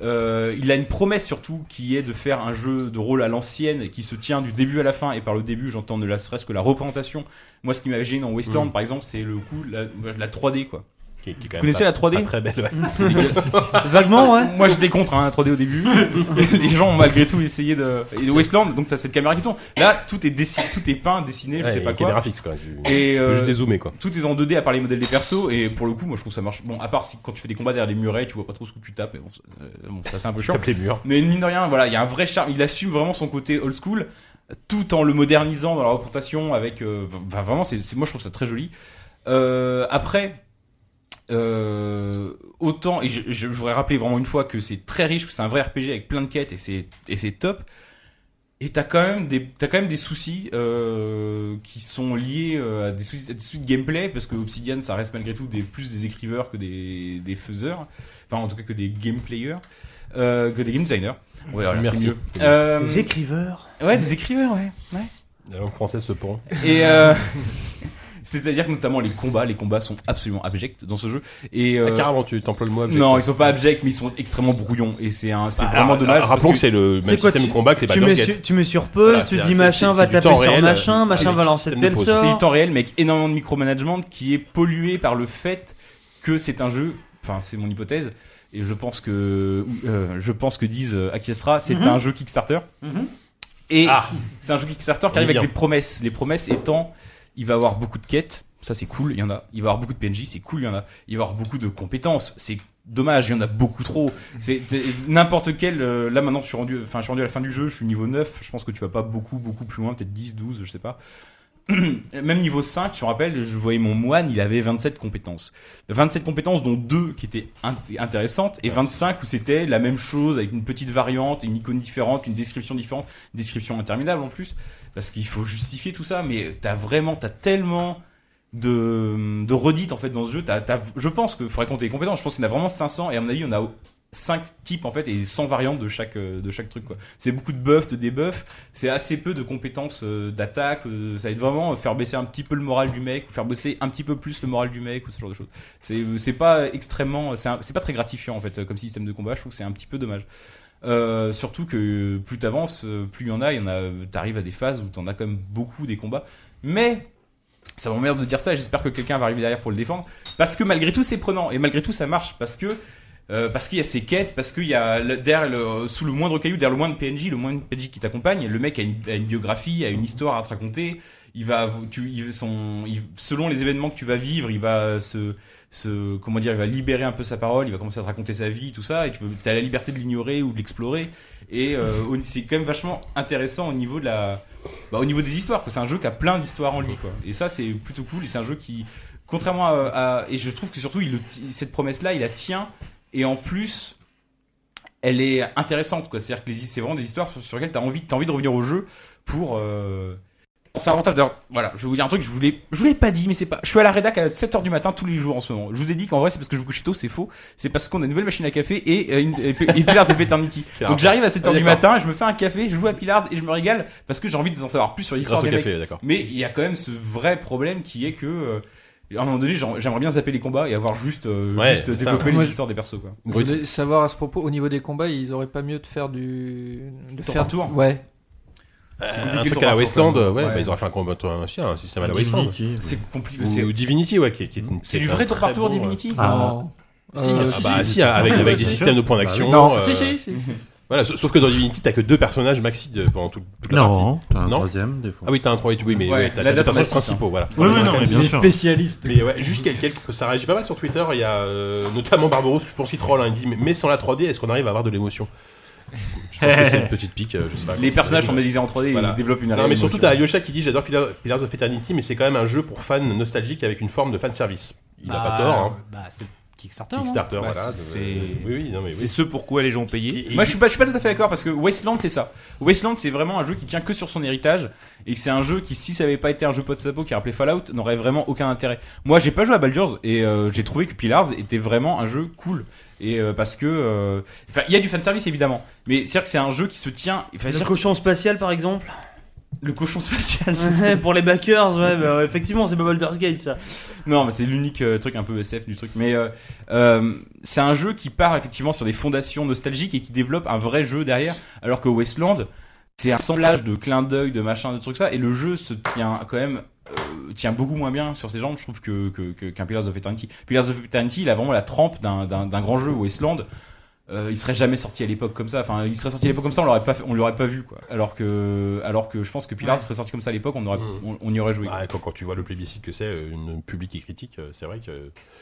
S6: Euh, il a une promesse surtout qui est de faire un jeu de rôle à l'ancienne qui se tient du début à la fin et par le début j'entends ne la serait-ce que la représentation. Moi ce qui m'avait gêné dans Wasteland
S1: Mm.
S6: par exemple c'est le coup la, la 3D quoi.
S1: Qui- qui est quand
S6: Vous
S1: même
S6: connaissez
S1: pas-
S6: la 3D
S1: pas très belle, ouais.
S6: C'est dégueulasse.
S2: Vaguement, ouais.
S6: Moi j'étais contre hein, la 3D au début. Les gens ont malgré tout essayé de. Et de Wasteland donc ça cette caméra qui tourne. Là tout est dessiné, tout est peint, dessiné, je
S1: Ouais,
S6: sais
S1: et
S6: pas quoi.
S1: caméra fixe, quoi. Tu-
S6: Et, euh,
S1: tu peux juste dézoomer, quoi.
S6: Tout est en 2D à part les modèles des persos et pour le coup moi je trouve ça marche. Bon à part si quand tu fais des combats derrière les murets tu vois pas trop ce que tu tapes mais bon, ça- euh, bon, ça c'est un peu chiant.
S1: Tape les murs.
S6: Mais mine de rien, voilà, il y a un vrai charme. Il assume vraiment son côté old school, tout en le modernisant dans la représentation. Avec, euh, va- vraiment, c'est, c'est- moi je trouve ça très joli. Euh, après, euh, autant et je, je- je voudrais rappeler vraiment une fois que c'est très riche, que c'est un vrai RPG avec plein de quêtes et c'est et c'est top. Et t'as quand même des t'as quand même des soucis euh, qui sont liés euh, à des soucis, à des soucis de gameplay parce que Obsidian ça reste malgré tout des plus des écriveurs que des des faiseurs, enfin en tout cas que des game players, euh, que des game designers. Ouais, voilà,
S1: Merci.
S6: c'est mieux.
S11: Euh,
S6: Euh,
S2: Des écriveurs.
S6: Ouais, des écriveurs, ouais. ouais.
S1: La langue française se pend.
S6: Et euh, c'est-à-dire que notamment les combats, les combats sont absolument abjects dans ce jeu. Et euh,
S1: Ah, carrément, tu t'emploies le mot abject.
S6: Non, ils sont pas abjects, mais ils sont extrêmement brouillons. Et c'est un, c'est
S1: Bah,
S6: vraiment
S1: alors,
S6: dommage.
S1: rappelons que c'est le même
S6: C'est quoi,
S1: système
S6: tu-
S1: de combat que les
S6: tu
S1: Baldur's
S6: mets
S1: Gate.
S6: sur-
S2: tu mets sur pause,
S1: Voilà,
S2: tu
S1: c'est-
S2: dis
S1: c'est-
S2: machin
S1: c'est
S2: va
S1: du temps
S2: taper sur
S1: réel, euh,
S2: machin,
S1: c'est
S2: machin
S1: du
S2: va lancer
S1: système de
S2: tel
S1: pause.
S6: C'est
S2: sort.
S6: du temps réel, mec, énormément de micromanagement qui est pollué par le fait que c'est un jeu. Enfin, c'est mon hypothèse, et je pense que euh, je pense que disent euh, acquiescera, c'est
S2: Mhm.
S6: un jeu Kickstarter.
S2: Mhm.
S6: Et c'est un jeu Kickstarter qui arrive
S1: On y
S6: avec
S1: vient.
S6: des promesses. Les promesses étant, il va avoir beaucoup de quêtes, ça c'est cool, il y en a. Il va avoir beaucoup de PNJ, c'est cool, il y en a. Il va avoir beaucoup de compétences, c'est dommage, il y en a beaucoup trop. C'est t'es- n'importe quel. euh, là maintenant, je suis rendu, enfin, je suis rendu à la fin du jeu, je suis niveau 9, je pense que tu vas pas beaucoup, beaucoup plus loin, peut-être 10, 12, je sais pas. Même niveau 5, je me rappelle, je voyais mon moine, il avait 27 compétences. 27 compétences, dont 2 qui étaient int- intéressantes, et 25 où c'était la même chose, avec une petite variante, une icône différente, une description différente, une description interminable en plus, parce qu'il faut justifier tout ça, mais t'as vraiment, t'as tellement de, de redites en fait dans ce jeu. T'as- t'as- je pense qu'il faudrait compter les compétences, je pense qu'il y en a vraiment 500, et à mon avis, on a 5 types en fait et 100 variantes de chaque, euh, de chaque truc quoi. C'est beaucoup de buffs, de debuffs, c'est assez peu de compétences euh, d'attaque, euh, ça va être vraiment faire baisser un petit peu le moral du mec ou faire baisser un petit peu plus le moral du mec ou ce genre de choses. C'est euh, c'est pas extrêmement c'est un- c'est pas très gratifiant en fait euh, comme système de combat, je trouve que c'est un petit peu dommage. Euh, surtout que plus t'avances, euh, plus il y en a, il y en a t'arrives à des phases où t'en as quand même beaucoup des combats mais ça m'emmerde de dire ça, et j'espère que quelqu'un va arriver derrière pour le défendre. Parce que malgré tout, c'est prenant, et malgré tout, ça marche. Parce que. euh, parce qu'il y a ces quêtes, parce qu'il y a le- derrière le- sous le moindre caillou, derrière le moindre PNJ, le moindre PNJ qui t'accompagne, le mec a une, a une biographie, a une histoire à te raconter. Il va, tu, il- son, il- selon les événements que tu vas vivre, il va se, se, comment dire, il va libérer un peu sa parole, il va commencer à te raconter sa vie, tout ça, et tu as la liberté de l'ignorer ou de l'explorer. Et euh, au- c'est quand même vachement intéressant au niveau de la, bah, au niveau des histoires, que c'est un jeu qui a plein d'histoires en lui, quoi. Et ça, c'est plutôt cool. Et c'est un jeu qui, contrairement à, à- et je trouve que surtout, il le- cette promesse-là, il la tient Et en plus, elle est intéressante, quoi. C'est-à-dire que les- c'est vraiment des histoires sur, sur lesquelles t'as envie, t'as envie de revenir au jeu pour. euh, c'est avantage d'ailleurs, voilà, je vais vous dire un truc, je vous l'ai, je vous l'ai pas dit, mais c'est pas. Je suis à la rédac à 7h du matin tous les jours en ce moment. Je vous ai dit qu'en vrai, c'est parce que je vous couche tôt, c'est faux. C'est parce qu'on a une nouvelle machine à café et, euh, une, et, et Pillars of Eternity. Donc j'arrive à 7h du
S1: Ah, D'accord.
S6: matin, je me fais un café, je joue à Pillars et je me régale parce que j'ai envie d'en savoir plus sur l'histoire
S1: Grâce au
S6: des
S1: café,
S6: mecs.
S1: d'accord.
S6: Mais il y a quand même ce vrai problème qui est que. euh, à un moment donné, j'en- j'aimerais bien zapper les combats et avoir juste, euh,
S1: Ouais,
S6: juste
S1: c'est ça.
S6: développer
S1: Moi,
S6: les
S1: je-
S6: histoires des persos. Quoi.
S16: Je voulais savoir à ce propos, au niveau des combats, ils auraient pas mieux de faire du. De
S6: Tour
S16: faire
S6: par tour.
S16: Ouais.
S1: Euh, un truc à la Wasteland, ouais, bah, ils auraient fait un combat un, chien, un système à la Wasteland.
S10: Divinity,
S6: C'est compliqué.
S1: Ou,
S6: c'est- Mmh.
S1: ou Divinity, ouais, qui, qui est une-
S6: C'est
S1: qui
S6: du
S1: est un
S6: vrai tour par
S1: très
S6: tour
S1: bon,
S6: Divinity
S1: euh,
S16: Ah.
S1: Ah,
S16: Si, euh,
S1: bah
S16: si.
S1: si, avec, avec des
S16: Bien sûr.
S1: systèmes de points d'action. euh,
S16: Bah oui. Non. Si, si, si.
S1: Voilà, sa- sauf que dans Divinity, t'as que deux personnages maxi de, pendant tout, toute la
S10: Non,
S1: partie.
S10: t'as un troisième, des fois.
S1: Ah oui, t'as un troisième, oui, mais
S10: Ouais,
S1: ouais, t'as
S10: la
S1: t'as deux
S10: date en a
S1: personnages
S10: six,
S1: principaux,
S10: hein.
S1: voilà.
S10: Oui, oui, non, mais bien sûr.
S1: spécialistes. Mais ouais, juste quel- quel- ça réagit pas mal sur Twitter, il y a euh, notamment Barbaros, je pense qu'il troll, hein, il dit, mais- mais sans la 3D, est-ce qu'on arrive à avoir de l'émotion je pense que c'est une petite pique, euh, je sais pas.
S6: Les personnages sont modélisés en 3D et ils développent une
S1: Non,
S6: réelle
S1: mais surtout,
S6: émotion.
S1: t'as Alyosha qui dit J'adore Pillar- Pillars of Eternity, mais c'est quand même un jeu pour fans nostalgiques avec une forme de fanservice. Il a
S4: Bah,
S1: pas tort. Hein.
S4: bah, c'est Kickstarter,
S1: Kickstarter,
S4: non Bah,
S1: voilà.
S4: c'est-
S1: de- Oui, oui, non, mais
S6: c'est
S1: oui.
S6: ce
S1: pourquoi les gens ont payé.
S6: Moi, je suis pas, je suis pas tout à fait d'accord parce que Wasteland, c'est ça. Wasteland, c'est vraiment un jeu qui tient que sur son héritage et que c'est un jeu qui, si ça avait pas été un jeu pot de sapot qui rappelait Fallout, n'aurait vraiment aucun intérêt. Moi, j'ai pas joué à Baldur's et euh, j'ai trouvé que Pillars était vraiment un jeu cool. Et euh, parce que, euh, enfin, il y a du fanservice évidemment, mais c'est-à-dire que c'est un jeu qui se tient. enfin,
S2: Le
S6: c'est-à-dire
S2: cochon spatial, par exemple.
S6: Le cochon spatial,
S2: c'est ça. Pour les backers, ouais, bah, ouais, effectivement, c'est pas Baldur's Gate, ça.
S6: Non, mais c'est l'unique euh, truc un peu SF du truc. Mais euh, euh, c'est un jeu qui part effectivement sur des fondations nostalgiques et qui développe un vrai jeu derrière. Alors que Wasteland, c'est un assemblage de clins d'œil, de machin, de trucs ça. Et le jeu se tient quand même. euh, tient beaucoup moins bien sur ses jambes je trouve que que- que- qu'un Pillars of Eternity Pillars of Eternity il a vraiment la trempe d'un- d'un d'un grand jeu Wasteland euh, il serait jamais sorti à l'époque comme ça enfin il serait sorti à l'époque comme ça on l'aurait pas fait- on l'aurait pas vu quoi alors que alors que je pense que Pillars
S1: Ouais.
S6: serait sorti comme ça à l'époque on aurait
S1: Mm.
S6: on, on y aurait joué
S1: Ah, quand, quand tu vois le plébiscite que c'est, euh, une public et critique, euh, c'est vrai que.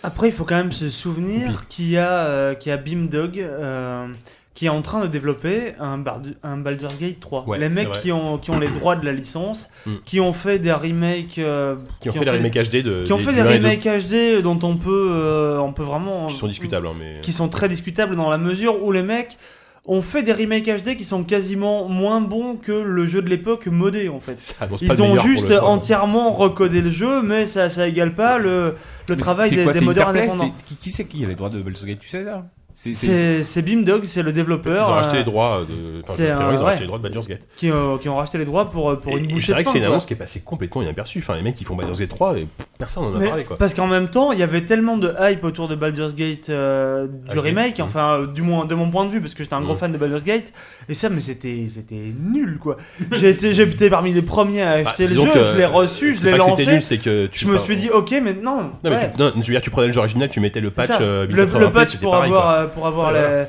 S2: Après, il faut quand même se souvenir qu'il y a, euh, qu'il y a Beamdog euh, qui est en train de développer un, Bardu- un Baldur's Gate 3.
S1: Ouais,
S2: les
S1: c'est
S2: mecs
S1: vrai.
S2: qui ont, qui ont les droits de la licence,
S1: Mm.
S2: qui ont fait des remakes. euh,
S1: Qui ont fait des remakes HD de-
S2: Qui ont
S1: des-
S2: fait
S1: du
S2: des
S1: un et deux.
S2: remakes HD dont on peut, euh, on peut vraiment.
S1: Qui sont discutables, hein, mais-
S2: Qui sont très discutables dans la mesure où les mecs. ont fait des remakes HD qui sont quasiment moins bons que le jeu de l'époque modé en fait.
S1: annonce pas
S2: Ils
S1: de
S2: ont
S1: meilleur pour
S2: juste
S1: le coup, hein.
S2: entièrement recodé le jeu, mais ça ça égale pas le, le
S6: Mais
S2: travail
S6: c'est
S2: des,
S6: quoi,
S2: des
S6: c'est
S2: modeurs
S6: Interplay
S2: indépendants.
S6: C'est- Qui, qui c'est qui a les droits de Baldur's Gate Tu sais ça C'est-
S2: C'est c'est Beamdog, c'est le développeur.
S1: Ils ont
S2: euh,
S1: racheté les droits de- enfin,
S2: c'est
S1: je-
S2: un-
S1: ils ont racheté
S2: ouais.
S1: les droits de Baldur's Gate.
S2: Qui, euh, qui ont racheté les droits pour, euh, pour une
S1: Et
S2: bouchée
S1: C'est vrai
S2: de
S1: que
S2: pain,
S1: c'est une
S2: quoi.
S1: annonce qui est passée complètement inaperçue. Enfin, les mecs, ils font Baldur's Gate 3 et pff, personne n'en a
S2: Mais-
S1: parlé, quoi.
S2: Parce qu'en même temps, il y avait tellement de hype autour de Baldur's Gate euh, du
S1: HD,
S2: remake,
S1: mhm.
S2: enfin, euh, du moins de mon point de vue, parce que j'étais un gros
S1: Mhm.
S2: fan de Baldur's Gate, et ça, mais c'était c'était nul quoi. J'ai été, j'ai été parmi les premiers à acheter le
S1: Bah, disons
S2: jeu,
S1: que,
S2: je l'ai reçu, je
S1: c'est
S2: l'ai
S1: pas que c'était
S2: lancé.
S1: nul, c'est que tu-
S2: je me
S1: enfin,
S2: suis dit, ok, mais non.
S1: Non, mais
S2: ouais.
S1: tu- non, je veux dire, tu prenais le jeu original, tu mettais le
S2: C'est
S1: patch.
S2: ça.
S1: euh,
S2: le,
S1: 1080p,
S2: le patch
S1: c'était
S2: pour
S1: pareil,
S2: avoir,
S1: quoi.
S2: euh, pour avoir
S1: Ouais, voilà.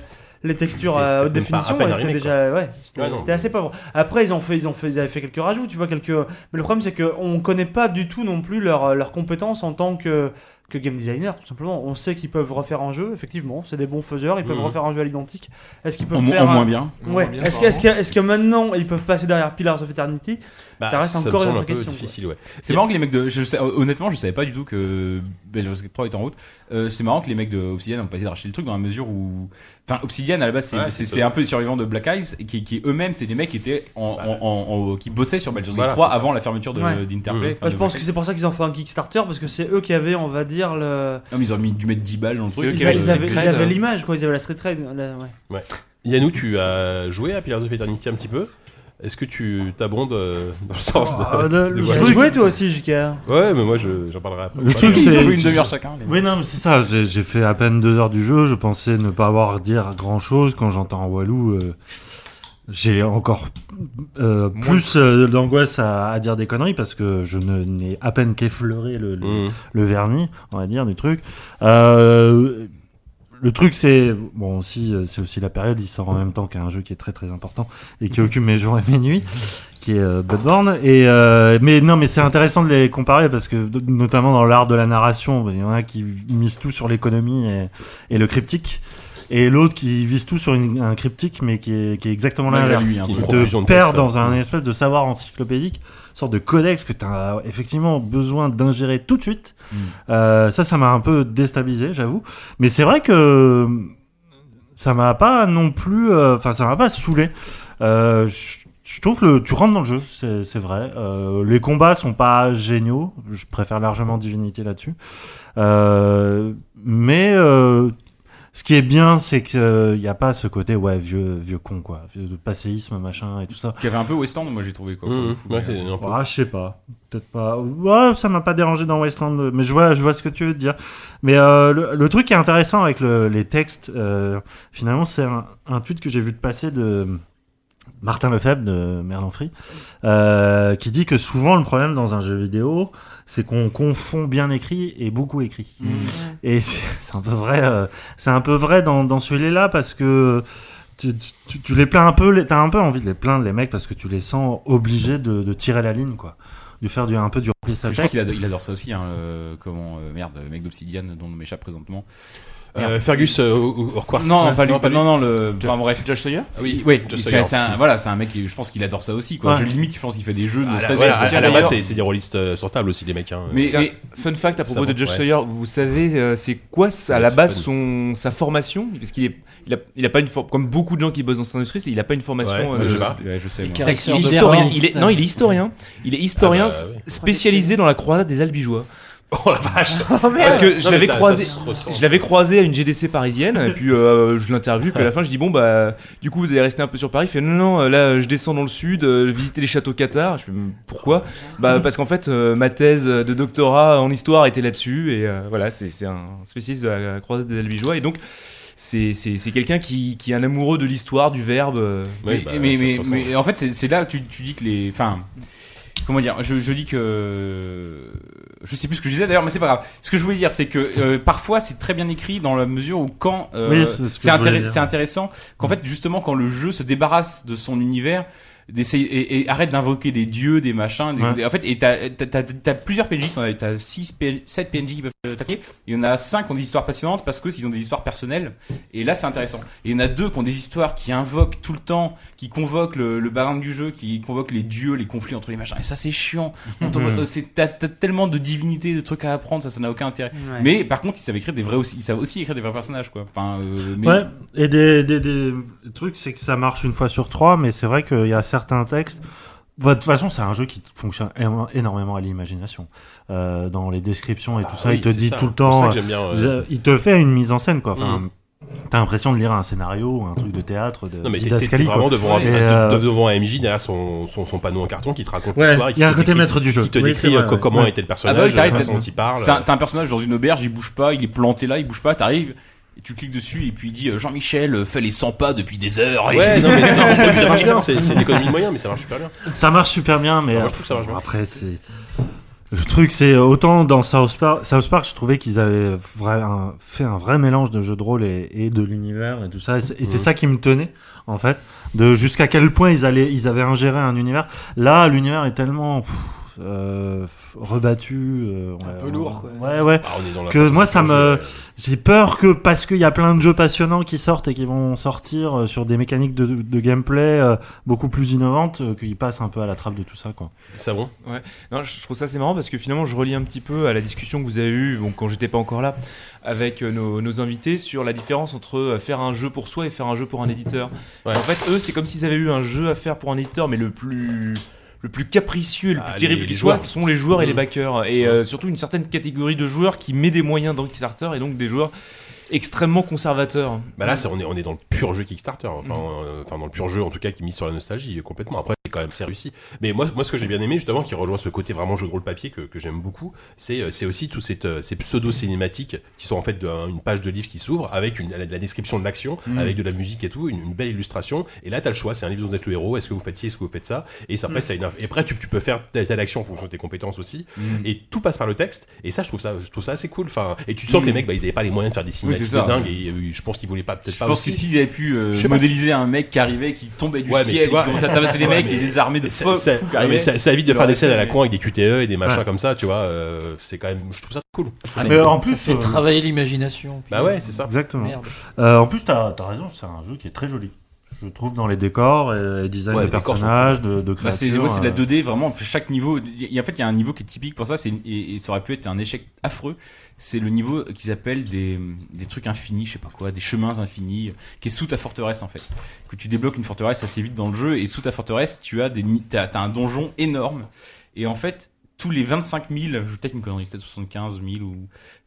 S2: les, les textures
S1: C'était-
S2: euh,
S1: c'était
S2: aux
S1: même pas à
S2: définitions,
S1: peine
S2: ouais,
S1: un
S2: c'était
S1: remake,
S2: déjà ouais, c'était
S1: Ouais, non,
S2: c'était assez pauvre. Après ils ont fait ils ont fait ils avaient fait quelques rajouts, tu vois quelques mais le problème c'est que on connaît pas du tout non plus leurs leurs compétences en tant que que game designer tout simplement. On sait qu'ils peuvent refaire un jeu, effectivement, c'est des bons faiseurs, ils peuvent
S6: Mhm.
S2: refaire un jeu à l'identique. Est-ce qu'ils peuvent
S6: En mo-
S2: faire
S6: en
S2: un-
S6: moins bien. En
S2: Ouais.
S6: moins bien,
S2: Est-ce que, est-ce que est-ce que maintenant ils peuvent passer derrière Pillars of Eternity
S6: Bah,
S2: Ça reste
S6: ça me
S2: encore une
S6: semble
S2: autre
S6: un peu
S2: question. quoi.
S6: difficile, C'est marrant que les mecs de. Je sais, honnêtement, je savais pas du tout que Baldur's Gate 3 était en route. Euh, c'est marrant que les mecs de Obsidian ont pas essayé de racheter le truc dans la mesure où. Enfin, Obsidian à la base, c'est
S1: Ouais,
S6: c'est-
S1: c'est
S6: c'est
S1: ça.
S6: un peu les survivants de Black Eyes et qui, qui eux-mêmes, c'est des mecs qui étaient en, en- en- en- qui bossaient sur Baldur's Gate
S1: Voilà,
S6: 3
S1: c'est ça.
S6: avant la fermeture de-
S2: Ouais.
S1: Mhm.
S6: d'Interplay.
S2: Moi, je pense que c'est pour ça qu'ils ont fait un Kickstarter parce que c'est eux qui avaient, on va dire, le.
S6: Non, mais ils ont mis- dû mettre 10 balles dans le
S2: Ils
S6: truc.
S2: avaient-
S6: Ils avaient-
S2: Ils avaient ils
S6: Street Cred,
S2: avaient
S6: euh.
S2: l'image, quoi. Ils avaient la street trade. là, ouais.
S1: Ouais. Yannou, tu as joué à Pillars of Eternity un petit peu. Est-ce que tu t'abondes euh, dans le sens de,
S10: Ah,
S1: de
S10: le- le
S1: voir-
S10: truc-
S2: Joué toi aussi, JK
S1: Ouais, mais moi je- j'en parlerai après.
S10: Le truc,
S1: Enfin,
S10: c'est.
S1: les mecs.
S10: Oui, non, mais c'est ça. J'ai j'ai fait à peine deux heures du jeu. Je pensais ne pas avoir à dire grand chose quand j'entends Walou. euh, J'ai encore euh, plus euh, d'angoisse à, à dire des conneries parce que je ne- n'ai à peine qu'effleuré le, le, le vernis, on va dire, du truc. Euh, le truc, c'est bon aussi, euh, c'est aussi la période. Il sort en même temps qu'un jeu qui est très très important et qui occupe mes jours et mes nuits, qui est euh, Bloodborne. Et euh, mais non, mais c'est intéressant de les comparer parce que d- notamment dans l'art de la narration, bah, il y en a qui misent tout sur l'économie et, et le cryptique. Et l'autre qui vise tout sur une- un cryptique, mais qui est, qui est exactement
S1: Ouais,
S10: l'inverse.
S1: lui, un
S10: Qui
S1: peu. Profusion
S10: te
S1: de
S10: perd
S1: texte,
S10: dans un
S1: hein.
S10: espèce de savoir encyclopédique, sorte de codex que tu as effectivement besoin d'ingérer tout de suite.
S1: Mm.
S10: Euh, ça, ça m'a un peu déstabilisé, j'avoue. Mais c'est vrai que ça m'a pas non plus. euh, Enfin, ça m'a pas saoulé. Euh, je je trouve que le- tu rentres dans le jeu, c'est c'est vrai. Euh, les combats sont pas géniaux. Je préfère largement Divinity là-dessus. Euh, mais euh, ce qui est bien, c'est qu'il n'y a pas ce côté ouais vieux vieux con quoi, vieux de passéisme machin et tout ça.
S6: Qui avait un peu West End, moi j'ai trouvé quoi. pour le coup, mais, euh,
S10: Ah, je sais pas. Peut-être pas. Ouais, ça m'a pas dérangé dans Westland, mais je vois, je vois ce que tu veux dire. Mais euh, le, le truc qui est intéressant avec le- les textes, euh, finalement, c'est un, un tweet que j'ai vu de passer de Martin Lefebvre de Merlin Free, euh, qui dit que souvent le problème dans un jeu vidéo, c'est qu'on confond bien écrit et beaucoup écrit. Et c'est c'est un peu vrai. euh, c'est un peu vrai dans, dans celui-là parce que tu, tu- tu- tu les plains un peu, les- t'as un peu envie de les plaindre les mecs parce que tu les sens obligés de, de tirer la ligne quoi, de faire du, un peu du repli
S6: Je pense qu'il adore, il adore ça aussi. hein, euh, comment euh, merde, le mec d'Obsidian dont on m'échappe présentement.
S1: Euh, Fergus, euh, ou- ou Urquhart.
S6: Non,
S1: Ouais.
S6: pas lui.
S1: Non,
S6: Non,
S1: pas lui.
S6: non, le.
S1: Jo-
S6: enfin, bref.
S1: Josh Sawyer
S6: Oui, oui.
S1: Josh
S6: c'est-
S1: Sawyer.
S6: c'est un- voilà, c'est un mec. qui- Je pense qu'il adore ça aussi. Quoi.
S1: Ouais.
S6: Je limite, je pense qu'il fait des jeux. ne
S1: Ah, là,
S6: serait-ce
S1: voilà,
S6: que-
S1: à, à la
S6: D'ailleurs-
S1: base, c'est c'est des rôlistes euh, sur table aussi, des mecs. hein.
S6: Mais-
S1: Ça-
S6: mais-
S11: Fun fact à propos
S1: ça
S11: de Josh
S1: va, ouais.
S11: Sawyer, vous savez, euh, c'est quoi ça, à la base son, sa formation Parce qu'il est, il a, il a pas une for- comme beaucoup de gens qui bossent dans cette industrie, c'est- il a pas une formation.
S6: Ouais,
S11: euh,
S6: je sais pas. Ouais, je sais, moi.
S11: Il est
S6: Historien.
S11: historien. Il est, non, il est historien. Il est historien
S6: Ah bah, ouais.
S11: spécialisé dans la croisade des Albigeois.
S1: Oh la vache
S11: Parce que je
S1: Non, mais
S11: l'avais
S1: ça- ça
S11: croisé,
S1: se ressent.
S11: je l'avais croisé à une GDC parisienne et puis euh, je l'interviewe puis à la fin je dis bon bah du coup vous allez rester un peu sur Paris. Il fait non non là je descends dans le sud euh, visiter les châteaux Qatar. Je fais hmm, pourquoi Bah parce qu'en fait euh, ma thèse de doctorat en histoire était là-dessus et euh, voilà c'est c'est un spécialiste de la croisade des Albigeois et donc c'est c'est- c'est quelqu'un qui, qui est un amoureux de l'histoire du verbe. euh.
S6: Mais,
S1: bah,
S6: mais, mais- mais en fait, c'est c'est là que tu, tu dis que les. Enfin. Comment dire je, je dis que. Je sais plus ce que je disais d'ailleurs, mais c'est pas grave. Ce que je voulais dire, c'est que euh, parfois c'est très bien écrit dans la mesure où quand. euh,
S10: Oui, c'est ce que
S6: c'est
S10: je voulais
S6: intér-
S10: dire.
S6: c'est intéressant qu'en
S10: Mm.
S6: fait, justement, quand le jeu se débarrasse de son univers. d'essayer et, et arrête d'invoquer des dieux, des machins. des-
S10: Ouais.
S6: des- en fait, et t'as t'as- t'as- t'as plusieurs PNJ, t'en as- t'as 6 7 PNJ qui peuvent t'attaquer. Il y en a 5 qui ont des histoires passionnantes parce que s'ils ont des histoires personnelles. Et là, c'est intéressant. Et il y en a deux qui ont des histoires qui invoquent tout le temps, qui convoquent le, le barème du jeu, qui convoquent les dieux, les conflits entre les machins. Et ça, c'est chiant. On t'envoie-
S10: Mhm.
S6: euh, c'est- T'as t'as tellement de divinités, de trucs à apprendre, ça, ça n'a aucun intérêt.
S10: Ouais.
S6: Mais par contre, ils savent écrire des vrais aussi. Ils savent aussi écrire des vrais personnages, quoi. Enfin, euh, mais-
S10: Ouais, et des, des, des trucs, c'est que ça marche une fois sur trois, mais c'est vrai qu'il y a certains textes. Bah, De toute façon, c'est un jeu qui fonctionne éno- énormément à l'imagination. Euh, dans les descriptions et tout ça,
S1: Ah oui,
S10: il te
S1: c'est
S10: dit
S1: ça.
S10: tout le
S1: C'est pour ça
S10: temps.
S1: que j'aime bien,
S10: euh,
S1: euh,
S10: Il te fait une mise en scène, quoi. Enfin,
S1: Mhm.
S10: T'as l'impression de lire un scénario ou un truc de théâtre, de
S1: Non mais t'es- t'es t'es
S10: didascalie, quoi.
S1: vraiment devant, un,
S10: Et, euh,
S1: de- devant un MJ derrière son, son, son panneau en carton qui te raconte
S10: Ouais,
S1: l'histoire. et qui
S10: il y a
S1: te
S10: un côté
S1: décrit-
S10: maître du jeu.
S1: Qui te
S10: Oui,
S1: décrit
S10: c'est vrai,
S1: euh, co-
S10: ouais.
S1: comment
S10: Ouais.
S1: était le
S6: Ah bah oui,
S1: personnage, euh, la
S6: t'arrives,
S1: façon
S6: t'as-
S1: dont il parle. euh.
S6: T'as t'as un personnage dans une auberge, il bouge pas, il est planté là, il bouge pas, t'arrives. et Tu cliques dessus et puis il dit euh, Jean-Michel euh, fait les 100 pas depuis des heures.
S1: Ouais, non, mais c'est- non, mais ça- ça marche bien, c'est- c'est une économie de moyens, mais ça marche super bien.
S10: Ça marche super bien, mais
S1: Ah, moi,
S10: euh,
S1: je trouve que ça marche bien.
S10: après c'est le truc, c'est euh, autant dans South Park, South Park, je trouvais qu'ils avaient vra- un- fait un vrai mélange de jeux de rôle et, et de l'univers et tout ça, et c'est et c'est
S1: Mhm.
S10: ça qui me tenait en fait, de jusqu'à quel point ils allaient, ils avaient ingéré un univers. Là, l'univers est tellement pff, euh, rebattu, euh,
S4: Un peu
S10: ouais,
S4: lourd, quoi.
S10: Ouais, ouais.
S4: Ah, on est dans la
S10: que
S4: phase
S10: moi,
S4: de
S10: ça
S4: projet,
S10: me,
S4: ouais.
S10: j'ai peur que parce qu'il y a plein de jeux passionnants qui sortent et qui vont sortir euh, sur des mécaniques de, de gameplay euh, beaucoup plus innovantes, euh, qu'ils passent un peu à la trappe de tout ça, quoi.
S1: Ça bon
S11: Ouais. Non, je je trouve ça assez marrant parce que finalement, je relis un petit peu à la discussion que vous avez eue, bon, quand j'étais pas encore là, avec euh, nos, nos invités sur la différence entre euh, faire un jeu pour soi et faire un jeu pour un éditeur.
S1: Ouais.
S11: En fait, eux, c'est comme s'ils avaient eu un jeu à faire pour un éditeur, mais le plus le plus capricieux et le plus
S1: Ah,
S11: terrible
S1: les-
S11: qui
S1: les
S11: soit,
S1: joueurs.
S11: sont les joueurs et les
S1: Mhm.
S11: backers. Et euh, surtout une certaine catégorie de joueurs qui met des moyens dans le Kickstarter et donc des joueurs extrêmement conservateurs.
S1: Bah là, c'est- on, est, on est dans le pur jeu Kickstarter, enfin, euh, enfin, dans le pur jeu en tout cas qui mise sur la nostalgie euh, complètement. Après, c'est quand même c'est réussi. Mais moi, moi, ce que j'ai bien aimé justement, qui rejoint ce côté vraiment jeu de rôle papier que, que j'aime beaucoup, c'est euh, c'est aussi tous ces, euh, ces pseudo cinématiques qui sont en fait de- un- une page de livre qui s'ouvre avec une, la, la description de l'action,
S6: Mhm.
S1: avec de la musique et tout, une, une belle illustration. Et là, t'as le choix. C'est un livre dont êtes le héros. Est-ce que vous faites ci, est-ce que vous faites ça Et ça, après,
S6: Mhm.
S1: ça a une inf- et après, tu, tu peux faire telle, telle action en fonction de tes compétences aussi.
S6: Mhm.
S1: Et tout passe par le texte. Et ça, je trouve ça, je trouve ça assez cool. Enfin, et tu sens que les
S6: Mhm.
S1: mecs, bah, ils avaient pas les moyens de faire des
S6: Oui,
S1: cinématiques
S6: c'est
S1: de
S6: ça.
S1: dingue. Et euh, je pense qu'ils voulaient pas peut-être
S6: Je pense que s'ils avaient pu euh, modéliser un mec qui arrivait, qui tombait du
S1: Ouais, mais tu
S6: ciel, et qui
S1: vois-
S6: commençait à tabasser les
S1: Ouais,
S6: mecs
S1: mais
S6: et des armées de
S1: ça-
S6: fo-
S1: ça-
S6: fous qui
S1: ouais,
S6: arrivaient.
S1: mais ça, ça évite de
S6: Il
S1: faire des
S6: aurait
S1: scènes à la
S6: fait-
S1: con avec des QTE et des machins
S6: Ouais.
S1: comme ça, tu vois. euh, c'est quand même, je trouve ça cool. Je trouve ça
S4: Ah, ça
S1: cool.
S4: fait travailler l'imagination. puis- euh,
S1: Bah ouais, c'est ça.
S10: Exactement.
S4: Merde.
S10: Euh, en plus, t'as as raison, c'est un jeu qui est très joli.
S9: je trouve, dans les décors, et, et design
S6: Ouais,
S9: de
S6: les décors sont
S9: personnages,
S6: cool.
S9: de, de
S6: Bah, c'est-
S9: créatures,
S6: ouais, c'est de la
S9: euh.
S6: 2D, vraiment. Chaque niveau. il y a- en fait, il y a un niveau qui est typique pour ça, c'est- et, et ça aurait pu être un échec affreux. C'est le niveau qu'ils appellent des, des trucs infinis, je sais pas quoi, des chemins infinis, euh, qui est sous ta forteresse en fait. Que tu débloques une forteresse assez vite dans le jeu, et sous ta forteresse, tu as, des, ni- t'as, t'as un donjon énorme. Et en fait, tous les 25 000, je peut-être une connerie, peut-être 75 000 ou.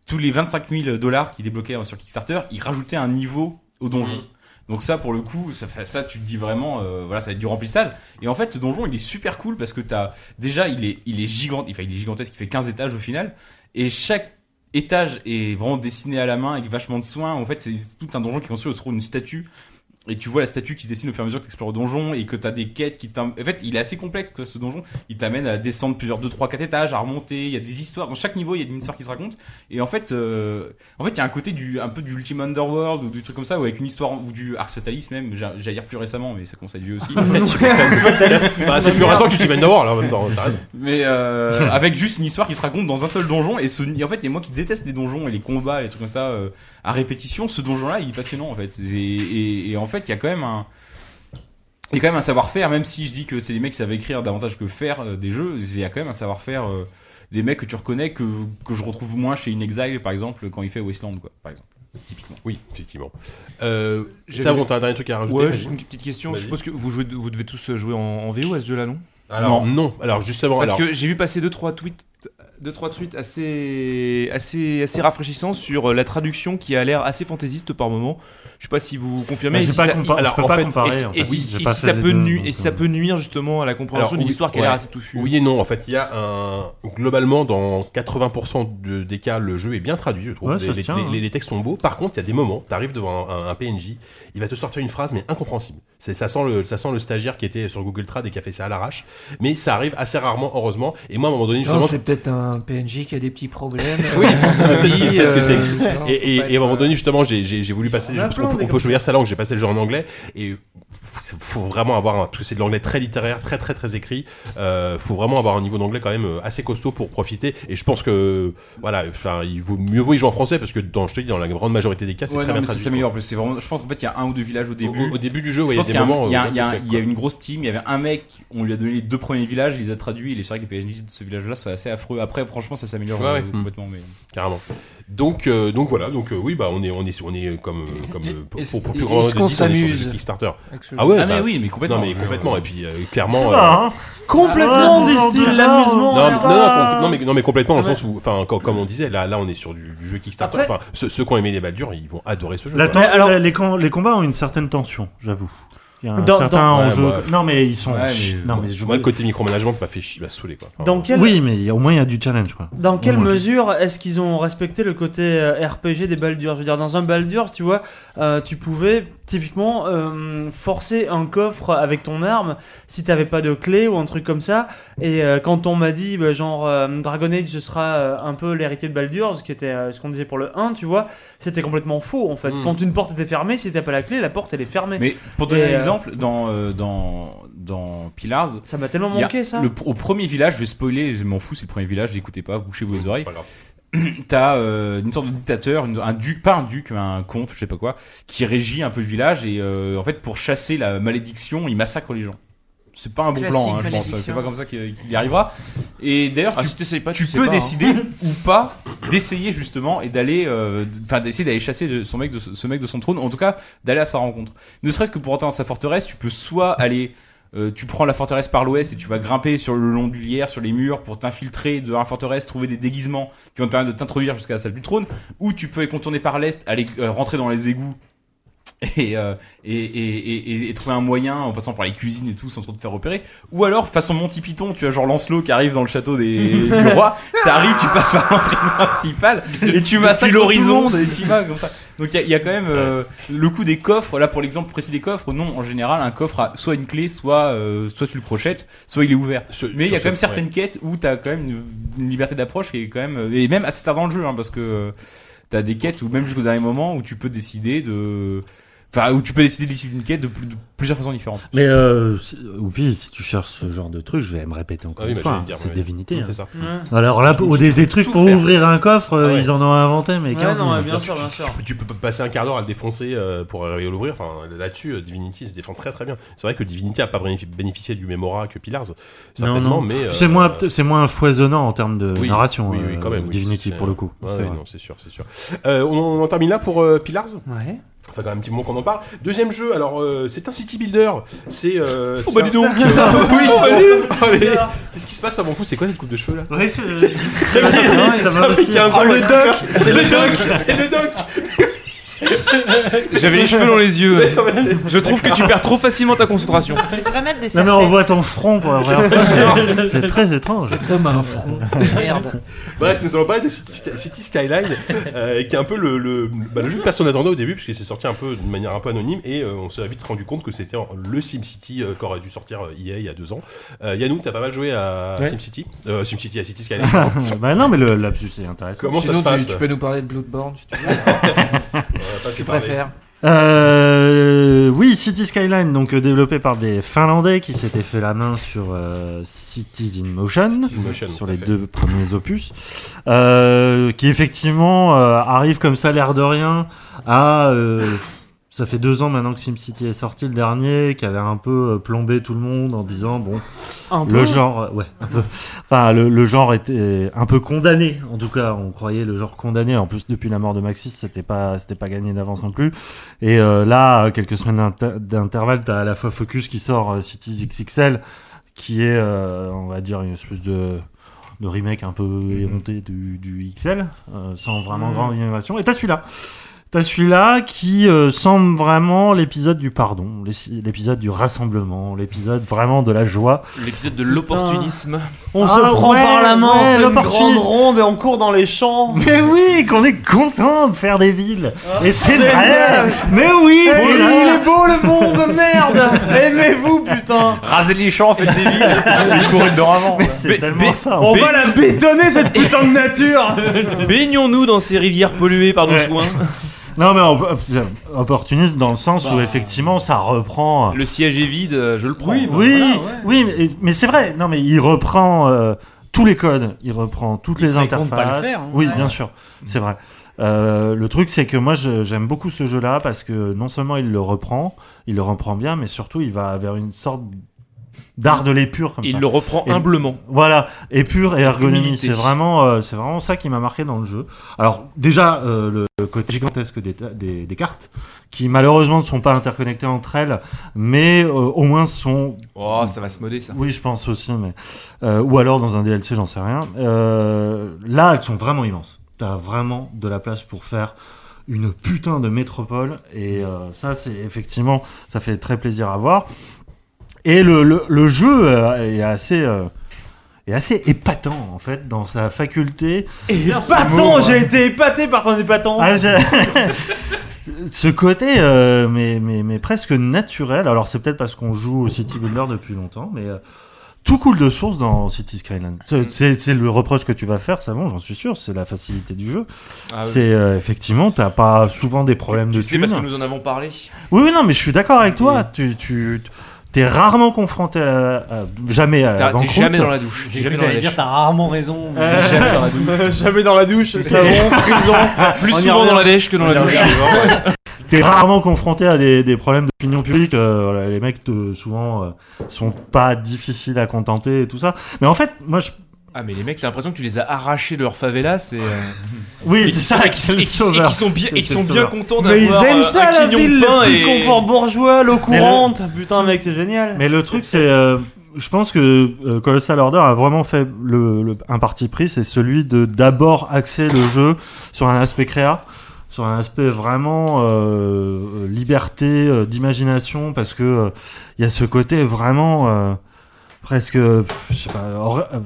S6: Tous les 25 000 dollars qu'ils débloquaient euh, sur Kickstarter, ils rajoutaient un niveau au donjon. Donc ça, pour le coup, ça, fait- ça tu te dis vraiment, euh, voilà, ça va être du remplissage. Et en fait, ce donjon, il est super cool parce que t'as déjà, il est, il est gigant, enfin, il est gigantesque, il fait 15 étages au final, et chaque étage est vraiment dessiné à la main avec vachement de soin. En fait, c'est tout un donjon qui est construit autour d'une statue. Et tu vois la statue qui se dessine au fur et à mesure que tu explores le donjon et que tu as des quêtes qui t'am- En fait, il est assez complexe, quoi, ce donjon. Il t'amène à descendre plusieurs 2, 3, 4 étages, à remonter. Il y a des histoires. Dans chaque niveau, il y a une histoire qui se raconte. Et en fait, euh, en fait, il y a un côté du, un peu du Ultimate Underworld ou du truc comme ça, ou avec une histoire, ou du Ars Fatalis même. J'a- J'allais dire plus récemment, mais ça commence à être vieux aussi.
S1: Bah, c'est plus récent qu'Ultimate Underworld, en même temps, t'as raison.
S6: Mais euh, avec juste une histoire qui se raconte dans un seul donjon et ce et en fait et moi qui déteste les donjons et les combats et les trucs comme ça euh, à répétition, ce donjon là il est passionnant en fait. Et, et- et en fait il y a quand même un il y a quand même un savoir-faire même si je dis que c'est les mecs qui savent écrire davantage que faire euh, des jeux, il y a quand même un savoir-faire euh, des mecs que tu reconnais que, que je retrouve moins chez Inexile par exemple quand il fait Wasteland quoi par exemple. Typiquement.
S1: Oui, effectivement. Euh, ça, bon, t'as un dernier truc à rajouter
S12: Ouais, juste une petite question. Je
S1: Vas-y.
S12: suppose que vous, jouez, vous devez tous euh, jouer en, en VO à ce jeu-là, non
S1: Alors, Non. non. Alors, justement,
S12: Parce
S1: alors-
S12: que j'ai vu passer 2-3 tweets, deux, trois tweets assez, assez, assez rafraîchissants sur euh, la traduction qui a l'air assez fantaisiste par moment. Je sais pas si vous confirmez.
S9: Bah,
S12: et
S9: j'ai
S12: si
S9: pas
S12: ça-
S9: compa-
S12: et-
S9: je peux
S12: alors,
S9: pas
S12: en fait,
S9: comparer,
S12: et-
S9: en
S12: Et
S9: fait.
S12: si
S9: J'ai
S12: et
S9: pas
S12: si
S9: fait
S12: ça
S9: les
S12: peut
S9: deux,
S12: nu-
S9: donc,
S12: et si ça
S9: euh.
S12: peut nuire justement à la compréhension d'une
S1: oui,
S12: histoire qui a
S1: ouais.
S12: l'air assez touffue.
S1: Oui et non, en fait, il y a un. Globalement, dans 80% de- des cas, le jeu est bien traduit, je trouve.
S9: Ouais,
S1: les,
S9: ça se
S1: les-
S9: tient,
S1: les-
S9: hein.
S1: les- les textes sont beaux. Par contre, il y a des moments, tu arrives devant un, un- un PNJ, il va te sortir une phrase, mais incompréhensible. C'est, ça, sent le, ça sent le stagiaire qui était sur Google Trad et qui a fait ça à l'arrache. Mais ça arrive assez rarement, heureusement. Et moi, à un moment donné,
S16: Non,
S1: justement.
S16: c'est peut-être un PNJ qui a des petits problèmes.
S1: Oui, peut-être-
S16: Oui,
S1: peut-être que
S16: euh,
S1: c'est-
S16: différent.
S1: et, et- et à un moment donné, justement, j'ai- j'ai j'ai voulu passer.
S16: Il y
S1: Je,
S16: en a
S1: parce
S16: plein,
S1: qu'on peut-
S16: des
S1: on peut
S16: comme
S1: choisir sa langue. J'ai passé le jeu en anglais et f- faut vraiment avoir un- parce que c'est de l'anglais très littéraire, très très très écrit. Euh, faut vraiment avoir un niveau d'anglais quand même euh, assez costaud pour profiter. Et je pense que voilà, enfin, il vaut mieux vaut y jouer en français parce que dans je te dis dans la grande majorité des cas, c'est
S6: Ouais,
S1: très
S6: non,
S1: bien
S6: mais ça
S1: traduit.
S6: s'améliore en plus. C'est vraiment, je pense qu'en fait, il y a un ou deux villages au début.
S1: au début du jeu, ouais,
S6: Je
S1: il y a
S6: pense
S1: des
S6: qu'il un-
S1: moments,
S6: Il y a,
S1: euh,
S6: il y a-
S1: what the fuck,
S6: il y a une grosse team. Il y avait un mec, on lui a donné les deux premiers villages, il les a traduits, il est vrai que les PNJ de ce village-là, c'est assez affreux. Après, franchement, ça s'améliore
S1: Ouais,
S6: euh,
S1: ouais.
S6: complètement. Mais...
S1: Carrément. Donc, euh, donc voilà, donc euh, oui, bah on est, on est, on est comme, euh, comme euh, pour,
S6: est-ce-
S1: pour, pour
S6: est-ce
S1: plus grand de
S6: qu'on
S1: 10 on est sur du
S6: s'amuse
S1: Kickstarter.
S6: avec ce
S1: Ah
S6: jeu
S1: ouais,
S6: Ah mais
S1: bah,
S6: oui, mais complètement.
S1: Non mais complètement. Et puis euh,
S2: Je
S1: clairement,
S2: sais pas,
S1: euh,
S2: hein.
S9: Ah,
S2: Complètement, disent-ils, l'amusement.
S1: Non,
S2: n'est pas-
S1: non, non, com- non, mais, non, mais complètement, dans le sens où, enfin, co- comme on disait, là, là, on est sur du, du jeu Kickstarter.
S2: Après-
S1: Enfin, ceux, ceux qui ont aimé les Baldures, ils vont adorer ce jeu.
S9: La
S1: quoi.
S9: ten- la- les, com- les combats ont une certaine tension, j'avoue. Il y a un
S1: Dans-
S9: certain
S1: dans-
S9: enjeu.
S1: Ouais, bah,
S9: non, mais ils sont.
S1: ouais, mais-
S9: chi- non, mais je-
S1: moi, le côté micromanagement m'a fait chier, m'a saoulé, quoi. Enfin,
S2: Dans quel-
S9: Oui, mais il y a- au moins il y a du challenge, quoi.
S2: Dans quelle
S9: Au moins.
S2: mesure est-ce qu'ils ont respecté le côté euh, RPG des Baldur's Je veux dire, dans un Baldur, tu vois, euh, tu pouvais typiquement euh, forcer un coffre avec ton arme si t'avais pas de clé ou un truc comme ça. Et euh, quand on m'a dit, bah, genre, euh, Dragon Age, ce sera euh, un peu l'héritier de Baldur, ce qui était euh, ce qu'on disait pour le 1, tu vois, c'était complètement faux en fait.
S6: Mm.
S2: Quand une porte était fermée, si t'as pas la clé, la porte elle est fermée.
S6: Mais pour donner
S2: Et,
S6: un
S2: euh,
S6: exemple, dans, euh, dans, dans Pillars.
S2: Ça m'a tellement
S6: il y a
S2: manqué, ça.
S6: le- au premier village, je vais spoiler, je m'en fous, c'est le premier village, n'écoutez pas, bouchez vos oreilles. T'as euh, une sorte de dictateur, une- un duc, pas un duc, mais un comte, je sais pas quoi, qui régit un peu le village et euh, en fait, pour chasser la malédiction, il massacre les gens. C'est pas un bon Classique plan, hein, je pense. malédiction. C'est pas comme ça qu'il qu'il y arrivera. Et d'ailleurs,
S12: Ah,
S6: tu,
S12: si t'essayes pas,
S6: tu
S12: tu sais
S6: peux
S12: pas, hein.
S6: décider ou pas d'essayer justement et d'aller, euh, enfin d'essayer d'aller chasser de- son mec de ce mec de son trône. En tout cas, d'aller à sa rencontre. Ne serait-ce que pour entrer dans sa forteresse, tu peux soit aller euh, tu prends la forteresse par l'ouest et tu vas grimper sur le long du lierre, sur les murs pour t'infiltrer de la forteresse, trouver des déguisements qui vont te permettre de t'introduire jusqu'à la salle du trône, ou tu peux les contourner par l'est, aller euh, rentrer dans les égouts et, euh, et, et, et- et- et trouver un moyen en passant par les cuisines et tout sans trop te faire repérer. Ou alors, façon Monty Python, tu as genre Lancelot qui arrive dans le château des, du roi, t'arrives, tu passes par l'entrée principale et tu
S9: Depuis
S6: massacres
S9: l'horizon.
S6: l'horizon et tu vas comme ça.
S4: Ah,
S6: Donc il y a- il y, a quand même euh, le coup des coffres. Là, pour l'exemple précis des coffres, non, en général, un coffre a soit une clé, soit, euh, soit tu le crochettes, soit il est ouvert. Mais il y a
S1: sur
S6: quand même
S1: ce-
S6: certaines
S1: ouais.
S6: quêtes où t'as quand même une, une liberté d'approche qui est quand même et même euh, assez tard dans le jeu hein, parce que euh, t'as des quêtes où même jusqu'au dernier moment où tu peux décider de Enfin, où tu peux décider de l'issue d'une quête de, plus- de plusieurs façons différentes.
S10: Mais euh, si- ou puis si tu cherches ce genre de truc, je vais me répéter encore
S6: Ah
S10: une
S6: oui, bah,
S10: fois.
S6: j'allais dire,
S10: c'est
S6: oui.
S10: divinité.
S6: Oui,
S10: hein.
S6: c'est ça.
S10: Mm. Alors là, pour- des, des trucs pour ouvrir un coffre,
S6: Ah
S10: euh, ils en ont inventé, mais 15 000.
S1: Tu- tu- Tu, peux- tu peux passer un quart d'heure à le défoncer euh, pour arriver à l'ouvrir. Enfin, là-dessus, euh, Divinity se défend très très bien. C'est vrai que Divinity a pas bénéfi- bénéficié du Memora que Pillars,
S10: Non,
S1: certainement,
S10: non.
S1: mais. euh,
S10: C'est moins, c'est moins foisonnant en termes de
S1: oui,
S10: narration.
S1: oui, oui,
S10: euh,
S1: quand même, oui,
S10: Divinity
S1: c'est-
S10: pour le coup.
S1: Ouais,
S10: C'est
S1: ouais,
S10: vrai.
S1: non, c'est sûr, c'est sûr. Euh, on, on en termine là pour euh, Pillars
S2: Ouais.
S1: Enfin, quand même un petit moment qu'on en parle. Deuxième jeu, alors euh, c'est un city builder. C'est. euh,
S10: Oh,
S1: c'est
S10: bah,
S1: un-
S10: dis donc.
S1: C'est un- Oui,
S10: Oh, bah, dis donc.
S1: bon, allez. Qu'est-ce qui se passe Ça m'en fout, c'est quoi cette coupe de cheveux là
S10: Ouais,
S1: c'est
S10: je- ça va- ça va aussi.
S1: Ah,
S10: Oh, le doc, c'est le doc.
S1: C'est le doc
S12: J'avais les cheveux dans les yeux.
S1: Non, mais c'est-
S12: Je trouve que tu perds trop facilement ta concentration.
S5: Tu devrais mettre des
S10: Non mais on
S5: serre-têtes.
S10: voit ton front pour la première fois. C'est- C'est très étrange.
S1: Cet homme a un front.
S10: Merde.
S1: Bref, nous allons parler de City, City Skyline, euh, qui est un peu le, le, bah, le jeu que personne n'attendait au début, puisque c'est sorti un peu d'une manière un peu anonyme, et euh, on s'est vite rendu compte que c'était en- le SimCity euh, qu'aurait dû sortir euh, EA il y a deux ans. Euh, Yannou, t'as pas mal joué à
S10: Ouais.
S1: SimCity euh, SimCity, à City Skyline. pardon.
S10: bah non mais le lapsus est intéressant.
S1: Comment ça se
S16: Sinon, tu-
S1: passe
S16: tu peux nous parler de Bloodborne, si tu veux.
S1: On va passer
S16: Tu
S1: par les-
S16: préfères.
S10: Euh, oui, City Skyline, donc euh, développé par des Finlandais qui s'étaient fait la main sur euh, Cities in Motion,
S1: Motion,
S10: sur
S1: tout à
S10: les
S1: fait.
S10: deux premiers opus, euh, qui effectivement euh, arrive comme ça l'air de rien à... euh, ça fait deux ans maintenant que SimCity est sorti, le dernier, qui avait un peu euh, plombé tout le monde en disant, bon,
S12: Un
S10: le
S12: peu
S10: genre, euh, ouais, un peu. Enfin, le, le genre était un peu condamné. En tout cas, on croyait le genre condamné. En plus, depuis la mort de Maxis, c'était pas, c'était pas gagné d'avance non plus. Et euh, là, à quelques semaines d'inter- d'intervalle, t'as à la fois Focus qui sort euh, Cities XXL, qui est, euh, on va dire, une espèce de de remake un peu éhonté du, du XL, euh, sans vraiment
S12: Mhm.
S10: grande innovation. Et t'as celui-là. T'as celui-là qui euh, semble vraiment l'épisode du pardon, l'é- l'épisode du rassemblement, l'épisode vraiment de la joie.
S12: L'épisode de l'opportunisme.
S10: On
S2: Ah,
S10: se prend
S2: ouais,
S10: par la main,
S2: ouais,
S10: on fait une
S2: l'opportunisme.
S10: grande ronde et on court dans les champs. Mais oui, qu'on est content de faire des villes. et c'est
S2: Ah. mais
S10: vrai. Mais oui,
S2: Eh,
S10: t'es
S2: il
S10: là.
S2: est beau le monde, merde Aimez-vous, putain
S6: Rasez les champs, faites des villes, et courez dedans avant.
S10: Mais c'est tellement ça.
S2: On va la bétonner cette putain de nature
S12: Baignons-nous dans ces rivières polluées par nos
S10: Ouais.
S12: soins.
S10: Non mais op- c'est opportuniste dans le sens où effectivement ça reprend.
S12: Bah, Le siège est vide, euh, je le prends.
S10: Oui, oui, oui, mais, mais c'est vrai. Non, mais il reprend euh, tous les codes, il reprend toutes
S12: Il
S10: les
S12: serait con de
S10: interfaces.
S12: pas le faire, hein.
S10: oui,
S12: Ouais.
S10: bien sûr, c'est vrai. Euh, le truc, c'est que moi, je- j'aime beaucoup ce jeu-là parce que non seulement il le reprend, il le reprend bien, mais surtout il va vers une sorte d'art de l'épure. comme
S12: Il
S10: ça.
S12: le reprend humblement.
S10: Voilà, épure et ergonomie.
S12: Humilité.
S10: C'est vraiment, euh, c'est vraiment ça qui m'a marqué dans le jeu. Alors déjà euh, le- le côté gigantesque des, ta- des- des cartes, qui malheureusement ne sont pas interconnectées entre elles, mais euh, au moins sont
S6: Oh, ça va se modder ça.
S10: oui, je pense aussi, mais euh, ou alors dans un DLC, j'en sais rien. Euh, là, elles sont vraiment immenses. T'as vraiment de la place pour faire une putain de métropole, et euh, ça, c'est effectivement, ça fait très plaisir à voir. Et le, le- le jeu euh, est assez euh, est assez épatant en fait dans sa faculté.
S2: Épatant, j'ai été épaté par ton épatant
S10: hein. Ah, j'ai- ce côté euh, mais, mais, mais presque naturel. Alors c'est peut-être parce qu'on joue au City Builder depuis longtemps, mais euh, tout coule de source dans City Skyline. C'est- C'est c'est le reproche que tu vas faire, ça bon, j'en suis sûr, c'est la facilité du jeu.
S12: Ah oui.
S10: c'est euh, effectivement, t'as pas souvent des problèmes de
S12: Tu sais parce que
S10: thunes.
S12: nous en avons parlé.
S10: Oui, oui, non, mais je suis d'accord avec toi.
S12: Mm.
S10: Tu, tu t'es rarement confronté à, la- à- jamais à la
S12: T'as- t'es
S10: banqueroute.
S12: jamais dans la douche. J'ai cru que t'allais dire,
S4: t'as rarement raison.
S2: Jamais dans la douche. Jamais dans la douche, savon, prison.
S12: Plus
S2: On y
S12: souvent
S2: revient.
S12: dans la dèche que dans la
S2: On y
S12: douche.
S2: revient.
S10: T'es rarement confronté à des, des problèmes d'opinion publique. euh, voilà, les mecs, te- souvent, euh, sont pas difficiles à contenter et tout ça. Mais en fait, moi, je.
S12: Ah mais les mecs, t'as l'impression que tu les as arrachés de leur favela, c'est. euh,
S10: Oui,
S12: et
S10: c'est
S12: qui
S10: ça,
S12: sont- et qui sont-
S10: c'est
S12: et qui sont- et
S10: le sauveur.
S12: qui sont bien, et qui
S10: C'est le
S12: sont bien
S10: sauveur.
S12: contents d'avoir.
S2: Mais ils aiment
S12: euh,
S2: ça
S12: un
S2: la
S12: quignon
S2: ville,
S12: de pain
S2: le petit
S12: et-
S2: confort bourgeois, l'eau
S10: Mais le-
S2: courante. Putain mec, c'est génial.
S10: Mais le truc, c'est. euh, je pense que euh, Colossal Order a vraiment fait le, le- un parti pris, c'est celui de d'abord axer le jeu sur un aspect créa, sur un aspect vraiment euh, liberté euh, d'imagination, parce que euh, il y a ce côté vraiment euh, presque, euh, je sais pas, or- euh,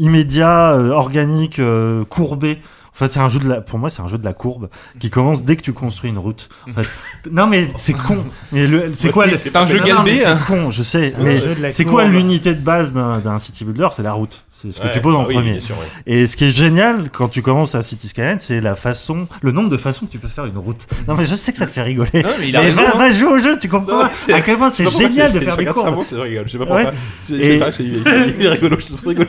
S10: immédiat, euh, organique, euh, courbé. En fait, c'est un jeu de la, pour moi, c'est un jeu de la courbe qui commence dès que tu construis une route. En fait, non mais c'est con. Mais le- c'est quoi
S12: Oui,
S10: le-
S12: c'est un jeu
S10: Non, mais
S12: galbé, hein.
S10: C'est con, je sais.
S12: C'est un
S10: Mais
S12: jeu de la
S10: c'est
S12: courbe.
S10: quoi l'unité de base d'un d'un city builder C'est la route. C'est ce
S1: Ouais,
S10: que tu poses en
S1: ah oui,
S10: premier.
S1: bien sûr, oui.
S10: Et ce qui est génial quand tu commences à City Skyline, c'est la façon, le nombre de façons que tu peux faire une route. Non mais je sais que ça te fait rigoler.
S1: Non, mais il a raison,
S10: va,
S1: hein.
S10: va jouer au jeu, tu comprends
S1: c'est-
S10: à quel point
S1: je sais
S10: c'est
S1: pas pourquoi
S10: génial
S1: c'est-
S10: de faire
S1: je
S10: des
S1: regarde ça,
S10: courbes.
S1: bon, c'est rigolo, je sais pas pourquoi. Je- je sais
S10: Et-
S1: pas, c'est- il est- il est rigolo, je le trouve rigolo.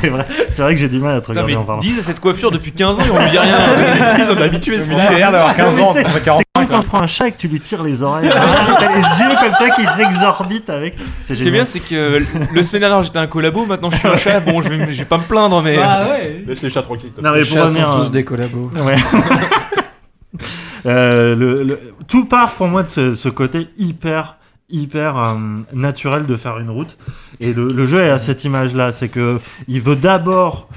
S10: c'est vrai, c'est vrai que j'ai du mal à te
S1: Non,
S10: regarder
S1: mais
S10: en parlant.
S1: 10
S6: à cette coiffure depuis 15 ans et on lui dit rien.
S1: Ils sont habitués, c'est
S10: Mais
S1: pour ça.
S10: là,
S1: Il a l'air d'avoir 15 ans,
S10: mais tu sais,
S1: après 40,
S10: C'est comme quand
S1: quoi.
S10: on prend un chat et que tu lui tires les oreilles. T'as les yeux comme ça qui s'exorbitent avec. C'est
S6: Ce qui est
S10: génial.
S6: bien, c'est que euh, le semaine dernière j'étais un collabo, maintenant je suis un chat. Bon, je vais, je vais pas me plaindre, mais. euh,
S10: Ah ouais.
S1: Laisse les chats tranquilles.
S10: Non, mais pour revenir, euh, Ouais. Euh, le- le- tout part pour moi de ce, ce côté hyper hyper euh, naturel de faire une route et le, le jeu est à cette image là c'est que il veut d'abord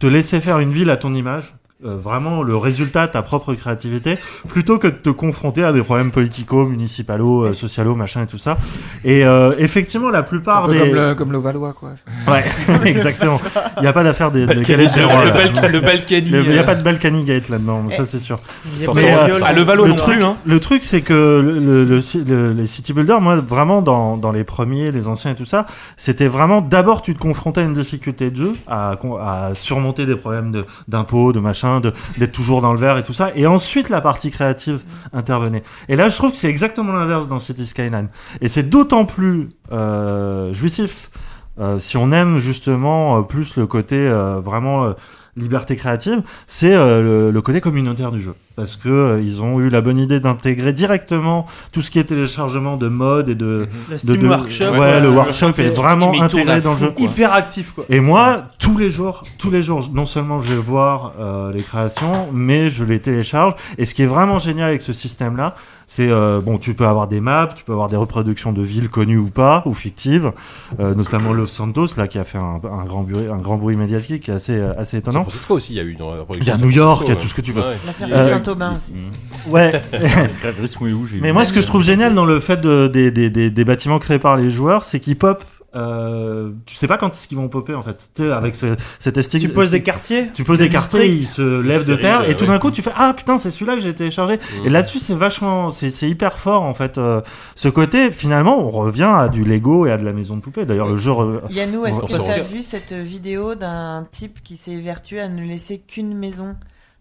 S10: te laisser faire une ville à ton image euh, vraiment le résultat ta propre créativité plutôt que de te confronter à des problèmes politico municipalo euh, socialo machin et tout ça et euh, effectivement la plupart
S16: Un peu
S10: des
S16: comme le- comme l'Ovalois, quoi.
S10: ouais exactement il n'y a pas d'affaire des, des
S16: Balkany
S10: galettes de
S16: Zéro,
S10: Rouen,
S16: le
S10: là.
S16: Balk- le Balkany,
S10: Le- il n'y a
S16: euh,
S10: pas de Balkany Gate là-dedans ça c'est sûr
S16: Il
S10: euh,
S16: y a pas de viol. Ah, le Valois
S10: le
S16: non
S10: truc
S16: plus, hein.
S10: le truc, c'est que le, le- le- les city builders, moi, vraiment, dans, dans les premiers, les anciens et tout ça, c'était vraiment d'abord, tu te confrontais à une difficulté de jeu, à, con- à surmonter des problèmes de- d'impôts, de, machin, de- d'être toujours dans le vert et tout ça, et ensuite la partie créative intervenait. Et là, je trouve que c'est exactement l'inverse dans City Skyline. Et c'est d'autant plus euh, jouissif euh, si on aime justement euh, plus le côté euh, vraiment euh, liberté créative, c'est euh, le, le côté communautaire du jeu. Parce que euh, ils ont eu la bonne idée d'intégrer directement tout ce qui est téléchargement de modes et de...
S2: Le
S10: de-
S2: Steam
S10: de-
S2: Workshop,
S10: Ouais,
S2: Mhm. ouais,
S10: le
S2: Steam
S10: workshop
S2: Workshop,
S10: est
S2: il-
S10: vraiment
S2: mais il tourne
S10: intégré
S2: à
S10: dans le
S2: fond,
S10: jeu.
S2: quoi. Hyper actif, quoi.
S10: Et moi, tous les jours, tous les jours, non seulement je vais voir euh, les créations, mais je les télécharge. Et ce qui est vraiment génial avec ce système-là, c'est euh, bon, tu peux avoir des maps, tu peux avoir des reproductions de villes connues ou pas, ou fictives, euh, notamment Los Santos là qui a fait un, un grand bruit, un grand bruit médiatique qui est assez euh, assez étonnant.
S1: San Francisco aussi, il y a eu une
S10: Il y
S1: reproduction
S10: a
S1: de
S10: New
S1: San
S10: York, il
S1: Francisco,
S10: y a
S1: ouais.
S10: tout ce que tu veux. Euh,
S1: Ouais.
S5: L'affaire de Saint-Aubin aussi.
S10: Mmh. Ouais.
S6: La Grèce Mouillou, j'ai eu.
S10: Mais moi, ce que je trouve génial dans le fait de- des, des- des- des bâtiments créés par les joueurs, c'est qu'ils popent. euh, tu sais pas quand est-ce qu'ils vont popper en fait. Tu sais, avec ce- cet estique.
S2: Tu poses des quartiers,
S10: Tu poses
S2: des
S10: des quartiers,
S2: districts.
S10: ils se lèvent de
S2: Ils se
S10: terre
S2: dirigent,
S10: et tout
S2: ouais.
S10: d'un coup tu fais ah putain c'est celui-là que j'ai téléchargé.
S2: Mhm.
S10: Et là-dessus c'est vachement c'est c'est hyper fort en fait. euh, ce côté finalement on revient à du Lego et à de la maison de poupée. D'ailleurs le jeu. re-
S5: Yannou, est-ce
S10: on-
S5: que
S10: on se
S5: tu as vu cette vidéo d'un type qui s'est évertué à ne laisser qu'une maison,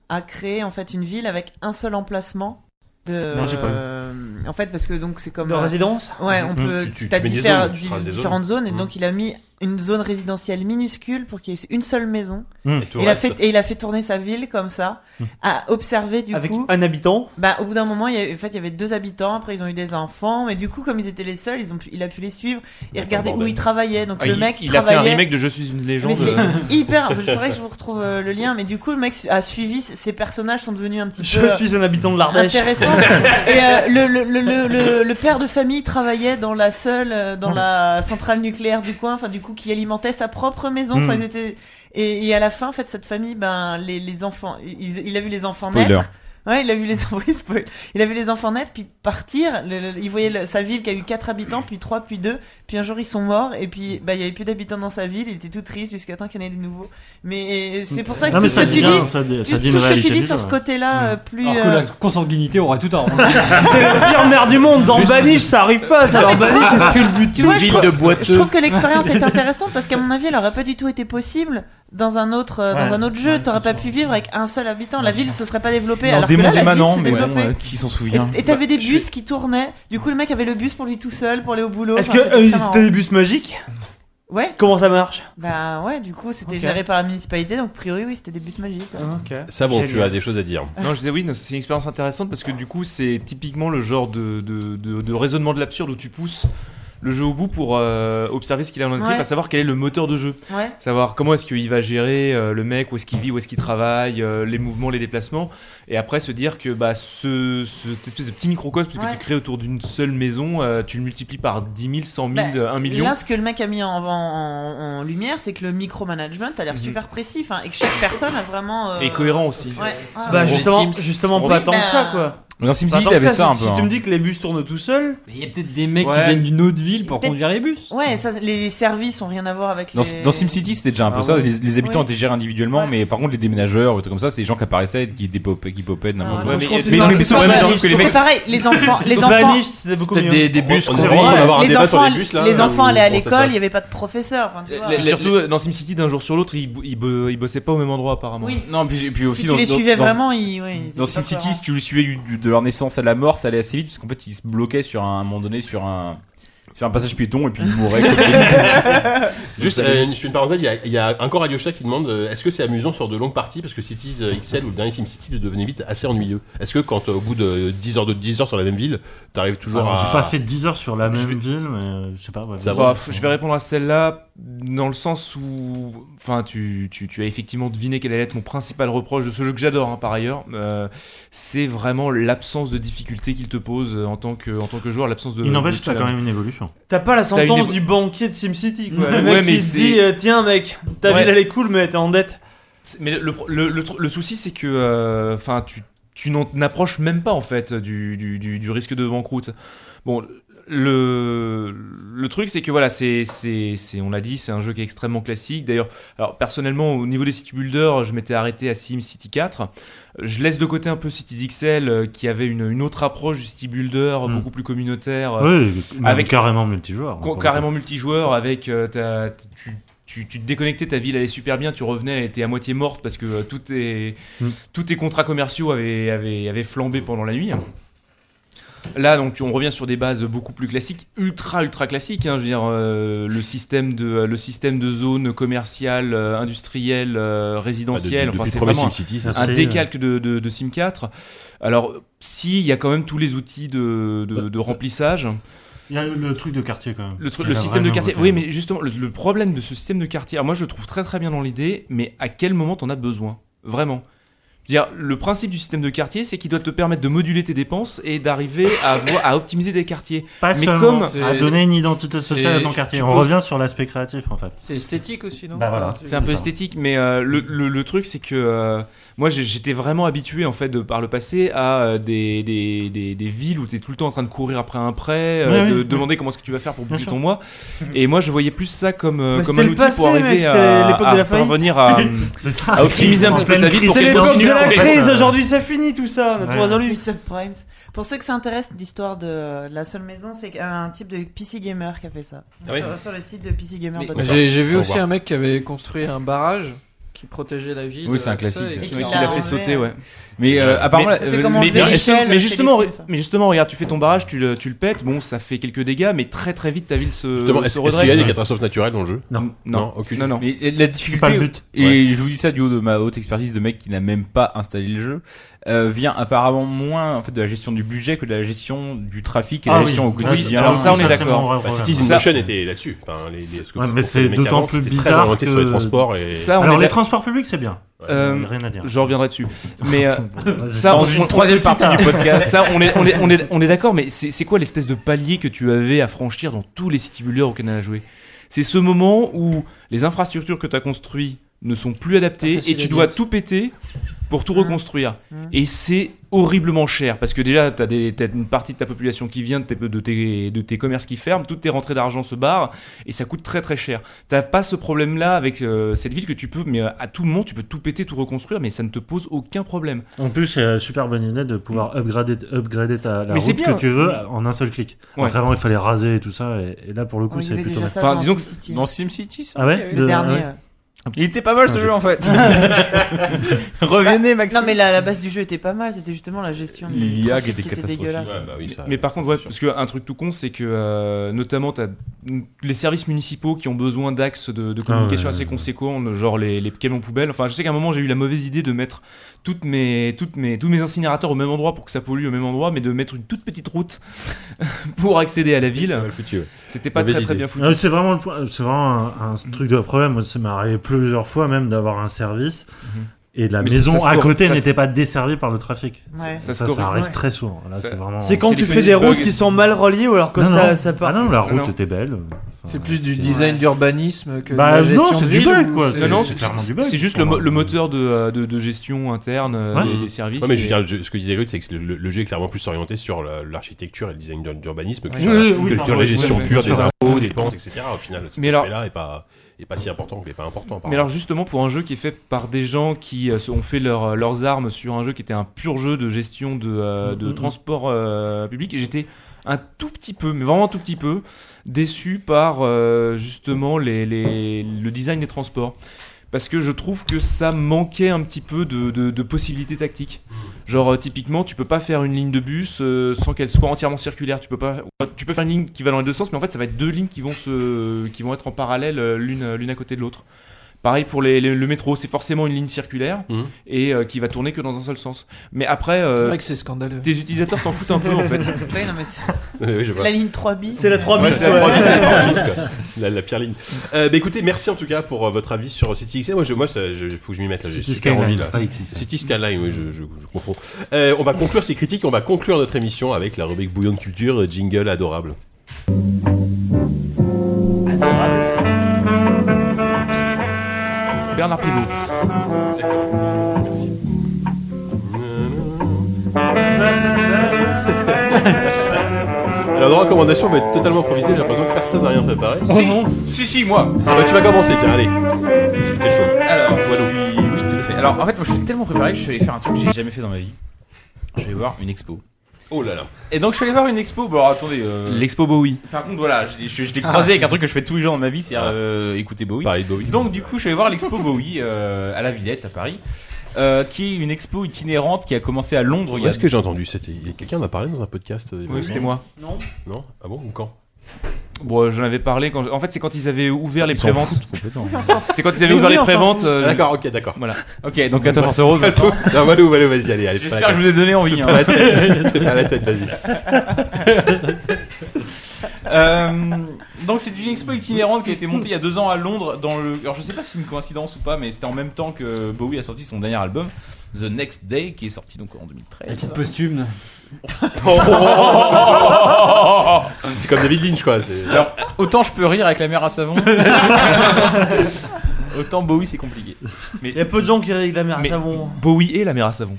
S5: à créer en fait une ville avec un seul emplacement de,
S2: Non, j'ai pas vu.
S5: euh, en fait, parce que donc c'est comme
S2: De
S5: euh,
S2: résidence
S5: Ouais, on
S6: Mmh,
S2: Mhm.
S5: peut.
S2: Tu- tu-
S5: t'as
S2: tu mets des
S5: diffère-
S2: zones, tu traces des
S5: différentes
S2: zones.
S5: zones, Mm. et
S2: Mhm.
S5: donc il a mis une zone résidentielle minuscule pour qu'il y ait une seule maison.
S2: Mhm.
S6: Mmh.
S5: Et,
S2: Et tout
S5: il a
S2: reste.
S5: fait et il a fait tourner sa ville comme ça,
S2: Mhm.
S5: à observer du
S2: Avec
S5: coup.
S2: un habitant.
S5: Bah, au bout d'un moment, il y a, en fait, il y avait deux habitants. Après, ils ont eu des enfants, mais du coup, comme ils étaient les seuls, ils ont pu- il a pu les suivre et regarder où
S6: bordel.
S5: ils travaillaient. Donc
S6: Ah,
S5: le
S6: il-
S5: mec
S6: il a fait un
S5: travaillait-
S6: remake de Je suis une légende.
S5: Mais c'est
S6: Euh.
S5: hyper. Je faudrait que je vous retrouve euh, le lien, mais du coup, le mec a suivi. Ses personnages sont devenus un petit
S2: Je
S5: peu. euh,
S2: suis un habitant de l'Ardèche.
S5: Intéressant. Et euh, le, le, le, le, le- le père de famille travaillait dans la seule, euh, dans la centrale nucléaire du coin, enfin du coup qui alimentait sa propre maison. Enfin,
S2: Mm.
S5: ils étaient- et, et à la fin, en fait, cette famille, ben les, les enfants, il, il a vu les enfants
S6: Spoiler.
S5: naître. Ouais, il a vu les oui, spoil. il a vu les enfants naître puis partir. Le- le- il voyait le- sa ville qui a eu quatre habitants, puis trois, puis deux, puis un jour ils sont morts et puis bah il y avait plus d'habitants dans sa ville. Il était tout triste jusqu'à temps qu'il y en ait des nouveaux. Mais euh, c'est pour ça que
S10: Non,
S5: tout
S10: mais
S5: ce
S10: ça
S5: que
S10: dit
S5: tu
S10: bien,
S5: dis,
S10: ça dit-
S5: tout-
S10: ça dit une
S5: tout ce que
S10: réalité
S5: tu dis
S10: du hein.
S5: sur
S10: jeu,
S5: ce
S10: ouais.
S5: côté-là, euh, plus
S7: Hmm. Alors que
S5: euh,
S7: la consanguinité aurait tout arrangé.
S2: C'est la pire merde du monde. Dans Banich, ça arrive pas. Ça,
S7: Non,
S2: dans
S7: mais tu
S2: Banich,
S7: vois-
S2: qu'est-ce que le but
S5: Tu vois, je, trouve- je trouve que l'expérience est intéressante parce qu'à mon avis, elle aurait pas du tout été possible dans un autre euh, dans
S6: Ouais.
S5: un autre jeu. T'aurais pas pu vivre avec un seul habitant. La ville se serait pas développée.
S6: Non,
S5: alors
S6: démons
S5: que là, la ville
S6: émanants,
S5: s'est
S6: mais
S5: développée.
S6: bon, euh, qui s'en souvient Bah,
S5: Et et t'avais des bus qui tournaient. Du coup, le mec avait le bus pour lui tout seul pour aller au boulot.
S2: Est-ce
S5: Enfin,
S2: que
S5: c'était
S2: euh,
S5: très marrant.
S2: c'était des bus magiques
S5: Ouais.
S2: Comment ça marche
S5: Bah ouais, du coup, c'était
S2: Ok.
S5: géré par la municipalité, donc a priori, oui, c'était des bus magiques.
S1: Ça, bon, tu as des choses à dire.
S6: Non, je disais oui, non, c'est une expérience intéressante parce que du coup, c'est typiquement le genre de, de, de- de raisonnement de l'absurde où tu pousses le jeu au bout pour euh, observer ce qu'il a dans le
S5: Ouais.
S6: à savoir quel est le moteur de jeu.
S5: Ouais.
S6: Savoir comment est-ce qu'il va gérer euh, le mec, où est-ce qu'il vit, où est-ce qu'il travaille, euh, les mouvements, les déplacements. Et après, se dire que bah, ce, ce- cette espèce de petit microcosme que
S5: Ouais.
S6: tu crées autour d'une seule maison, euh, tu le multiplies par 10 000, 100 000,
S5: Bah,
S6: 1 euh, million.
S5: Là, ce que le mec a mis en, en- en- en lumière, c'est que le micromanagement a l'air
S6: Mhm.
S5: super précis, enfin, et que chaque personne a vraiment. euh,
S6: Et cohérent aussi.
S5: Ouais.
S6: Bah,
S5: Ouais.
S6: justement- justement,
S5: Oui,
S6: pas
S5: bah,
S6: tant que ça, quoi. Mais dans SimCity,
S2: Enfin, tant que
S6: t'avais ça, un peu.
S2: si- Si tu
S6: hein.
S2: me dis que les bus tournent tout seuls.
S4: Mais il y a peut-être des mecs
S6: qui viennent
S4: d'une autre ville pour
S5: Peut-être-
S4: conduire les bus.
S5: Ouais, ça, les services ont rien à voir avec
S6: Dans,
S5: les.
S6: dans SimCity, c'était déjà un peu
S5: Ah
S6: ça.
S5: ouais.
S6: Les, les habitants
S5: Ouais.
S6: étaient gérés individuellement, mais par contre, les déménageurs ou des trucs comme ça, c'est les gens qui apparaissaient, qui dépopaient, qui popaient de n'importe
S5: Ah,
S6: où.
S5: ouais,
S6: mais,
S5: mais-
S6: mais- mais- mais sauf que-
S5: Ouais,
S6: sauf que les
S5: c'est
S6: mecs-
S5: pareil, les enfants- les enfants- Urbaniste, c'était beaucoup
S6: Peut-être
S5: mieux.
S6: des, des bus
S1: On- on
S6: qu'on
S1: dirait qu'on va avoir un
S5: les
S1: débat sur
S5: enfants,
S1: les bus, là,
S5: les
S1: euh,
S5: enfants
S1: ou
S5: allaient à
S1: comment ça se
S5: l'école, il
S1: passe
S5: n'y avait pas de professeur. Enfin, tu vois.
S11: Et Surtout euh, dans SimCity, d'un jour sur l'autre, ils, bo- ils bo- ils bossaient pas au même endroit apparemment.
S5: Oui.
S6: Non, puis, et puis aussi
S5: si
S6: dans,
S5: tu les
S6: dans-
S5: suivais
S6: dans-
S5: vraiment, ils. ouais, ils
S6: dans
S5: étaient pas
S6: SimCity,
S5: cohérents.
S6: si tu le suivais du- du- de leur naissance à la mort, ça allait assez vite, parce qu'en fait, ils se bloquaient sur un, à un moment donné sur un, sur un passage piéton et puis ils mouraient.
S1: Juste,
S6: Juste,
S1: euh, je fais une parenthèse, il y a- il y, a encore Alyosha qui demande euh, est-ce que c'est amusant sur de longues parties Parce que Cities euh, XL ou le dernier SimCity le devenait vite assez ennuyeux. Est-ce que quand euh, au bout de 10 heures de 10 heures sur la même ville, t'arrives toujours
S10: Alors,
S1: à.
S10: J'ai Ah, pas fait 10 heures sur la même ville, mais euh, je sais pas. ouais,
S1: Ça
S10: vas-y.
S1: va.
S11: Bah, f- je vais répondre à celle-là dans le sens où, enfin, tu, tu- tu as effectivement deviné quel allait être mon principal reproche de ce jeu que j'adore hein, par ailleurs. Euh, c'est vraiment l'absence de difficulté qu'il te pose euh, en tant que, en tant que joueur, l'absence de.
S10: Il
S1: Euh,
S10: n'empêche,
S11: de
S10: t'as quand
S11: challenge.
S10: même une évolution.
S2: T'as pas la
S11: T'as une
S2: sentence
S11: évo-
S2: du banquier de SimCity, quoi. Le
S11: Mm. Ouais,
S2: mec
S11: mais
S2: qui se
S11: c'est-
S2: dit euh, Tiens, mec, ta
S11: Ouais.
S2: ville elle est cool, mais t'es en dette.
S11: C'est- Mais le, le, le- le tr- le souci, c'est que. euh, Enfin, tu, tu n'en approches même pas, en fait, du, du- du- du risque de banqueroute. Bon. Le, le truc, c'est que voilà, c'est, c'est, c'est- on l'a dit, c'est un jeu qui est extrêmement classique. D'ailleurs, alors personnellement, au niveau des City Builder, je m'étais arrêté à Sim City 4. Je laisse de côté un peu City XL, euh, qui avait une, une autre approche du City Builder,
S10: Mm.
S11: beaucoup plus communautaire. euh,
S10: Oui, avec carrément multijoueur.
S11: Con- carrément multijoueur avec euh, ta- t- tu, tu, tu te déconnectais, ta ville allait super bien, tu revenais, elle était à moitié morte parce que euh, tous tes,
S10: Mm.
S11: tous tes contrats commerciaux avaient, avaient, avaient flambé pendant la nuit. Là, donc, tu- on revient sur des bases beaucoup plus classiques, ultra, ultra classiques. hein, je veux dire, euh, le système de, le système de zone commerciale, euh, industrielle, euh, résidentielle.
S1: Ah, de-
S11: enfin,
S1: depuis
S11: c'est
S1: le premier
S11: vraiment un-
S1: SimCity, ça,
S11: un
S1: c'est- euh,
S11: décalque de, de- de Sim 4. Alors, si, il y a quand même tous les outils de, de- de remplissage.
S10: Bah, Il y a le, truc de quartier quand même.
S11: Le, tru-
S10: Il y
S11: le
S10: a
S11: système de
S10: vraiment
S11: quartier.
S10: un
S11: Oui,
S10: côté-
S11: mais justement, le, le problème de ce système de quartier, alors moi je le trouve très très bien dans l'idée, mais à quel moment t'en as besoin Vraiment. Je veux dire, le principe du système de quartier, c'est qu'il doit te permettre de moduler tes dépenses et d'arriver à, avoir- à optimiser tes quartiers.
S10: Pas
S11: mais
S10: seulement
S11: comme
S10: à donner une identité sociale à ton
S11: tu-
S10: quartier.
S11: tu
S10: On
S11: poses-
S10: revient sur l'aspect créatif en fait.
S16: C'est esthétique aussi, non
S10: Bah voilà.
S11: c'est un peu
S10: ça.
S11: esthétique, mais euh, le, le- le truc, c'est que euh, moi, j'ai- j'étais vraiment habitué, en fait, de, par le passé, à euh, des, des, des- des villes où tu es tout le temps en train de courir après un prêt, euh,
S10: Ouais,
S11: de
S10: ouais, ouais.
S11: demander comment est-ce que tu vas faire pour
S10: Bien
S11: boucler
S10: sûr.
S11: ton mois. Et moi, je voyais plus ça comme, euh,
S2: Mais
S11: comme
S2: c'était
S11: un
S2: le
S11: outil
S2: passé,
S11: pour
S2: mec,
S11: arriver
S2: c'était
S11: à,
S2: l'époque de la
S11: à
S2: faillite.
S11: parvenir à,
S10: C'est ça.
S11: à optimiser un
S10: En
S11: petit peu
S10: pleine
S11: ta vie
S10: crise
S2: Ah,
S11: pour
S2: C'est
S11: que-
S2: l'époque de la
S11: en fait,
S2: crise,
S11: euh,
S2: aujourd'hui c'est fini tout ça, on a tout
S11: Ouais.
S2: résolu.
S5: Les subprimes. Pour ceux que ça intéresse, l'histoire de la seule maison, c'est un type de PC Gamer qui a fait ça.
S1: Ah oui.
S5: sur, sur le site de PC Gamer.
S1: Mais-
S16: J'ai j'ai vu
S1: Au
S16: aussi
S1: revoir.
S16: un mec qui avait construit un barrage qui protégeait la ville.
S6: Oui, c'est un
S16: euh, tout ça,
S6: classique,
S16: et
S6: ça.
S16: qui
S6: Le mec
S16: l'a
S6: qui l'a fait
S16: enlevé.
S6: sauter, ouais. Mais euh, apparemment,
S16: Mais-
S11: euh,
S16: c'est comme enlever
S11: mais,
S16: les
S11: justement-
S16: échelles,
S11: mais
S16: c'est
S11: justement,
S16: les Sims, ça.
S11: mais justement, regarde, tu fais ton barrage, tu le, tu le pètes, bon, ça fait quelques dégâts, mais très très vite ta ville se,
S6: Euh,
S1: Justement,
S11: se
S1: est-ce est-ce
S11: redresse.
S1: qu'il y a des catastrophes naturelles dans le jeu
S11: Non.
S1: Non,
S11: Non.
S1: aucune.
S11: Non, non.
S6: Mais et la difficulté.
S11: pas le but.
S6: Et
S1: Ouais.
S6: je vous dis ça du haut de ma haute expertise de mec qui n'a même pas installé le jeu, euh, vient apparemment moins en fait de la gestion du budget que de la gestion du trafic et de
S10: Ah
S6: la
S10: oui.
S6: gestion au
S10: Oui,
S6: quotidien.
S10: ça,
S6: Alors ça, on
S10: ça,
S6: est
S10: c'est mon vrai
S6: d'accord.
S1: Bah,
S10: problème.
S1: Cities
S6: Ça-
S1: Motion était là-dessus. Enfin, les- les- ce que-
S10: Ouais, mais
S1: ce que
S10: c'est
S1: les mecs
S10: d'autant
S1: avant,
S10: plus
S1: c'était très
S10: bizarre
S1: orienté sur
S10: que-
S1: les transports et
S11: Ça, on
S10: Alors
S11: est
S10: les
S11: d'accord.
S10: transports publics, c'est bien.
S11: Euh,
S10: Rien à dire.
S11: Je reviendrai dessus. Mais euh,
S10: Vas-y.
S11: ça,
S10: Dans
S11: on-
S10: une
S11: on-
S10: troisième partie du podcast.
S11: Ça, on est, on est, on est, on est d'accord, mais c'est c'est quoi l'espèce de palier que tu avais à franchir dans tous les City Builder auxquels on a joué C'est ce moment où les infrastructures que tu as construites ne sont plus adaptées
S16: facile
S11: et
S16: à
S11: tu dois
S16: dire.
S11: tout péter pour tout reconstruire.
S16: Mmh.
S11: Et c'est horriblement cher parce que déjà, tu as, une partie de ta population qui vient, de tes, de tes, de tes commerces qui ferment, toutes tes rentrées d'argent se barrent et ça coûte très très cher. T'as pas ce problème là avec euh, cette ville que tu peux, mais euh, à tout moment, tu peux tout péter, tout reconstruire, mais ça ne te pose aucun problème.
S10: En plus, c'est la super bonne idée de pouvoir upgrader, upgrader ta, la
S11: Mais c'est
S10: route
S11: bien.
S10: que tu veux en un seul clic.
S11: Ouais.
S10: Après, Vraiment, il fallait raser et tout ça, et, et là pour le coup, c'est plutôt. net.
S6: Enfin, disons que dans SimCity, ça.
S10: Ah ouais
S5: Le
S10: De-
S5: dernier,
S10: ouais.
S5: euh.
S6: Il était pas
S2: Ah,
S6: mal ce jeu en fait. Revenez, Maxime.
S5: Non, mais la, la base du jeu était pas mal, c'était justement la gestion du
S6: L'IA
S5: trafic
S6: qui était catastrophique.
S5: dégueulasse.
S1: bah
S2: bah
S6: oui, ça-
S11: mais par contre, ouais, parce qu'un truc tout con, c'est que euh, notamment t'as mm, les services municipaux qui ont besoin d'axes de, de
S10: Ah
S11: communication
S10: ouais,
S11: assez
S10: ouais,
S11: conséquents, le- genre les, les camions poubelles. Enfin, je sais qu'à un moment, j'ai eu la mauvaise idée de mettre toutes mes, toutes mes, tous mes incinérateurs au même endroit pour que ça pollue au même endroit, mais de mettre une toute petite route pour accéder à la ville.
S1: mal foutu, ouais.
S11: C'était pas
S1: Mauvaise
S11: très très
S1: idée.
S11: bien foutu.
S10: Ah oui, c'est vraiment le point- c'est vraiment un, un truc de problème. Moi, ça m'est arrivé plusieurs fois même d'avoir un service
S11: Mhm.
S10: et la
S11: Mais
S10: maison
S11: ça, ça
S10: à
S11: score-
S10: côté
S11: ça
S10: n'était
S11: score-
S10: pas desservie par le trafic.
S5: Ouais.
S10: Ça,
S11: Ça
S10: ça,
S11: score-
S10: arrive
S11: ouais.
S10: très souvent. Là, c'est vraiment.
S2: C'est quand
S11: C'est
S2: tu
S11: les
S2: fais des
S11: petits
S2: routes
S11: bugs.
S2: qui sont mal reliées ou alors que
S10: Non,
S2: ça,
S10: non.
S2: ça part.
S10: Ah non, la
S11: Non,
S10: route
S11: non.
S10: était belle. Euh, Enfin,
S16: C'est plus du design d'urbanisme que
S11: Bah,
S16: de la gestion
S11: non, c'est
S16: de
S11: du
S16: ville
S11: bug,
S16: ou
S11: quoi.
S16: c'est-
S11: Non, non,
S16: c'est
S11: c'est
S16: clairement du bug.
S11: c'est juste le, mo- le moteur de, euh, de, de gestion interne euh,
S1: Ouais.
S11: des, des services.
S1: Ouais, mais je
S11: Et-
S1: veux dire, je- ce que disait Lloyd, c'est que le, le- le jeu est clairement plus orienté sur la- l'architecture et le design d'ur- d'urbanisme que
S11: Oui,
S1: sur, la,
S11: oui,
S1: que
S11: oui,
S1: sur
S11: pardon,
S1: la
S11: oui,
S1: gestion
S11: oui, oui,
S1: pure
S11: bien
S1: des
S11: sûr.
S1: impôts, des dépenses, etc. Au final, cet
S11: Mais alors-
S1: aspect-là est pas, est pas si important, il est pas important.
S11: Mais alors justement pour un jeu qui est fait par des gens qui euh, se- ont fait leur- leurs armes sur un jeu qui était un pur jeu de gestion de, euh, de
S10: Mhm.
S11: transport euh, public, et j'étais un tout petit peu, mais vraiment un tout petit peu, déçu par euh, justement les, les- le design des transports. Parce que je trouve que ça manquait un petit peu de, de- de possibilités tactiques. Genre euh, typiquement, tu peux pas faire une ligne de bus euh, sans qu'elle soit entièrement circulaire. Tu peux pas, tu peux faire une ligne qui va dans les deux sens, mais en fait ça va être deux lignes qui vont se, qui vont être en parallèle euh, l'une, l'une à côté de l'autre. Pareil pour les- les- le métro, c'est forcément une ligne circulaire
S1: Mhm.
S11: et euh, qui va tourner que dans un seul sens. Mais après, euh,
S16: C'est vrai que c'est scandaleux.
S11: Tes utilisateurs s'en foutent un peu en
S5: Oui,
S11: fait.
S5: non, mais c'est-
S1: Oui, oui, je
S5: c'est
S1: vois.
S5: la ligne 3 bis.
S2: C'est la 3
S1: Ouais, c'est la 3 bis, c'est la 3 bis, quoi. La, la pire ligne. Euh, bah, écoutez, merci en tout cas pour euh, votre avis sur City XL. Moi, je, moi, ça, je- faut que je m'y mette. là, J'ai
S10: City
S1: super
S10: Skyline,
S1: envie là.
S10: pas XXL.
S1: City Skyline, oui, je, je- je confonds. Euh, on va conclure ces critiques. On va conclure notre émission avec la rubrique Bouillon de culture, euh, jingle adorable.
S11: Bernard Pivot.
S1: Alors, nos recommandations vont être totalement improvisées. J'ai l'impression que personne n'a rien préparé.
S11: Si, si, si, moi.
S1: Ah bah, tu vas commencer, tiens, allez. Parce que t'es chaud.
S6: Alors, je suis- oui, tout à fait. Alors, en fait, moi, je suis tellement préparé que je suis allé faire un truc que j'ai jamais fait dans ma vie. Je vais voir une expo.
S1: Oh là là.
S6: Et donc, je suis allé voir une expo. Bon, alors, attendez. euh,
S11: L'expo Bowie. Ah.
S6: Par contre, voilà, je, l'ai- je- je l'ai croisé avec un truc que je fais tous les jours dans ma vie, c'est
S1: Ah.
S6: euh, écouter Bowie. Donc, du coup, je suis allé voir l'expo Bowie euh, à la Villette, à Paris, euh, qui est une expo itinérante qui a commencé à Londres il y a
S1: Est-ce que j'ai entendu C'était quelqu'un en a parlé dans un podcast. euh,
S11: Oui, c'était moi.
S2: Non.
S1: Non. Ah bon ou quand
S6: euh,
S11: Bon, j'en avais parlé quand. je- En fait, c'est quand ils avaient ouvert les
S1: s'en
S11: préventes.
S1: foutent complètement.
S11: C'est quand ils avaient
S1: Mais
S11: ouvert
S1: oui,
S11: les
S1: on s'en
S11: préventes.
S1: fout.
S11: euh,
S1: D'accord, ok, d'accord.
S11: Voilà. Ok, donc à toi, Force Rose.
S1: Malou, non, Malou, Malou, vas-y, allez, allez.
S11: J'espère que je vous ai donné envie,
S1: Fais
S11: hein.
S1: Pas la tête, Fais pas la tête, vas-y.
S6: Euh, donc c'est une expo itinérante qui a été montée il y a deux ans à Londres dans le. Alors je sais pas si c'est une coïncidence ou pas, mais c'était en même temps que Bowie a sorti son dernier album, The Next Day, qui est sorti donc en 2013.
S4: La petite posthume.
S1: C'est comme David Lynch, quoi. c'est-
S6: Alors autant je peux rire avec la mer à savon. Autant Bowie c'est compliqué. Mais
S2: Il y a peu de gens qui règlent la mer à
S6: Mais-
S2: savon.
S11: Bowie et la mer à savon.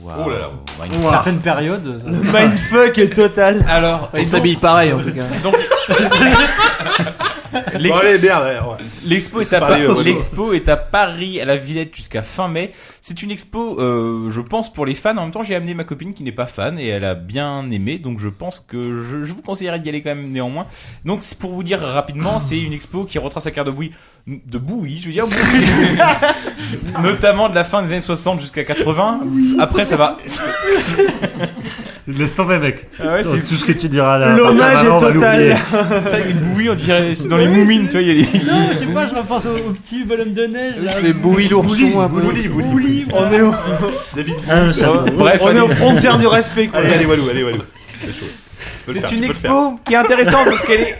S6: Waouh.
S1: Oh là là.
S2: Ouah.
S4: Certaines périodes. ça-
S2: Le mindfuck est total.
S6: Alors,
S16: Il s'habille pareil en tout cas.
S6: Donc,
S1: Bon, allez, merde, ouais, ouais.
S6: L'expo est, à
S1: Parlez,
S6: Paris-
S1: euh, Waldo.
S6: l'expo est à Paris, à la Villette jusqu'à fin mai. C'est une expo, euh, je pense, pour les fans. En même temps, j'ai amené ma copine qui n'est pas fan et elle a bien aimé. Donc, je pense que je, je vous conseillerais d'y aller quand même néanmoins. Donc, c'est pour vous dire rapidement, c'est une expo qui retrace la carrière de Bowie, de Bowie, je veux dire, Bowie. notamment de la fin des années 60 jusqu'à 80. Après, ça va.
S10: Laisse tomber, mec.
S6: Ah ouais, c'est-
S10: tout ce que tu diras là. à
S6: L'hommage
S10: partir
S6: est
S10: d'avant, on va
S6: total.
S10: l'oublier.
S6: Ça, il est Bowie, on dirait, c'est dans les moumines, tu vois, il y a les-
S4: Non, je sais pas, je repense au, au petit bonhomme de neige. là.
S16: C'est Bowie l'ourson un peu.
S4: Bouli,
S2: On est au.
S1: David
S2: Ah, ça- Bref, on est aux frontières du respect. quoi.
S1: Allez, allez, Walou, allez, Walou. C'est chaud. Tu peux le faire,
S6: C'est
S1: tu peux
S6: une
S1: le
S6: expo qui est intéressante parce qu'elle est.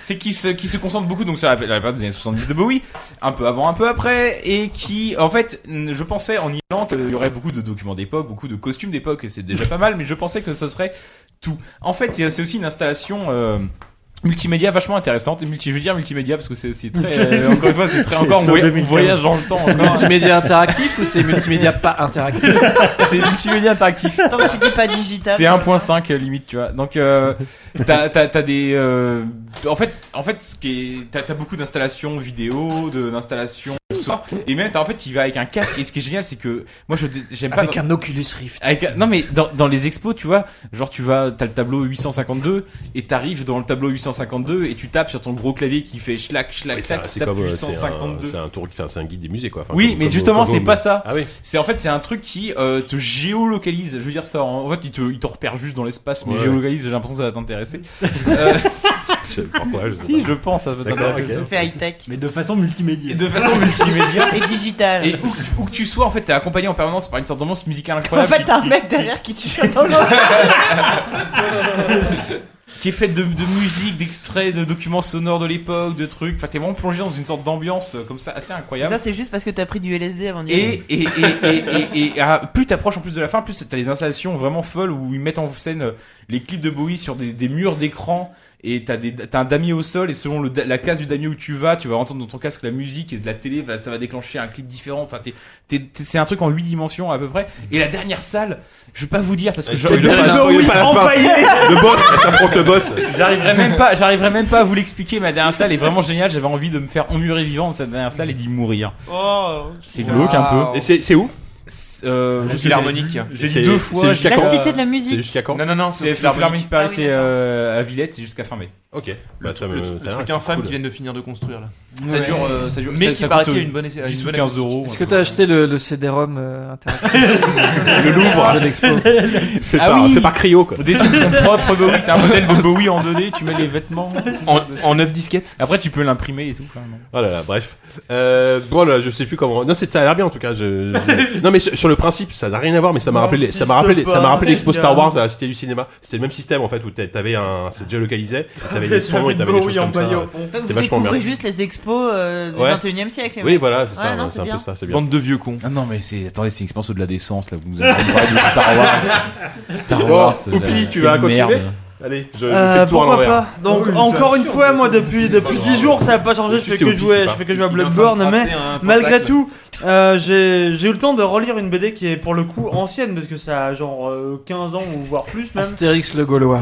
S6: C'est qui se, qui se concentre beaucoup donc sur la, la période des années 70 de Bowie, un peu avant, un peu après, et qui, en fait, je pensais en y allant qu'il y aurait beaucoup de documents d'époque, beaucoup de costumes d'époque, et c'est déjà pas mal, mais je pensais que ce serait tout. En fait, c'est aussi une installation euh, multimédia vachement intéressante, et multi, je veux dire multimédia parce que c'est c'est très, euh, encore une fois, c'est très encore, on
S10: C'est
S6: voya- on
S10: 2015.
S6: voyage dans le temps.
S16: C'est
S6: encore.
S16: multimédia interactif ou c'est multimédia pas interactif
S6: c'est multimédia interactif.
S5: Tant que tu dis pas digital.
S6: C'est 1.5 euh, limite, tu vois. Donc, euh, t'as t'as- t'as des. euh, en fait, en fait, ce qui est, t'as t'as beaucoup d'installations vidéo, de- d'installations sonores, et même t'as- en fait, il va avec un casque. Et ce qui est génial, c'est que moi, je dé- j'aime pas.
S16: Avec un Oculus Rift.
S6: Avec un- non mais dans, dans les expos tu vois genre tu vas t'as le tableau 852 et t'arrives dans le tableau 852 et tu tapes sur ton gros clavier qui fait schlac schlac
S1: C'est un-
S6: schlac tu
S1: C'est
S6: tapes
S1: comme euh, c'est un,
S6: 852
S1: c'est un tour, enfin, c'est un guide des musées quoi. Enfin,
S6: oui,
S1: comme-
S6: mais
S1: comme-
S6: justement,
S1: comme-
S6: c'est pas ça.
S1: Ah oui.
S6: C'est en fait, c'est un truc qui euh, te géolocalise. Je veux dire ça. En en fait, il te, il te repère juste dans l'espace, mais
S1: Ouais.
S6: géolocalise. J'ai l'impression que ça va t'intéresser. Euh,
S1: Je sais pas pourquoi, je sais
S6: si,
S1: pas.
S6: je pense, ça va
S1: D'accord,
S6: t'intéresser.
S1: ok.
S5: Fait high tech.
S4: Mais de façon multimédia.
S6: Et de façon multimédia.
S5: Et digital.
S6: Et où, que tu- où que tu sois, en fait, t'es accompagné en permanence par une tendance musicale
S5: En
S6: incroyable.
S5: fait, t'as un mec derrière qui tue dans l'autre.
S6: qui est faite de, de musique, d'extraits, de documents sonores de l'époque, de trucs. Enfin, t'es vraiment plongé dans une sorte d'ambiance euh, comme ça, assez incroyable.
S5: Ça, c'est juste parce que t'as pris du LSD avant d'y
S6: Et,
S5: aller.
S6: et, et, et, et, et, ah, plus t'approches en plus de la fin, plus t'as les installations vraiment folles où ils mettent en scène euh, les clips de Bowie sur des, des murs d'écran et t'as des- t'as un damier au sol et selon le da- la case du damier où tu vas, tu vas entendre dans ton casque la musique et de la télé, va- ça va déclencher un clip différent. Enfin, t'es- t'es- t'es- c'est un truc en 8 dimensions à peu près. Et la dernière salle, je vais pas vous dire parce que
S1: Et
S6: je
S1: je te dirai pas, spoil pas la fin. Le boss, t'affrontes le boss.
S6: J'arriverai même pas, j'arriverai même pas à vous l'expliquer. Ma dernière salle est vraiment géniale. J'avais envie de me faire emmurer vivant dans cette dernière salle et d'y mourir.
S5: Oh.
S6: C'est glauque un peu.
S1: Et c'est c'est où
S6: C'est, euh,
S1: La
S6: je suis
S1: Cité-
S6: l'harmonique.
S1: J'ai dit deux fois, jusqu'à
S5: La
S1: quand
S5: cité de la musique.
S1: C'est jusqu'à quand
S6: Non, non, non, c'est
S1: C'est au
S6: l'harmonique de Paris,
S1: Philharmonique.
S6: c'est euh, à Villette, c'est jusqu'à fin mai.
S1: Ok.
S6: Le
S1: Bah, ça
S6: truc-
S1: me-
S6: le
S1: ça a
S6: truc- le
S1: l'air
S6: truc
S1: assez
S11: infâme
S1: cool.
S11: qu'ils viennent de finir de construire là.
S6: Ça
S11: Ouais.
S6: dure, euh, ça dure,
S11: Mais
S6: ça-
S11: qui
S6: ça
S11: paraît
S6: coûte
S11: qu'il y a une bonne une
S6: 10 ou
S11: bonne
S6: 15 euros.
S16: Est-ce que t'as acheté le, le CD-ROM euh, interactif
S6: Le Louvre.
S16: de l'expo
S1: Fait
S11: Ah
S1: par- fait par cryo, quoi.
S6: Ah Dessine ton propre Bowie, t'as un modèle de Bowie en 2D, tu mets les vêtements.
S1: En-
S6: en 9 disquettes. Après, tu peux l'imprimer et tout. quand même.
S1: Oh là là, bref. Euh, bon là, je sais plus comment. Non, c'est- ça a l'air bien en tout cas. je- je- non, mais sur, sur le principe, ça n'a rien à voir, mais ça m'a rappelé, ça m'a rappelé,
S6: pas,
S1: ça m'a rappelé l'expo
S6: les gars.
S1: Star Wars à la Cité du Cinéma. C'était le même système en fait où t'a- t'avais un, c'est déjà localisé, et t'avais des sons et t'avais des choses comme ça. C'était vachement bien.
S5: Vous découvrez juste les expos euh, du
S1: Ouais.
S5: 21 e siècle. les
S1: Oui,
S5: mecs.
S1: voilà, c'est
S5: Ouais,
S1: ça,
S5: non,
S1: c'est un
S5: bien.
S1: peu ça, c'est bien.
S6: Bande
S11: de vieux cons.
S6: Ah non, mais c'est. Attendez, c'est une expérience de la décence là, vous nous avez parlé de Star Wars. Star Wars.
S1: Bon,
S6: la-
S1: Oupi, tu
S6: quelle
S1: vas continuer
S6: merde.
S1: Allez, je, je fais
S2: Euh,
S1: le tour à
S2: pourquoi
S1: l'envers.
S2: pas Donc encore une fois, moi depuis depuis 10 jours, ça n'a pas changé. Je
S1: Tu
S2: fais
S1: sais, au
S2: que
S1: pif,
S2: jouer,
S1: c'est
S2: je
S1: pas.
S2: fais que jouer à
S1: Il est en train de
S2: Bloodborne, mais
S1: tracer un
S2: malgré
S1: pentacle.
S2: tout, euh, j'ai j'ai eu le temps de relire une BD qui est pour le coup ancienne parce que ça a genre euh, 15 ans ou voire plus même.
S16: Astérix le Gaulois.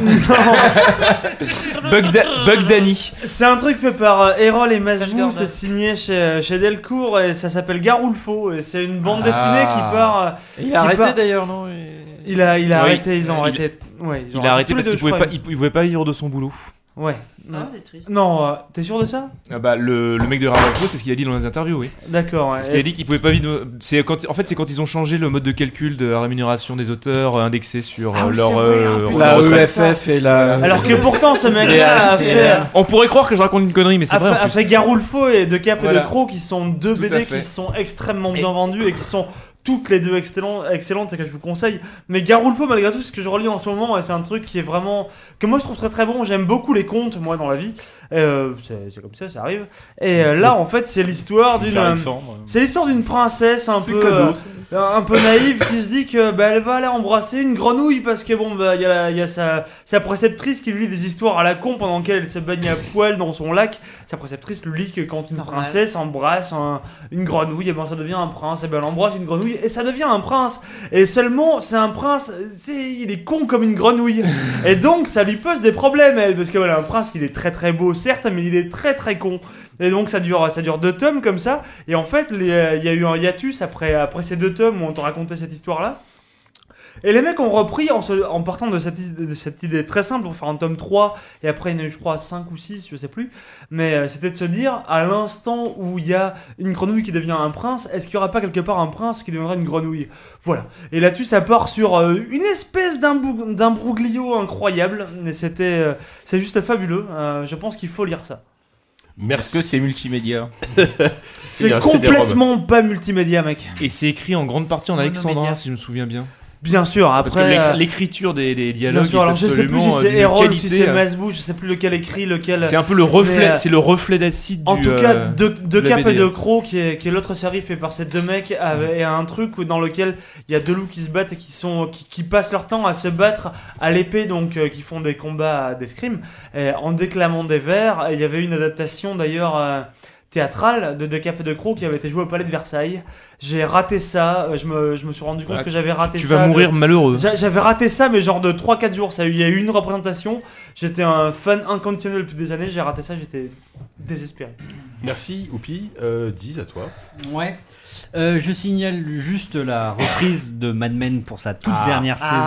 S11: Bug, Danny.
S2: C'est un truc fait par euh, Erol et Masbou, c'est signé chez, chez Delcourt et ça s'appelle Garoulfo et c'est une bande dessinée qui
S16: Ah.
S2: part. euh,
S16: Il
S2: qui
S16: a arrêté
S2: part-
S16: d'ailleurs, non
S2: Il a, Ah, il a
S11: Oui.
S2: arrêté, ils ont
S11: Il-
S2: arrêté. ouais, ils ont
S11: il a arrêté
S2: tous les
S11: parce
S2: deux,
S11: qu'il
S2: je
S11: pouvait
S2: crois.
S11: pas, il, il pouvait pas vivre de son boulot.
S2: Ouais.
S5: Ah, c'est triste.
S2: Non, euh, t'es sûr de ça
S11: Ah bah, le, le mec de Radioactive, c'est ce qu'il a dit dans les interviews, oui.
S2: D'accord, ouais.
S11: Parce qu'il a dit qu'il pouvait pas vivre. C'est quand, en fait, c'est quand ils ont changé le mode de calcul de la rémunération des auteurs euh, indexé sur
S2: Ah
S11: euh, leur. euh,
S16: La
S11: leur retraite.
S16: EFF et la.
S2: hein, Alors que pourtant, ce
S11: Les
S2: mec-là a
S11: AFC.
S2: fait.
S11: On pourrait croire que je raconte une connerie, mais c'est
S2: a
S11: vrai.
S2: fait-
S11: en
S2: a
S11: plus.
S2: fait Garoulefaux et De Cap et
S11: Voilà.
S2: De Croc qui sont deux
S11: Tout à
S2: BD
S11: fait.
S2: qui sont extrêmement bien vendues et qui sont toutes les deux excellentes, excellentes et que je vous conseille. Mais Garoulefaux, malgré tout, ce que je relis en ce moment, et c'est un truc qui est vraiment. que moi je trouve très très bon. J'aime beaucoup les contes, moi, dans la vie. Euh, c'est c'est comme ça, ça arrive. Et euh, là, en fait, c'est l'histoire d'une.
S6: Pierre Alexandre.
S2: C'est l'histoire d'une princesse un peu.
S6: cadeau,
S2: euh, un peu naïve qui se dit que bah, elle va aller embrasser une grenouille parce que bon bah il y a, la- il y a sa, sa préceptrice qui lui lit des histoires à la con pendant qu'elle elle se baigne à poil dans son lac. Sa préceptrice lui lit que quand une princesse embrasse un- une grenouille, et ben ça devient un prince. Et ben elle embrasse une grenouille et ça devient un prince. Et seulement c'est un prince, c'est- il est con comme une grenouille. et donc ça lui pose des problèmes elle parce que voilà un prince il est très très beau certes mais il est très très con. Et donc ça dure, ça dure deux tomes comme ça. Et en fait, les- euh, il y a eu un hiatus après, après ces deux tomes où on te racontait cette histoire-là. Et les mecs ont repris en, se- en partant de cette, is- de cette idée très simple pour faire un tome 3, et après il y en a eu, je crois, 5 ou 6, je sais plus. Mais euh, c'était de se dire, à l'instant où il y a une grenouille qui devient un prince, est-ce qu'il n'y aura pas quelque part un prince qui deviendra une grenouille Voilà. Et là-dessus, ça part sur euh, une espèce d'un bou- d'un broglio incroyable. Mais c'était. euh, C'est juste fabuleux. Euh, je pense qu'il faut lire ça.
S6: Parce que c'est multimédia.
S2: C'est complètement pas multimédia, mec.
S11: Et c'est écrit en grande partie en alexandrin, si je me souviens bien.
S2: Bien sûr,
S11: Parce que
S2: après,
S11: l'éc-
S2: euh,
S11: l'écriture des, des dialogues.
S2: Bien sûr,
S11: est
S2: alors je sais plus si
S11: absolument,
S2: c'est
S11: euh, d'une
S2: Erol, si
S11: qualité,
S2: c'est
S11: euh,
S2: Masbou, je sais plus lequel écrit, lequel.
S11: C'est un peu le reflet,
S2: Mais, euh,
S11: c'est le reflet d'acide.
S2: En
S11: du,
S2: tout cas,
S11: euh,
S2: De, de
S11: la
S2: Cap et
S11: BD.
S2: De Croc, qui est, qui est l'autre série fait par ces deux mecs, avait- et a un truc où- dans lequel il y a deux loups qui se battent et qui, sont, qui, qui passent leur temps à se battre à l'épée, donc euh, qui font des combats à- d'escrime, et en déclamant des vers. Et Il y avait une adaptation d'ailleurs. euh, théâtrale de De Cap et De Croc qui avait été jouée au Palais de Versailles. J'ai raté ça, euh, je me, je me suis rendu compte
S11: Ah,
S2: que j'avais raté
S11: tu
S2: ça.
S11: vas mourir
S2: de-
S11: malheureux.
S2: J'a- J'avais raté ça, mais genre de 3-4 jours. Ça, il y a eu une représentation. J'étais un fan inconditionnel depuis des années. J'ai raté ça, j'étais désespéré.
S1: Merci, Oupi. Euh, 10 à toi.
S4: Ouais. Euh, je signale juste la reprise de Mad Men pour sa toute
S1: Ah.
S4: dernière
S5: Ah.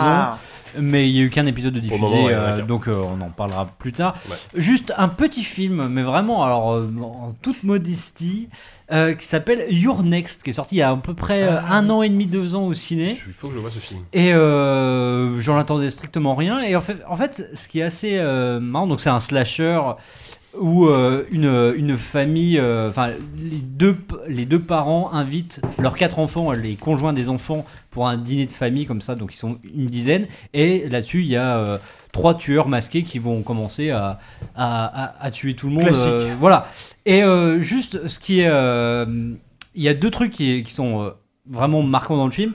S4: saison, mais il y a eu qu'un épisode de
S1: Pour
S4: diffusé,
S1: le moment, ouais,
S4: euh,
S1: d'accord.
S4: donc euh, on en parlera plus tard.
S1: Ouais.
S4: Juste un petit film, mais vraiment, alors euh, en toute modestie, euh, qui s'appelle Your Next, qui est sorti il y a à peu près
S1: Ah.
S4: euh, un an et demi, deux ans au ciné.
S1: Il faut que je vois ce film.
S4: Et euh, j'en attendais strictement rien. Et en fait, en fait ce qui est assez euh, marrant, donc c'est un slasher où euh, une, une famille, euh, enfin les, deux, les deux parents invitent leurs quatre enfants, les conjoints des enfants, pour un dîner de famille comme ça, donc ils sont une dizaine. Et là-dessus, il y a euh, trois tueurs masqués qui vont commencer à, à- à- à tuer tout le monde.
S7: Classique.
S4: euh, voilà. Et euh, juste, ce qui est. euh, Il y a deux trucs qui, qui sont euh, vraiment marquants dans le film.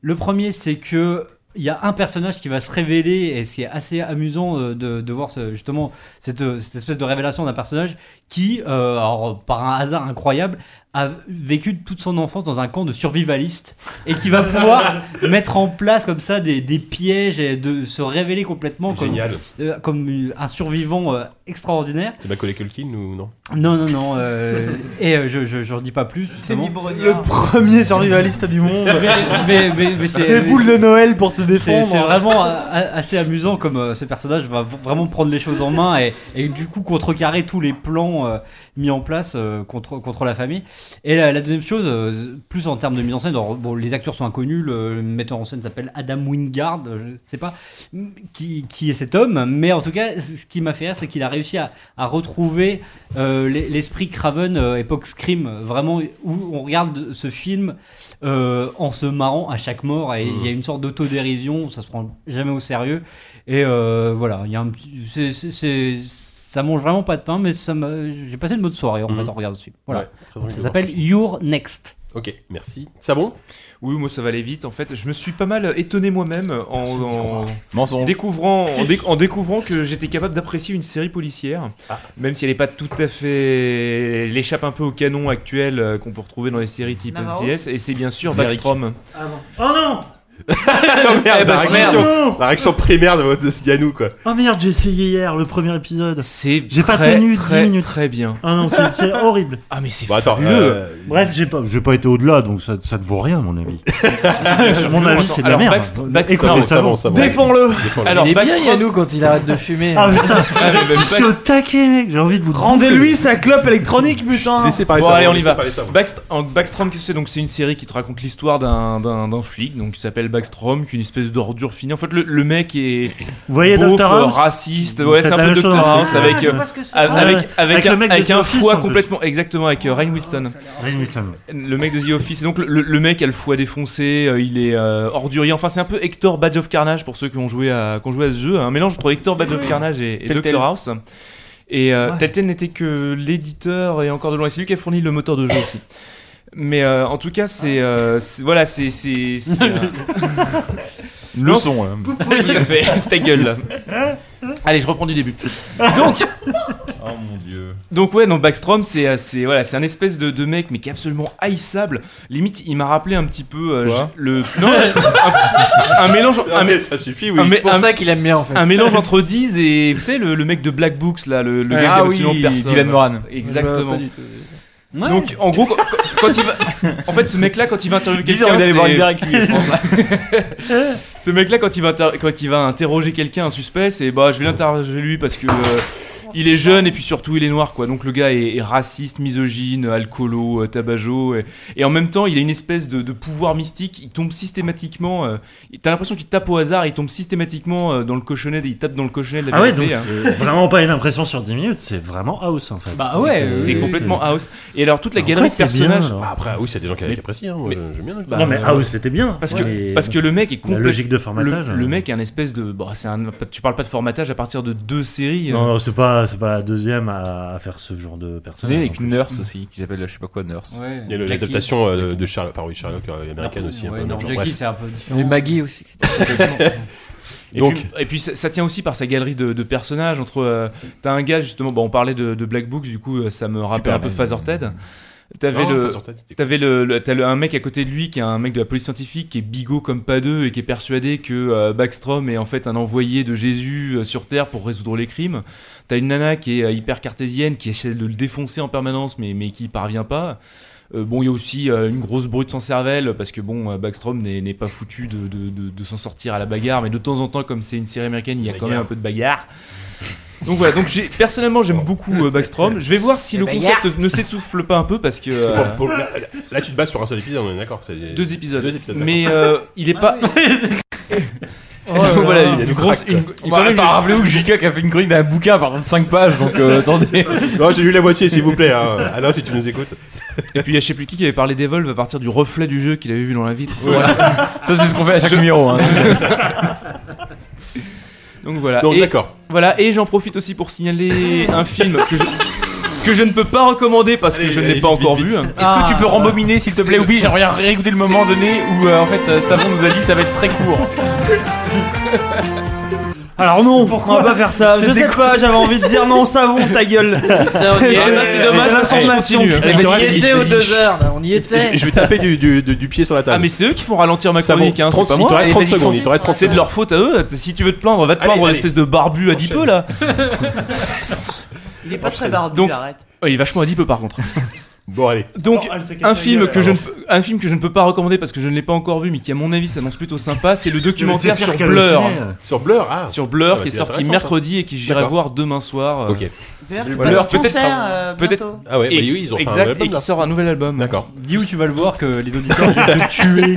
S4: Le premier, c'est que. Il y a un personnage qui va se révéler, et c'est assez amusant euh, de, de voir ce- justement cette, euh, cette espèce de révélation d'un personnage qui, euh, alors, par un hasard incroyable, a vécu toute son enfance dans un camp de survivalistes et qui va pouvoir mettre en place comme ça des, des pièges et de se révéler complètement comme,
S1: Génial.
S4: euh, comme un survivant euh, extraordinaire.
S1: C'est Macaulay Culkin ou non
S4: Non, non, non. euh, et euh, je, je, j'en dis pas plus. Justement.
S2: Le premier survivaliste du monde.
S4: Mais, mais, mais, mais c'est.
S2: Des boules de Noël pour te
S4: C'est
S2: défendre.
S4: c'est vraiment euh, assez amusant comme euh, ce personnage va v- vraiment prendre les choses en main et, et du coup contrecarrer tous les plans euh, mis en place euh, contre, contre la famille. Et la, la deuxième chose, euh, plus en termes de mise en scène, alors, bon, les acteurs sont inconnus, le, le metteur en scène s'appelle Adam Wingard, euh, je sais pas mm, qui, qui est cet homme, mais en tout cas, c- ce qui m'a fait rire, c'est qu'il a réussi à, à retrouver euh, l'e- l'esprit Craven euh, époque Scream, vraiment où on regarde ce film euh, en se marrant à chaque mort et il y a une sorte d'autodérision, ça se prend jamais au sérieux. Et euh, voilà, il y a un petit- c'est- c'est- c'est- ça mange vraiment pas de pain, mais ça m'a- j'ai passé une bonne soirée en
S1: Mhm.
S4: fait en regardant ce film. Voilà.
S1: Ouais, très
S4: Donc,
S1: bon
S4: ça
S1: film.
S4: s'appelle Your Next.
S1: Ok, merci. Ça bon
S11: Oui, moi ça va aller vite en fait. Je me suis pas mal étonné moi-même en, en-
S6: Mensonge.
S11: découvrant, en, déc- en découvrant que j'étais capable d'apprécier une série policière,
S1: Ah.
S11: même si elle est pas tout à fait. Elle échappe un peu au canon actuel euh, qu'on peut retrouver dans les séries type
S10: Navarro
S11: NCIS, et c'est bien sûr
S1: Derrick.
S11: Backstrom.
S16: Ah
S10: Oh non
S1: Non, merde,
S10: Eh ben,
S1: la,
S10: c'est
S1: réaction,
S10: merde.
S1: la réaction primaire de votre de ce Yannou, quoi.
S10: Oh merde, j'ai essayé hier le premier épisode.
S11: C'est
S10: J'ai pas
S11: très,
S10: tenu 10
S11: très,
S10: minutes.
S11: très bien.
S10: Ah non, c'est c'est horrible.
S11: Ah mais c'est
S1: Bon, attends,
S10: fabuleux.
S1: euh,
S10: Bref, j'ai pas, j'ai pas été au-delà, donc ça, ça ne vaut rien, à mon avis.
S11: sûr
S10: mon
S11: que non,
S10: avis, c'est de la
S11: alors,
S10: merde.
S11: Backst- Backstrom-
S10: Écoutez, ça vaut.
S11: Défends-le.
S16: Alors,
S11: Alors,
S16: il est bien
S11: Backstrom-
S16: Yannou quand il arrête de fumer.
S10: Ah putain,
S11: Ah, mais
S10: je suis
S11: Backstrom-
S10: au taquet, mec. J'ai envie de vous.
S2: Rendez-lui sa clope électronique, putain.
S11: bon, allez, on y va. Backst- en- Backstrom, qu'est-ce que c'est Donc, c'est une série qui te raconte l'histoire d'un, d'un, d'un flic, donc qui s'appelle Backstrom, qui est une espèce d'ordure finie. En fait, le, le mec est
S10: Vous voyez
S11: beauf,
S10: Dr. House
S11: raciste.
S10: Vous
S11: Ouais,
S10: faites
S11: c'est un
S10: la
S11: peu
S10: même
S11: Dr
S10: chose, en
S11: House
S10: fait.
S11: avec
S10: Ah, je
S11: euh,
S10: vois ce que c'est.
S11: avec
S10: Ah,
S11: avec,
S10: ouais. Avec
S11: un,
S10: le mec de
S11: avec
S10: The
S11: un
S10: Office,
S11: foie
S10: en plus.
S11: complètement, exactement avec euh, Ryan Wilson.
S10: Rain Wilson.
S11: Le mec de The Office. Et donc, le, le mec a le foie défoncé, euh, il est euh, ordurier. Enfin, c'est un peu Hector Badge of Carnage pour ceux qui ont joué à, qui ont joué à ce jeu. hein. Un mélange entre Hector Badge of
S6: Oui.
S11: Carnage et, et
S6: Telltale.
S11: Dr House. Et euh,
S6: Ouais.
S11: Telltale n'était que l'éditeur et encore de loin. C'est lui qui a fourni le moteur de jeu aussi. Mais euh, en tout cas, c'est. euh, c'est- voilà, c'est. c'est- c'est, euh,
S6: Une leçon,
S1: hein.
S6: là.
S11: Tout à fait. Ta gueule. là. Allez, je reprends du début. Donc.
S6: Oh mon dieu.
S11: Donc ouais, non, Backstrom, c'est euh, c'est voilà, c'est un espèce de, de mec, mais qui est absolument haïssable. Limite, il m'a rappelé un petit peu euh,
S6: Toi
S11: je- le non, un, un mélange,
S1: Non,
S11: un,
S1: mais
S11: mé-
S1: ça suffit, oui.
S11: un mé-
S1: C'est pour
S11: un-
S1: ça qu'il aime bien, en fait.
S11: Un mélange entre Diz et vous savez le, le mec de Black Books là, le, le
S6: Ah
S11: gars qui aime
S6: oui,
S11: absolument personne.
S6: Dylan Moran.
S11: exactement.
S6: Je vois pas du tout.
S4: Ouais.
S11: Donc en gros, quand, quand- quand il va, en fait, ce mec là, quand il va interviewer
S6: Diz, on
S11: quelqu'un,
S6: va aller boire
S11: c'est-
S6: une bière avec lui, je pense.
S11: ce mec-là, quand il va, inter- quand il va interroger quelqu'un, un suspect, c'est bah je vais l'interroger lui parce que euh, il est jeune et puis surtout il est noir quoi. Donc le gars est, est raciste, misogyne, alcoolo, euh, tabajo et, et en même temps il a une espèce de, de pouvoir mystique. Il tombe systématiquement. euh, T'as l'impression qu'il tape au hasard, il tombe systématiquement euh, dans le cochonnet, il tape dans le cochonnet de la
S10: Ah ouais, donc
S11: vérité,
S10: c'est
S11: hein.
S10: vraiment pas une impression sur 10 minutes, c'est vraiment house en fait.
S11: Bah ouais, c'est complètement house. Et alors toute la
S10: Après,
S11: galerie de
S10: c'est bien,
S11: personnages. Ah,
S10: alors.
S1: Bah, après, House, il y a des gens qui qui apprécient, hein. Moi,
S11: mais-
S1: j'aime bien. donc.
S10: Non, mais House, c'était bien.
S11: bah, euh, Parce,
S10: Ouais.
S11: que, parce que le mec est
S10: La
S11: complètement.
S10: logique de formatage,
S11: Le,
S10: hein.
S11: le mec est un espèce de. Bon, c'est un, tu parles pas de formatage à partir de deux séries.
S10: Non,
S11: euh.
S10: non, c'est pas, c'est pas la deuxième à, à faire ce genre de personne.
S11: Oui, avec
S10: en
S11: une
S10: plus.
S11: nurse
S6: aussi, qui s'appelle je sais pas quoi Nurse.
S4: Ouais.
S1: Il y a le-
S4: Jackie.
S1: l'adaptation euh, de- de Sherlock, enfin oui, Sherlock euh, américaine
S4: Ouais,
S1: aussi. un peu
S4: ouais, non,
S1: genre,
S4: Jackie,
S1: bref.
S4: c'est un peu différent.
S16: Et Maggie aussi.
S11: Et
S1: Donc-
S11: puis, et puis ça, ça tient aussi par sa galerie de, de personnages. Entre, euh, t'as un gars justement, bon, on parlait de, de Black Books, du coup euh, ça me rappelle un peu
S1: Superman.
S11: Phaser Ted. T'avais
S1: Non,
S11: le,
S1: Phaser Ted, c'était
S11: t'avais le, le- t'as le- un mec à côté de lui qui est un mec de la police scientifique qui est bigot comme pas deux et qui est persuadé que euh, Backstrom est en fait un envoyé de Jésus euh, sur Terre pour résoudre les crimes. T'as une nana qui est euh, hyper cartésienne qui essaie de le défoncer en permanence mais, mais qui y parvient pas. Euh, bon, il y a aussi euh, une grosse brute sans cervelle, parce que bon, euh, Backstrom n'est n'est pas foutu de, de- de- de s'en sortir à la bagarre, mais de temps en temps, comme c'est une série américaine, il y a quand
S6: Bagarre.
S11: même un peu de bagarre. Donc voilà, donc j'ai- personnellement j'aime beaucoup euh, Backstrom. Je vais voir si
S6: La
S11: le
S6: bagarre.
S11: concept ne s'essouffle pas un peu parce que euh,
S1: Pour- pour- là, là, tu te bases sur un seul épisode, on est d'accord. c'est des-
S11: deux épisodes.
S1: Deux épisodes.
S11: mais euh, il est pas.
S7: Ah
S6: Oh là
S11: voilà,
S6: là.
S11: une
S6: Il nous
S11: grosse-
S6: craque,
S11: une-
S6: quoi.
S11: il
S6: Bah,
S11: paraît
S6: attends,
S11: une-
S6: rappelez-vous que JK qui a fait une chronique d'un bouquin par contre 5 pages, donc euh, attendez.
S1: Non, j'ai lu la moitié, s'il vous plaît. hein. Alain, si tu nous écoutes.
S11: Et puis il y a je sais plus qui qui avait parlé d'Evolve à partir du reflet du jeu qu'il avait vu dans la vitre.
S6: Voilà. Ça, c'est ce qu'on fait à chaque numéro, hein.
S11: Donc voilà.
S1: Donc,
S11: Et-
S1: d'accord.
S11: Voilà, et j'en profite aussi pour signaler un film que je, que je ne peux pas recommander parce que je ne l'ai pas encore vu. Ah.
S6: Est-ce que tu peux rembobiner s'il te plaît, Obi J'aimerais bien réécouter le moment donné où euh, en fait euh, Savon nous a dit que ça va être très court.
S2: Alors non, pourquoi on va pas faire ça Je
S6: C'était
S2: sais
S6: quoi
S2: pas, j'avais envie de dire non, savon ta gueule.
S11: Ah,
S2: l'information.
S16: Eh, on y était.
S1: Je, je vais taper du, du- du- du pied sur la table.
S11: Ah mais c'est eux qui font ralentir ma
S1: Ça va,
S11: chronique, hein,
S1: 30
S11: c'est pas
S1: il
S11: moi.
S1: te
S11: Eh
S1: reste 30
S11: ben, ils
S1: secondes,
S11: font-
S1: il te reste 30
S11: C'est de leur faute à eux. Si tu veux te plaindre, va te
S6: Allez,
S11: plaindre,
S6: allez.
S11: espèce de barbu
S1: euh,
S11: adipeux là.
S5: Il est pas très barbu,
S11: Donc-
S5: arrête.
S11: Oh, il est vachement adipeux par contre.
S1: Bon allez.
S11: Donc
S5: Oh, elle s'est cassée
S11: un
S5: la
S11: film
S5: gueule,
S11: que je ne
S5: alors.
S11: peux- un film que je ne peux pas recommander parce que je ne l'ai pas encore vu mais qui à mon avis s'annonce plutôt sympa, c'est le documentaire
S1: était
S11: sur
S1: pire
S11: Blur.
S1: qu'halluciné.
S6: euh,
S1: Sur Blur, ah.
S11: Sur Blur
S1: Ah, bah,
S11: qui est
S1: c'est
S11: sorti
S1: intéressant,
S11: mercredi
S1: ça.
S11: et qui j'irai
S1: D'accord.
S11: voir demain soir. euh,
S1: Ok.
S5: D'ailleurs,
S11: Blur,
S5: il passe en
S11: peut-être
S5: concert,
S11: sera-
S5: euh,
S11: peut-être
S5: bientôt.
S1: Ah ouais, bah
S11: et-
S1: oui, ils ont fait un
S11: exact,
S1: album,
S11: et qui
S1: là.
S11: sort un nouvel album.
S1: D'accord.
S7: Dis où tu vas le voir que les auditeurs vont te tuer.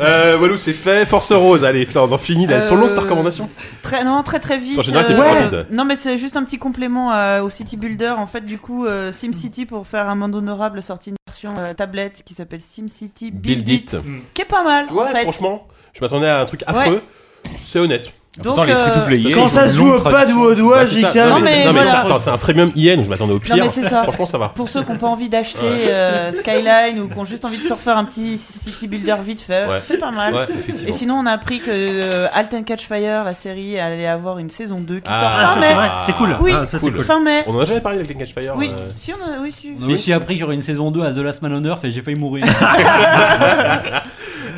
S1: Euh, Walou, c'est fait. Force Rose, allez, putain, on en finit là. Elles sont longues, ces
S5: Euh,
S1: recommandations
S5: Très, non, très très vite. euh,
S1: En général, t'es plus rapide.
S5: Non, mais c'est juste un petit complément euh, au City Builder. En fait, du coup, euh, SimCity, pour faire un monde honorable, a sorti une version euh, tablette qui s'appelle SimCity Build,
S1: Build
S5: It.
S1: It.
S7: Hmm.
S5: Qui est pas mal. en
S1: Ouais,
S5: fait.
S1: franchement, je m'attendais à un truc affreux. C'est honnête. Bah,
S5: Donc, Pourtant, les euh, free-to-play,
S2: quand ça se joue au pad ou au doigt,
S1: c'est ça.
S2: j'y calme.
S1: Non,
S5: Non, mais
S1: mais, non, mais
S5: voilà.
S1: ça, attends, c'est un freemium IN, je m'attendais au pire.
S5: Non, mais c'est ça.
S1: Franchement, ça va.
S5: Pour ceux qui n'ont pas envie d'acheter
S1: Ouais.
S5: euh, Skyline ou qui ont juste envie de se refaire un petit City Builder vite fait,
S1: Ouais.
S5: c'est pas mal.
S1: Ouais, effectivement.
S5: Et sinon, on a appris que euh, Halt and Catch Fire, la série, allait avoir une saison 2 qui
S1: Ah,
S5: sort fin
S1: ça,
S5: mai.
S1: c'est vrai, c'est cool.
S5: Oui,
S1: Ah, ça, c'est cool.
S5: fin mai.
S1: On en a jamais parlé avec les Catch Fire.
S5: Oui,
S1: euh.
S5: si on a, oui, si.
S7: On a
S5: si.
S7: aussi appris qu'il y aurait une saison 2 à The Last Man on Earth et j'ai failli mourir.
S5: Ah,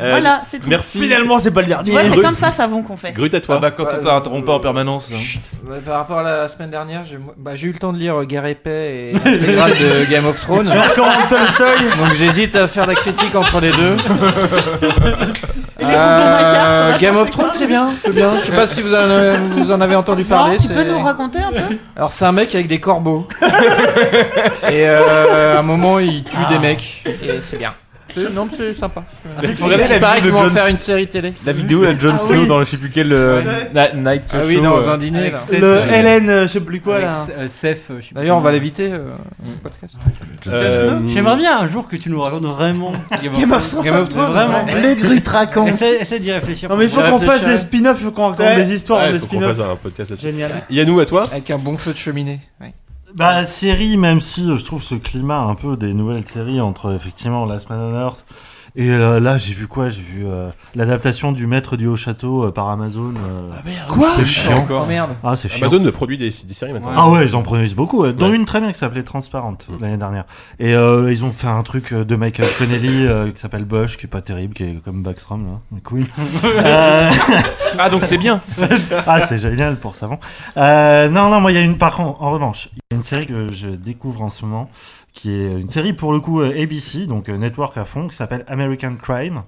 S1: Euh,
S5: Voilà, c'est tout.
S1: Merci.
S2: Finalement, c'est pas le dernier.
S5: Tu vois, c'est comme ça, savon qu'on fait.
S1: Grut à toi.
S11: Ah bah quand on t'interrompt pas en permanence. hein.
S16: Ouais, par rapport à la semaine dernière, j'ai bah, j'ai eu le temps de lire euh, Guerre épais et l'intégrale de Game of Thrones. Donc j'hésite à faire la critique entre les deux. Euh,
S5: Et les roues dans ma carte, on
S16: Game
S5: a pensé
S16: of Thrones,
S5: quoi
S16: c'est bien, c'est bien. Je sais pas si vous en avez, vous en avez entendu
S1: Ah,
S16: parler.
S5: Non, tu peux
S16: c'est-
S5: nous raconter un peu
S16: Alors c'est un mec avec des corbeaux. et euh, à un moment, il tue
S6: Ah.
S16: des mecs. Et c'est bien. C'est- Non, mais c'est sympa.
S6: faut regarder la
S16: Il paraît
S6: vidéo
S16: qu'ils
S6: de
S16: vont en
S6: Jon-
S16: faire une série télé.
S6: La vidéo à Jon
S2: Ah
S6: Snow
S2: oui.
S6: dans le je sais plus quel euh, na- Night
S16: Ah
S6: Show.
S16: oui, dans un
S6: euh,
S16: dîner.
S7: avec
S16: là.
S7: Seth,
S2: Le Hélène, euh, je sais plus quoi là.
S7: Avec, euh, Seth, je sais plus
S16: D'ailleurs, on va
S7: comment.
S16: l'éviter. euh, au podcast.
S1: Euh,
S7: J'aimerais bien un jour que tu nous racontes vraiment Game
S5: Game
S7: Thrones.
S5: of Thrones.
S16: Game of Thrones.
S7: Vraiment.
S22: Les grues racontent.
S7: Essaie, essaie d'y réfléchir.
S2: Non, mais il faut
S16: Ouais,
S2: qu'on fasse
S16: réfléchir.
S2: des spin-offs, il faut qu'on raconte
S1: Ouais.
S2: des histoires,
S1: Ouais,
S2: des
S1: faut qu'on fasse
S2: spin-offs.
S1: un podcast là-dessus.
S2: Génial.
S1: Yannou, à toi
S16: Avec un bon feu de cheminée. ouais.
S10: Bah, série, même si euh, je trouve ce climat un peu des nouvelles séries entre effectivement Last Man on Earth et euh, là, j'ai vu quoi J'ai vu euh, l'adaptation du Maître du Haut Château euh, par Amazon. Ah merde Quoi C'est chiant
S16: Oh merde.
S10: Ah, c'est chiant.
S1: Amazon ne produit des, des séries maintenant.
S10: Ah ouais, ils en produisent beaucoup, euh, dont
S1: Ouais.
S10: une très bien qui s'appelait Transparente
S1: Mm.
S10: l'année dernière. Et euh, ils ont fait un truc euh, de Michael Connelly euh, qui s'appelle Bosch, qui est pas terrible, qui est comme Backstrom, là. mais cool. Euh,
S11: Ah donc c'est bien.
S10: ah, c'est génial pour savon. Euh, non, non, moi, il y a une. Par contre, en revanche, il y a une série que je découvre en ce moment, qui est une série pour le coup euh, ABC, donc euh, Network à fond, qui s'appelle American Crime,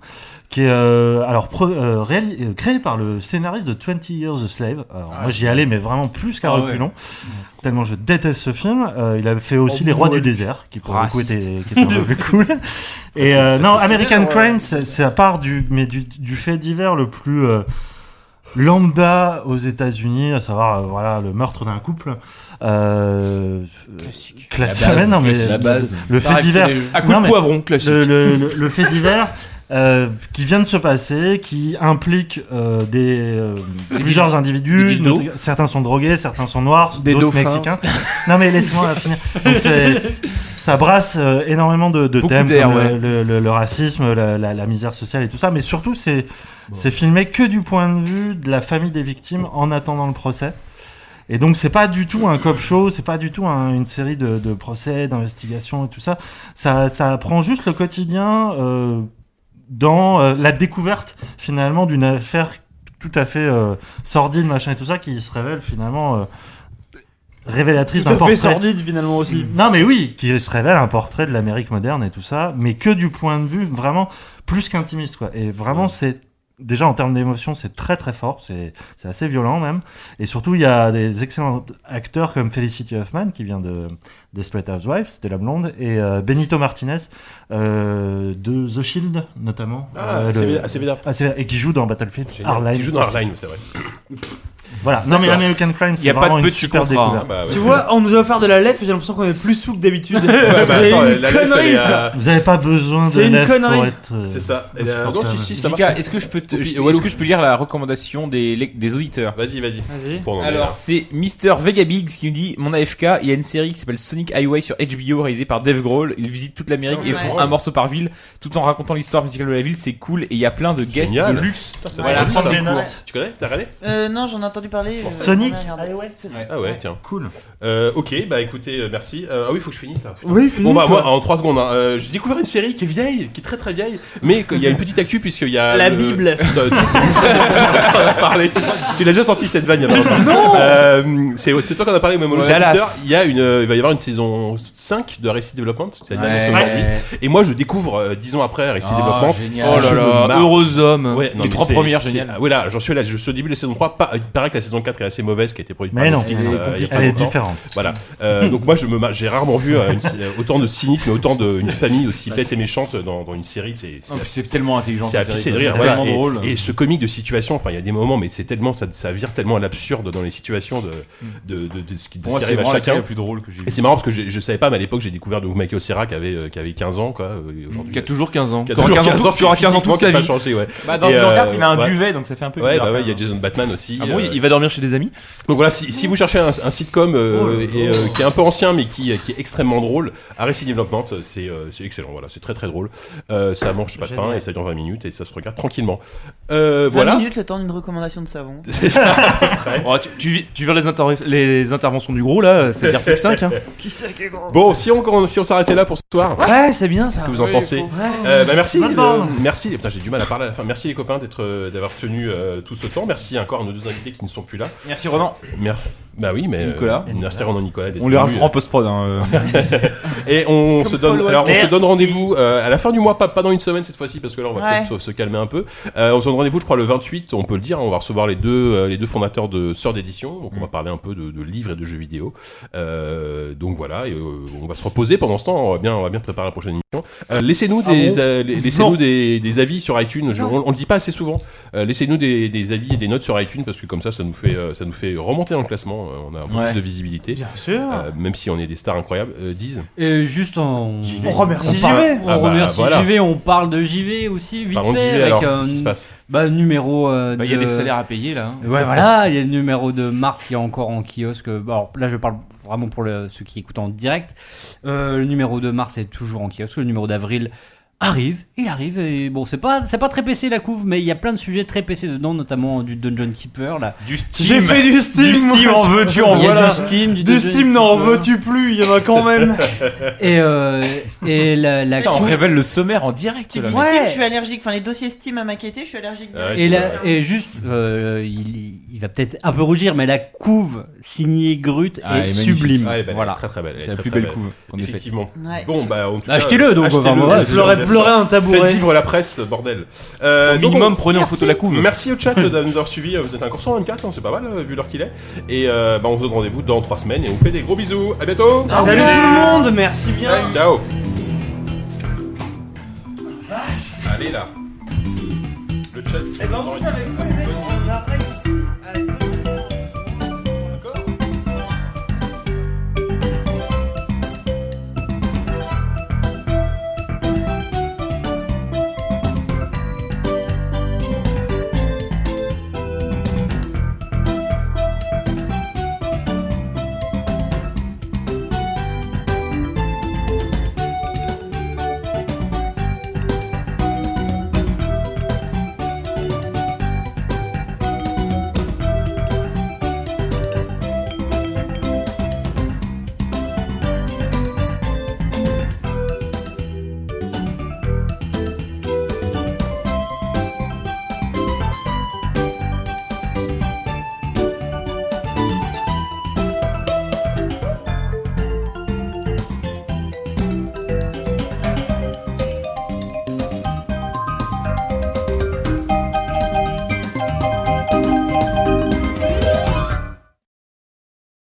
S10: qui est euh, alors pro- euh, réali- euh, créée par le scénariste de 20 Years a Slave. Alors, moi, j'y allais, mais vraiment plus qu'à
S11: Ah ouais.
S10: reculons. Tellement je déteste ce film. Euh, il a fait aussi Les Rois du désert, qui pour
S11: Ah, Raciste.
S10: le coup était, qui était un peu plus cool.
S11: Ah,
S10: Et euh, non, American
S16: bien, ouais.
S10: Crime, c'est c'est à part du, mais du, du fait divers le plus euh, lambda aux États-Unis, à savoir euh, voilà le meurtre d'un couple. Euh,
S16: Classique.
S10: classique. Ouais, non, mais
S6: la base.
S10: Le fait
S11: Pareil,
S10: divers.
S11: À coup
S10: Non,
S11: de
S10: mais-
S11: poivron classique.
S10: Le, le- le- le fait divers euh, qui vient de se passer, qui implique euh, des, euh, plusieurs individus.
S11: dildos.
S10: notamment- certains sont drogués, certains sont noirs,
S16: Des
S10: d'autres
S16: dauphins.
S10: mexicains. Non mais laisse-moi la finir. Donc, c'est- ça brasse euh, énormément de, de
S11: Beaucoup
S10: thèmes
S11: d'air,
S10: comme le-
S11: ouais.
S10: le, le- le racisme, la, la- la misère sociale et tout ça. Mais surtout, c'est c'est filmé que du point de vue de la famille des victimes en attendant le procès. Et donc c'est pas du tout un cop show, c'est pas du tout un- une série de, de procès, d'investigations et tout ça. Ça, ça prend juste le quotidien euh, dans euh, la découverte finalement d'une affaire tout à fait euh, sordide, machin et tout ça, qui se révèle finalement euh, révélatrice
S2: Tout
S10: d'un
S2: à fait
S10: portrait. Mm.
S2: sordide finalement aussi.
S10: Non mais oui, qui se révèle un portrait de l'Amérique moderne et tout ça, mais que du point de vue vraiment plus qu'intimiste quoi. Et vraiment c'est déjà en termes d'émotion c'est très très fort, c'est c'est assez violent même. Et surtout il y a des excellents acteurs comme Felicity Huffman qui vient de Desperate Housewives, c'était la blonde, et euh, Benito Martinez euh, de The Shield notamment,
S1: Ah,
S10: Euh,
S1: c'est
S10: le-
S1: assez vénère.
S10: Ah, c'est- et qui joue dans Battlefield.
S1: Génial.
S10: Hardline.
S1: Qui joue dans Hardline, c'est vrai.
S9: Voilà. Non, mais
S2: D'accord.
S9: American Crime,
S11: Y
S9: c'est
S11: a pas
S9: vraiment
S11: de
S9: une
S11: petit
S9: super
S11: contrat, hein.
S9: découverte.
S11: Bah,
S2: Tu vois, on nous a offert de la lèvre et j'ai l'impression qu'on est plus sous que d'habitude.
S1: Ouais, bah,
S2: C'est
S1: attends,
S2: une
S1: la lèvre, elle
S2: connerie,
S1: est
S2: ça.
S1: à-
S9: Vous avez pas besoin de
S2: C'est une
S9: lèvres pour
S2: connerie.
S9: être. euh,
S1: C'est ça. Elle est à-
S9: insupportable.
S1: Non, si, si, ça
S6: Jika,
S1: marche.
S6: est-ce que je peux te-
S1: Oupi,
S6: je-
S1: Walou.
S6: est-ce que je peux lire la recommandation des, lec- des auditeurs
S1: Vas-y, vas-y.
S2: Vas-y.
S1: Pour en
S6: Alors
S1: aller,
S6: c'est Mister Vegabiggs qui nous dit mon AFK, il y a une série qui s'appelle Sonic Highway sur HBO réalisée par Dave Grohl. Ils visitent toute l'Amérique et
S1: Ouais.
S6: font un morceau par ville tout en racontant l'histoire musicale de la ville. C'est cool et il y a plein de guests
S1: Génial.
S6: de luxe.
S1: Putain, ça
S6: Voilà,
S1: doit être
S6: c'est
S1: cool.
S6: cool.
S1: Tu connais T'as regardé
S5: Euh, non, j'en ai entendu parler. euh,
S9: Sonic
S5: j'en ai regardé. C'est-
S1: Ah ouais, tiens. Cool. ok, bah écoutez, euh, merci. Euh, ah oui, faut que je finisse là.
S2: Oui, finis,
S1: Bon bah
S2: toi.
S1: moi, en 3 secondes, hein, euh, j'ai découvert une série qui est vieille, qui est très très vieille, mais qu'il y a une petite actu puisqu'il y a
S2: La
S1: le-
S2: Bible.
S1: Euh, tu sais, on en a parlé, tu, tu l'as déjà senti cette vanne il y a pas Non. c'est c'est toi qu'on a parlé même au
S6: Ouais,
S1: Lost Sister.
S6: Dallas.
S1: Il y a une, il va y avoir une saison 5 de Arrested Development. C'est la dernière
S6: Ouais.
S1: saison aujourd'hui. Et moi, je découvre euh, 10 ans après Arrested
S6: Ah,
S1: Development.
S6: génial.
S1: Et
S6: Oh là
S1: je me
S6: là,
S1: marre.
S6: heureux homme.
S1: Ouais, non,
S6: Les
S1: mais
S6: trois
S1: c'est-
S6: premières,
S1: c'est-
S6: génial.
S1: ah, Voilà, j'en suis là. Je suis au début de la saison 3. Pas- euh, il paraît que la saison 4 est assez mauvaise, qui a été produite par
S9: Mais non,
S1: Netflix,
S9: elle est
S1: euh, il y a pas
S9: elle est
S1: longtemps.
S9: différente.
S1: Voilà. Euh, donc moi, je me, mar- j'ai rarement vu euh, une- euh, autant de cynisme, et autant de une famille aussi bête et méchante dans, dans une série. C'est c'est-
S6: Oh, puis C'est tellement intelligent.
S1: c'est à
S6: cette série,
S1: pisser de
S6: quoi. C'est
S1: rire. voilà.
S6: tellement
S1: Et-
S6: drôle.
S1: Et, ce comique de situation, enfin, il y a des moments, mais c'est tellement, ça, ça vire tellement à l'absurde dans les situations de, de, de, de ce qui
S6: Mm.
S1: de
S6: Pour
S1: ce
S6: moi,
S1: qui
S6: c'est
S1: arrive à
S6: vraiment la série
S1: chacun.
S6: la plus drôle que j'ai. vue.
S1: Et c'est marrant parce que j'ai- je savais pas, mais à l'époque, j'ai découvert donc Michael Serra qui avait, euh, qui avait 15 ans, quoi. euh, et Aujourd'hui,
S11: Qui a toujours 15 ans.
S1: qui a
S11: Qui aura
S1: toujours 15 ans,
S11: qui aura 15 ans
S1: physiquement,
S11: toute
S1: qui a
S11: sa
S1: pas
S11: vie.
S1: changé, ouais.
S6: Bah, dans
S1: Et,
S6: saison
S1: euh,
S6: 4, il a un
S1: ouais.
S6: duvet, donc ça fait un peu
S1: Ouais,
S6: bizarre.
S1: bah ouais, il y a
S6: quand
S1: Jason Batman aussi.
S11: Ah bon,
S1: euh,
S11: il va dormir chez des amis Oh,
S1: Donc voilà, si, si vous cherchez un, un sitcom euh, et, euh, qui est un peu ancien mais qui, qui est extrêmement drôle, Arrested Development, euh, c'est euh, c'est excellent. Voilà, c'est très très drôle. Euh, ça mange pas de pain et ça dure 20 minutes et ça se regarde tranquillement. Euh,
S5: 20
S1: voilà.
S5: minutes, le temps d'une recommandation de savon.
S1: C'est ça, à peu près.
S11: Oh, tu, tu, vis- tu vois les, inter- les interventions du gros là, c'est dire plus que 5. Hein.
S5: Qui c'est qui est gros
S1: Bon, si on si on s'arrêtait là pour ce soir, qu'est-ce
S2: Ouais, c'est bien ça.
S1: que vous en pensez Euh, bah, merci,
S9: Bonne
S1: euh,
S9: bande.
S1: merci. Putain, j'ai du mal à parler à la fin. Merci les copains d'être euh, d'avoir tenu euh, tout ce temps. Merci encore à nos deux invités qui ne sont plus là.
S6: même. Merci Ronan.
S1: Mer- bah oui, mais euh,
S6: Nicolas.
S1: merci Ronan Nicolas. d'être
S6: On lui
S1: venu.
S6: rajoutera en post-prod. hein, euh.
S1: Et on se donne,
S5: Paul
S1: alors on
S5: Walker.
S1: se donne rendez-vous euh, à la fin du mois, pas, pas dans une semaine cette fois-ci, parce que là on va
S5: Ouais.
S1: peut-être se calmer un peu. Euh, on se donne rendez-vous, je crois, le 28, on peut le dire. hein, On va recevoir les deux, euh, les deux fondateurs de Sœurs d'édition.
S5: Mm.
S1: Donc on va parler un peu de, de livres et de jeux vidéo. Euh, donc voilà, et, euh, on va se reposer pendant ce temps. On va bien, on va bien préparer la prochaine émission. Euh,
S2: Ah
S1: laissez-nous des, euh, la- laissez-nous des, des avis sur iTunes. Je- on, on le dit pas assez souvent. Euh, laissez-nous des, des avis et des notes sur iTunes, parce que comme ça, ça nous fait, euh, ça nous fait remonter dans le classement. Euh, on a un peu
S6: Ouais.
S1: plus de visibilité.
S2: Bien sûr.
S1: Euh, même si on est des stars incroyables, euh, disent.
S4: Et juste en.
S2: On remercie
S4: On parle-
S2: JV.
S4: On
S1: Ah bah,
S4: remercie
S1: voilà.
S4: JV, on parle de JV aussi, vite
S1: Parlons de
S4: fait,
S1: JV
S4: avec
S1: alors,
S4: un
S1: qu'est-ce qui se passe
S4: bah, numéro. euh,
S11: Bah, il y a
S4: de-
S11: des salaires à payer là. hein.
S4: Ouais, voilà, il y a le numéro de Mars qui est encore en kiosque. Bah, Alors là, je parle vraiment pour le- ceux qui écoutent en direct. Euh, le numéro de Mars est toujours en kiosque. Le numéro d'avril arrive, il arrive. Et bon, c'est pas, c'est pas très PC la couve, mais il y a plein de sujets très PC dedans, notamment du Dungeon Keeper. Là.
S11: Du
S2: J'ai
S11: Steam.
S2: fait du Steam.
S11: Du Steam,
S2: moi.
S11: en veux-tu, en
S4: Il y a
S11: voilà.
S4: du Steam, du
S2: Du
S4: Dungeon
S2: Steam, n'en
S4: Keeper.
S2: veux-tu plus Il y en a quand même.
S4: Et, euh, et la, la
S6: Putain, on
S4: couve-
S6: révèle le sommaire en direct.
S5: Tu
S6: là.
S5: dis
S4: Ouais.
S5: Steam, je suis allergique. Enfin, les dossiers Steam à maqueter, je suis allergique.
S1: Arrête.
S4: Et, la- et juste, euh, il, il va peut-être un peu rougir, mais la couve signée Grut
S6: Ah, elle
S4: est
S6: est
S4: sublime.
S1: Ah, elle est belle,
S4: voilà.
S1: elle est très très belle. elle
S6: C'est
S1: est
S6: la
S1: très,
S6: plus
S1: très
S6: belle couve qu'on ait faite.
S1: Effectivement.
S5: Ouais.
S1: Bon, bah, en tout cas,
S4: Achetez-le, donc,
S1: achetez-le,
S4: vraiment,
S1: bien
S4: ouais,
S1: sûr,
S2: Pleurer,
S1: bien
S2: pleurer
S1: sûr.
S2: un
S1: Faites
S2: tabouret.
S1: vivre la presse, bordel. Euh,
S11: Au
S1: donc,
S11: minimum,
S1: on-
S11: prenez en photo la couve.
S1: Merci au chat de nous avoir suivis. Vous êtes encore 124, hein, c'est pas mal euh, vu l'heure qu'il est. Et euh, bah, on vous donne rendez-vous dans 3 semaines et on vous fait des gros bisous. À bientôt.
S2: Salut tout le monde, merci bien.
S1: Ciao. Allez là. Le chat. ils sont contents, ils sont contents.